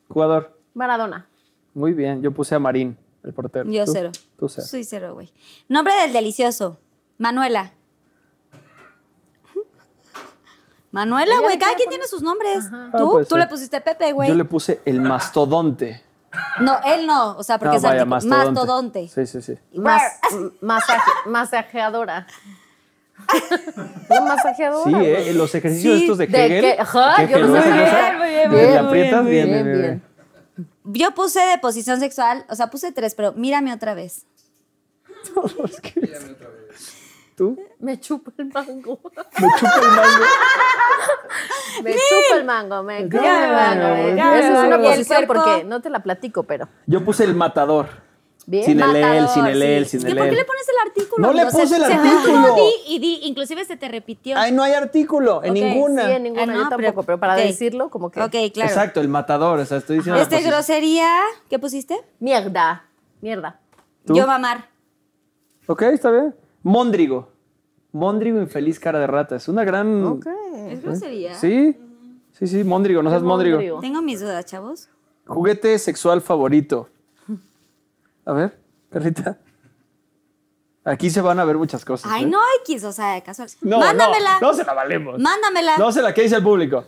[SPEAKER 3] Jugador.
[SPEAKER 4] Maradona.
[SPEAKER 3] Muy bien. Yo puse a Marín, el portero.
[SPEAKER 2] Yo
[SPEAKER 3] Tú-
[SPEAKER 2] cero.
[SPEAKER 3] Tú cero.
[SPEAKER 2] Soy cero, güey. Nombre del delicioso. Manuela. [LAUGHS] Manuela, güey, cada quien tiene sus nombres.
[SPEAKER 3] Ah,
[SPEAKER 2] Tú,
[SPEAKER 3] puede
[SPEAKER 2] tú
[SPEAKER 3] ser.
[SPEAKER 2] le pusiste Pepe, güey.
[SPEAKER 3] Yo le puse el mastodonte.
[SPEAKER 2] No, él no, o sea, porque
[SPEAKER 3] No,
[SPEAKER 2] es
[SPEAKER 3] Ah, vaya,
[SPEAKER 2] artículo. mastodonte.
[SPEAKER 3] Sí, sí, sí.
[SPEAKER 4] Mas- masaje- [LAUGHS] masajeadora. Una masajeadora.
[SPEAKER 3] Sí,
[SPEAKER 4] güey.
[SPEAKER 3] eh, los ejercicios
[SPEAKER 4] Sí,
[SPEAKER 3] estos de
[SPEAKER 4] de
[SPEAKER 3] Kegel.
[SPEAKER 4] que- ajá,
[SPEAKER 3] Kegel,
[SPEAKER 4] yo los
[SPEAKER 3] ¿no?
[SPEAKER 4] sé.
[SPEAKER 3] ¿Se
[SPEAKER 4] Bien,
[SPEAKER 3] usa?
[SPEAKER 4] muy bien,
[SPEAKER 3] Le
[SPEAKER 4] muy bien,
[SPEAKER 3] aprietas
[SPEAKER 4] muy
[SPEAKER 3] bien,
[SPEAKER 4] bien,
[SPEAKER 3] bien, bien.
[SPEAKER 4] bien.
[SPEAKER 2] Yo puse de posición sexual, o sea, puse tres, pero mírame otra vez.
[SPEAKER 3] Tú
[SPEAKER 4] Me chupa el mango.
[SPEAKER 3] me chupa el mango.
[SPEAKER 4] Me chupa el mango, me come el mango.
[SPEAKER 3] mango,
[SPEAKER 4] eh.
[SPEAKER 3] ya,
[SPEAKER 4] Eso es una
[SPEAKER 2] mango.
[SPEAKER 4] posición
[SPEAKER 2] Y el cuerpo.
[SPEAKER 4] porque no te la platico, pero.
[SPEAKER 3] Yo puse el matador.
[SPEAKER 4] Bien.
[SPEAKER 3] Sin el
[SPEAKER 2] Matador,
[SPEAKER 3] el, sin el
[SPEAKER 2] sí.
[SPEAKER 3] el,
[SPEAKER 2] Es
[SPEAKER 3] sin
[SPEAKER 2] que
[SPEAKER 3] el
[SPEAKER 2] ¿Por qué
[SPEAKER 3] el.
[SPEAKER 2] le pones el artículo?
[SPEAKER 3] No le
[SPEAKER 2] O sea,
[SPEAKER 3] puse el
[SPEAKER 2] se-
[SPEAKER 3] artículo.
[SPEAKER 2] Tú di y di, inclusive se te repitió.
[SPEAKER 3] Ay, no hay artículo en
[SPEAKER 2] Ok,
[SPEAKER 3] ninguna.
[SPEAKER 4] Sí, en ninguna,
[SPEAKER 2] Ah, no,
[SPEAKER 4] yo tampoco,
[SPEAKER 2] pero-
[SPEAKER 4] pero, para
[SPEAKER 2] ok.
[SPEAKER 4] decirlo, como que.
[SPEAKER 2] Ok, claro.
[SPEAKER 3] Exacto, Pues el matador. O sea, estoy diciendo.
[SPEAKER 2] Este
[SPEAKER 3] la posición.
[SPEAKER 2] grosería, ¿qué pusiste?
[SPEAKER 4] Mierda. Mierda.
[SPEAKER 3] ¿Tú?
[SPEAKER 2] Yo mamar.
[SPEAKER 3] Ok, está bien. Móndrigo. Móndrigo infeliz cara de rata. Es una gran.
[SPEAKER 2] ¿Es grosería?
[SPEAKER 3] Mm, Sí. Sí, sí, Móndrigo, no seas Móndrigo.
[SPEAKER 4] Móndrigo.
[SPEAKER 2] Tengo mis dudas, chavos.
[SPEAKER 3] Juguete sexual favorito. A ver, perrita. Aquí se van a ver muchas cosas.
[SPEAKER 2] Ay,
[SPEAKER 3] ¿eh?
[SPEAKER 2] no X, o sea, casual.
[SPEAKER 3] No,
[SPEAKER 2] mándamela.
[SPEAKER 3] No, no se la valemos.
[SPEAKER 2] Mándamela.
[SPEAKER 3] No se la que dice el público.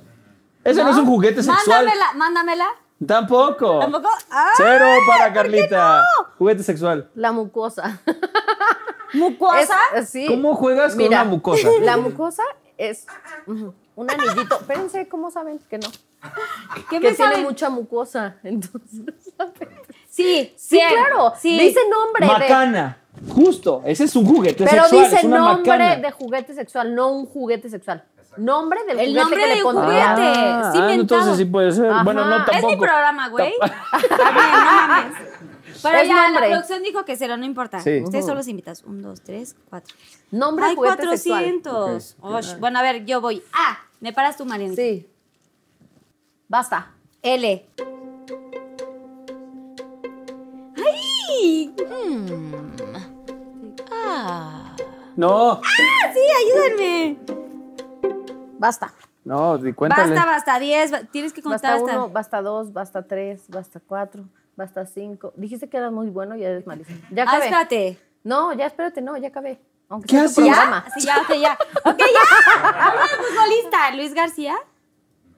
[SPEAKER 3] Ese no, es un juguete sexual.
[SPEAKER 2] Mándamela, mándamela.
[SPEAKER 3] Tampoco.
[SPEAKER 2] Tampoco. Ah,
[SPEAKER 3] Cero para
[SPEAKER 2] ¿por qué
[SPEAKER 3] Carlita.
[SPEAKER 2] no?
[SPEAKER 3] Juguete sexual.
[SPEAKER 4] La mucosa. [LAUGHS]
[SPEAKER 2] Mucosa.
[SPEAKER 4] Es- sí.
[SPEAKER 3] ¿Cómo juegas con una mucosa?
[SPEAKER 4] [LAUGHS] La mucosa es ujú, un anillito. Espérense, ¿cómo saben que no?
[SPEAKER 2] ¿Qué
[SPEAKER 4] Que
[SPEAKER 2] me
[SPEAKER 4] tiene
[SPEAKER 2] saben?
[SPEAKER 4] mucha mucosa. Entonces, ¿saben?
[SPEAKER 2] Sí,
[SPEAKER 4] Sí,
[SPEAKER 2] cien.
[SPEAKER 4] claro.
[SPEAKER 2] Sí.
[SPEAKER 4] Dice nombre. de,
[SPEAKER 3] Macana. Justo. Ese es un juguete
[SPEAKER 4] pero
[SPEAKER 3] sexual. es
[SPEAKER 4] dice
[SPEAKER 3] una
[SPEAKER 4] nombre
[SPEAKER 3] macana.
[SPEAKER 4] de juguete sexual, no un juguete sexual. Nombre del
[SPEAKER 2] El
[SPEAKER 4] juguete
[SPEAKER 2] nombre
[SPEAKER 4] que
[SPEAKER 2] del
[SPEAKER 4] le pondría.
[SPEAKER 2] juguete.
[SPEAKER 3] Ah,
[SPEAKER 2] sí,
[SPEAKER 3] ah,
[SPEAKER 2] inventado.
[SPEAKER 3] entonces sí puede ser.
[SPEAKER 4] Ajá.
[SPEAKER 3] Bueno, no
[SPEAKER 4] Es
[SPEAKER 3] tampoco.
[SPEAKER 2] Es mi programa, güey. [LAUGHS] También, no mames. Pero
[SPEAKER 4] Es
[SPEAKER 2] ya,
[SPEAKER 4] nombre.
[SPEAKER 2] la producción dijo que cero, no importa.
[SPEAKER 3] Sí.
[SPEAKER 2] Ustedes solo los invitas. Un, dos, tres, cuatro.
[SPEAKER 4] Nombre de
[SPEAKER 2] Hay
[SPEAKER 4] juguete
[SPEAKER 2] 400. Osh, Bueno, a ver, yo voy. A. Me paras tú, Mariana.
[SPEAKER 4] sexual. Sí. Basta.
[SPEAKER 2] L. ¡Ay!
[SPEAKER 3] No.
[SPEAKER 2] Sí, ayúdenme.
[SPEAKER 4] Basta.
[SPEAKER 3] No, di- cuéntale.
[SPEAKER 2] Basta, basta. Diez. ba- Tienes que contar
[SPEAKER 4] Basta
[SPEAKER 2] hasta.
[SPEAKER 4] uno, basta dos, basta tres, basta cuatro, basta cinco. Dijiste que eras muy bueno y eres malísimo. Ya
[SPEAKER 2] Ah,
[SPEAKER 4] acabé.
[SPEAKER 2] espérate.
[SPEAKER 4] No, ya espérate, no, ya acabé. Aunque
[SPEAKER 3] ¿Qué
[SPEAKER 4] sea tu
[SPEAKER 3] haces?
[SPEAKER 4] programa.
[SPEAKER 2] Sí, ya, ok,
[SPEAKER 4] [LAUGHS]
[SPEAKER 2] ya. Ok, ya. Hablamos de futbolista. Luis García.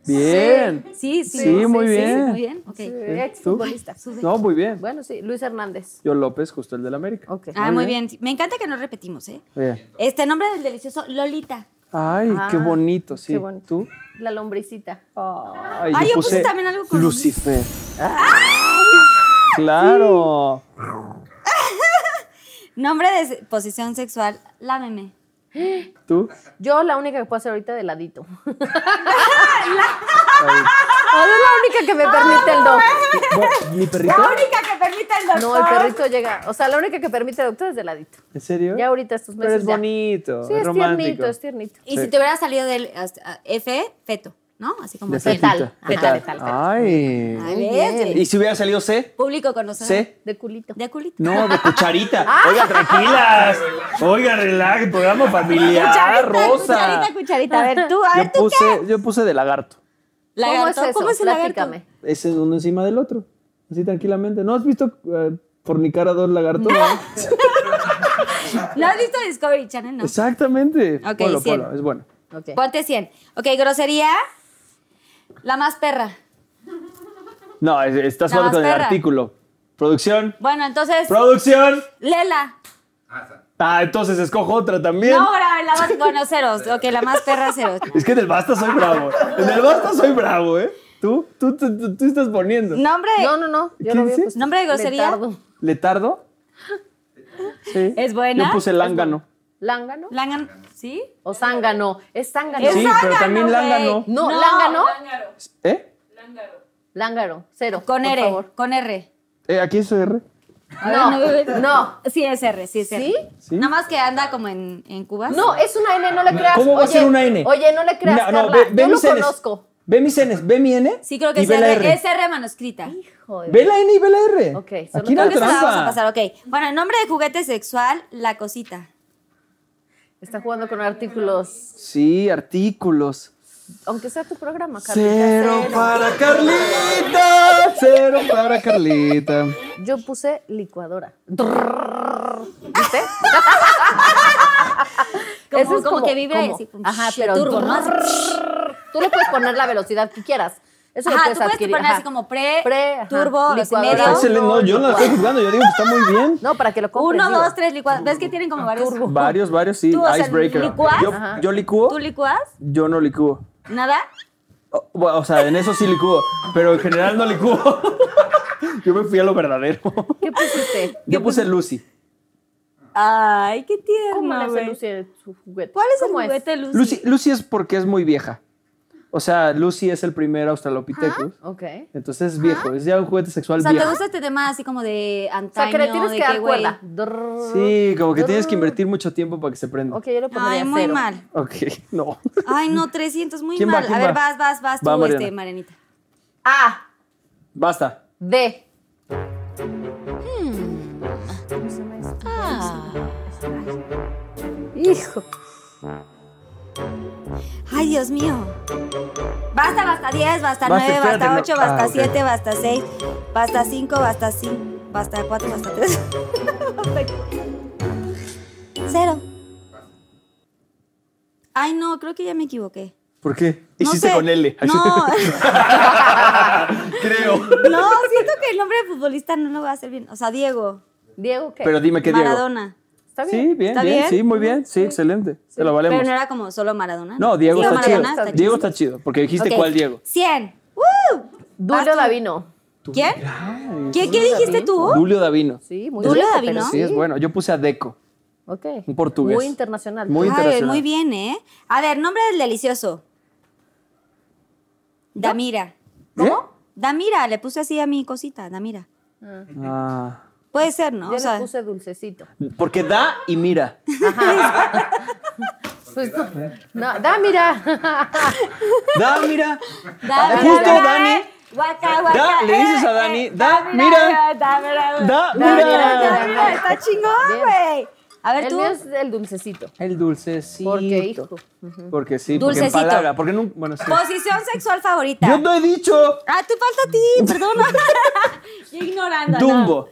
[SPEAKER 3] Bien.
[SPEAKER 2] Sí, sí.
[SPEAKER 3] Sí, muy bien.
[SPEAKER 2] muy bien. Ok.
[SPEAKER 4] Sí,
[SPEAKER 3] ¿Tú?
[SPEAKER 4] exfutbolista.
[SPEAKER 3] No, muy bien.
[SPEAKER 4] Bueno, sí, Luis Hernández.
[SPEAKER 3] Yo López, justo el del América.
[SPEAKER 4] Ok.
[SPEAKER 2] Ah, muy bien. Me encanta que nos repetimos, ¿eh?
[SPEAKER 3] Bien.
[SPEAKER 2] Este nombre del delicioso, Lolita.
[SPEAKER 3] Ay, qué
[SPEAKER 4] Ah,
[SPEAKER 3] bonito, sí.
[SPEAKER 4] qué bonito.
[SPEAKER 3] ¿Tú?
[SPEAKER 4] La lombricita. Oh.
[SPEAKER 3] Ay,
[SPEAKER 2] Ah, yo puse también algo con-
[SPEAKER 3] Lucifer. Ah,
[SPEAKER 4] ¡Ah!
[SPEAKER 3] Claro.
[SPEAKER 2] Nombre de se- posición sexual, lámeme.
[SPEAKER 3] ¿Tú?
[SPEAKER 4] Yo la única que puedo hacer ahorita de ladito. [LAUGHS] O sea, es la única que me
[SPEAKER 2] Ah,
[SPEAKER 4] permite el doc.
[SPEAKER 3] Bu- ¿Mi perrito?
[SPEAKER 2] única que permite el
[SPEAKER 4] No, el perrito llega. O sea, la única que permite el doctor es de ladito.
[SPEAKER 3] ¿En serio?
[SPEAKER 4] Ya ahorita estos
[SPEAKER 3] Pero
[SPEAKER 4] meses.
[SPEAKER 3] es
[SPEAKER 4] ya.
[SPEAKER 3] ¿Eh? bonito,
[SPEAKER 4] Sí,
[SPEAKER 3] es
[SPEAKER 4] es
[SPEAKER 3] romántico.
[SPEAKER 4] tiernito, es tiernito.
[SPEAKER 2] Y
[SPEAKER 3] Sí.
[SPEAKER 2] si te hubiera salido del hasta- ah, F, feto. ¿no? Así como
[SPEAKER 3] De
[SPEAKER 2] así.
[SPEAKER 4] fetal,
[SPEAKER 3] fetita.
[SPEAKER 4] ajá,
[SPEAKER 3] Fetal.
[SPEAKER 4] fetal, fetal.
[SPEAKER 3] Ay.
[SPEAKER 2] Ay, ¿ves?
[SPEAKER 3] ¿Y si hubiera salido C?
[SPEAKER 2] Público conocedor.
[SPEAKER 3] ¿C?
[SPEAKER 4] De culito.
[SPEAKER 2] De culito.
[SPEAKER 3] No, de
[SPEAKER 2] [LAUGHS]
[SPEAKER 3] cucharita.
[SPEAKER 2] Ah.
[SPEAKER 3] Oiga, tranquilas. Oiga, relax, programa familiar, Rosa.
[SPEAKER 2] Cucharita, cucharita. A ver, tú, a
[SPEAKER 3] yo
[SPEAKER 2] ver, tú
[SPEAKER 3] puse,
[SPEAKER 2] qué.
[SPEAKER 3] yo puse de lagarto.
[SPEAKER 4] ¿Cómo es
[SPEAKER 2] Lagarto,
[SPEAKER 4] eso?
[SPEAKER 2] ¿Cómo es el lagarto?
[SPEAKER 4] Platícame.
[SPEAKER 3] Ese es uno encima del otro. Así tranquilamente. ¿No has visto eh, fornicar a dos lagartos?
[SPEAKER 2] ¿No has visto Discovery Channel? No.
[SPEAKER 3] [LAUGHS] Exactamente.
[SPEAKER 2] Ok,
[SPEAKER 3] polo,
[SPEAKER 2] cien.
[SPEAKER 3] polo, es bueno.
[SPEAKER 4] Ok.
[SPEAKER 2] Ponte 100. Ok, grosería. La más perra.
[SPEAKER 3] No, es- estás
[SPEAKER 2] Nada
[SPEAKER 3] jugando con
[SPEAKER 2] más
[SPEAKER 3] el
[SPEAKER 2] perra.
[SPEAKER 3] artículo. Producción.
[SPEAKER 2] Bueno, entonces,
[SPEAKER 3] Producción.
[SPEAKER 2] Lela.
[SPEAKER 6] Ah, está.
[SPEAKER 3] Ah, entonces escojo otra también.
[SPEAKER 2] No, ahora la más, bueno, ceros. Ok, la más perra,
[SPEAKER 3] [LAUGHS]
[SPEAKER 2] ceros.
[SPEAKER 3] Es que en el basta soy bravo. En el basta soy bravo, ¿eh? Tú, tú, tú, tú- tú estás poniendo.
[SPEAKER 2] Nombre.
[SPEAKER 4] No, no, no. Yo no
[SPEAKER 3] ¿Qué
[SPEAKER 4] había
[SPEAKER 3] dice?
[SPEAKER 4] puesto.
[SPEAKER 2] ¿Nombre de grosería?
[SPEAKER 4] Letardo.
[SPEAKER 3] ¿Letardo? Sí.
[SPEAKER 2] ¿Es buena?
[SPEAKER 3] Yo puse lángano.
[SPEAKER 4] ¿Lángano?
[SPEAKER 2] Langan. ¿Sí?
[SPEAKER 4] ¿O zángano? Es zángano.
[SPEAKER 2] Es
[SPEAKER 3] Sí, pero
[SPEAKER 2] zángano,
[SPEAKER 3] también
[SPEAKER 2] güey.
[SPEAKER 3] lángano.
[SPEAKER 4] No, lángano.
[SPEAKER 3] ¿eh?
[SPEAKER 4] Lángaro. Cero.
[SPEAKER 2] Con
[SPEAKER 4] por
[SPEAKER 2] R.
[SPEAKER 4] favor.
[SPEAKER 2] Con R.
[SPEAKER 3] Eh, Aquí es R.
[SPEAKER 2] [LAUGHS]
[SPEAKER 4] No, no.
[SPEAKER 2] Sí, es R, sí es R.
[SPEAKER 4] ¿Sí?
[SPEAKER 3] Sí.
[SPEAKER 2] Nada más que anda como en, en Cuba.
[SPEAKER 4] No, es una N, no le creas.
[SPEAKER 3] ¿Cómo va a
[SPEAKER 4] Oye,
[SPEAKER 3] ser una N?
[SPEAKER 4] Oye, no le creas,
[SPEAKER 3] Mira, no,
[SPEAKER 4] Carla.
[SPEAKER 3] ve- ve
[SPEAKER 4] Yo lo
[SPEAKER 3] mis Ns.
[SPEAKER 4] conozco.
[SPEAKER 3] Ve mis Ns, ve mi N.
[SPEAKER 2] Sí, creo que
[SPEAKER 3] y
[SPEAKER 2] es
[SPEAKER 3] ve la
[SPEAKER 2] R,
[SPEAKER 3] R.
[SPEAKER 2] es R manuscrita.
[SPEAKER 4] Joder.
[SPEAKER 3] Ve la N y ve la R.
[SPEAKER 4] Ok, solo
[SPEAKER 3] Aquí
[SPEAKER 2] Creo
[SPEAKER 3] no hay
[SPEAKER 2] que se la vamos a
[SPEAKER 3] trampa.
[SPEAKER 2] pasar, ok. Bueno, nombre de juguete sexual, la cosita.
[SPEAKER 4] Está jugando con artículos.
[SPEAKER 3] Sí, artículos.
[SPEAKER 4] Aunque sea tu programa, Carla.
[SPEAKER 3] Cero para Carlita. Cero para Carlita.
[SPEAKER 4] Yo puse licuadora. ¿Viste?
[SPEAKER 2] [LAUGHS] Como-
[SPEAKER 4] Ese
[SPEAKER 2] como que vibra y así, pum,
[SPEAKER 4] Ajá,
[SPEAKER 2] shh,
[SPEAKER 4] pero
[SPEAKER 2] turbo,
[SPEAKER 4] tú,
[SPEAKER 2] ¿no?
[SPEAKER 4] tú le puedes poner la velocidad que quieras. Eso lo
[SPEAKER 2] Ajá, tú
[SPEAKER 4] puedes
[SPEAKER 2] puedes
[SPEAKER 4] adquirir,
[SPEAKER 2] poner
[SPEAKER 4] ajá.
[SPEAKER 2] así como pre,
[SPEAKER 4] Pre,
[SPEAKER 2] turbo,
[SPEAKER 4] ajá,
[SPEAKER 2] así
[SPEAKER 4] licuadora.
[SPEAKER 2] medio.
[SPEAKER 3] Excelente. No, yo no la estoy juzgando. Yo digo que está
[SPEAKER 2] [LAUGHS]
[SPEAKER 3] muy bien.
[SPEAKER 4] No, para que lo compres.
[SPEAKER 2] Uno,
[SPEAKER 4] digo.
[SPEAKER 2] dos, tres licuados. ¿Ves que tienen como varios?
[SPEAKER 3] Varios, varios, sí.
[SPEAKER 2] Tú, o sea,
[SPEAKER 3] Icebreaker.
[SPEAKER 2] ¿licuás?
[SPEAKER 3] Yo,
[SPEAKER 4] Ajá.
[SPEAKER 3] yo licúo.
[SPEAKER 2] ¿Tú licuas?
[SPEAKER 3] Yo no licúo.
[SPEAKER 2] ¿Nada?
[SPEAKER 3] O, bueno, o sea, en eso sí licúo, pero en general no licúo. [LAUGHS] Yo me fui a lo verdadero.
[SPEAKER 4] ¿Qué pusiste?
[SPEAKER 3] Yo puse Lucy.
[SPEAKER 2] Ay, qué
[SPEAKER 4] ¿Cómo le
[SPEAKER 2] tierno,
[SPEAKER 4] hace
[SPEAKER 2] güey.
[SPEAKER 4] Lucy su juguete?
[SPEAKER 2] ¿Cuál es el
[SPEAKER 4] ¿Cómo
[SPEAKER 2] juguete, Lucy?
[SPEAKER 3] Lucy, Lucy es porque es muy vieja. O sea, Lucy es el primer Australopithecus.
[SPEAKER 4] Ok.
[SPEAKER 3] Entonces es viejo, es ya un juguete sexual
[SPEAKER 2] O sea, ¿te
[SPEAKER 3] viejo.
[SPEAKER 2] gusta este tema así como de
[SPEAKER 4] O sea,
[SPEAKER 2] antaño?
[SPEAKER 4] que le tienes
[SPEAKER 2] de
[SPEAKER 4] que dar
[SPEAKER 2] güey?
[SPEAKER 4] cuerda. Drrr.
[SPEAKER 3] Sí, como que tienes que invertir mucho tiempo para que se prenda.
[SPEAKER 4] Ok, yo le pondría
[SPEAKER 2] Ay, muy
[SPEAKER 4] cero.
[SPEAKER 2] mal.
[SPEAKER 3] Ok, [LAUGHS] no.
[SPEAKER 2] Ay, no, 300, muy
[SPEAKER 3] ¿Quién va,
[SPEAKER 2] mal.
[SPEAKER 3] quién
[SPEAKER 2] a ver,
[SPEAKER 3] va?
[SPEAKER 2] vas, vas, vas tú,
[SPEAKER 3] Va, Mariana.
[SPEAKER 2] este, Marianita.
[SPEAKER 4] A,
[SPEAKER 3] Basta.
[SPEAKER 4] D. Hijo.
[SPEAKER 2] Ay, Dios mío. Basta, basta 10, basta
[SPEAKER 3] Basta,
[SPEAKER 2] 9, basta 8,
[SPEAKER 3] espérate, no.
[SPEAKER 2] basta
[SPEAKER 3] Ah, ok.
[SPEAKER 2] 7, basta 6, basta 5, basta 5, basta 4, basta 3. [LAUGHS] Cero. Ay, no, creo que ya me equivoqué.
[SPEAKER 3] ¿Por qué?
[SPEAKER 2] No
[SPEAKER 3] Hiciste
[SPEAKER 2] sé.
[SPEAKER 3] con L. [LAUGHS]
[SPEAKER 2] No,
[SPEAKER 3] Creo.
[SPEAKER 2] [LAUGHS] no, siento que el nombre de futbolista no lo va a hacer bien. O sea, Diego,
[SPEAKER 4] Diego, ¿qué?
[SPEAKER 3] Pero dime qué Diego.
[SPEAKER 2] Maradona.
[SPEAKER 4] Está
[SPEAKER 3] Sí, bien,
[SPEAKER 2] ¿Está
[SPEAKER 3] bien,
[SPEAKER 2] bien?
[SPEAKER 3] Sí, muy bien. Sí, excelente. Se lo valemos.
[SPEAKER 2] Pero no era como solo Maradona.
[SPEAKER 3] No, Diego
[SPEAKER 2] Sí,
[SPEAKER 3] está chido.
[SPEAKER 2] Maradona está
[SPEAKER 3] Diego está chido, porque dijiste
[SPEAKER 2] Ok.
[SPEAKER 3] cuál Diego.
[SPEAKER 2] 100. ¡Uh! Vas
[SPEAKER 4] Dulio
[SPEAKER 2] tú.
[SPEAKER 4] Davino.
[SPEAKER 2] ¿Quién? ¿Qué, qué dijiste tú?
[SPEAKER 3] Julio Davino.
[SPEAKER 4] Sí, muy
[SPEAKER 2] Dulio
[SPEAKER 4] rico,
[SPEAKER 2] Davino.
[SPEAKER 4] pero
[SPEAKER 3] Sí, es bueno. Yo puse a Deco.
[SPEAKER 4] Ok.
[SPEAKER 3] Un portugués.
[SPEAKER 4] Muy internacional.
[SPEAKER 3] Muy-
[SPEAKER 2] Ay,
[SPEAKER 3] internacional.
[SPEAKER 2] muy bien, ¿eh? A ver, nombre del delicioso. Damira.
[SPEAKER 3] ¿Cómo?
[SPEAKER 2] Damira, le puse así a mi cosita, Damira.
[SPEAKER 3] Ah.
[SPEAKER 2] Puede ser, ¿no?
[SPEAKER 4] Yo
[SPEAKER 2] O
[SPEAKER 4] le
[SPEAKER 2] sea,
[SPEAKER 4] puse dulcecito.
[SPEAKER 3] Porque da y mira.
[SPEAKER 4] Pues, no, da, mira.
[SPEAKER 3] Da, mira.
[SPEAKER 2] Damira,
[SPEAKER 3] Justo
[SPEAKER 2] Damira, eh,
[SPEAKER 3] Dani.
[SPEAKER 2] guaca, guaca,
[SPEAKER 3] Da, le dices a
[SPEAKER 2] eh,
[SPEAKER 3] Dani,
[SPEAKER 2] eh,
[SPEAKER 3] da, mira.
[SPEAKER 2] Damira,
[SPEAKER 3] Da,
[SPEAKER 4] mira.
[SPEAKER 2] Damira, está chingón,
[SPEAKER 4] Bien.
[SPEAKER 2] güey. A ver
[SPEAKER 4] El
[SPEAKER 2] tú,
[SPEAKER 4] mío es el dulcecito.
[SPEAKER 3] El dulcecito.
[SPEAKER 4] Porque, hijo.
[SPEAKER 3] Porque sí,
[SPEAKER 2] Dulcecito.
[SPEAKER 3] porque empalaga. Porque no, bueno, sí.
[SPEAKER 2] posición sexual favorita.
[SPEAKER 3] Yo no he dicho
[SPEAKER 2] Ah, tú falta a ti,
[SPEAKER 3] [LAUGHS]
[SPEAKER 2] perdona. Yo ignorando.
[SPEAKER 3] Dumbo.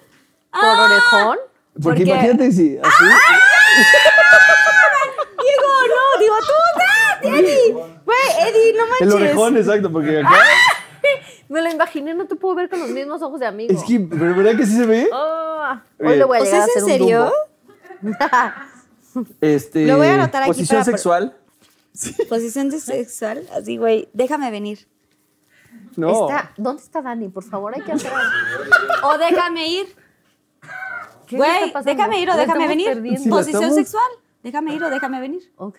[SPEAKER 4] Por
[SPEAKER 2] Ah,
[SPEAKER 4] orejón.
[SPEAKER 3] Porque
[SPEAKER 2] ¿Por qué?
[SPEAKER 3] imagínate si así.
[SPEAKER 2] ¡Ah, Diego, no, digo tú, da, Eddie. Güey, Eddie, no manches.
[SPEAKER 3] el orejón, exacto, porque acá.
[SPEAKER 4] Me lo imaginé, no te puedo ver con los mismos ojos de amigo.
[SPEAKER 3] Es que, pero ¿verdad que sí se ve?
[SPEAKER 4] Oh,
[SPEAKER 3] Eh,
[SPEAKER 4] hoy le voy a
[SPEAKER 2] O sea,
[SPEAKER 4] llegar a
[SPEAKER 2] ¿Pues ¿es en
[SPEAKER 4] hacer un
[SPEAKER 2] serio?
[SPEAKER 4] Dumbo. [LAUGHS]
[SPEAKER 3] Este.
[SPEAKER 2] Lo voy a anotar aquí
[SPEAKER 3] Posición
[SPEAKER 2] para-
[SPEAKER 3] sexual.
[SPEAKER 2] Posición de sexual, así, güey, déjame venir.
[SPEAKER 3] No.
[SPEAKER 4] Está- ¿Dónde está Dani? Por favor, hay que hacer algo.
[SPEAKER 2] O déjame ir.
[SPEAKER 4] ¿Qué le
[SPEAKER 2] Güey,
[SPEAKER 4] está pasando?
[SPEAKER 2] déjame ir o
[SPEAKER 4] La
[SPEAKER 2] déjame
[SPEAKER 4] estamos
[SPEAKER 2] venir. Pues,
[SPEAKER 4] perdiendo.
[SPEAKER 3] Sí, la
[SPEAKER 2] Posición
[SPEAKER 3] estamos-
[SPEAKER 2] sexual, déjame ir o déjame venir.
[SPEAKER 4] Ok.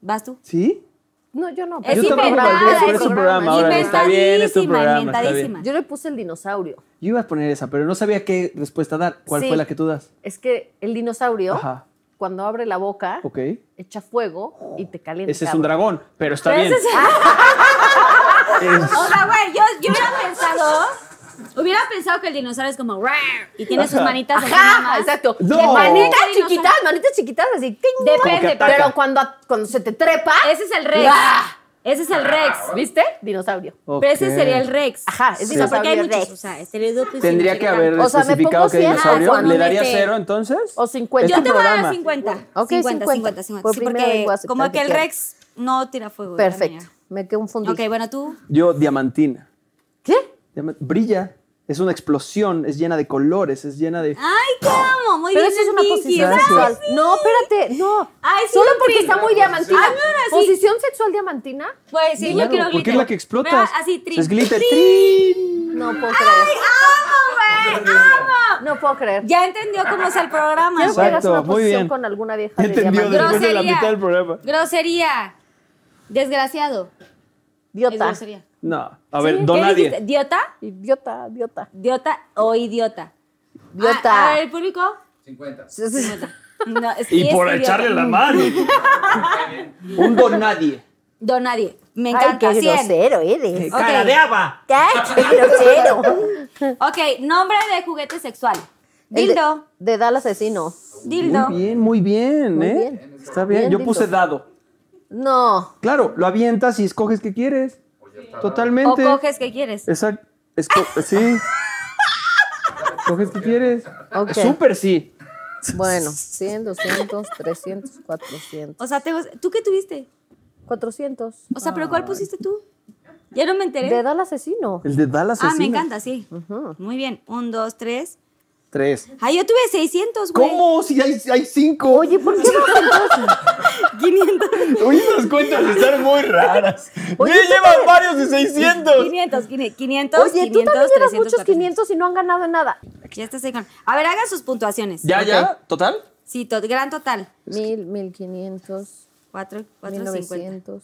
[SPEAKER 2] Vas tú.
[SPEAKER 3] ¿Sí?
[SPEAKER 4] No, yo no.
[SPEAKER 2] Es
[SPEAKER 4] pero-
[SPEAKER 3] Yo tampoco
[SPEAKER 2] inventada,
[SPEAKER 3] la pondría, pero
[SPEAKER 2] es
[SPEAKER 3] es un programa. Ahora está bien, es tu
[SPEAKER 2] Inventadísima,
[SPEAKER 3] programa. está bien.
[SPEAKER 2] inventadísima.
[SPEAKER 4] Yo le puse el dinosaurio.
[SPEAKER 3] Yo iba a poner esa, pero no sabía qué respuesta dar. ¿Cuál
[SPEAKER 4] Sí.
[SPEAKER 3] fue la que tú das?
[SPEAKER 4] Es que el dinosaurio,
[SPEAKER 3] Ajá.
[SPEAKER 4] cuando abre la boca,
[SPEAKER 3] Ok.
[SPEAKER 4] echa fuego y te calienta.
[SPEAKER 3] Ese es un [LAUGHS]
[SPEAKER 4] cabrón.
[SPEAKER 3] dragón, pero está bien.
[SPEAKER 2] Ah, O sea, güey, yo, yo hubiera pensado. Hubiera pensado que el dinosaurio es como. "Rar", Y tiene sus manitas así nada
[SPEAKER 4] Ajá,
[SPEAKER 2] más.
[SPEAKER 4] exacto.
[SPEAKER 3] No.
[SPEAKER 4] De Manitas
[SPEAKER 2] Ay, no
[SPEAKER 4] chiquitas, manitas chiquitas así. ting,
[SPEAKER 2] Depende,
[SPEAKER 4] ting,
[SPEAKER 3] pero-
[SPEAKER 4] pero cuando, cuando se te trepa,
[SPEAKER 2] Ese es el Rex.
[SPEAKER 4] Ah.
[SPEAKER 2] Ese es el Rex.
[SPEAKER 4] ¿viste? Dinosaurio.
[SPEAKER 3] Oh.
[SPEAKER 2] Pero ese sería el Rex.
[SPEAKER 4] Ajá, es
[SPEAKER 2] O sea, porque hay
[SPEAKER 4] dinosaurio
[SPEAKER 2] muchos.
[SPEAKER 4] Rex.
[SPEAKER 2] O sea, este estereotipos.
[SPEAKER 3] Tendría que haber
[SPEAKER 4] O sea, me
[SPEAKER 3] especificado
[SPEAKER 4] pongo
[SPEAKER 3] que
[SPEAKER 4] cien.
[SPEAKER 3] dinosaurio.
[SPEAKER 2] Ah, con
[SPEAKER 3] ¿Le
[SPEAKER 2] un
[SPEAKER 3] daría
[SPEAKER 2] este.
[SPEAKER 3] cero entonces?
[SPEAKER 4] O 50.
[SPEAKER 3] Es
[SPEAKER 2] Yo
[SPEAKER 3] tu
[SPEAKER 2] te voy a dar
[SPEAKER 3] programa.
[SPEAKER 2] 50.
[SPEAKER 4] Ok,
[SPEAKER 2] 50,
[SPEAKER 4] 50.
[SPEAKER 2] 50, 50.
[SPEAKER 4] Por
[SPEAKER 2] sí,
[SPEAKER 4] primera
[SPEAKER 2] porque
[SPEAKER 4] vez voy a aceptar
[SPEAKER 2] como que el
[SPEAKER 4] que quiero.
[SPEAKER 2] Rex no tira fuego. la
[SPEAKER 4] Perfecto.
[SPEAKER 2] mía.
[SPEAKER 4] Me quedé un fundido.
[SPEAKER 2] Ok, bueno, tú.
[SPEAKER 3] Yo, diamantina.
[SPEAKER 4] ¿Qué?
[SPEAKER 3] Diama- Brilla. Es una explosión. Es llena de colores. Es llena de.
[SPEAKER 2] ¡Ay, te amo! Muy
[SPEAKER 4] Pero
[SPEAKER 2] bien,
[SPEAKER 4] eso es una
[SPEAKER 2] Pinky.
[SPEAKER 4] posición
[SPEAKER 3] Gracias.
[SPEAKER 4] sexual. No, espérate, no.
[SPEAKER 2] Ay, sí,
[SPEAKER 4] Solo
[SPEAKER 2] Pinky.
[SPEAKER 4] porque está muy diamantina.
[SPEAKER 2] Ah, mira, sí.
[SPEAKER 4] ¿Posición sexual diamantina?
[SPEAKER 2] Pues sí,
[SPEAKER 3] Claro,
[SPEAKER 2] yo quiero glitter.
[SPEAKER 3] porque es la que explota.
[SPEAKER 2] Vea, así, tri.
[SPEAKER 3] Es glitter.
[SPEAKER 2] ¡Trin!
[SPEAKER 3] ¡Trin!
[SPEAKER 4] No puedo creer.
[SPEAKER 2] ¡Amo, güey! ¡Amo!
[SPEAKER 4] No puedo creer.
[SPEAKER 2] Ya entendió cómo es el programa.
[SPEAKER 4] Quiero que
[SPEAKER 3] Exacto,
[SPEAKER 4] hagas una
[SPEAKER 3] muy
[SPEAKER 4] posición
[SPEAKER 3] bien.
[SPEAKER 4] con alguna vieja
[SPEAKER 3] Ya
[SPEAKER 4] de
[SPEAKER 3] entendió
[SPEAKER 4] diamante.
[SPEAKER 3] después de la
[SPEAKER 2] Grosería.
[SPEAKER 3] mitad del programa.
[SPEAKER 2] Grosería. Desgraciado. Es
[SPEAKER 4] Idiota.
[SPEAKER 2] grosería.
[SPEAKER 3] No. A ver,
[SPEAKER 2] ¿Qué
[SPEAKER 3] don
[SPEAKER 2] dijiste?
[SPEAKER 3] nadie.
[SPEAKER 2] ¿Diota?
[SPEAKER 4] Idiota, idiota.
[SPEAKER 2] ¿Diota o idiota?
[SPEAKER 4] Idiota.
[SPEAKER 2] Ah, A, a ver, el público.
[SPEAKER 6] 50.
[SPEAKER 2] No, es-
[SPEAKER 9] Y
[SPEAKER 2] sí es
[SPEAKER 9] por
[SPEAKER 2] idiota.
[SPEAKER 9] echarle la
[SPEAKER 2] [LAUGHS]
[SPEAKER 9] mano.
[SPEAKER 3] Un don nadie.
[SPEAKER 2] Don nadie. Me
[SPEAKER 4] Ay,
[SPEAKER 2] encanta.
[SPEAKER 4] qué
[SPEAKER 2] 100.
[SPEAKER 4] grosero eres.
[SPEAKER 2] Ok.
[SPEAKER 10] Cara de haba.
[SPEAKER 4] Ay,
[SPEAKER 2] [LAUGHS]
[SPEAKER 4] qué grosero.
[SPEAKER 2] Ok, nombre de juguete sexual. Dildo.
[SPEAKER 4] El De, de Dal asesino.
[SPEAKER 2] Dildo.
[SPEAKER 3] Muy bien, muy bien,
[SPEAKER 4] Muy
[SPEAKER 3] ¿eh?
[SPEAKER 4] bien.
[SPEAKER 3] Está bien.
[SPEAKER 4] Bien
[SPEAKER 3] Yo
[SPEAKER 4] dicho.
[SPEAKER 3] puse dado.
[SPEAKER 4] No.
[SPEAKER 3] Claro, lo avientas y escoges qué quieres.
[SPEAKER 2] O
[SPEAKER 3] Totalmente.
[SPEAKER 2] coges que quieres.
[SPEAKER 3] Exacto. Esco- sí. Coges qué quieres.
[SPEAKER 4] Ok.
[SPEAKER 3] Súper sí.
[SPEAKER 4] Bueno, 100, 200, 300, 400.
[SPEAKER 2] O sea, te, ¿tú qué tuviste?
[SPEAKER 4] 400.
[SPEAKER 2] O sea, ¿pero cuál pusiste tú? Ya no me enteré.
[SPEAKER 4] De Dal asesino.
[SPEAKER 3] El de Dallas
[SPEAKER 2] Ah, me
[SPEAKER 3] Asesino.
[SPEAKER 2] encanta, sí. Muy bien. Un, dos, tres.
[SPEAKER 3] Tres.
[SPEAKER 2] Ay, yo tuve 600, güey. [LAUGHS]
[SPEAKER 3] ¿Cómo? Si hay, hay cinco.
[SPEAKER 4] Oye, ¿por qué vas entonces?
[SPEAKER 2] 500.
[SPEAKER 9] Oye, esas cuentas están muy raras.
[SPEAKER 4] Oye,
[SPEAKER 9] Ya
[SPEAKER 4] tú
[SPEAKER 9] llevan varios de 600.
[SPEAKER 2] 500, 500, 500,
[SPEAKER 4] Oye, tú también
[SPEAKER 2] 500,
[SPEAKER 4] llevas
[SPEAKER 2] 300,
[SPEAKER 4] muchos
[SPEAKER 2] 400.
[SPEAKER 4] 500 y no han ganado nada.
[SPEAKER 2] Ya está secando. A ver, hagan sus puntuaciones.
[SPEAKER 3] ¿Ya, ya? ¿Total?
[SPEAKER 2] Sí, to- gran total.
[SPEAKER 4] 1000, 1500,
[SPEAKER 2] 4, 450.
[SPEAKER 4] 1900,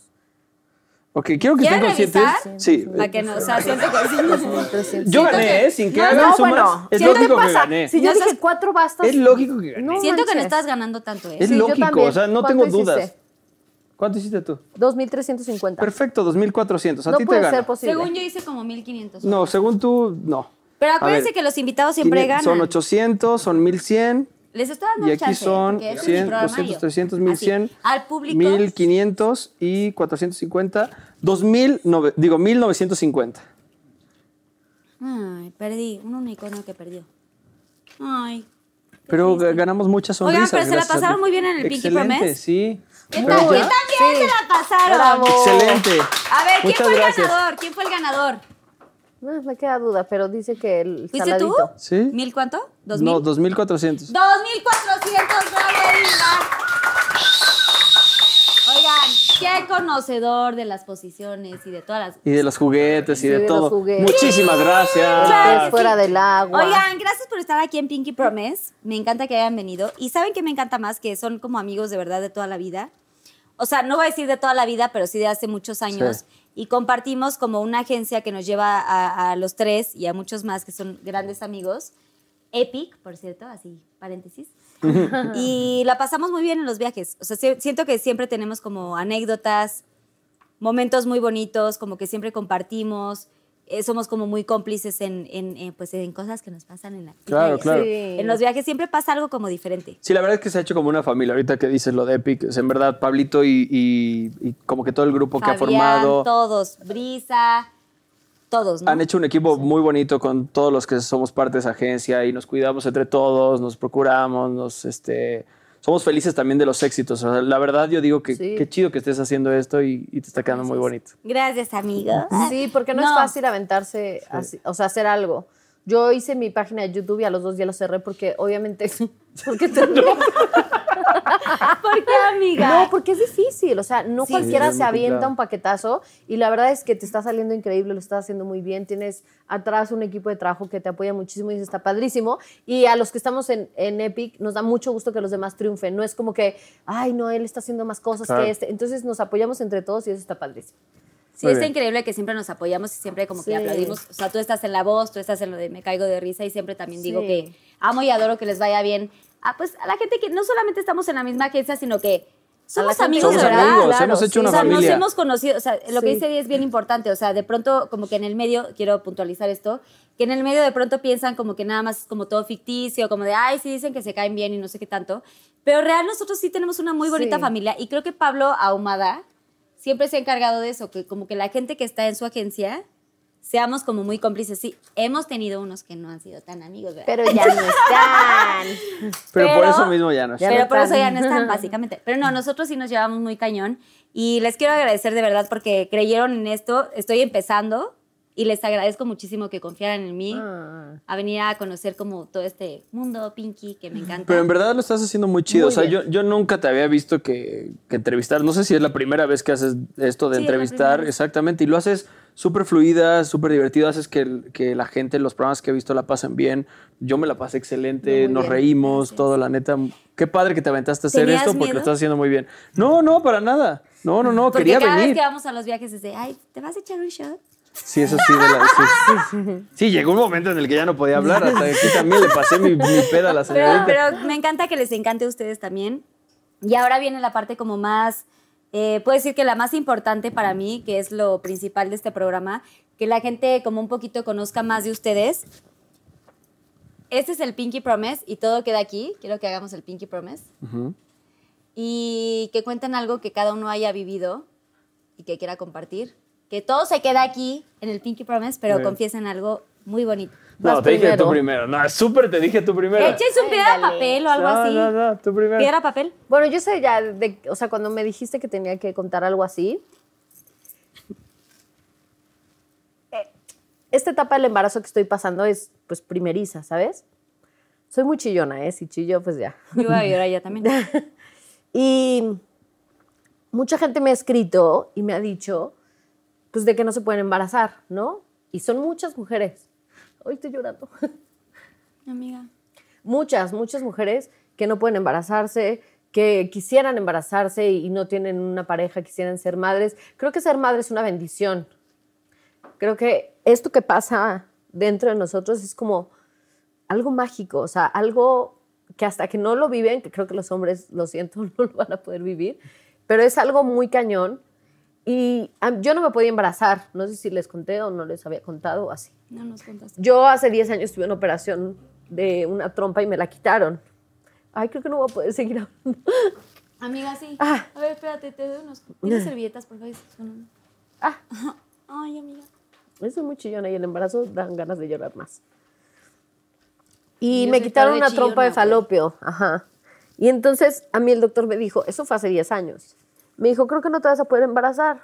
[SPEAKER 3] Ok, quiero que estén
[SPEAKER 2] ¿Quieren
[SPEAKER 3] conscientes.
[SPEAKER 2] revisar?
[SPEAKER 3] Sí.
[SPEAKER 2] Para que no, o sea, siento
[SPEAKER 4] [LAUGHS]
[SPEAKER 2] que sí.
[SPEAKER 4] 1300.
[SPEAKER 3] Yo gané, ¿eh? Sin que
[SPEAKER 4] No,
[SPEAKER 3] hagan
[SPEAKER 4] no,
[SPEAKER 3] sumas.
[SPEAKER 4] bueno.
[SPEAKER 3] es
[SPEAKER 4] ¿Qué te
[SPEAKER 3] lógico que
[SPEAKER 4] pasa?
[SPEAKER 3] gané.
[SPEAKER 4] Si yo
[SPEAKER 2] No
[SPEAKER 4] dije
[SPEAKER 2] seas-
[SPEAKER 4] cuatro bastas.
[SPEAKER 3] Es lógico que gané.
[SPEAKER 4] No
[SPEAKER 2] Siento que no
[SPEAKER 4] manches.
[SPEAKER 2] estás ganando tanto, ¿eh?
[SPEAKER 3] es
[SPEAKER 4] Sí, yo
[SPEAKER 3] lógico,
[SPEAKER 4] también.
[SPEAKER 3] o sea, no
[SPEAKER 4] ¿Cuánto
[SPEAKER 3] tengo
[SPEAKER 4] hiciste?
[SPEAKER 3] dudas. ¿Cuánto hiciste tú?
[SPEAKER 4] 2350.
[SPEAKER 3] Perfecto, 2400. pues, A
[SPEAKER 4] No
[SPEAKER 3] ti te
[SPEAKER 4] puede
[SPEAKER 3] gana.
[SPEAKER 4] ser posible.
[SPEAKER 2] Según yo hice como 1500.
[SPEAKER 3] ¿eh? No, según tú, no.
[SPEAKER 2] Pero
[SPEAKER 3] A
[SPEAKER 2] acuérdense
[SPEAKER 3] ver,
[SPEAKER 2] que los invitados siempre
[SPEAKER 3] 500,
[SPEAKER 2] ganan.
[SPEAKER 3] Son 800, son 1100.
[SPEAKER 2] Les estoy dando
[SPEAKER 3] Y
[SPEAKER 2] un
[SPEAKER 3] aquí
[SPEAKER 2] chance,
[SPEAKER 3] son
[SPEAKER 2] porque es mi
[SPEAKER 3] 100,
[SPEAKER 2] programa
[SPEAKER 3] 200,
[SPEAKER 2] yo.
[SPEAKER 3] 300,
[SPEAKER 2] Así,
[SPEAKER 3] 1100,
[SPEAKER 2] Al público.
[SPEAKER 3] 1500 y 450, 2000, nove- digo 1950.
[SPEAKER 2] Ay, perdí. Un unicornio que perdió. Ay.
[SPEAKER 3] Pero ga- ganamos muchas
[SPEAKER 2] Oigan, pero
[SPEAKER 3] sonrisas.
[SPEAKER 2] se la
[SPEAKER 3] gracias a
[SPEAKER 2] pasaron
[SPEAKER 3] Dios.
[SPEAKER 2] muy bien en el Pinky
[SPEAKER 3] Excelente,
[SPEAKER 2] Promise.
[SPEAKER 3] sí.
[SPEAKER 2] ¿Qué
[SPEAKER 3] Pero
[SPEAKER 2] tal?
[SPEAKER 3] ya-
[SPEAKER 2] ¿Qué tal que se la pasaron?
[SPEAKER 4] Bravo.
[SPEAKER 3] Excelente.
[SPEAKER 2] A ver, ¿quién
[SPEAKER 3] Muchas
[SPEAKER 2] fue
[SPEAKER 3] gracias.
[SPEAKER 2] el ganador? ¿Quién fue el ganador?
[SPEAKER 4] No, me queda duda, pero dice que el
[SPEAKER 2] ¿Fuiste tú?
[SPEAKER 4] saladito.
[SPEAKER 3] Sí.
[SPEAKER 2] ¿Mil cuánto? ¿Dos
[SPEAKER 3] No,
[SPEAKER 2] mil?
[SPEAKER 3] 2400.
[SPEAKER 2] ¡2400 dólares! Oigan, qué conocedor de las posiciones y de todas las...
[SPEAKER 3] Y de los juguetes y
[SPEAKER 4] Y
[SPEAKER 3] de,
[SPEAKER 4] de los
[SPEAKER 3] todo.
[SPEAKER 4] juguetes.
[SPEAKER 3] Muchísimas gracias.
[SPEAKER 2] Claro que sí.
[SPEAKER 4] fuera del agua.
[SPEAKER 2] Oigan, gracias por estar aquí en Pinky Promise. Me encanta que hayan venido. Y saben que me encanta más que son como amigos de verdad de toda la vida. O sea, no voy a decir de toda la vida, pero sí de hace muchos años.
[SPEAKER 3] Sí.
[SPEAKER 2] Y compartimos como una agencia que nos lleva a, a los tres y a muchos más que son grandes amigos. Epic, por cierto, así, paréntesis. y la pasamos muy bien en los viajes. O sea, si- siento que siempre tenemos como anécdotas, momentos muy bonitos, como que siempre compartimos. eh, somos como muy cómplices en, en, en, pues, en cosas que nos pasan en la vida
[SPEAKER 3] Claro,
[SPEAKER 2] y así.
[SPEAKER 3] claro.
[SPEAKER 2] En los viajes siempre pasa algo como diferente.
[SPEAKER 3] Sí, la verdad es que se ha hecho como una familia. Ahorita que dices lo de Epic, es en verdad, Pablito y, y- y como que todo el grupo que ha
[SPEAKER 2] Fabián,
[SPEAKER 3] formado.
[SPEAKER 2] todos, Brisa, todos, ¿no?
[SPEAKER 3] Han hecho un equipo muy bonito con todos los que somos parte de esa agencia y nos cuidamos entre todos, nos procuramos, nos este, somos felices también de los éxitos. O sea, la verdad yo digo que
[SPEAKER 4] Sí.
[SPEAKER 3] qué chido que estés haciendo esto y, y te está quedando muy bonito.
[SPEAKER 2] Gracias, amigo.
[SPEAKER 4] Sí, porque no, es fácil aventarse, así, o sea, hacer algo. Yo hice mi página de YouTube y a los dos ya lo cerré porque obviamente... [LAUGHS] Porque no.
[SPEAKER 2] [LAUGHS] ¿Por qué, amiga?
[SPEAKER 4] No, porque es difícil, o sea, no
[SPEAKER 2] Sí.
[SPEAKER 4] cualquiera
[SPEAKER 3] Sí, es
[SPEAKER 4] se
[SPEAKER 3] muy
[SPEAKER 4] avienta
[SPEAKER 3] complicado.
[SPEAKER 4] un paquetazo y la verdad es que te está saliendo increíble, lo estás haciendo muy bien, tienes atrás un equipo de trabajo que te apoya muchísimo y eso está padrísimo y a los que estamos en, en Epic nos da mucho gusto que los demás triunfen, no es como que, ay, no, él está haciendo más cosas
[SPEAKER 3] Claro.
[SPEAKER 4] que este, entonces nos apoyamos entre todos y eso está padrísimo.
[SPEAKER 2] Sí,
[SPEAKER 3] Muy
[SPEAKER 2] está
[SPEAKER 3] bien.
[SPEAKER 2] increíble que siempre nos apoyamos y siempre como que
[SPEAKER 4] Sí.
[SPEAKER 2] aplaudimos. O sea, tú estás en la voz, tú estás en lo de me caigo de risa y siempre también digo
[SPEAKER 4] Sí.
[SPEAKER 2] que amo y adoro que les vaya bien. Ah, pues a la gente que no solamente estamos en la misma agencia, sino que Somos
[SPEAKER 4] gente
[SPEAKER 2] amigos,
[SPEAKER 4] que-
[SPEAKER 2] Somos ¿verdad?
[SPEAKER 3] amigos, hemos hecho una
[SPEAKER 2] o sea, nos
[SPEAKER 3] familia.
[SPEAKER 2] hemos conocido, o sea, lo que
[SPEAKER 4] Sí.
[SPEAKER 2] dice Di es bien importante, o sea, de pronto como que en el medio, quiero puntualizar esto, que en el medio de pronto piensan como que nada más es como todo ficticio, como de, ay, sí dicen que se caen bien y no sé qué tanto, pero real nosotros sí tenemos una muy bonita
[SPEAKER 4] Sí.
[SPEAKER 2] familia y creo que Pablo Ahumada siempre se ha encargado de eso, que como que la gente que está en su agencia seamos como muy cómplices, sí, hemos tenido unos que no han sido tan amigos, ¿verdad?
[SPEAKER 4] Pero ya
[SPEAKER 3] [LAUGHS]
[SPEAKER 4] no están.
[SPEAKER 3] Pero, por
[SPEAKER 2] Pero-
[SPEAKER 3] eso mismo ya no es.
[SPEAKER 4] Ya
[SPEAKER 2] pero
[SPEAKER 4] no
[SPEAKER 2] por eso ya
[SPEAKER 4] están.
[SPEAKER 2] no están, básicamente. Pero no, nosotros sí nos llevamos muy cañón. Y les quiero agradecer de verdad porque creyeron en esto. Estoy empezando y les agradezco muchísimo que confiaran en mí
[SPEAKER 4] Ah.
[SPEAKER 2] a venir a conocer como todo este mundo pinky que me encanta.
[SPEAKER 3] Pero en verdad lo estás haciendo muy chido.
[SPEAKER 4] Muy
[SPEAKER 3] o sea, yo,
[SPEAKER 4] bien.
[SPEAKER 3] yo nunca te había visto que, que entrevistar. No sé si es la primera vez que haces esto de
[SPEAKER 2] Sí, es la primera
[SPEAKER 3] entrevistar.
[SPEAKER 2] vez.
[SPEAKER 3] Exactamente. Y lo haces súper fluida, súper divertido. Haces que, el- que la gente, los programas que he visto, la pasen bien. Yo me la pasé excelente.
[SPEAKER 4] Muy
[SPEAKER 3] nos
[SPEAKER 4] bien,
[SPEAKER 3] reímos, todo, la neta. Qué padre que te aventaste a hacer
[SPEAKER 2] ¿Tenías
[SPEAKER 3] esto porque
[SPEAKER 2] miedo?
[SPEAKER 3] lo estás haciendo muy bien. No, no, para nada. No, no, no.
[SPEAKER 2] porque
[SPEAKER 3] quería
[SPEAKER 2] cada
[SPEAKER 3] venir.
[SPEAKER 2] vez que vamos a los viajes es de, ay, ¿te vas a echar un shot?
[SPEAKER 3] Sí, eso sí. de la- sí, sí.
[SPEAKER 2] [LAUGHS]
[SPEAKER 3] Sí, llegó un momento en el que ya no podía hablar. Hasta [LAUGHS] aquí también le pasé mi, mi peda a la
[SPEAKER 2] Pero,
[SPEAKER 3] señorita.
[SPEAKER 2] pero me encanta que les encante a ustedes también. Y ahora viene la parte como más, eh, puedo decir que la más importante para mí, que es lo principal de este programa, que la gente como un poquito conozca más de ustedes. Este es el Pinky Promise y todo queda aquí. Quiero que hagamos el Pinky Promise.
[SPEAKER 3] Ujú.
[SPEAKER 2] Y que cuenten algo que cada uno haya vivido y que quiera compartir. Que todo se queda aquí en el Pinky Promise, pero
[SPEAKER 3] Muy bien.
[SPEAKER 2] confiesen algo muy bonito.
[SPEAKER 3] No,
[SPEAKER 4] Vas
[SPEAKER 3] te dije tú
[SPEAKER 4] primero.
[SPEAKER 3] primero. No, súper te dije tú primero.
[SPEAKER 2] Eches un piedra de
[SPEAKER 4] Ándale.
[SPEAKER 2] papel o algo
[SPEAKER 3] no,
[SPEAKER 2] así.
[SPEAKER 3] No, no, tú primero.
[SPEAKER 2] Piedra, papel.
[SPEAKER 4] Bueno, yo sé ya, de- o sea, cuando me dijiste que tenía que contar algo así. eh, Esta etapa del embarazo que estoy pasando es, pues, primeriza, ¿sabes? Soy muy chillona, ¿eh? Si chillo, pues ya.
[SPEAKER 2] Yo voy a llorar ya también.
[SPEAKER 4] Y mucha gente me ha escrito y me ha dicho, pues, de que no se pueden embarazar, ¿no? Y son muchas mujeres. Hoy estoy llorando.
[SPEAKER 2] [LAUGHS] Amiga.
[SPEAKER 4] muchas, muchas mujeres que no pueden embarazarse, que quisieran embarazarse y no tienen una pareja, quisieran ser madres. Creo que ser madre es una bendición. Creo que esto que pasa dentro de nosotros es como algo mágico, o sea, algo que hasta que no lo viven, que creo que los hombres, lo siento, [LAUGHS] no lo van a poder vivir, pero es algo muy cañón. Y am, yo no me podía embarazar, no sé si les conté o no les había contado o así.
[SPEAKER 2] No nos contaste.
[SPEAKER 4] Yo hace 10 años tuve una operación de una trompa y me la quitaron. Ay, creo que no voy a poder seguir hablando.
[SPEAKER 2] Amiga, sí.
[SPEAKER 4] Ah.
[SPEAKER 2] A ver, espérate, te doy unos. ¿Tienes servilletas, por favor? Son-
[SPEAKER 4] Ah,
[SPEAKER 2] [LAUGHS] Ay, amiga.
[SPEAKER 4] eso es muy chillona y el embarazo dan ganas de llorar más. Y
[SPEAKER 2] Yo
[SPEAKER 4] me
[SPEAKER 2] soy
[SPEAKER 4] quitaron
[SPEAKER 2] tarde
[SPEAKER 4] una trompa de
[SPEAKER 2] chillona, pues. güey.
[SPEAKER 4] falopio. Ajá. Y entonces a mí el doctor me dijo, eso fue hace 10 años. Me dijo, creo que no te vas a poder embarazar.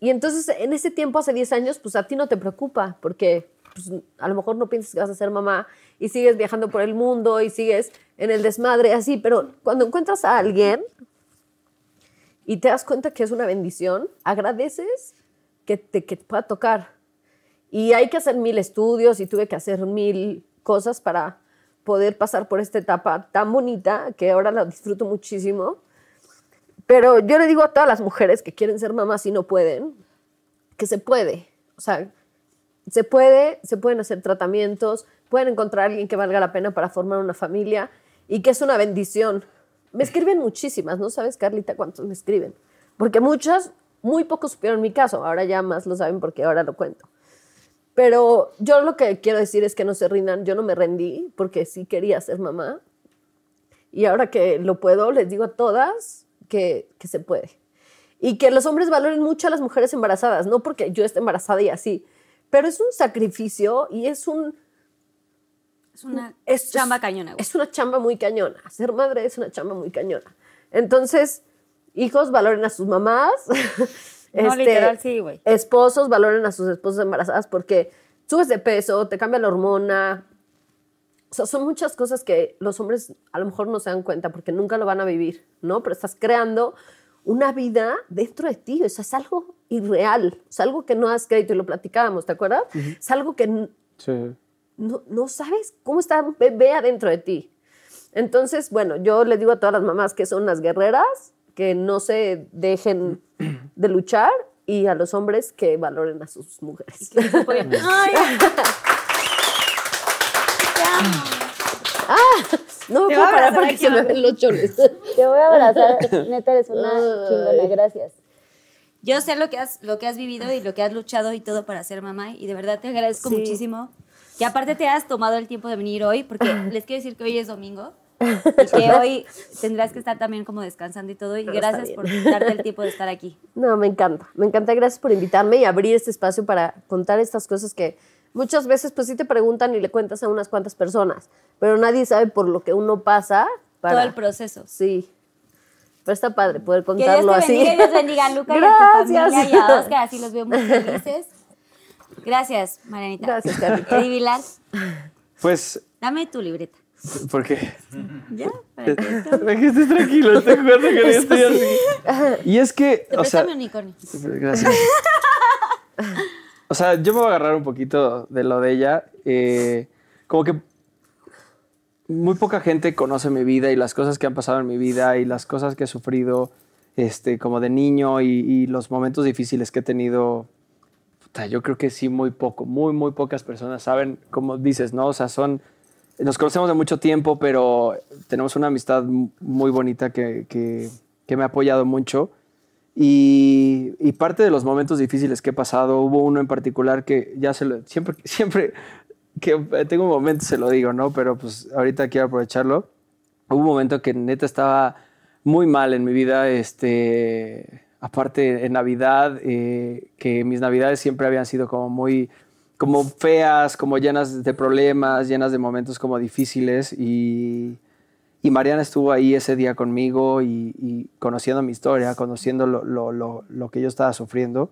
[SPEAKER 4] Y entonces en ese tiempo, hace 10 años, pues a ti no te preocupa, porque pues, a lo mejor no piensas que vas a ser mamá y sigues viajando por el mundo y sigues en el desmadre así, pero cuando encuentras a alguien y te das cuenta que es una bendición, agradeces que te, que te pueda tocar. Y hay que hacer mil estudios y tuve que hacer mil cosas para poder pasar por esta etapa tan bonita que ahora la disfruto muchísimo. Pero yo le digo a todas las mujeres que quieren ser mamás y no pueden, que se puede. O sea, se puede, se pueden hacer tratamientos, pueden encontrar a alguien que valga la pena para formar una familia y que es una bendición. Me escriben muchísimas, ¿no sabes, Carlita, cuántos me escriben? Porque muchas, muy pocos supieron mi caso, ahora ya más lo saben porque ahora lo cuento. Pero yo lo que quiero decir es que no se rindan, yo no me rendí porque sí quería ser mamá y ahora que lo puedo, les digo a todas que, que se puede. Y que los hombres valoren mucho a las mujeres embarazadas, no porque yo esté embarazada y así, pero es un sacrificio y es un...
[SPEAKER 2] Es una
[SPEAKER 4] Es,
[SPEAKER 2] chamba cañona, güey.
[SPEAKER 4] Es una chamba muy cañona. Ser madre es una chamba muy cañona. Entonces, hijos, valoren a sus mamás. [LAUGHS]
[SPEAKER 2] No,
[SPEAKER 4] este
[SPEAKER 2] literal, sí, güey.
[SPEAKER 4] Esposos, valoren a sus esposas embarazadas porque subes de peso, te cambia la hormona, o sea, son muchas cosas que los hombres a lo mejor no se dan cuenta porque nunca lo van a vivir, ¿no? Pero estás creando una vida dentro de ti, o sea, es algo irreal, es algo que no has crédito y lo platicábamos, ¿te acuerdas? Es algo que n-
[SPEAKER 3] Sí.
[SPEAKER 4] no, no sabes cómo está un bebé adentro de ti. Entonces, bueno, yo le digo a todas las mamás que son las guerreras, que no se dejen de luchar y a los hombres que valoren a sus mujeres.
[SPEAKER 2] [LAUGHS] Ay,
[SPEAKER 4] No me
[SPEAKER 2] Te
[SPEAKER 4] puedo
[SPEAKER 2] va a
[SPEAKER 4] parar
[SPEAKER 2] abrazar
[SPEAKER 4] porque
[SPEAKER 2] aquí,
[SPEAKER 4] se me
[SPEAKER 2] mamá.
[SPEAKER 4] ven los
[SPEAKER 2] [LAUGHS]
[SPEAKER 4] chones.
[SPEAKER 11] Te voy a
[SPEAKER 4] [LAUGHS]
[SPEAKER 11] abrazar. Neta, eres una chingona.
[SPEAKER 4] Ay.
[SPEAKER 11] Gracias.
[SPEAKER 2] Yo sé lo que has, lo que has vivido y lo que has luchado y todo para ser mamá y de verdad te agradezco
[SPEAKER 4] Sí.
[SPEAKER 2] muchísimo. que aparte te has tomado el tiempo de venir
[SPEAKER 11] [LAUGHS]
[SPEAKER 2] hoy porque les quiero decir que hoy es domingo y que hoy tendrás que estar también como descansando y todo y
[SPEAKER 4] Pero está
[SPEAKER 2] gracias
[SPEAKER 4] bien.
[SPEAKER 2] por darte el tiempo de estar aquí.
[SPEAKER 4] [LAUGHS] No, me encanta. Me encanta. Gracias por invitarme y abrir este espacio para contar estas cosas que muchas veces pues sí te preguntan y le cuentas a unas cuantas personas, pero nadie sabe por lo que uno pasa para
[SPEAKER 2] Todo el proceso.
[SPEAKER 4] Sí. Pero está padre poder
[SPEAKER 2] Que Dios
[SPEAKER 4] contarlo
[SPEAKER 2] te bendiga y
[SPEAKER 4] así.
[SPEAKER 2] Dios bendiga a Luca y a tu
[SPEAKER 4] [LAUGHS] Gracias.
[SPEAKER 2] familia y a Oscar, así los veo
[SPEAKER 4] [LAUGHS]
[SPEAKER 2] muy felices. Gracias, Marianita.
[SPEAKER 4] Gracias, Carlita.
[SPEAKER 2] Eddie Vilar,
[SPEAKER 3] Pues,
[SPEAKER 2] dame tu libreta.
[SPEAKER 3] porque
[SPEAKER 2] [LAUGHS] ¿Ya? Para que esto-
[SPEAKER 3] [LAUGHS] que estés tranquilo, te acuerdas que yo estoy así. Y es que,
[SPEAKER 2] Te
[SPEAKER 3] o
[SPEAKER 2] presto
[SPEAKER 3] sea,
[SPEAKER 2] mi unicornio.
[SPEAKER 3] gracias. [LAUGHS] O sea, yo me voy a agarrar un poquito de lo de ella. eh, como que muy poca gente conoce mi vida y las cosas que han pasado en mi vida y las cosas que he sufrido este, como de niño y, y los momentos difíciles que he tenido. Puta, yo creo que sí, muy poco, muy, muy pocas personas saben, como dices, ¿no? O sea, son, nos conocemos de mucho tiempo, pero tenemos una amistad m- muy bonita que, que- que me ha apoyado mucho. Y, y parte de los momentos difíciles que he pasado, hubo uno en particular que ya se lo, siempre, [LAUGHS] siempre que tengo un momento se lo digo, ¿no? Pero pues ahorita quiero aprovecharlo. Hubo un momento que neta estaba muy mal en mi vida, este, aparte en Navidad, eh, que mis Navidades siempre habían sido como muy, como feas, como llenas de problemas, llenas de momentos como difíciles y... Y Mariana estuvo ahí ese día conmigo y, y conociendo mi historia, conociendo lo, lo- lo- lo que yo estaba sufriendo.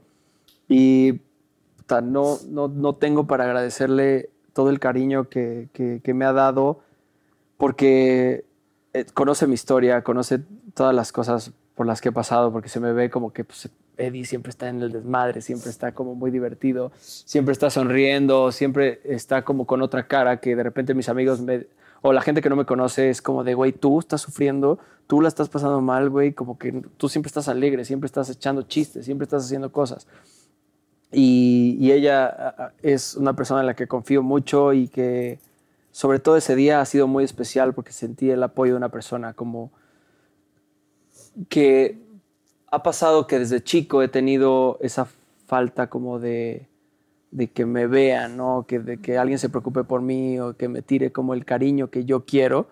[SPEAKER 3] Y puta, no, no, no tengo para agradecerle todo el cariño que, que- que me ha dado, porque eh, conoce mi historia, conoce todas las cosas por las que he pasado, porque se me ve como que pues, Eddie siempre está en el desmadre, siempre está como muy divertido, siempre está sonriendo, siempre está como con otra cara que de repente mis amigos me- o la gente que no me conoce es como de, güey, tú estás sufriendo, tú la estás pasando mal, güey, como que tú siempre estás alegre, siempre estás echando chistes, siempre estás haciendo cosas y, y ella a- a- es una persona en la que confío mucho y que sobre todo ese día ha sido muy especial porque sentí el apoyo de una persona como que ha pasado que desde chico he tenido esa falta como de, de que me vean, ¿no? que, de que alguien se preocupe por mí o que me tire como el cariño que yo quiero.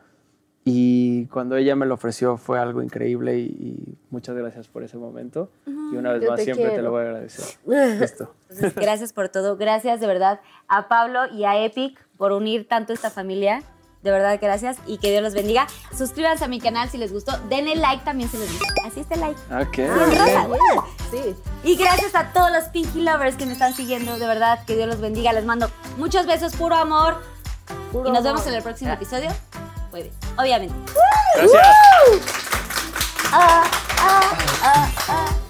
[SPEAKER 3] Y cuando ella me lo ofreció fue algo increíble y, y muchas gracias por ese momento. Y una vez
[SPEAKER 4] yo
[SPEAKER 3] más
[SPEAKER 4] te
[SPEAKER 3] siempre te
[SPEAKER 4] quiero.
[SPEAKER 3] lo voy a agradecer. Listo.
[SPEAKER 2] Entonces, gracias por todo. Gracias de verdad a Pablo y a Epic por unir tanto esta familia. De verdad, gracias y que Dios los bendiga. Suscríbanse a mi canal si les gustó. Denle like también si les gustó. Así este like. ¿eh?
[SPEAKER 3] Ok.
[SPEAKER 4] Sí.
[SPEAKER 2] Y gracias a todos los Pinky Lovers que me están siguiendo. De verdad, que Dios los bendiga. Les mando muchos besos, puro amor. y nos vemos en el próximo
[SPEAKER 3] Ah.
[SPEAKER 2] episodio. Jueves, obviamente.
[SPEAKER 3] Gracias.
[SPEAKER 2] Ah, ah, ah, ah.